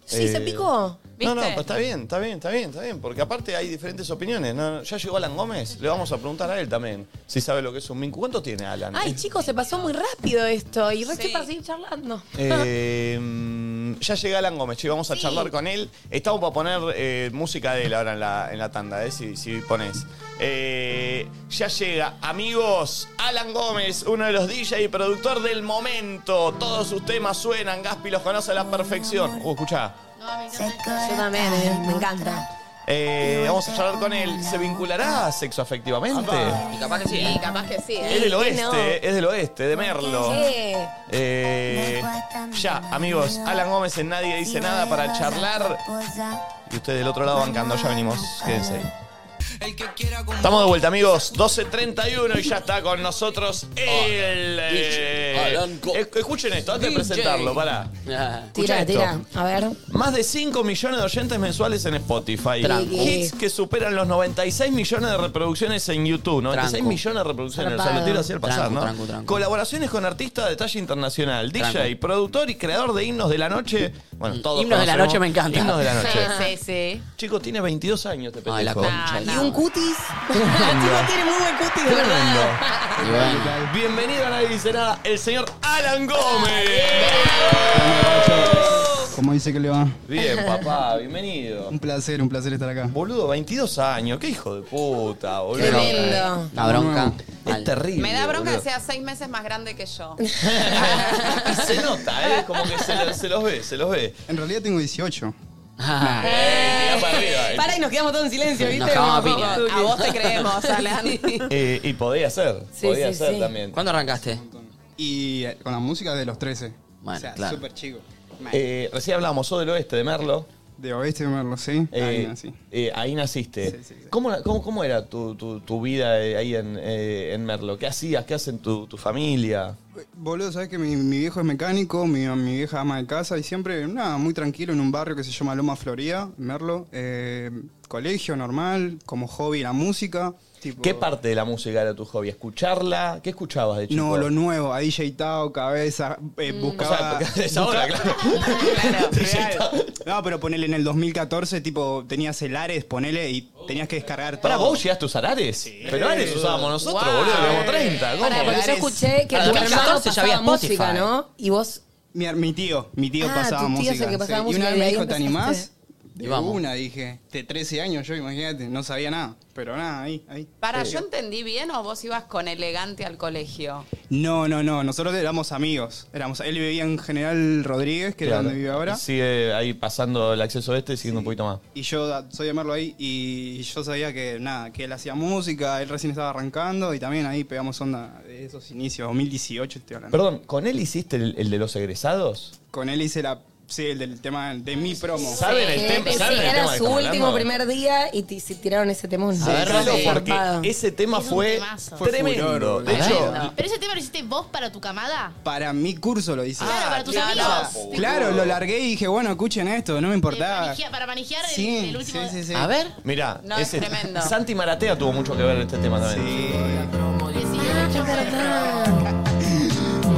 Speaker 3: Sí, se
Speaker 1: Eh,
Speaker 3: picó.
Speaker 1: No, no, pero está bien, está bien, está bien, está bien. Porque aparte hay diferentes opiniones. No, no, ya llegó Alan Gómez, le vamos a preguntar a él también si sabe lo que es un vínculo. ¿Cuánto tiene Alan?
Speaker 3: Ay, chicos, se pasó muy rápido esto y re estoy para seguir charlando.
Speaker 1: Eh, mm, ya llega Alan Gómez, che, vamos a charlar con él. Estamos para poner eh, música de él ahora en la, en la tanda, eh, si, si pones. Eh, ya llega, amigos, Alan Gómez, uno de los DJ y productor del momento. Todos sus temas suenan, Gaspi los conoce a la perfección. Uh, escucha.
Speaker 3: Yo también, eh, me encanta.
Speaker 1: Eh, vamos a charlar con él. ¿Se vinculará sexo afectivamente?
Speaker 5: Y capaz que sí. Y capaz que sí. ¿eh?
Speaker 1: Es del oeste, es del oeste, de Merlo. Eh, ya, amigos, Alan Gómez en Nadie Dice Nada para charlar. Y ustedes del otro lado bancando, ya venimos, quédense ahí. Estamos de vuelta, amigos. 12.31 y ya está con nosotros el. eh, esc- escuchen esto, antes de
Speaker 3: DJ.
Speaker 1: presentarlo, pará. Escucha
Speaker 3: Tira,
Speaker 1: esto.
Speaker 3: tira. A ver.
Speaker 1: Más de 5 millones de oyentes mensuales en Spotify.
Speaker 3: Tranqui.
Speaker 1: Hits que superan los 96 millones de reproducciones en YouTube. 96
Speaker 2: Tranqui.
Speaker 1: millones de reproducciones. O sea, lo
Speaker 2: Zarpado.
Speaker 1: tiro así al pasar,
Speaker 2: Tranqui,
Speaker 1: ¿no?
Speaker 2: tranqui, tranqui.
Speaker 1: Colaboraciones con artistas de talla internacional. DJ,
Speaker 2: Tranqui. Mm,
Speaker 1: productor y creador de himnos de la noche. Bueno, todos
Speaker 2: Himnos de la
Speaker 1: conocemos.
Speaker 2: noche me encanta.
Speaker 1: Himnos de
Speaker 3: <laughs>
Speaker 1: la noche.
Speaker 5: Sí, sí.
Speaker 1: Chicos, tiene 22 años este pendejo.
Speaker 2: la concha.
Speaker 3: Y un
Speaker 1: <laughs>
Speaker 3: cutis. <laughs>
Speaker 1: Tremendo.
Speaker 3: tiene muy buen cutis, de verdad.
Speaker 1: Tremendo.
Speaker 2: Y bueno.
Speaker 1: Bienvenido a Nadie Dice Nada, el señor Alan Gómez.
Speaker 9: ¿Cómo dice que le va?
Speaker 1: Bien, papá, bienvenido.
Speaker 9: Un placer, un placer estar acá.
Speaker 1: Boludo, 22 años, qué hijo de puta, boludo.
Speaker 5: Tremendo.
Speaker 9: La bronca.
Speaker 1: Es terrible.
Speaker 5: Me da bronca que
Speaker 1: boludo.
Speaker 5: sea seis meses más grande que yo.
Speaker 1: Y se nota, ¿eh? Como que se, lo- se los ve, se los ve.
Speaker 9: En realidad tengo 18.
Speaker 1: Mirá para arriba. eh.
Speaker 3: Para y nos quedamos todos en silencio,
Speaker 9: Ah. Nos
Speaker 3: ¿viste?
Speaker 9: cagamos a
Speaker 3: Como-
Speaker 9: piña.
Speaker 5: A vos te
Speaker 9: <laughs>
Speaker 5: creemos, Alan.
Speaker 1: Eh, y podía ser,
Speaker 9: Sí,
Speaker 1: podía
Speaker 9: sí,
Speaker 1: ser
Speaker 9: sí.
Speaker 1: también.
Speaker 2: ¿Cuándo arrancaste?
Speaker 9: Y eh, con la música de los 13.
Speaker 2: Bueno,
Speaker 9: o sea,
Speaker 2: claro.
Speaker 9: súper chico.
Speaker 1: Eh, recién hablábamos, sos del oeste, de Merlo.
Speaker 9: De oeste de Merlo, sí.
Speaker 1: Eh,
Speaker 9: Ahí nací.
Speaker 1: eh, ahí naciste. ¿Cómo, la- cómo- cómo era tu, tu- tu vida eh, ahí en, eh, en Merlo? ¿Qué hacías? ¿Qué hacen tu, tu familia?
Speaker 9: Boludo, sabes que mi, mi viejo es mecánico, mi, mi vieja ama de casa y siempre, nada, muy tranquilo en un barrio que se llama Loma Florida, Merlo. Eh, colegio normal, como hobby la música. Tipo,
Speaker 1: ¿Qué parte de la música era tu hobby? ¿Escucharla? ¿Qué escuchabas de chico?
Speaker 9: No, lo nuevo, a DJ Tao, cabeza, eh, buscaba...
Speaker 1: O sea, porque
Speaker 9: <laughs>
Speaker 1: es ahora, claro.
Speaker 9: No, pero ponele en el 2014, tipo, tenías el Ares, ponele, y tenías que descargar
Speaker 1: Pará,
Speaker 9: todo.
Speaker 1: vos llegaste a usar Ares. Pero Ares usábamos nosotros,
Speaker 9: Wow.
Speaker 1: boludo, éramos 30. ¿Cómo?
Speaker 3: Pará, porque yo escuché que
Speaker 9: Para
Speaker 3: tu
Speaker 9: el
Speaker 3: hermano
Speaker 9: 2014 ya había
Speaker 3: pasaba música,
Speaker 9: Spotify.
Speaker 3: ¿no? Y vos...
Speaker 9: Mi, mi tío, mi tío
Speaker 3: Ah,
Speaker 9: pasaba
Speaker 3: tu tío es
Speaker 9: música.
Speaker 3: el que pasaba música
Speaker 9: Y una
Speaker 3: y
Speaker 9: vez me
Speaker 3: ahí
Speaker 9: dijo, ¿te animás?
Speaker 3: empezaste".
Speaker 9: De
Speaker 2: Y vamos.
Speaker 9: una, dije. De 13 años yo, imagínate, no sabía nada. Pero nada, ahí, ahí.
Speaker 5: Para, ¿yo entendí bien o vos ibas con elegante al colegio?
Speaker 9: No, no, no, nosotros éramos amigos. Éramos, él vivía en General Rodríguez, que
Speaker 1: Claro.
Speaker 9: era donde vive ahora.
Speaker 1: Sigue ahí pasando el acceso este, siguiendo un poquito más.
Speaker 9: Y yo da- soy de Merlo ahí y yo sabía que nada, que él hacía música, él recién estaba arrancando y también ahí pegamos onda de esos inicios, 2018 estoy hablando.
Speaker 1: Perdón, ¿con él hiciste el, el de los egresados?
Speaker 9: Con él hice la, sí, el del tema de mi promo.
Speaker 1: ¿Saben el tema?
Speaker 3: Sí,
Speaker 1: ¿Saben el tema
Speaker 3: era
Speaker 1: de
Speaker 3: su
Speaker 1: Camarano?
Speaker 3: último primer día y ti- se tiraron ese temón.
Speaker 1: A ver, Rolo, porque ese tema
Speaker 9: Es un
Speaker 1: fue
Speaker 9: temazo. Fue
Speaker 1: tremendo.
Speaker 9: furor,
Speaker 1: De
Speaker 9: boludo.
Speaker 1: hecho,
Speaker 7: ¿Pero ese tema lo hiciste vos para tu camada?
Speaker 9: Para mi curso lo hice.
Speaker 7: Claro, para tus
Speaker 9: claro.
Speaker 7: amigos.
Speaker 9: Claro, lo largué y dije, bueno, escuchen esto, no me importaba.
Speaker 7: Manijea- Para manejar el,
Speaker 9: Sí,
Speaker 7: el último...
Speaker 9: sí, sí, sí.
Speaker 1: Mirá,
Speaker 7: Eh, No, es
Speaker 1: ese,
Speaker 7: tremendo.
Speaker 1: Santi Maratea tuvo mucho que ver en este tema también.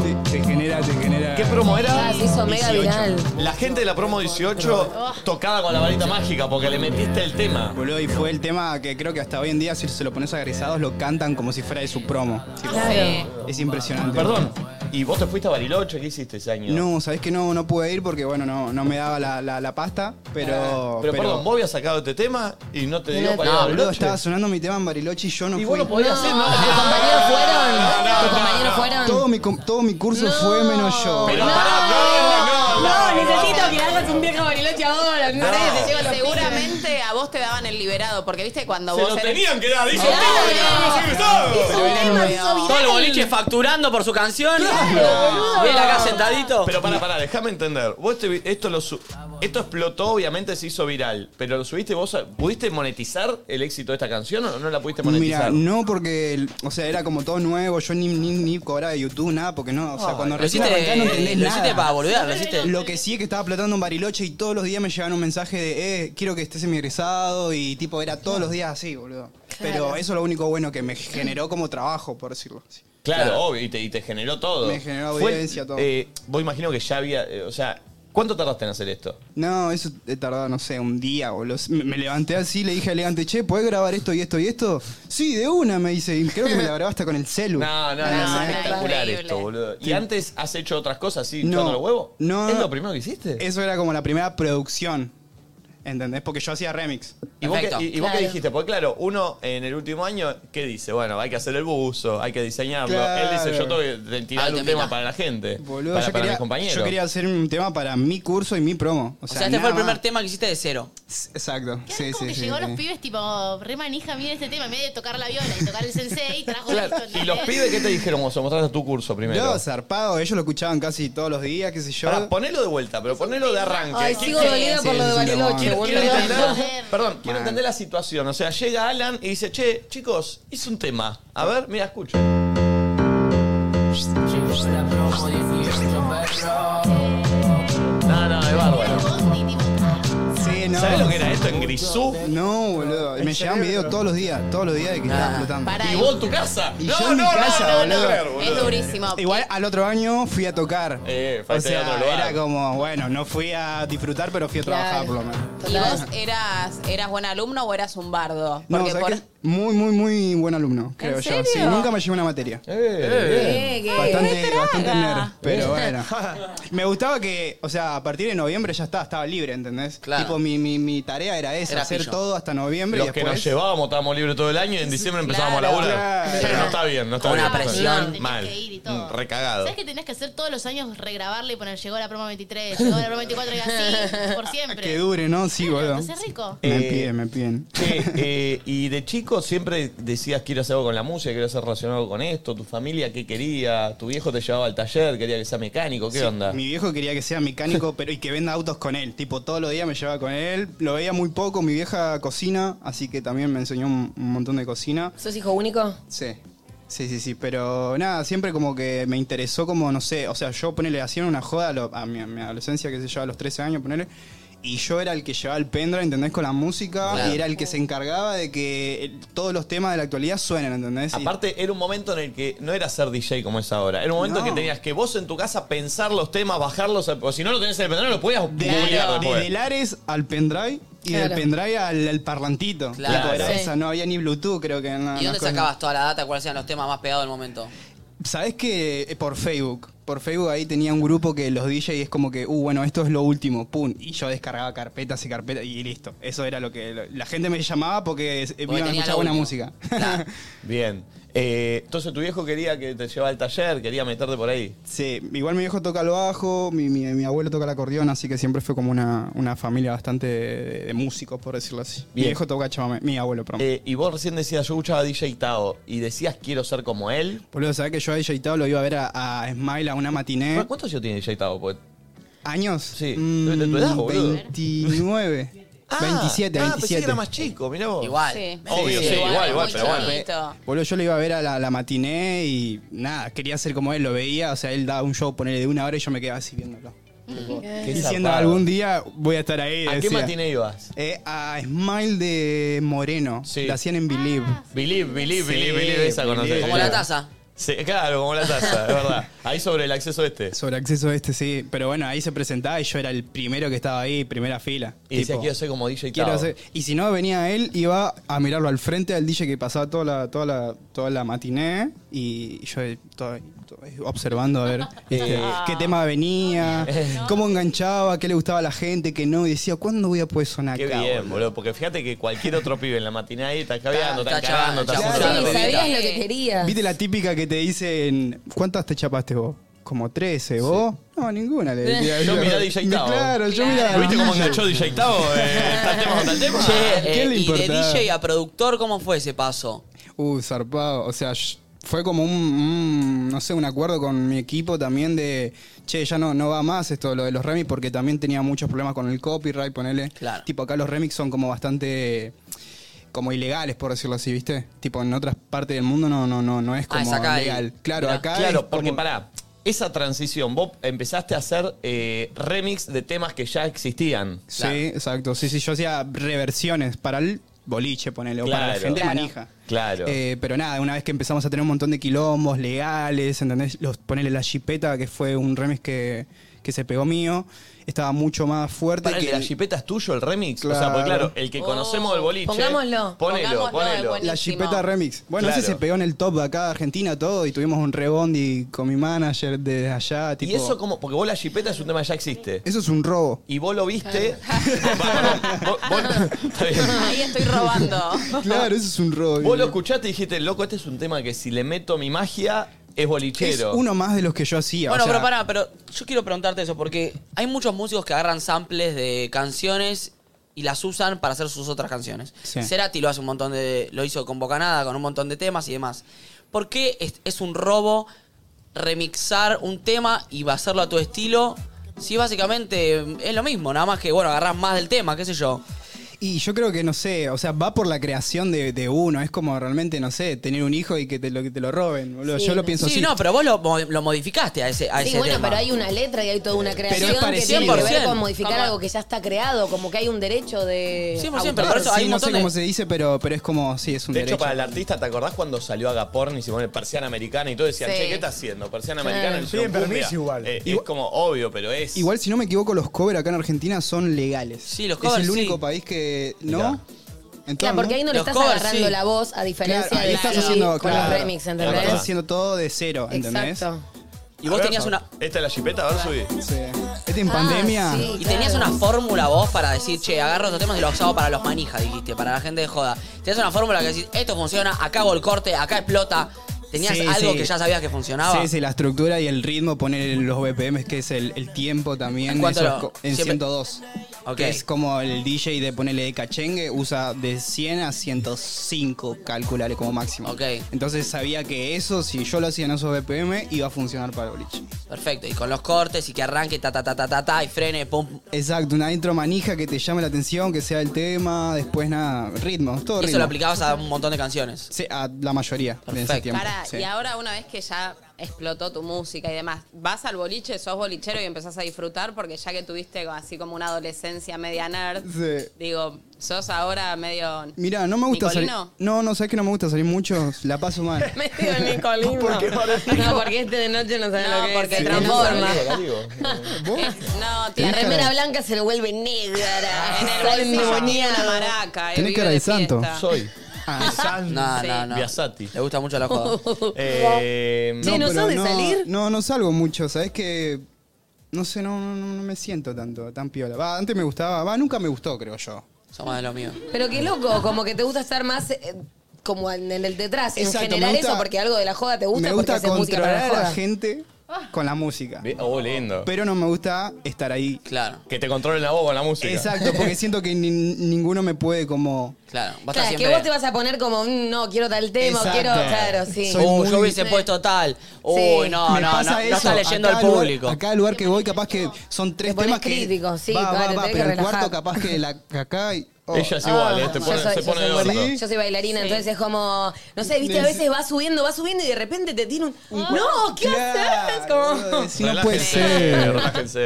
Speaker 9: Te, te genera, te genera.
Speaker 1: ¿Qué promo era?
Speaker 3: Ah, se hizo mega
Speaker 1: 18.
Speaker 3: viral.
Speaker 1: La gente de la promo
Speaker 9: Oh.
Speaker 1: 18 tocada con la varita mágica porque le metiste el tema.
Speaker 9: Boludo, y fue el tema que creo que hasta hoy en día, si se lo pones a egresados, lo cantan como si fuera de su promo. Tipo,
Speaker 1: Claro.
Speaker 9: Es impresionante.
Speaker 1: Perdón, ¿y vos te fuiste a Bariloche? ¿Qué hiciste ese año?
Speaker 9: No, sabés que no, no pude ir porque, bueno, no, no me daba la, la- la pasta, pero.
Speaker 1: Pero, perdón, vos habías sacado este tema y no te dio para ir a
Speaker 9: no, boludo,
Speaker 1: Bariloche. <laughs>
Speaker 9: estaba sonando mi tema en Bariloche y yo no
Speaker 1: Y
Speaker 9: fui.
Speaker 1: vos no podías ir, ¿no?
Speaker 9: ¿Tus
Speaker 1: compañeros fueron? ¿Tus compañeros
Speaker 9: fueron? Todo mi, com- todo mi curso fue menos yo.
Speaker 1: Pero pará, no, no,
Speaker 3: No, necesito que hagas un viejo bariloche ahora. No, sé, te llevo los pibes.
Speaker 5: Seguramente a vos te daban el liberado, porque viste cuando
Speaker 2: Se
Speaker 5: vos.
Speaker 2: lo
Speaker 5: eres-
Speaker 2: tenían que dar, hizo
Speaker 5: Claro.
Speaker 2: todo, digamos, sí, todo.
Speaker 5: Hizo un tema, hizo
Speaker 2: Todo el boliche facturando por su canción. Y él acá sentadito.
Speaker 1: Pero pará, pará, déjame entender. Vos este vi- esto, lo su- esto explotó, obviamente se hizo viral, pero lo subiste vos. a- ¿Pudiste monetizar el éxito de esta canción o no la pudiste
Speaker 9: Mira,
Speaker 1: monetizar?
Speaker 9: no porque, el- o sea, era como todo nuevo, yo ni, ni, ni cobraba de YouTube, nada, porque no, o sea,
Speaker 2: Ay,
Speaker 9: cuando
Speaker 2: lo
Speaker 9: recién
Speaker 2: hiciste-
Speaker 9: arrancás no entendés
Speaker 2: lo
Speaker 9: nada.
Speaker 2: hiciste para boludear, lo hiciste-
Speaker 9: Lo que sí es que estaba platando en Bariloche y todos los días me llegaban un mensaje de, eh, quiero que estés en mi egresado y tipo, era todos los días así, boludo. Pero eso es lo único bueno que me generó como trabajo, por decirlo así.
Speaker 1: Claro, obvio, y te, y te generó todo.
Speaker 9: Me generó
Speaker 1: Fue-
Speaker 9: audiencia, todo.
Speaker 1: eh, vos imagino que ya había, eh, o sea, ¿Cuánto tardaste en hacer esto?
Speaker 9: No, eso he tardado, no sé, un día. O los, me, me levanté así, le dije a elegante, che, ¿podés grabar esto y esto y esto? Sí, de una, me dice. Y creo que me la grabaste con el celu. Ah,
Speaker 1: No, no, no, es espectacular esto, boludo. ¿Y antes has hecho otras cosas así,
Speaker 9: No,
Speaker 1: echando los huevos?
Speaker 9: no.
Speaker 1: ¿Es lo primero que hiciste?
Speaker 9: Eso era como la primera producción. ¿Entendés? Porque yo hacía remix.
Speaker 1: ¿Y vos, qué, y- y vos qué dijiste? Porque claro, uno en el último año, ¿qué dice? Bueno, hay que hacer el buzo, hay que diseñarlo.
Speaker 9: Claro.
Speaker 1: Él dice, yo tengo que de- tirar
Speaker 9: Ay,
Speaker 1: un
Speaker 9: temita.
Speaker 1: tema para la gente,
Speaker 9: Boludo,
Speaker 1: para,
Speaker 9: yo,
Speaker 1: para mis
Speaker 9: quería,
Speaker 1: compañeros.
Speaker 9: yo quería hacer un tema para mi curso y mi promo. O
Speaker 2: O
Speaker 9: sea,
Speaker 2: sea, este fue
Speaker 9: nada
Speaker 2: el primer
Speaker 9: más.
Speaker 2: tema que hiciste de cero.
Speaker 9: Exacto. Sí,
Speaker 7: Como
Speaker 9: sí,
Speaker 7: que
Speaker 9: sí,
Speaker 7: llegó
Speaker 9: sí.
Speaker 7: los pibes tipo, re manija, miren este tema, en medio de tocar la viola y tocar el sensei, trajo
Speaker 1: Claro.
Speaker 7: esto.
Speaker 1: ¿Y los pibes qué te dijeron vos? Mostraste tu curso primero.
Speaker 9: No, zarpado, ellos lo escuchaban casi todos los días, qué sé yo.
Speaker 1: Pará, ponelo de vuelta, pero ponelo de arranque.
Speaker 9: Ay, sigo dolida por lo de Bariloche,
Speaker 1: Quiero,
Speaker 9: boludo.
Speaker 1: quiero entender, perdón, quiero entender la situación. O sea, llega Alan y dice, che, chicos, hice un tema. A ver, mira, escucho. No, no, es bárbaro.
Speaker 9: Sí, Eh, no.
Speaker 1: ¿Sabés lo que era esto en Grisú?
Speaker 9: No, boludo. Me llegaban videos todos los días, todos los días de que estaba explotando.
Speaker 1: ¿Y vos en tu casa?
Speaker 9: Y
Speaker 1: no,
Speaker 9: yo en mi
Speaker 1: no,
Speaker 9: casa,
Speaker 1: no, no,
Speaker 9: boludo.
Speaker 1: no, no, boludo.
Speaker 9: Igual al otro año fui a tocar.
Speaker 1: Eh,
Speaker 9: o
Speaker 1: falta de
Speaker 9: sea,
Speaker 1: otro lugar.
Speaker 9: era como, bueno, no fui a disfrutar, pero fui a
Speaker 5: Claro.
Speaker 9: trabajar por lo menos.
Speaker 5: ¿Y vos eras, eras buen alumno o eras un bardo?
Speaker 9: No,
Speaker 5: Porque
Speaker 9: ¿sabés
Speaker 5: por-
Speaker 9: qué? Muy, muy, muy buen alumno, creo yo. Sí,
Speaker 5: serio?
Speaker 9: nunca me llevé una materia.
Speaker 5: Eh, bien.
Speaker 9: Bastante,
Speaker 5: qué Eh.
Speaker 9: bastante
Speaker 5: traga.
Speaker 9: nerd, pero bueno.
Speaker 5: <laughs>
Speaker 9: Me gustaba que, o sea, a partir de noviembre ya estaba, estaba libre, ¿entendés? Tipo, mi, mi, mi tarea era esa,
Speaker 1: Era
Speaker 9: hacer
Speaker 1: pillo.
Speaker 9: todo hasta noviembre
Speaker 1: Los
Speaker 9: y
Speaker 1: que
Speaker 9: después...
Speaker 1: nos llevábamos, estábamos libres todo el año y en diciembre empezábamos
Speaker 9: Claro.
Speaker 1: a laburar.
Speaker 9: Claro.
Speaker 1: Pero no está bien, no está
Speaker 2: Con
Speaker 1: bien.
Speaker 2: una presión.
Speaker 1: Mal. Mm, Recagado.
Speaker 7: ¿Sabes que tenías que hacer todos los años regrabarle y poner llegó la promo 23, llegó la promo 24 y así, por
Speaker 1: <laughs>
Speaker 7: siempre?
Speaker 9: Que dure, ¿no? Sí, boludo.
Speaker 7: ¿Te haces rico?
Speaker 9: Me
Speaker 1: Eh,
Speaker 9: piden, me piden.
Speaker 1: Che, eh, y de chico siempre decías quiero hacer algo con la música, quiero hacer relacionado con esto, tu familia qué quería, tu viejo te llevaba al taller, quería que sea mecánico, ¿qué
Speaker 9: Sí,
Speaker 1: onda?
Speaker 9: Mi viejo quería que sea mecánico
Speaker 1: <laughs>
Speaker 9: pero y que venda autos con él. Tipo, todos los días me llevaba con él. Lo veía muy poco. Mi vieja cocina, así que también me enseñó un, un montón de cocina.
Speaker 3: ¿Sos hijo único?
Speaker 9: Sí. Sí, sí, sí. Pero nada, siempre como que me interesó como, no sé, o sea, yo ponele, hacían una joda a, lo- a mi, a mi adolescencia, que se yo, a los 13 años, ponele. Y yo era el que llevaba el pendrive, ¿entendés? Con la música.
Speaker 1: Claro.
Speaker 9: Y era el que se encargaba de que eh, todos los temas de la actualidad suenen, ¿entendés? Y-
Speaker 1: Aparte, era un momento en el que no era ser DJ como es ahora. Era un momento
Speaker 9: No.
Speaker 1: que tenías que vos en tu casa pensar los temas, bajarlos, o si no lo tenés en el pendrive, lo podías googlear
Speaker 9: Desde
Speaker 1: después.
Speaker 9: Lares al pendrive y
Speaker 2: Claro.
Speaker 9: del pendrive al, al parlantito.
Speaker 2: Claro.
Speaker 9: Tipo, era
Speaker 2: Sí.
Speaker 9: esa, no había ni Bluetooth, creo que. en la- en
Speaker 2: ¿Y dónde
Speaker 9: las cosas.
Speaker 2: sacabas toda la data? ¿Cuáles eran los temas más pegados del momento?
Speaker 9: ¿Sabés que eh, Por Facebook. Por Facebook ahí tenía un grupo que los DJ es como que, uh, bueno, esto es lo último, pum. Y yo descargaba carpetas y carpetas y listo. Eso era lo que. lo- la gente me llamaba porque, es- eh,
Speaker 1: Porque
Speaker 9: iban a
Speaker 1: tenía
Speaker 9: escuchar
Speaker 1: lo
Speaker 9: buena música.
Speaker 1: último. Bien. Eh, entonces tu viejo quería que te llevara al taller, quería meterte por ahí.
Speaker 9: Sí, igual mi viejo toca el bajo, mi, mi- mi abuelo toca el acordeón, así que siempre fue como una, una familia bastante de, de músicos, por decirlo así. Mi
Speaker 1: Bien.
Speaker 9: viejo toca chamamé, mi abuelo, perdón.
Speaker 1: Eh, y vos recién decías, yo escuchaba DJ Tao y decías quiero ser como él.
Speaker 9: Boludo, ¿sabés que yo a DJ Tao lo iba a ver a, a Smile a una matiné?
Speaker 1: ¿Cuántos años tiene DJ Tao? Pues?
Speaker 9: ¿Años? Mm, Sí.
Speaker 1: de tu edad, boludo.
Speaker 9: 29. <laughs> 27,
Speaker 1: ah,
Speaker 9: 27.
Speaker 1: pensé que era más chico, mirá vos.
Speaker 2: Igual.
Speaker 5: Sí.
Speaker 1: Obvio, sí,
Speaker 9: Sí,
Speaker 1: igual, igual,
Speaker 5: muy
Speaker 1: pero bueno.
Speaker 5: chiquito.
Speaker 9: Boludo, yo lo iba a ver a la, la matiné y nada, quería ser como él, lo veía. O sea, él daba un show, ponele de una hora y yo me quedaba así viéndolo.
Speaker 1: Qué
Speaker 9: Diciendo
Speaker 1: zarpado.
Speaker 9: algún día voy a estar ahí.
Speaker 1: ¿A qué
Speaker 9: decía.
Speaker 1: matiné ibas?
Speaker 9: Eh, a Smile de Moreno. La hacían en Believe.
Speaker 1: Believe, believe,
Speaker 9: Sí,
Speaker 1: believe, believe, esa
Speaker 9: Believe.
Speaker 1: conocés.
Speaker 9: Como la
Speaker 2: taza.
Speaker 1: Sí, claro, como la taza, es verdad. Ahí sobre el acceso este.
Speaker 9: Sobre acceso este, sí. Pero bueno, ahí se presentaba y yo era el primero que estaba ahí, primera fila.
Speaker 1: Y decías,
Speaker 9: Tipo,
Speaker 1: quiero ser como DJ
Speaker 9: Quiero
Speaker 1: Tao.
Speaker 9: hacer- Y si no venía él, iba a mirarlo al frente al DJ que pasaba toda la, toda la, toda la matiné y yo eh, todo- todo observando a ver
Speaker 2: <laughs>
Speaker 9: este,
Speaker 2: Ah.
Speaker 9: qué tema venía, cómo enganchaba, qué le gustaba a la gente, qué no, y decía, ¿cuándo voy a poder sonar
Speaker 1: Qué
Speaker 9: acá?
Speaker 1: bien, boludo, porque fíjate que cualquier otro pibe en la matiné ahí está cabeando,
Speaker 9: Está-
Speaker 1: está
Speaker 9: está
Speaker 1: cagando, está
Speaker 9: chabando,
Speaker 1: puteando,
Speaker 9: Sí,
Speaker 1: está-
Speaker 3: Sabías lo que querías.
Speaker 9: ¿Viste la típica que te dicen, ¿cuántas te chapaste vos? Como 13, ¿vos? No, ninguna le decía.
Speaker 1: Yo mirá DJ Tao.
Speaker 9: Claro, yo mirá.
Speaker 1: ¿Viste cómo enganchó DJ Tao?
Speaker 7: <laughs>
Speaker 1: Eh, tal tema con tal tema.
Speaker 2: Che,
Speaker 9: ¿qué
Speaker 2: eh,
Speaker 9: le
Speaker 2: y de
Speaker 9: importaba?
Speaker 2: DJ a productor, ¿cómo fue ese paso?
Speaker 9: Uh, zarpado. O sea, sh- fue como un, un, no sé, un acuerdo con mi equipo también de, che, ya no, no va más esto, lo de los remix, porque también tenía muchos problemas con el copyright, ponele.
Speaker 2: Claro.
Speaker 9: Tipo, acá los remix son como bastante, como ilegales, por decirlo así, ¿viste? Tipo, en otras partes del mundo no, no, no, no es
Speaker 3: Ah,
Speaker 9: como
Speaker 1: Ah, es acá el-
Speaker 9: legal. Claro,
Speaker 1: Mirá.
Speaker 9: acá
Speaker 1: Claro,
Speaker 9: es
Speaker 1: porque
Speaker 9: como-
Speaker 1: pará. Esa transición, vos empezaste a hacer eh, remix de temas que ya existían.
Speaker 9: Sí, exacto. Sí, sí, yo hacía reversiones para el boliche, ponele, o para la gente manija.
Speaker 1: Claro.
Speaker 9: Eh, pero nada, una vez que empezamos a tener un montón de quilombos legales, ¿entendés? Los, ponele la chipeta, que fue un remix que, que se pegó mío, estaba mucho más fuerte
Speaker 1: Para
Speaker 9: que
Speaker 1: que la chipeta es tuyo el remix. O sea, porque claro, el que conocemos del boliche.
Speaker 3: Oh, Pongámoslo.
Speaker 1: Ponelo,
Speaker 3: Pongámoslo, es
Speaker 1: ponelo.
Speaker 3: buenísimo.
Speaker 9: La chipeta remix. Bueno,
Speaker 1: Claro.
Speaker 9: ese se pegó en el top de acá de Argentina todo y tuvimos un rebondi con mi manager desde allá. Tipo,
Speaker 1: Y eso como, porque vos la chipeta es un tema que ya existe.
Speaker 9: eso es un robo.
Speaker 1: Y vos lo viste. Vos- vos- está bien.
Speaker 5: Ahí estoy
Speaker 3: <laughs>
Speaker 5: robando.
Speaker 9: <laughs> Claro, eso es un robo.
Speaker 1: Vos lo escuchaste y dijiste, loco, este es un tema que si le meto mi magia es
Speaker 9: Es
Speaker 1: bolichero.
Speaker 9: uno más de los que yo hacía.
Speaker 2: Bueno,
Speaker 9: o sea,
Speaker 2: pero pará, pero yo quiero preguntarte eso, porque hay muchos músicos que agarran samples de canciones y las usan para hacer sus otras canciones.
Speaker 9: Sí.
Speaker 2: Cerati lo hace un montón de. lo hizo con Bocanada, con un montón de temas y demás. ¿Por qué es, es un robo remixar un tema y hacerlo a tu estilo? Si básicamente es lo mismo, nada más que, bueno, agarras más del tema, qué sé yo.
Speaker 9: Y yo creo que, no sé, o sea, va por la creación de, de uno. Es como realmente, no sé, tener un hijo y que te lo, que te lo roben. boludo. yo lo pienso
Speaker 2: sí,
Speaker 9: así.
Speaker 2: no, pero vos lo, mo- lo modificaste a ese, a
Speaker 3: Sí,
Speaker 2: ese
Speaker 3: bueno,
Speaker 2: tema.
Speaker 3: pero hay una letra y hay toda una creación
Speaker 2: es
Speaker 3: que
Speaker 2: parecido.
Speaker 3: tiene que ver
Speaker 2: 100%.
Speaker 3: con modificar
Speaker 2: Como-
Speaker 3: algo que ya está creado, como que hay un derecho de.
Speaker 2: 100%,
Speaker 3: autor.
Speaker 2: por eso hay
Speaker 9: Sí,
Speaker 2: un
Speaker 9: no sé
Speaker 2: montón de-
Speaker 9: cómo se dice, pero, pero es como, sí, es un
Speaker 1: De hecho,
Speaker 9: derecho.
Speaker 1: para el artista, ¿te acordás cuando salió Agaporn y se pone persiana americana y todo decían,
Speaker 9: Sí.
Speaker 1: che, ¿qué está haciendo? Persiana
Speaker 9: Claro.
Speaker 1: americana. le hicieron
Speaker 9: Piden permiso
Speaker 1: cumbia".
Speaker 9: igual.
Speaker 1: Eh,
Speaker 9: Igual-
Speaker 1: Es como obvio, pero es.
Speaker 9: Igual, si no me equivoco, los covers acá en Argentina son legales.
Speaker 1: Sí, los
Speaker 9: Es
Speaker 1: covers,
Speaker 9: el único
Speaker 1: sí.
Speaker 9: país que. ¿No?
Speaker 1: Mirá.
Speaker 9: En todo el
Speaker 3: Claro, porque ahí no le
Speaker 9: mundo.
Speaker 3: estás agarrando la voz, a diferencia
Speaker 9: Claro, ahí
Speaker 3: de
Speaker 9: estás
Speaker 3: sí,
Speaker 9: haciendo,
Speaker 3: con
Speaker 9: claro,
Speaker 3: los remix, ¿entendés?
Speaker 9: Estás haciendo todo de cero, ¿entendés?
Speaker 3: Exacto.
Speaker 2: Y vos
Speaker 1: A ver,
Speaker 2: tenías una-
Speaker 1: ¿Esta es la chipeta? A ver, subí.
Speaker 9: Sí. Este en pandemia.
Speaker 2: y tenías una fórmula vos para decir, che, agarro estos temas y los hago para los manijas, dijiste, para la gente de joda. Tenías una fórmula que decís, esto funciona, acá hago el corte, acá explota. Tenías
Speaker 9: Sí,
Speaker 2: algo
Speaker 9: sí.
Speaker 2: que ya sabías que funcionaba.
Speaker 9: Sí, sí, la estructura y el ritmo, poner los BPMs, que es el, el tiempo también.
Speaker 2: ¿En cuánto
Speaker 9: eso es
Speaker 2: lo-
Speaker 9: co- en
Speaker 2: siempre-
Speaker 9: 102.
Speaker 2: Ok.
Speaker 9: Que es como el DJ de ponerle de cachengue, usa de 100 a 105, calculale como máximo. Entonces sabía que eso, si yo lo hacía en esos BPM, iba a funcionar para Blich.
Speaker 2: Perfecto, y con los cortes y que arranque, ta, ta, ta, ta, ta, ta, y frene, pum.
Speaker 9: Exacto, una intro manija que te llame la atención, que sea el tema, después nada, ritmo, todo
Speaker 2: Y
Speaker 9: ritmo.
Speaker 2: eso lo aplicabas a un montón de canciones.
Speaker 9: Sí, a la mayoría de ese tiempo.
Speaker 5: Pará,
Speaker 9: sí.
Speaker 5: y ahora una vez que ya explotó tu música y demás, vas al boliche, sos bolichero y empezás a disfrutar porque ya que tuviste así como una adolescencia media nerd,
Speaker 9: Sí.
Speaker 5: digo, sos ahora medio...
Speaker 9: Mira, no me gusta
Speaker 5: ¿Nicolino?
Speaker 9: salir. No, no, sabes que no me gusta salir mucho, la paso
Speaker 5: <laughs>
Speaker 9: mal.
Speaker 3: Nicolino. No, porque este de noche no sabe lo que
Speaker 5: porque
Speaker 3: es.
Speaker 5: Sí, transforma.
Speaker 3: <laughs> No, la remera blanca se le vuelve negra.
Speaker 5: En el
Speaker 3: Sale
Speaker 5: bolsillo
Speaker 3: endemoniada.
Speaker 5: una maraca, eh,
Speaker 9: Tenés
Speaker 5: vive
Speaker 9: cara
Speaker 5: de
Speaker 9: de santo.
Speaker 5: fiesta.
Speaker 1: Soy.
Speaker 9: Ah.
Speaker 2: No, no, no.
Speaker 1: Biasati.
Speaker 2: Le gusta mucho
Speaker 3: <laughs>
Speaker 2: la joda.
Speaker 1: <laughs> Eh,
Speaker 9: No, pero No, no salgo mucho, sabes que. No sé, no, no, no me siento tanto, tan piola. Va, antes me gustaba, va, nunca me gustó, creo yo.
Speaker 2: Somos de lo mío.
Speaker 3: Pero qué loco, como que te gusta estar más eh, como en en el detrás. En
Speaker 9: Exacto, me
Speaker 3: general
Speaker 9: gusta-
Speaker 3: eso, porque algo de la joda te gusta,
Speaker 9: me gusta
Speaker 3: porque haces música
Speaker 9: controlar
Speaker 3: para la
Speaker 9: a la
Speaker 3: joda.
Speaker 9: gente con la música.
Speaker 1: Oh, lindo.
Speaker 9: Pero no me gusta estar ahí.
Speaker 2: Claro.
Speaker 1: Que te controlen la voz con la música.
Speaker 9: Exacto, porque siento que ni- ninguno me puede como.
Speaker 2: Claro,
Speaker 3: Claro, es que vos te vas a poner como, mm, no, quiero tal tema,
Speaker 9: Exacto.
Speaker 3: quiero, claro, sí.
Speaker 9: Soy
Speaker 2: Uh,
Speaker 9: muy-
Speaker 2: yo hubiese puesto tal. Uy,
Speaker 3: Sí.
Speaker 2: no,
Speaker 9: Me
Speaker 2: no, no,
Speaker 9: pasa
Speaker 2: no
Speaker 9: eso,
Speaker 2: está leyendo
Speaker 9: acá
Speaker 2: al
Speaker 9: al lugar-
Speaker 2: público.
Speaker 9: acá al lugar que voy, capaz que son tres
Speaker 3: pones
Speaker 9: temas que.
Speaker 3: crítico, sí,
Speaker 9: va, va,
Speaker 3: claro,
Speaker 9: va,
Speaker 3: tenés que
Speaker 9: pero el
Speaker 3: relajar.
Speaker 9: cuarto capaz que la que acá. y- oh.
Speaker 1: Ella es igual, ¿eh? Te pone-
Speaker 3: yo soy,
Speaker 1: <laughs> se
Speaker 3: yo
Speaker 1: pone
Speaker 3: soy
Speaker 1: de
Speaker 3: bailarina.
Speaker 1: orto.
Speaker 3: Yo soy bailarina, entonces es como, no sé, viste, a
Speaker 9: Des-
Speaker 3: veces va subiendo, va subiendo y de repente te tiene un, no, ¿qué haces? Como,
Speaker 9: no puede ser.
Speaker 1: Relájense.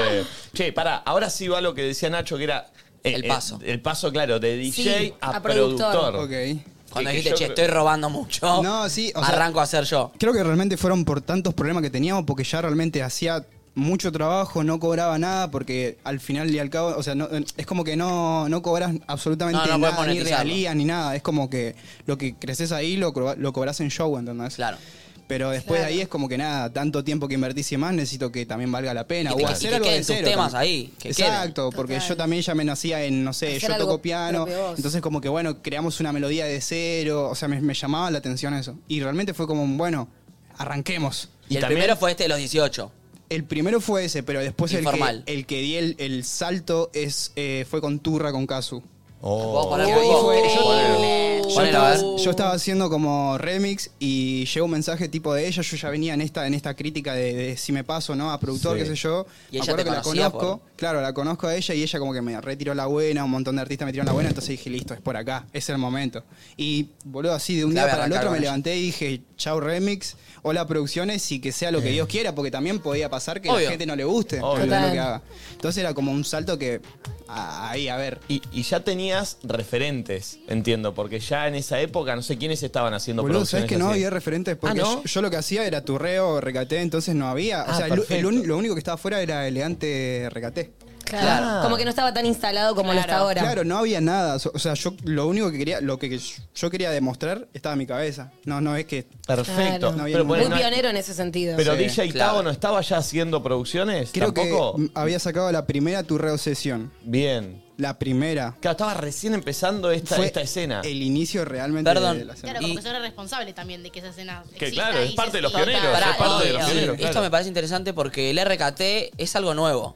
Speaker 1: Che, pará, ahora sí va lo que decía Nacho, que era. el paso. El, paso, claro, de DJ
Speaker 9: Sí,
Speaker 1: a,
Speaker 9: a
Speaker 1: productor.
Speaker 9: productor. Ok.
Speaker 2: Cuando
Speaker 1: Que- que
Speaker 2: dijiste,
Speaker 1: yo
Speaker 2: che,
Speaker 1: creo-
Speaker 2: estoy robando mucho.
Speaker 9: No, sí, o sea-
Speaker 2: Arranco a hacer yo.
Speaker 9: Creo que realmente fueron por tantos problemas que teníamos porque ya realmente hacía mucho trabajo, no cobraba nada porque al final y al cabo, o sea, no- eh, es como que no, no cobras absolutamente
Speaker 2: No, no podés
Speaker 9: nada, ni
Speaker 2: monetizarlo.
Speaker 9: regalías ni nada, es como que lo que creces ahí lo, cobra- lo cobras en show, ¿entendés?
Speaker 2: Claro.
Speaker 9: Pero después de ahí es como que nada, tanto tiempo que invertís y más, necesito que también valga la pena.
Speaker 2: Y que-
Speaker 9: o
Speaker 2: y
Speaker 9: hacer
Speaker 2: que
Speaker 9: algo
Speaker 2: queden
Speaker 9: de
Speaker 2: tus
Speaker 9: cero
Speaker 2: temas
Speaker 9: también.
Speaker 2: ahí, que queden.
Speaker 9: Exacto, porque yo también ya me nacía en, no sé,
Speaker 2: Hacer
Speaker 9: yo
Speaker 2: algo
Speaker 9: toco piano,
Speaker 2: propio vos.
Speaker 9: entonces como que bueno, creamos una melodía de cero, o sea, me, me llamaba la atención eso. Y realmente fue como, un, bueno, arranquemos.
Speaker 2: Y, el primero fue este de los 18.
Speaker 9: El primero fue ese, pero después el que,
Speaker 2: Informal.
Speaker 9: el que di el, el salto es, eh, fue con Turra, con Kazu.
Speaker 1: Oh.
Speaker 2: Ponelo,
Speaker 9: Ahí
Speaker 2: ponelo.
Speaker 9: fue-
Speaker 2: Ponelo.
Speaker 9: yo,
Speaker 2: Ponelo, a
Speaker 9: estaba,
Speaker 2: ver.
Speaker 9: yo estaba haciendo como remix y llegó un mensaje tipo de ella. Yo ya venía en esta, en esta crítica de, de si me paso, ¿no? A productor,
Speaker 2: Sí.
Speaker 9: qué sé yo.
Speaker 2: Y ella
Speaker 9: me acuerdo
Speaker 2: te
Speaker 9: que la
Speaker 2: conocía
Speaker 9: conozco. Claro, la conozco a ella y ella como que me retiró la buena, un montón de artistas me tiraron la buena, entonces dije, listo, es por acá, es el momento. Y boludo, así de un
Speaker 2: Clave
Speaker 9: día para el
Speaker 2: arrancar
Speaker 9: otro me
Speaker 2: con ella.
Speaker 9: levanté y dije, chau remix, hola producciones y que sea lo que Dios quiera, porque también podía pasar que
Speaker 1: Obvio.
Speaker 9: la gente no le guste
Speaker 1: Obvio.
Speaker 9: lo
Speaker 1: Total.
Speaker 9: que haga. Entonces era como un salto que ah, ahí, a ver.
Speaker 1: Y, y ya tenía tenías referentes, entiendo, porque ya en esa época no sé quiénes estaban haciendo
Speaker 9: Boludo, ¿sabes
Speaker 1: producciones
Speaker 9: que no
Speaker 1: así.
Speaker 9: había referentes? Porque
Speaker 1: Ah, ¿no?
Speaker 9: yo, yo lo que hacía era turreo, recaté, entonces no había. O
Speaker 1: Ah,
Speaker 9: sea, el- el
Speaker 1: perfecto.
Speaker 9: un- lo único que estaba afuera era elegante recaté.
Speaker 3: <laughs> Claro. Como que no estaba tan instalado como lo está ahora.
Speaker 9: Claro, no había nada. So- O sea, yo lo único que quería, lo que yo quería demostrar estaba en mi cabeza. No, no es que.
Speaker 1: Perfecto.
Speaker 9: No había
Speaker 1: Pero
Speaker 9: ningún-
Speaker 1: ponen-
Speaker 3: Muy pionero en ese sentido.
Speaker 1: Pero
Speaker 9: Sí,
Speaker 3: <laughs>
Speaker 1: DJ Tavo no estaba ya haciendo producciones,
Speaker 9: Creo
Speaker 1: tampoco.
Speaker 9: que mm, había sacado la primera turreo sesión.
Speaker 1: Bien.
Speaker 9: La primera.
Speaker 1: Claro, estaba recién empezando esta,
Speaker 9: Fue
Speaker 1: esta escena.
Speaker 9: El inicio realmente
Speaker 1: Perdón,
Speaker 9: de la escena.
Speaker 7: Claro, como persona responsable también de que esa escena exista
Speaker 1: claro, es
Speaker 7: y
Speaker 1: parte
Speaker 7: se
Speaker 1: de los
Speaker 7: siga.
Speaker 1: pioneros,
Speaker 2: Pará,
Speaker 1: es parte de
Speaker 2: y-
Speaker 1: los
Speaker 2: sí,
Speaker 1: pioneros,
Speaker 2: Esto
Speaker 1: claro.
Speaker 2: me parece interesante porque el RKT es algo nuevo.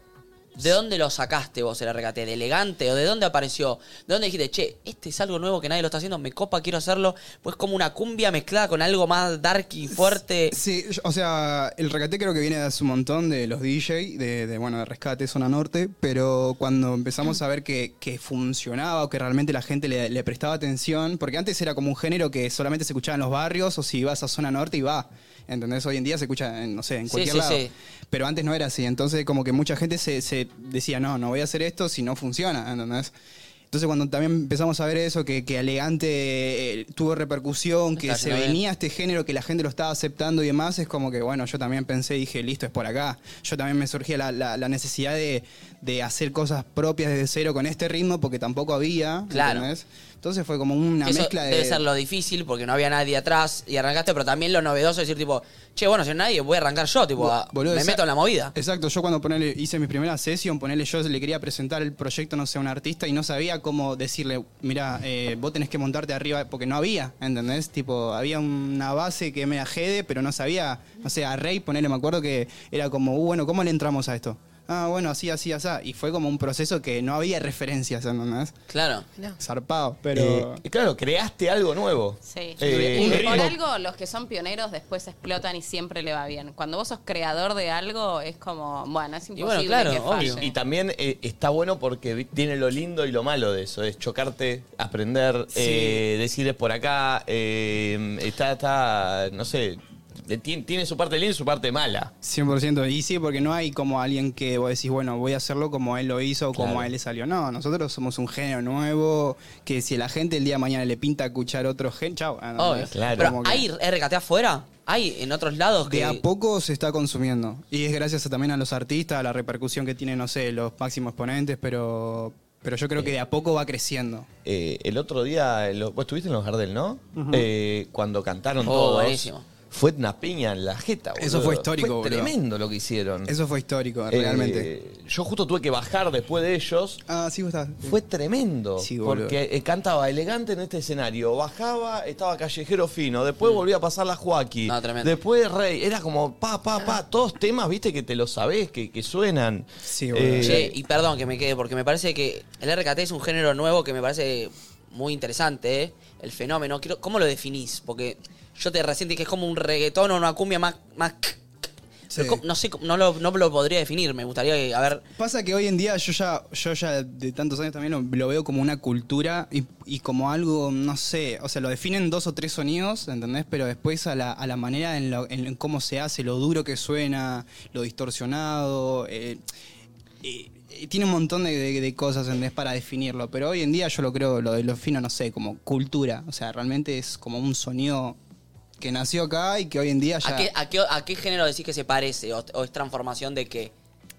Speaker 2: ¿De dónde lo sacaste vos el RKT? ¿De elegante? ¿O de dónde apareció? ¿De dónde dijiste, che, este es algo nuevo que nadie lo está haciendo, me copa, quiero hacerlo? Pues como una cumbia mezclada con algo más dark y fuerte.
Speaker 9: Sí, yo- o sea, el recate creo que viene de hace un montón de los DJ, de, de, bueno, de Rescate, Zona Norte, pero cuando empezamos a ver que, que funcionaba o que realmente la gente le, le prestaba atención, porque antes era como un género que solamente se escuchaba en los barrios o si ibas a Zona Norte y va, ¿entendés? Hoy en día se escucha, en, no sé, en
Speaker 2: Sí,
Speaker 9: cualquier
Speaker 2: sí,
Speaker 9: lado.
Speaker 2: sí.
Speaker 9: Pero antes no era así, entonces como que mucha gente se, se decía, no, no voy a hacer esto si no funciona, ¿entendés? Entonces cuando también empezamos a ver eso, que, que Alegante eh, tuvo repercusión, que
Speaker 2: Está
Speaker 9: se
Speaker 2: yendo bien.
Speaker 9: venía este género, que la gente lo estaba aceptando y demás, es como que, bueno, yo también pensé, dije, listo, es por acá. Yo también me surgía la, la- la necesidad de, de hacer cosas propias desde cero con este ritmo, porque tampoco había.
Speaker 2: Claro.
Speaker 9: ¿entendés? Entonces fue como una
Speaker 2: Eso
Speaker 9: mezcla de...
Speaker 2: debe ser lo difícil porque no había nadie atrás y arrancaste, pero también lo novedoso es decir, tipo, che, bueno, si no hay nadie, voy a arrancar yo, tipo, a-
Speaker 9: Boludo,
Speaker 2: me
Speaker 9: esa-
Speaker 2: meto en la movida.
Speaker 9: Exacto, yo cuando ponele, hice mi primera sesión, ponele, yo le quería presentar el proyecto, no sé, a un artista y no sabía cómo decirle, mira, vos tenés que montarte arriba, porque no había, ¿entendés? Tipo, había una base que me ajede, pero no sabía, no sé, a Rey, ponele, me acuerdo que era como, "Uh, bueno, ¿cómo le entramos a esto? Ah, bueno, así, así, así. Y fue como un proceso que no había referencias, ¿entendés?
Speaker 2: Claro.
Speaker 9: Zarpado, pero...
Speaker 1: Eh, claro, creaste <laughs> algo nuevo.
Speaker 5: Sí.
Speaker 1: Eh,
Speaker 5: Y
Speaker 1: un
Speaker 5: por
Speaker 1: ritmo
Speaker 5: algo los que son pioneros después explotan y siempre le va bien. Cuando vos sos creador de algo es como, bueno, es imposible que falle.
Speaker 1: Y, y también eh, está bueno porque vi- tiene lo lindo y lo malo de eso. Es chocarte, aprender,
Speaker 2: Sí.
Speaker 1: eh, decir es por acá. eh, está, está, no sé, eh, tiene, tiene su parte linda y su parte mala.
Speaker 9: 100%, y sí, porque no hay como alguien que vos decís, bueno, voy a hacerlo como él lo hizo o como
Speaker 1: Claro.
Speaker 9: a él le salió. No, nosotros somos un género nuevo, que si a la gente el día de mañana le pinta escuchar otro género, chao. ah, no,
Speaker 2: Obvio.
Speaker 9: no,
Speaker 2: Pero
Speaker 9: como que
Speaker 2: hay RKT afuera, hay en otros lados que.
Speaker 9: De a poco se está consumiendo. Y es gracias a- también a los artistas, a la repercusión que tienen, no sé, los máximos exponentes, pero, pero yo creo que de a poco va creciendo.
Speaker 1: Eh, el otro día, eh, lo- vos estuviste en los Gardel, ¿no?
Speaker 9: Ujú.
Speaker 1: Eh, cuando cantaron
Speaker 9: Oh,
Speaker 1: todos.
Speaker 9: buenísimo.
Speaker 1: Fue una piña en la jeta, boludo.
Speaker 9: Eso fue histórico,
Speaker 1: Fue
Speaker 9: boludo.
Speaker 1: tremendo lo que hicieron.
Speaker 9: Eso fue histórico,
Speaker 1: Eh,
Speaker 9: realmente.
Speaker 1: yo justo tuve que bajar después de ellos.
Speaker 9: Ah, sí, vos estás.
Speaker 1: Fue tremendo.
Speaker 9: Sí, boludo.
Speaker 1: porque eh, cantaba elegante en este escenario. Bajaba, estaba callejero fino. Después volvía a pasar la Joaquín.
Speaker 2: No, tremendo.
Speaker 1: Después Rey. Era como pa, pa, pa. Todos temas, viste, que te los sabés, que, que suenan.
Speaker 9: Sí,
Speaker 2: Che, Eh, y perdón que me quede, porque me parece que el RKT es un género nuevo que me parece muy interesante, ¿eh? El fenómeno. Quiero- ¿Cómo lo definís? Porque yo te recién dije que es como un reggaetón o una cumbia más. más c- c- pero ¿cómo- no sé, cómo- no lo, no lo podría definir. Me gustaría que, a ver.
Speaker 9: Pasa que hoy en día yo ya, yo ya de tantos años también lo, lo veo como una cultura y, y como algo, no sé, o sea, lo definen dos o tres sonidos, ¿entendés? Pero después a la, a la manera en, lo- en- en cómo se hace, lo duro que suena, lo distorsionado, eh, eh, eh, tiene un montón de, de- de cosas, ¿entendés? Para definirlo, pero hoy en día yo lo creo, lo de lo fino, no sé, como cultura, o sea, realmente es como un sonido que nació acá y que hoy en día ya...
Speaker 2: ¿A qué, a, qué, a qué género decís que se parece? ¿O, o es transformación de qué?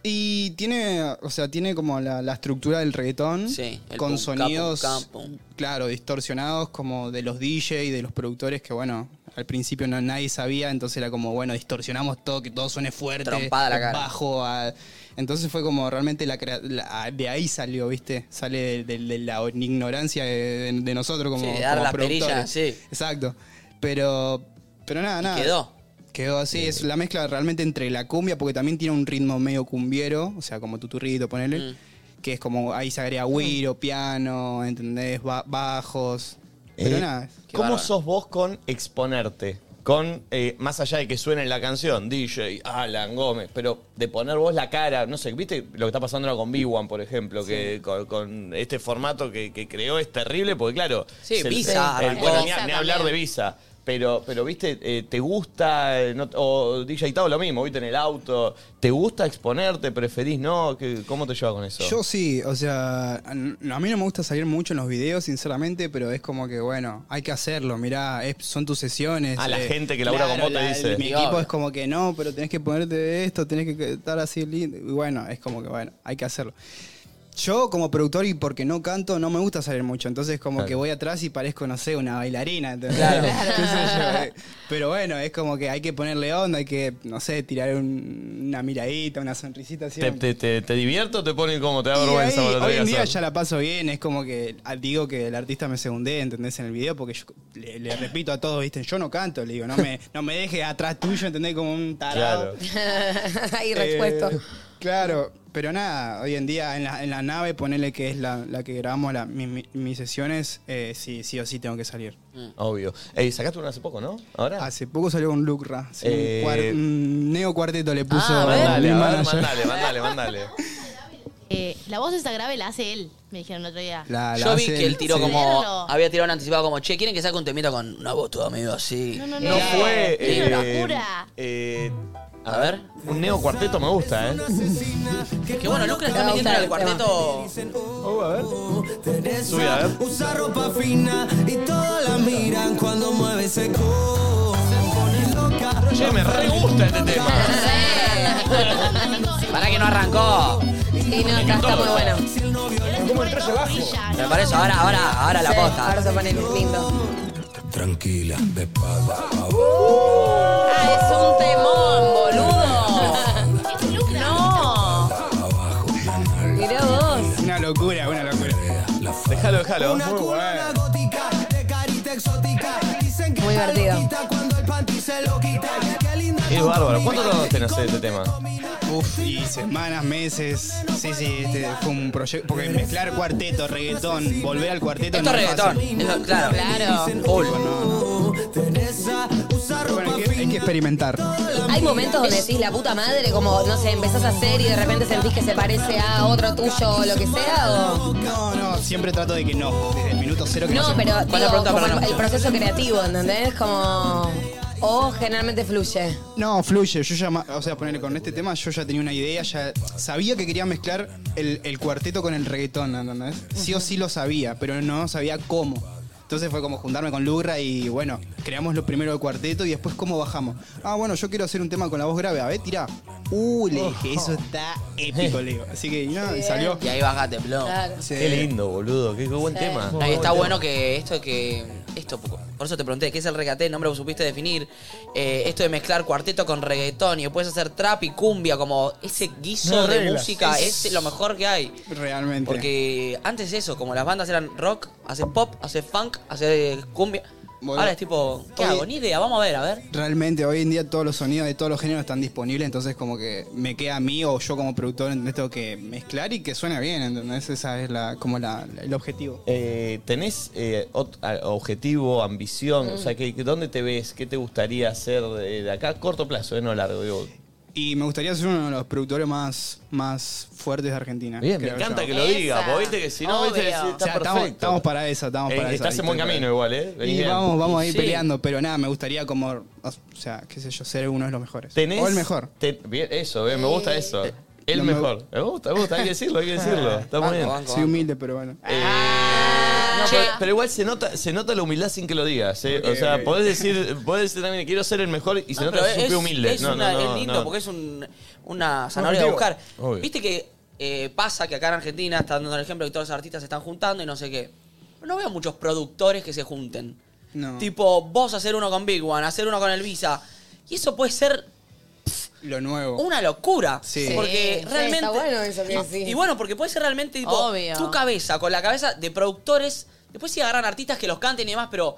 Speaker 9: Y tiene, o sea, tiene como la, la estructura del reggaetón con
Speaker 2: el pum, ca, pum,
Speaker 9: sonidos,
Speaker 2: ca, pum.
Speaker 9: claro, distorsionados como de los DJ y de los productores que, bueno, al principio no, nadie sabía, entonces era como, bueno, distorsionamos todo, que todo suene fuerte,
Speaker 2: Trompada a la cara.
Speaker 9: bajo, a- entonces fue como realmente la, crea- la- de ahí salió, ¿viste? Sale de, de- de la ignorancia de, de- de nosotros como,
Speaker 2: Sí, de dar
Speaker 9: como
Speaker 2: la
Speaker 9: productores.
Speaker 2: perilla, sí.
Speaker 9: Exacto, pero, pero nada, nada.
Speaker 2: quedó.
Speaker 9: Quedó así, es la mezcla realmente entre la cumbia, porque también tiene un ritmo medio cumbiero, o sea, como tuturrito, ponele, que es como ahí se agrega
Speaker 1: Mm.
Speaker 9: güiro, piano, ¿entendés? Ba- bajos. Pero
Speaker 1: Eh,
Speaker 9: nada.
Speaker 1: ¿Cómo sos vos con exponerte? Con, eh, más allá de que suene la canción, DJ, Alan Gómez, pero de poner vos la cara, no sé, ¿viste lo que está pasando ahora con B1, por ejemplo? Que con, con este formato que, que creó es terrible, porque claro.
Speaker 2: Sí,
Speaker 1: se-
Speaker 2: Visa
Speaker 1: el-
Speaker 2: arrancó.
Speaker 1: bueno, ni,
Speaker 2: Visa
Speaker 1: ni hablar de
Speaker 2: también.
Speaker 1: Visa. Pero, pero viste, eh, te gusta, eh, no- o DJ Tao lo mismo, viste, en el auto, ¿te gusta exponerte? ¿Preferís no? ¿Qué- ¿Cómo te llevas con eso?
Speaker 9: Yo sí, o sea, n- a mí no me gusta salir mucho en los videos, sinceramente, pero es como que, bueno, hay que hacerlo, mirá, es- son tus sesiones. eh,
Speaker 1: Ah, la gente que labura con vos te dice.
Speaker 9: Mi
Speaker 1: Y
Speaker 9: equipo
Speaker 1: obvio.
Speaker 9: es como que no, pero tenés que ponerte esto, tenés que estar así lindo. Y bueno, es como que, bueno, hay que hacerlo. Yo como productor y porque no canto, no me gusta salir mucho, entonces como que voy atrás y parezco, no sé, una bailarina, ¿entendés? Qué sé yo, eh. <laughs> Pero bueno, es como que hay que ponerle onda, hay que, no sé, tirar un- una miradita, una sonrisita así.
Speaker 1: ¿Te, te, te, te divierte o te pone como te da
Speaker 9: Y
Speaker 1: vergüenza?
Speaker 9: ahí,
Speaker 1: cuando lo
Speaker 9: hoy en
Speaker 1: tenés que
Speaker 9: día
Speaker 1: hacer?
Speaker 9: ya la paso bien, es como que ah, digo que el artista me segundé, ¿entendés? En el video, porque yo le, le repito a todos, ¿viste? Yo no canto, le digo, no me, no me dejes atrás tuyo, ¿entendés? Como un tarado.
Speaker 3: Ahí
Speaker 9: Eh,
Speaker 3: respuesto.
Speaker 9: claro, pero nada, hoy en día en la, en la nave, ponele que es la, la que grabamos la- mi- mi- mis sesiones, eh, sí, sí o sí tengo que salir.
Speaker 1: Obvio. Ey, sacaste uno hace poco, ¿no? Mm. ¿Ahora?
Speaker 9: Hace poco salió un Lucra, sí,
Speaker 1: Eh,
Speaker 9: un, cuar- un neo cuarteto le puso.
Speaker 1: Ah,
Speaker 9: mi
Speaker 1: mandale, a ver,
Speaker 9: manager.
Speaker 1: mandale, mandale, mandale.
Speaker 7: Eh, la voz esa grave la hace él, me dijeron el otro día.
Speaker 9: La-
Speaker 2: Yo vi que él tiró
Speaker 7: sí.
Speaker 2: como.
Speaker 7: Verlo.
Speaker 2: Había tirado un anticipado como, che, ¿quieren que saque un temita con una voz toda medio así?
Speaker 7: No, no,
Speaker 1: No fue.
Speaker 2: Qué
Speaker 1: eh,
Speaker 7: locura.
Speaker 1: eh, a ver, un neo cuarteto me gusta, ¿eh?
Speaker 2: Que bueno, Lucas está metiendo en el cuarteto.
Speaker 1: Subí, a Oh, ver.
Speaker 13: Usa ropa fina y todos la miran cuando mueve ese co. Se pone loca.
Speaker 1: Che, me re gusta este tema.
Speaker 2: Para que no arrancó.
Speaker 16: Sí, no, está, está muy bueno.
Speaker 2: Me parece, ahora, ahora, ahora la
Speaker 16: Sí,
Speaker 2: posta.
Speaker 16: Ahora se pone lindo.
Speaker 13: Tranquila, de espalda a
Speaker 16: Ah, es un temón, boludo. No. Mirá vos.
Speaker 9: Una locura, una locura.
Speaker 1: Déjalo, déjalo.
Speaker 13: Una culona gótica, de carita exótica. Dicen que
Speaker 16: Muy
Speaker 13: está
Speaker 16: divertido.
Speaker 13: loquita cuando el panty se lo quita. Qué linda
Speaker 1: Es bárbaro. ¿Cuánto
Speaker 13: confirma.
Speaker 1: tardaste en hacer este tema?
Speaker 9: Uf, y semanas, meses. Sí, sí, este fue un proyecto. Porque mezclar cuarteto, reggaetón, volver al cuarteto. no
Speaker 2: Esto es reggaetón.
Speaker 9: fácil.
Speaker 2: Eso, claro.
Speaker 16: Claro.
Speaker 2: Full.
Speaker 13: Teresa, usa ropa
Speaker 9: Bueno, hay que, hay que experimentar.
Speaker 16: Hay momentos donde decís la puta madre, como, no sé, empezás a hacer y de repente sentís que se parece a otro tuyo o lo que sea, o.
Speaker 9: No, no, siempre trato de que no. Desde el minuto cero que no.
Speaker 16: No,
Speaker 9: se-
Speaker 16: pero digo, como el, el proceso creativo, ¿entendés? Como. O generalmente fluye.
Speaker 9: No, fluye. Yo ya, ma- o sea, ponerle con este tema, yo ya tenía una idea, ya sabía que quería mezclar el, el cuarteto con el reggaetón, ¿entendés? Sí o sí lo sabía, pero no sabía cómo. Entonces fue como juntarme con Lurra y bueno, creamos lo primero el cuarteto y después cómo bajamos. Ah, bueno, yo quiero hacer un tema con la voz grave, a ver, tirá. Uh, le dije,
Speaker 1: Oh.
Speaker 9: eso está épico, le digo. Así que y no, y salió.
Speaker 2: Y ahí bajaste, blog.
Speaker 9: Sí.
Speaker 1: Qué lindo, boludo. Qué, qué buen tema.
Speaker 2: No, y está bueno que esto que. Esto, por eso te pregunté, ¿qué es el reggaetón? No me lo supiste definir. Eh, esto de mezclar cuarteto con reggaetón y después hacer trap y cumbia, como ese guiso
Speaker 9: No hay
Speaker 2: de
Speaker 9: reglas.
Speaker 2: música
Speaker 9: Es-
Speaker 2: es lo mejor que hay.
Speaker 9: Realmente.
Speaker 2: Porque antes eso, como las bandas eran rock, hace pop, hace funk, hace cumbia.
Speaker 9: Bueno.
Speaker 2: Ahora es tipo, ¿qué
Speaker 9: Oye.
Speaker 2: hago? Ni idea, vamos a ver, a ver.
Speaker 9: Realmente hoy en día todos los sonidos de todos los géneros están disponibles, entonces como que me queda a mí o yo como productor ¿entendés? tengo que mezclar y que suene bien, ¿entendés? Esa es la, como la, la- el objetivo.
Speaker 1: Eh, ¿Tenés eh, ot- a- objetivo, ambición? O sea, ¿qué, qué- ¿dónde te ves? ¿Qué te gustaría hacer eh, de acá? Corto plazo, eh, no largo. digo.
Speaker 9: Y me gustaría ser uno de los productores más, más fuertes de Argentina.
Speaker 1: Bien, me
Speaker 9: creo
Speaker 1: encanta
Speaker 9: yo.
Speaker 1: que lo diga, porque viste que si no, viste que sí,
Speaker 9: O
Speaker 1: está
Speaker 9: sea, estamos-
Speaker 1: perfecto.
Speaker 9: estamos para esa, estamos
Speaker 1: Eh,
Speaker 9: para esa.
Speaker 1: Estás en buen
Speaker 9: ¿viste?
Speaker 1: camino igual, ¿eh? Venís
Speaker 9: Y
Speaker 1: bien.
Speaker 9: vamos, vamos a ir
Speaker 1: Sí.
Speaker 9: peleando, pero nada, me gustaría como, o sea, qué sé yo, ser uno de los mejores.
Speaker 1: ¿Tenés-
Speaker 9: O el mejor.
Speaker 1: te- bien, eso, bien, me gusta eso. El
Speaker 9: no me- Ah,
Speaker 1: mejor. Me gusta, me gusta, hay que decirlo, hay que
Speaker 9: <laughs>
Speaker 1: decirlo. Está muy bien.
Speaker 9: Soy humilde, pero bueno.
Speaker 1: No, pero, pero igual se nota, se nota la humildad sin que lo digas. ¿eh? o sea,
Speaker 9: ok.
Speaker 1: podés decir, podés decir también quiero ser el mejor y se
Speaker 2: No,
Speaker 1: nota
Speaker 2: pero
Speaker 1: súper humilde.
Speaker 2: es
Speaker 1: No,
Speaker 2: una-
Speaker 1: no, no,
Speaker 2: es lindo
Speaker 1: no.
Speaker 2: porque es un- una zanahoria de
Speaker 1: Objetivo.
Speaker 2: buscar.
Speaker 1: Obvio.
Speaker 2: Viste que eh, pasa que acá en Argentina, está dando el ejemplo, que todos los artistas se están juntando y no sé qué. No veo muchos productores que se junten.
Speaker 9: No.
Speaker 2: Tipo, vos hacer uno con Big One, hacer uno con el Visa. Y eso puede ser
Speaker 9: Lo nuevo.
Speaker 2: una locura.
Speaker 9: Sí.
Speaker 2: Porque
Speaker 16: Sí,
Speaker 2: realmente.
Speaker 16: está bueno eso que
Speaker 2: y,
Speaker 16: decís.
Speaker 2: y bueno, porque puede ser realmente tipo,
Speaker 16: Obvio.
Speaker 2: tu cabeza con la cabeza de productores. Después sí agarran artistas que los canten y demás, pero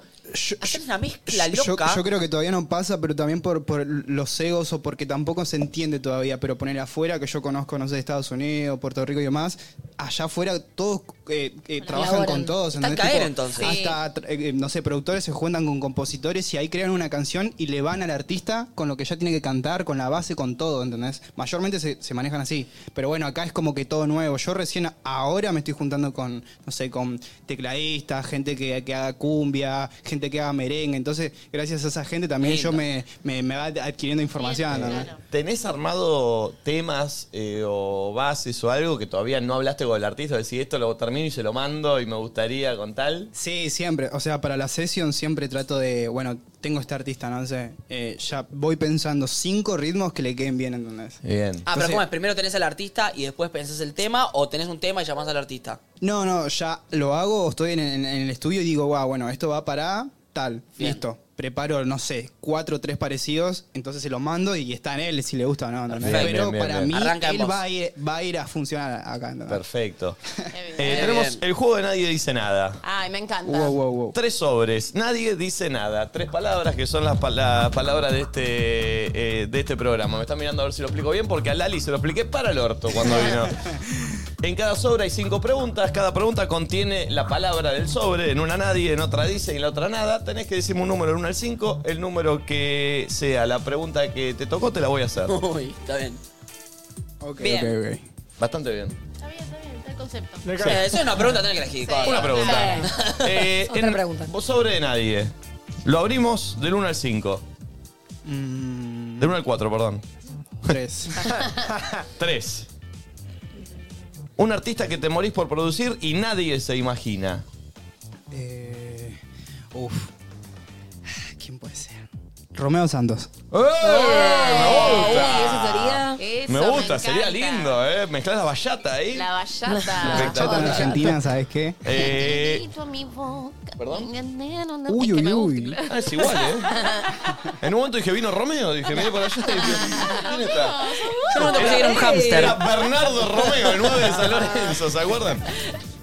Speaker 2: hacer una mezcla
Speaker 9: Yo,
Speaker 2: loca.
Speaker 9: yo creo que todavía no pasa, pero también por, por los egos o porque tampoco se entiende todavía. Pero poner afuera, que yo conozco, no sé, Estados Unidos, Puerto Rico y demás, allá afuera todos eh, eh, trabajan
Speaker 2: Colaboran.
Speaker 9: con todos.
Speaker 2: Está a
Speaker 9: ¿entendés?
Speaker 2: caer, entonces.
Speaker 9: Hasta, tra- eh, eh, no sé, productores se juntan con compositores y ahí crean una canción y le van al artista con lo que ya tiene que cantar, con la base, con todo, ¿entendés? Mayormente se, se manejan así. Pero bueno, acá es como que todo nuevo. Yo recién ahora me estoy juntando con, no sé, con tecladistas artistas, gente que, que haga cumbia, gente que haga merengue. Entonces, gracias a esa gente también yo me, me, me va adquiriendo información. ¿no?
Speaker 1: ¿Tenés armado temas eh, o bases o algo que todavía no hablaste con el artista? Decís, esto lo termino y se lo mando y me gustaría con tal.
Speaker 9: Sí, siempre. O sea, para la sesión siempre trato de, bueno, tengo este artista, no sé, eh, ya voy pensando cinco ritmos que le queden bien, ¿entendés?
Speaker 1: Bien.
Speaker 2: Ah, pero ¿cómo es? Primero tenés al artista y después pensás el tema o tenés un tema y llamás al artista.
Speaker 9: No, no, ya lo hago, estoy en, en- en el estudio y digo, wow, bueno, esto va para tal, listo. Preparo, no sé, cuatro o tres parecidos, entonces se los mando y está en él si le gusta o no. ¿entendés? Pero
Speaker 1: Perfecto. Ah, Bien, bien,
Speaker 9: para
Speaker 1: bien.
Speaker 9: mí,
Speaker 1: Arranca
Speaker 9: él
Speaker 1: vos.
Speaker 9: va a, ir, va a ir a funcionar acá. ¿entendés?
Speaker 2: <laughs>
Speaker 1: Perfecto. Eh, tenemos el juego de nadie dice nada.
Speaker 5: Ay, me encanta.
Speaker 1: Tres sobres, nadie dice nada. Tres palabras que son las, pa- las palabras de este, eh, de este programa. Me están mirando a ver si lo explico bien porque a Lali se lo expliqué para el orto cuando vino. En cada sobre hay cinco preguntas. Cada pregunta contiene la palabra del sobre. En una nadie, en otra dice y en la otra nada. Tenés que decirme un número del 1 al 5. El número que sea la pregunta que te tocó te la voy a hacer.
Speaker 2: <laughs> Uy, está bien.
Speaker 1: Bien. Bastante bien.
Speaker 7: Está el concepto.
Speaker 1: Le
Speaker 2: Sí, eso es una pregunta, tenés que elegir. cosa.
Speaker 1: Una pregunta.
Speaker 7: <laughs>
Speaker 1: Eh, en- Vos sobre de nadie. Lo abrimos del 1 al 5. Del 1 al 4, perdón. <laughs>
Speaker 9: 3.
Speaker 1: 3. Un artista que te morís por producir y nadie se imagina.
Speaker 9: Eh, uf. ¿Quién puede ser? Romeo Santos.
Speaker 1: ¡Eh! me gusta, sería lindo, ¿eh? Mezclar la bachata ahí.
Speaker 5: La
Speaker 2: Ah.
Speaker 9: La
Speaker 5: vallata.
Speaker 9: bachata
Speaker 2: <laughs>
Speaker 9: en Argentina, ¿sabes qué?
Speaker 1: Eh, ¿Perdón? Uy, uy, uy. Ah, es igual, ¿eh?
Speaker 2: <laughs>
Speaker 1: En un momento dije, vino Romeo. Dije, miré por allá. y dije, ¿Quién está?
Speaker 2: Yo no te pensé que era un hámster.
Speaker 1: Era Bernardo Romeo, el 9 de San Lorenzo, ¿se acuerdan?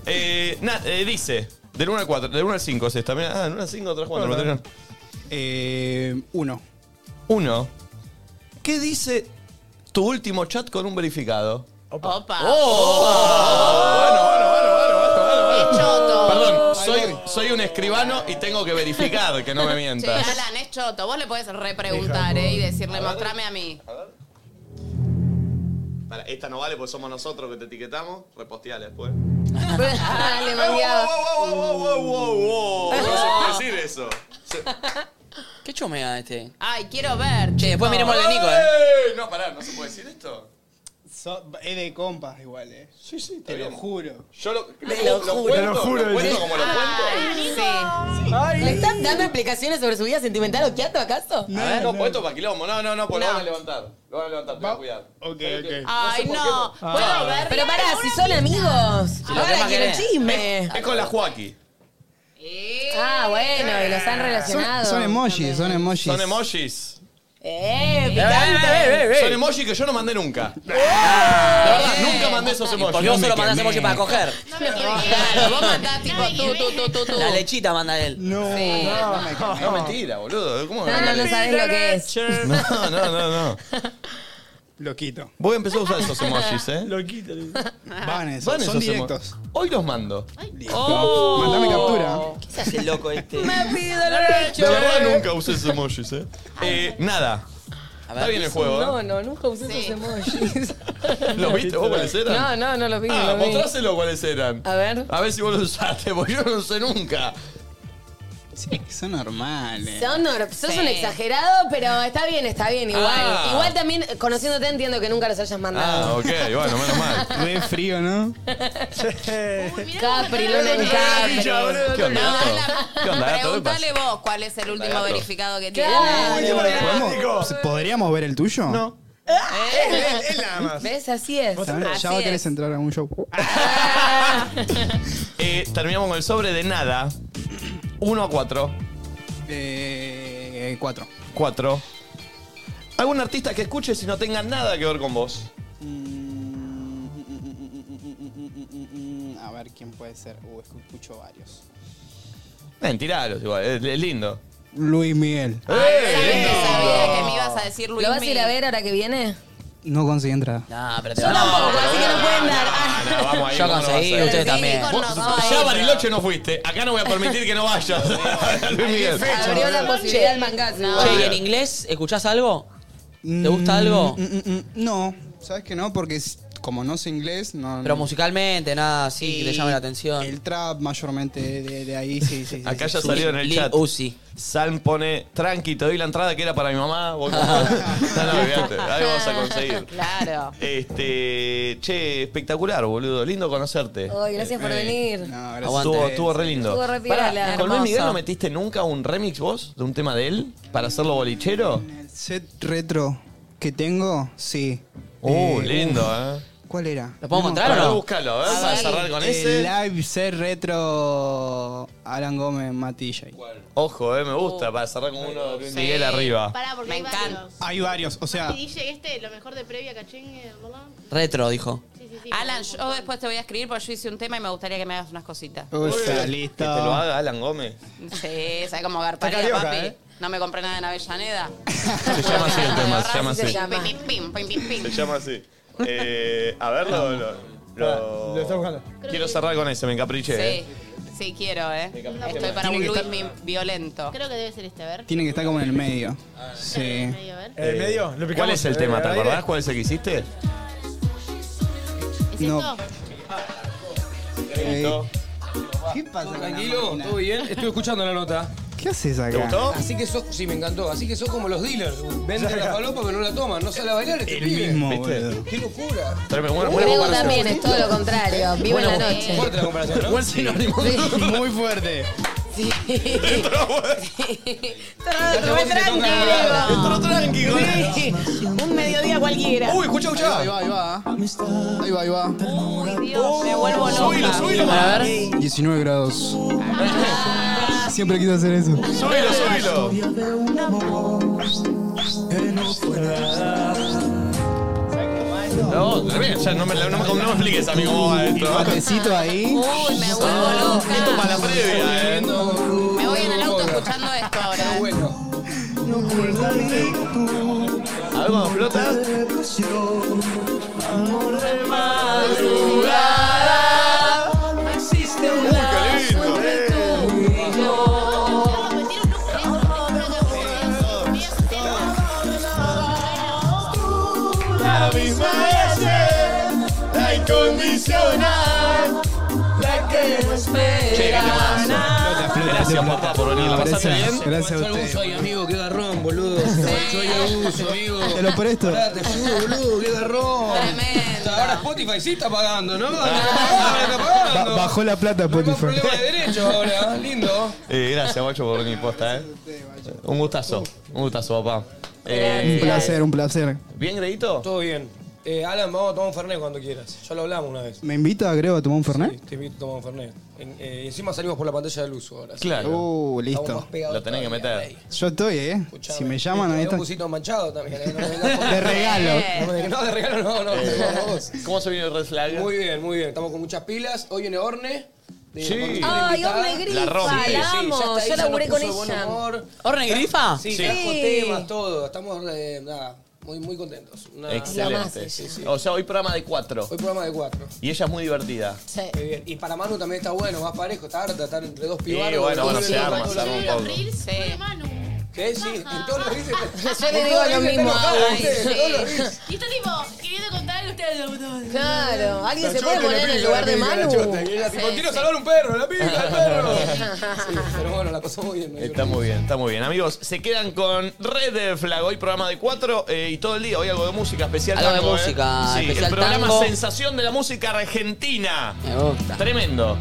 Speaker 1: Eh, na- eh, dice, del 1 al 4, del 1 al 5 es esta. Mirá, ah, del 1 al 5, otras cuatro.
Speaker 9: Bueno,
Speaker 1: Uno. Eh,
Speaker 9: uno.
Speaker 1: Uno. ¿Qué dice tu último chat con un verificado?
Speaker 5: Opa.
Speaker 1: Oh. Perdón, soy, soy un escribano y tengo que verificar que
Speaker 2: <laughs>
Speaker 1: no me
Speaker 5: Che,
Speaker 1: mientas.
Speaker 5: Alan, es choto. Vos le podés repreguntar, ¿eh? Y decirle, mostrame a
Speaker 1: <laughs>
Speaker 5: mí.
Speaker 1: Para, esta no vale porque somos nosotros que te etiquetamos. Reposteala después.
Speaker 16: Dale,
Speaker 5: <laughs>
Speaker 1: wow, wow, wow, wow, wow. No se puede decir eso.
Speaker 2: ¿Qué chomea este?
Speaker 5: Ay, quiero ver.
Speaker 2: Che, después miremos el de Nico, ¿eh?
Speaker 1: ¿eh? No, pará, no se puede decir esto.
Speaker 9: es de compas igual, ¿eh?
Speaker 1: Sí, sí,
Speaker 9: te lo juro.
Speaker 1: Yo lo,
Speaker 9: Te lo juro.
Speaker 1: cuento,
Speaker 9: Te lo juro,
Speaker 1: cuento
Speaker 9: dice.
Speaker 1: como lo cuento.
Speaker 16: ¿Le están dando explicaciones sobre su vida sentimental o quieto acaso?
Speaker 1: A ver, no, pues esto es para quilombo. No, no, no, pues lo van a levantar. Lo van a levantar, te voy a cuidar.
Speaker 9: Ok,
Speaker 1: ok.
Speaker 16: Ay,
Speaker 1: no. Ah.
Speaker 16: Puedo ver. Pero pará, si son amigos.
Speaker 1: lo que
Speaker 16: Ahora
Speaker 1: más
Speaker 16: quiero
Speaker 1: querés.
Speaker 16: chisme.
Speaker 1: Es con la Joaquín.
Speaker 16: Ah, bueno, y los
Speaker 9: Son,
Speaker 16: han relacionado.
Speaker 9: son emojis, son emojis.
Speaker 1: Son emojis.
Speaker 16: Eh,
Speaker 1: Son
Speaker 16: picante.
Speaker 1: emojis que yo no mandé nunca. De verdad, nunca mandé esos emojis.
Speaker 2: Porque vos solo mandás emoji para coger.
Speaker 5: Claro, vos mandás tipo tú, tú, tú, tú, tú.
Speaker 2: La lechita manda él.
Speaker 9: No,
Speaker 5: Sí.
Speaker 1: No, mentira, boludo. ¿Cómo
Speaker 16: No, no, no sabes lo que es.
Speaker 1: No, no, no, no.
Speaker 9: Loquito.
Speaker 1: Voy a empezar a usar esos emojis, ¿eh?
Speaker 4: Loquito.
Speaker 9: Van esos,
Speaker 1: Van
Speaker 9: son
Speaker 1: esos emo-
Speaker 9: directos.
Speaker 1: Hoy los mando.
Speaker 9: Oh. Mandame captura.
Speaker 2: ¿Qué se hace el loco este?
Speaker 1: De verdad nunca usé esos emojis, ¿eh?
Speaker 2: Ah,
Speaker 1: Eh, nada. Está bien el juego,
Speaker 16: No, no, nunca usé esos emojis.
Speaker 1: ¿eh? ¿Los viste vos cuáles eran?
Speaker 16: No, no, no los vi.
Speaker 1: Ah,
Speaker 16: no los vi.
Speaker 1: mostráselo cuáles eran.
Speaker 16: A ver.
Speaker 1: A ver si vos los usaste, <laughs> porque yo no los usé nunca.
Speaker 9: Sí, son normales.
Speaker 16: Son hor- sos
Speaker 9: Sí.
Speaker 16: un exagerado, pero está bien, está bien, igual.
Speaker 9: Ah.
Speaker 16: Igual también, eh, conociéndote, entiendo que nunca los hayas mandado.
Speaker 1: Ah, ok, bueno,
Speaker 16: <laughs>
Speaker 1: menos mal.
Speaker 9: Re frío, ¿no?
Speaker 16: Capri, luna en Capri.
Speaker 1: ¿Qué onda, gato? ¿Qué onda, gato? ¿Qué pasa?
Speaker 5: Preguntale vos cuál es el último
Speaker 1: Gato.
Speaker 5: verificado que tiene.
Speaker 9: ¿Podemos- ¿Podríamos ver el tuyo? No.
Speaker 1: Eh,
Speaker 16: ¿Ves? Así es.
Speaker 9: Ya va a
Speaker 16: <laughs>
Speaker 9: querer entrar a un show.
Speaker 1: Eh, terminamos con el sobre de nada. 1 a 4.
Speaker 9: Eh, cuatro.
Speaker 1: 4. ¿Algún artista que escuches y no tenga nada que ver con vos? Mm,
Speaker 9: A ver quién puede ser. Uh, es que escucho varios.
Speaker 1: Mentiralos, igual, Eh, es, es lindo. ¡Eh!
Speaker 9: Luis Miguel.
Speaker 5: Sabía que me ibas a decir Luis
Speaker 16: ¿Lo vas a ir a ver ahora que viene?
Speaker 9: No conseguí entrada.
Speaker 2: No, pero te
Speaker 16: Yo
Speaker 2: van a-
Speaker 16: tampoco, así que no pueden dar.
Speaker 1: Ah, No, vamos ahí,
Speaker 2: Yo
Speaker 1: ¿cómo no
Speaker 2: conseguí,
Speaker 1: vas a ir?
Speaker 2: ustedes también.
Speaker 1: Vos- Ya a Bariloche no fuiste. Acá no voy a permitir que no vayas. Luis Miguel.
Speaker 16: Abrió la posibilidad al mangazo.
Speaker 2: Che, ¿y en
Speaker 9: Mm,
Speaker 2: inglés escuchás algo? ¿Te gusta algo?
Speaker 9: No, ¿sabes que no? Porque s- como no sé inglés, no.
Speaker 2: Pero musicalmente, nada así que te
Speaker 9: Y
Speaker 2: llame la atención.
Speaker 9: El trap mayormente de, de- de ahí, sí, sí. sí,
Speaker 1: Acá
Speaker 9: sí.
Speaker 1: ya salió en el
Speaker 2: Lil
Speaker 1: chat. Salm pone, tranqui, te doy la entrada que era para mi mamá. Vos- no, <laughs> no, olvidate, Ahí vas a conseguir.
Speaker 5: Claro.
Speaker 1: Este, che, espectacular, boludo. Lindo conocerte.
Speaker 26: Ay, gracias por venir.
Speaker 1: Estuvo, estuvo re lindo.
Speaker 26: Estuvo re
Speaker 1: Pará,
Speaker 26: piola.
Speaker 1: ¿Con Luis Miguel
Speaker 26: Hermoso.
Speaker 1: no metiste nunca un remix vos de un tema de él para hacerlo bolichero?
Speaker 9: Set retro que tengo, sí.
Speaker 1: Uh, lindo,
Speaker 9: uf.
Speaker 1: eh.
Speaker 9: ¿Cuál era?
Speaker 1: ¿Lo puedo encontrar o no? Pará, búscalo, a ver, A para ver. cerrar con
Speaker 9: El
Speaker 1: ese.
Speaker 9: Live set retro Alan Gómez, Matilla.
Speaker 1: Ojo, eh, me gusta, para cerrar con uno de Luis Miguel arriba.
Speaker 7: Pará, porque hay varios.
Speaker 9: Hay varios, o sea.
Speaker 7: Y DJ este, lo mejor de previa, cachengue, ¿verdad?
Speaker 2: Retro, dijo.
Speaker 5: Alan, yo después te voy a escribir porque yo hice un tema y me gustaría que me hagas unas cositas.
Speaker 1: Uy,
Speaker 9: listo.
Speaker 1: Que te lo haga Alan Gómez.
Speaker 5: Sí, ¿sabes cómo agarparía,
Speaker 1: Está carioca,
Speaker 5: papi?
Speaker 1: ¿eh?
Speaker 5: No me compré nada en Avellaneda.
Speaker 1: Se llama así el tema, se llama
Speaker 5: Ahorrar,
Speaker 1: así.
Speaker 5: sí, Pim, pim, pim, pim, pim.
Speaker 1: Se llama así. Eh, a ver, lo, lo, lo- Quiero cerrar con ese, me encapriché.
Speaker 5: Sí,
Speaker 1: eh.
Speaker 5: sí quiero, ¿eh? Estoy para
Speaker 9: Tiene
Speaker 5: un
Speaker 9: que
Speaker 5: Luis
Speaker 9: estar-
Speaker 5: mi- violento.
Speaker 7: Creo que debe ser este, a ver.
Speaker 9: Tienen que estar como en el medio. Sí.
Speaker 1: Eh,
Speaker 27: ¿En el medio? ¿Lo picamos?
Speaker 1: ¿Cuál es el
Speaker 27: ¿Eh,
Speaker 1: tema?
Speaker 27: al
Speaker 1: ¿Te
Speaker 27: aire?
Speaker 1: acordás cuál es el que hiciste?
Speaker 9: No. Ey,
Speaker 16: ¿Qué pasa? Tranquilo, todo bien. Estuve escuchando la nota.
Speaker 9: ¿Qué haces acá?
Speaker 16: Así que sos, sí, me encantó. Así que sos como los dealers. Venden
Speaker 9: Saca.
Speaker 16: la falopa pero no la toman, no sale a bailar. este
Speaker 9: El
Speaker 16: pibe.
Speaker 9: mismo,
Speaker 16: ¿Viste?
Speaker 9: boludo.
Speaker 16: Qué locura.
Speaker 1: Tremendo, buena- buena
Speaker 3: Grego
Speaker 1: comparación.
Speaker 3: también, es todo lo contrario. Vive en la
Speaker 16: Buena-
Speaker 3: noche.
Speaker 16: Fuerte la comparación, ¿no?
Speaker 1: Buen sinónimo.
Speaker 9: Muy fuerte.
Speaker 3: Sí.
Speaker 16: Dale, vos,
Speaker 3: Re
Speaker 16: si te
Speaker 3: tranqui,
Speaker 16: toca, dale.
Speaker 3: Grego.
Speaker 16: Entró tranqui, Grego.
Speaker 3: Sí. <laughs> Un mediodía cualquiera.
Speaker 16: Uy, escuchá, escuchá.
Speaker 3: Ahí va, ahí va.
Speaker 9: Ahí va, ahí va.
Speaker 3: Me vuelvo loca.
Speaker 9: Oh, Subilo, subilo.
Speaker 3: A ver.
Speaker 9: 19 grados. Siempre quise hacer eso.
Speaker 1: Subilo, subilo. No, tremendo, ya no me, no me, no me expliques, amigo, vos a esto.
Speaker 9: Matecito ahí.
Speaker 5: Uy, me vuelvo loca.
Speaker 1: Esto para la previa, eh.
Speaker 5: Me voy en el auto escuchando esto ahora.
Speaker 1: A ver cuando flota.
Speaker 4: Amor de madrugada, no existe un lazo entre tú y yo. La misma es la incondicional, la que no
Speaker 1: Che, qué
Speaker 4: espera
Speaker 1: temazo.
Speaker 4: nada.
Speaker 1: Gracias, papá, por venir. ¿La pasaste
Speaker 9: Gracias,
Speaker 1: bien?
Speaker 9: gracias a usted.
Speaker 16: Soy amigo, qué garrón, boludo. Soy el uso, amigo.
Speaker 9: <laughs> Te lo presto.
Speaker 16: Pará, te juro, boludo, qué garrón. Tremendo. Ahora Spotify sí está pagando, ¿no? Ahora
Speaker 9: Ah.
Speaker 16: está
Speaker 9: Ba-
Speaker 16: pagando.
Speaker 9: bajó la plata Spotify.
Speaker 16: Problema de derecho ahora, lindo.
Speaker 1: Eh, gracias, guacho, por venir posta, eh. Un gustazo, un gustazo, papá.
Speaker 9: Un
Speaker 1: Eh,
Speaker 9: placer, un placer.
Speaker 1: ¿Bien, Gredito?
Speaker 16: Todo bien. Eh, Alan, vamos a tomar un Fernet cuando quieras. Ya lo hablamos una vez.
Speaker 9: ¿Me invita a Grego a tomar un Fernet?
Speaker 16: Te invito a tomar un Fernet. En- eh, y encima salimos por la pantalla del uso ahora. así
Speaker 1: Claro.
Speaker 16: que
Speaker 9: Uh,
Speaker 16: estamos
Speaker 9: listo.
Speaker 16: más pegados
Speaker 1: Lo tenés que meter.
Speaker 9: Yo estoy, ¿eh? si me llaman,
Speaker 16: todavía.
Speaker 9: ahí
Speaker 16: Hay un
Speaker 9: está.
Speaker 16: busito manchado también. eh, no me vengas con-
Speaker 9: De regalo.
Speaker 16: No, me- no, de regalo no, no.
Speaker 1: Eh,
Speaker 16: pero vamos.
Speaker 1: ¿Cómo se vino el red flag?
Speaker 16: Muy bien, muy bien. Estamos con muchas pilas. Hoy viene Orne.
Speaker 1: Sí.
Speaker 26: Ay, Orne
Speaker 16: Grifa,
Speaker 26: Grifa, La rompe. la amo. Yo laburé con ella.
Speaker 2: ¿Orne Grifa?
Speaker 16: Sí,
Speaker 2: Sí.
Speaker 16: trajo
Speaker 2: Sí.
Speaker 16: temas, todo. Estamos, eh, nada, muy, muy contentos. Una-
Speaker 1: Excelente.
Speaker 16: Sí, sí.
Speaker 1: O sea, hoy programa de cuatro.
Speaker 16: Hoy programa de cuatro.
Speaker 1: Y ella es muy divertida.
Speaker 16: Qué bien. Y para Manu también está bueno, más parejo, está harta, están entre dos
Speaker 1: Y
Speaker 16: pibaros.
Speaker 1: bueno, bueno,
Speaker 16: Dos
Speaker 1: se arma,
Speaker 16: pibaros,
Speaker 1: se arma un poco.
Speaker 16: ¿Qué? Sí, en todos los dices.
Speaker 3: <laughs> Yo le digo lo mismo. Ay, sí.
Speaker 7: Y está tipo, queriendo contarle a ustedes.
Speaker 3: Claro, ¿alguien
Speaker 16: La
Speaker 3: se puede
Speaker 16: chota,
Speaker 3: poner en
Speaker 16: la
Speaker 3: el lugar de
Speaker 16: piba, la
Speaker 3: Manu?
Speaker 16: chota, y ella tipo,
Speaker 3: Sí,
Speaker 16: quiero
Speaker 3: sí.
Speaker 16: salvar un perro, la piba, el perro. Sí, pero bueno, la pasó muy bien.
Speaker 1: Está muy bien, está muy bien. Amigos, se quedan con Red de Flag. Hoy programa de cuatro eh, y todo el día. Hoy algo de música especial.
Speaker 2: Algo de
Speaker 1: tango, eh.
Speaker 2: música,
Speaker 1: Sí,
Speaker 2: especial
Speaker 1: el programa
Speaker 2: tango.
Speaker 1: Sensación de la Música Argentina.
Speaker 2: Me gusta.
Speaker 1: Tremendo.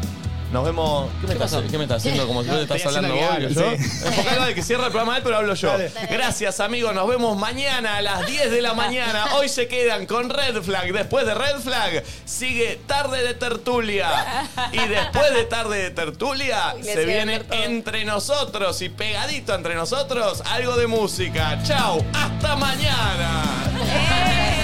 Speaker 1: Nos vemos. ¿Qué me, estás, qué me estás haciendo? Como si
Speaker 2: No,
Speaker 1: vos estás
Speaker 2: estoy
Speaker 1: hablando
Speaker 2: haciendo
Speaker 1: vos.
Speaker 2: que
Speaker 1: que yo.
Speaker 2: hable,
Speaker 1: <laughs> Enfocalo de que cierra el programa él, pero hablo yo. Gracias, amigos. Nos vemos mañana a las 10 de la mañana. Hoy se quedan con Red Flag. Después de Red Flag, sigue Tarde de Tertulia. Y después de Tarde de Tertulia,
Speaker 4: Uy, le
Speaker 1: se
Speaker 4: hacía
Speaker 1: viene entre nosotros y pegadito entre nosotros algo de música. Chau. Hasta mañana.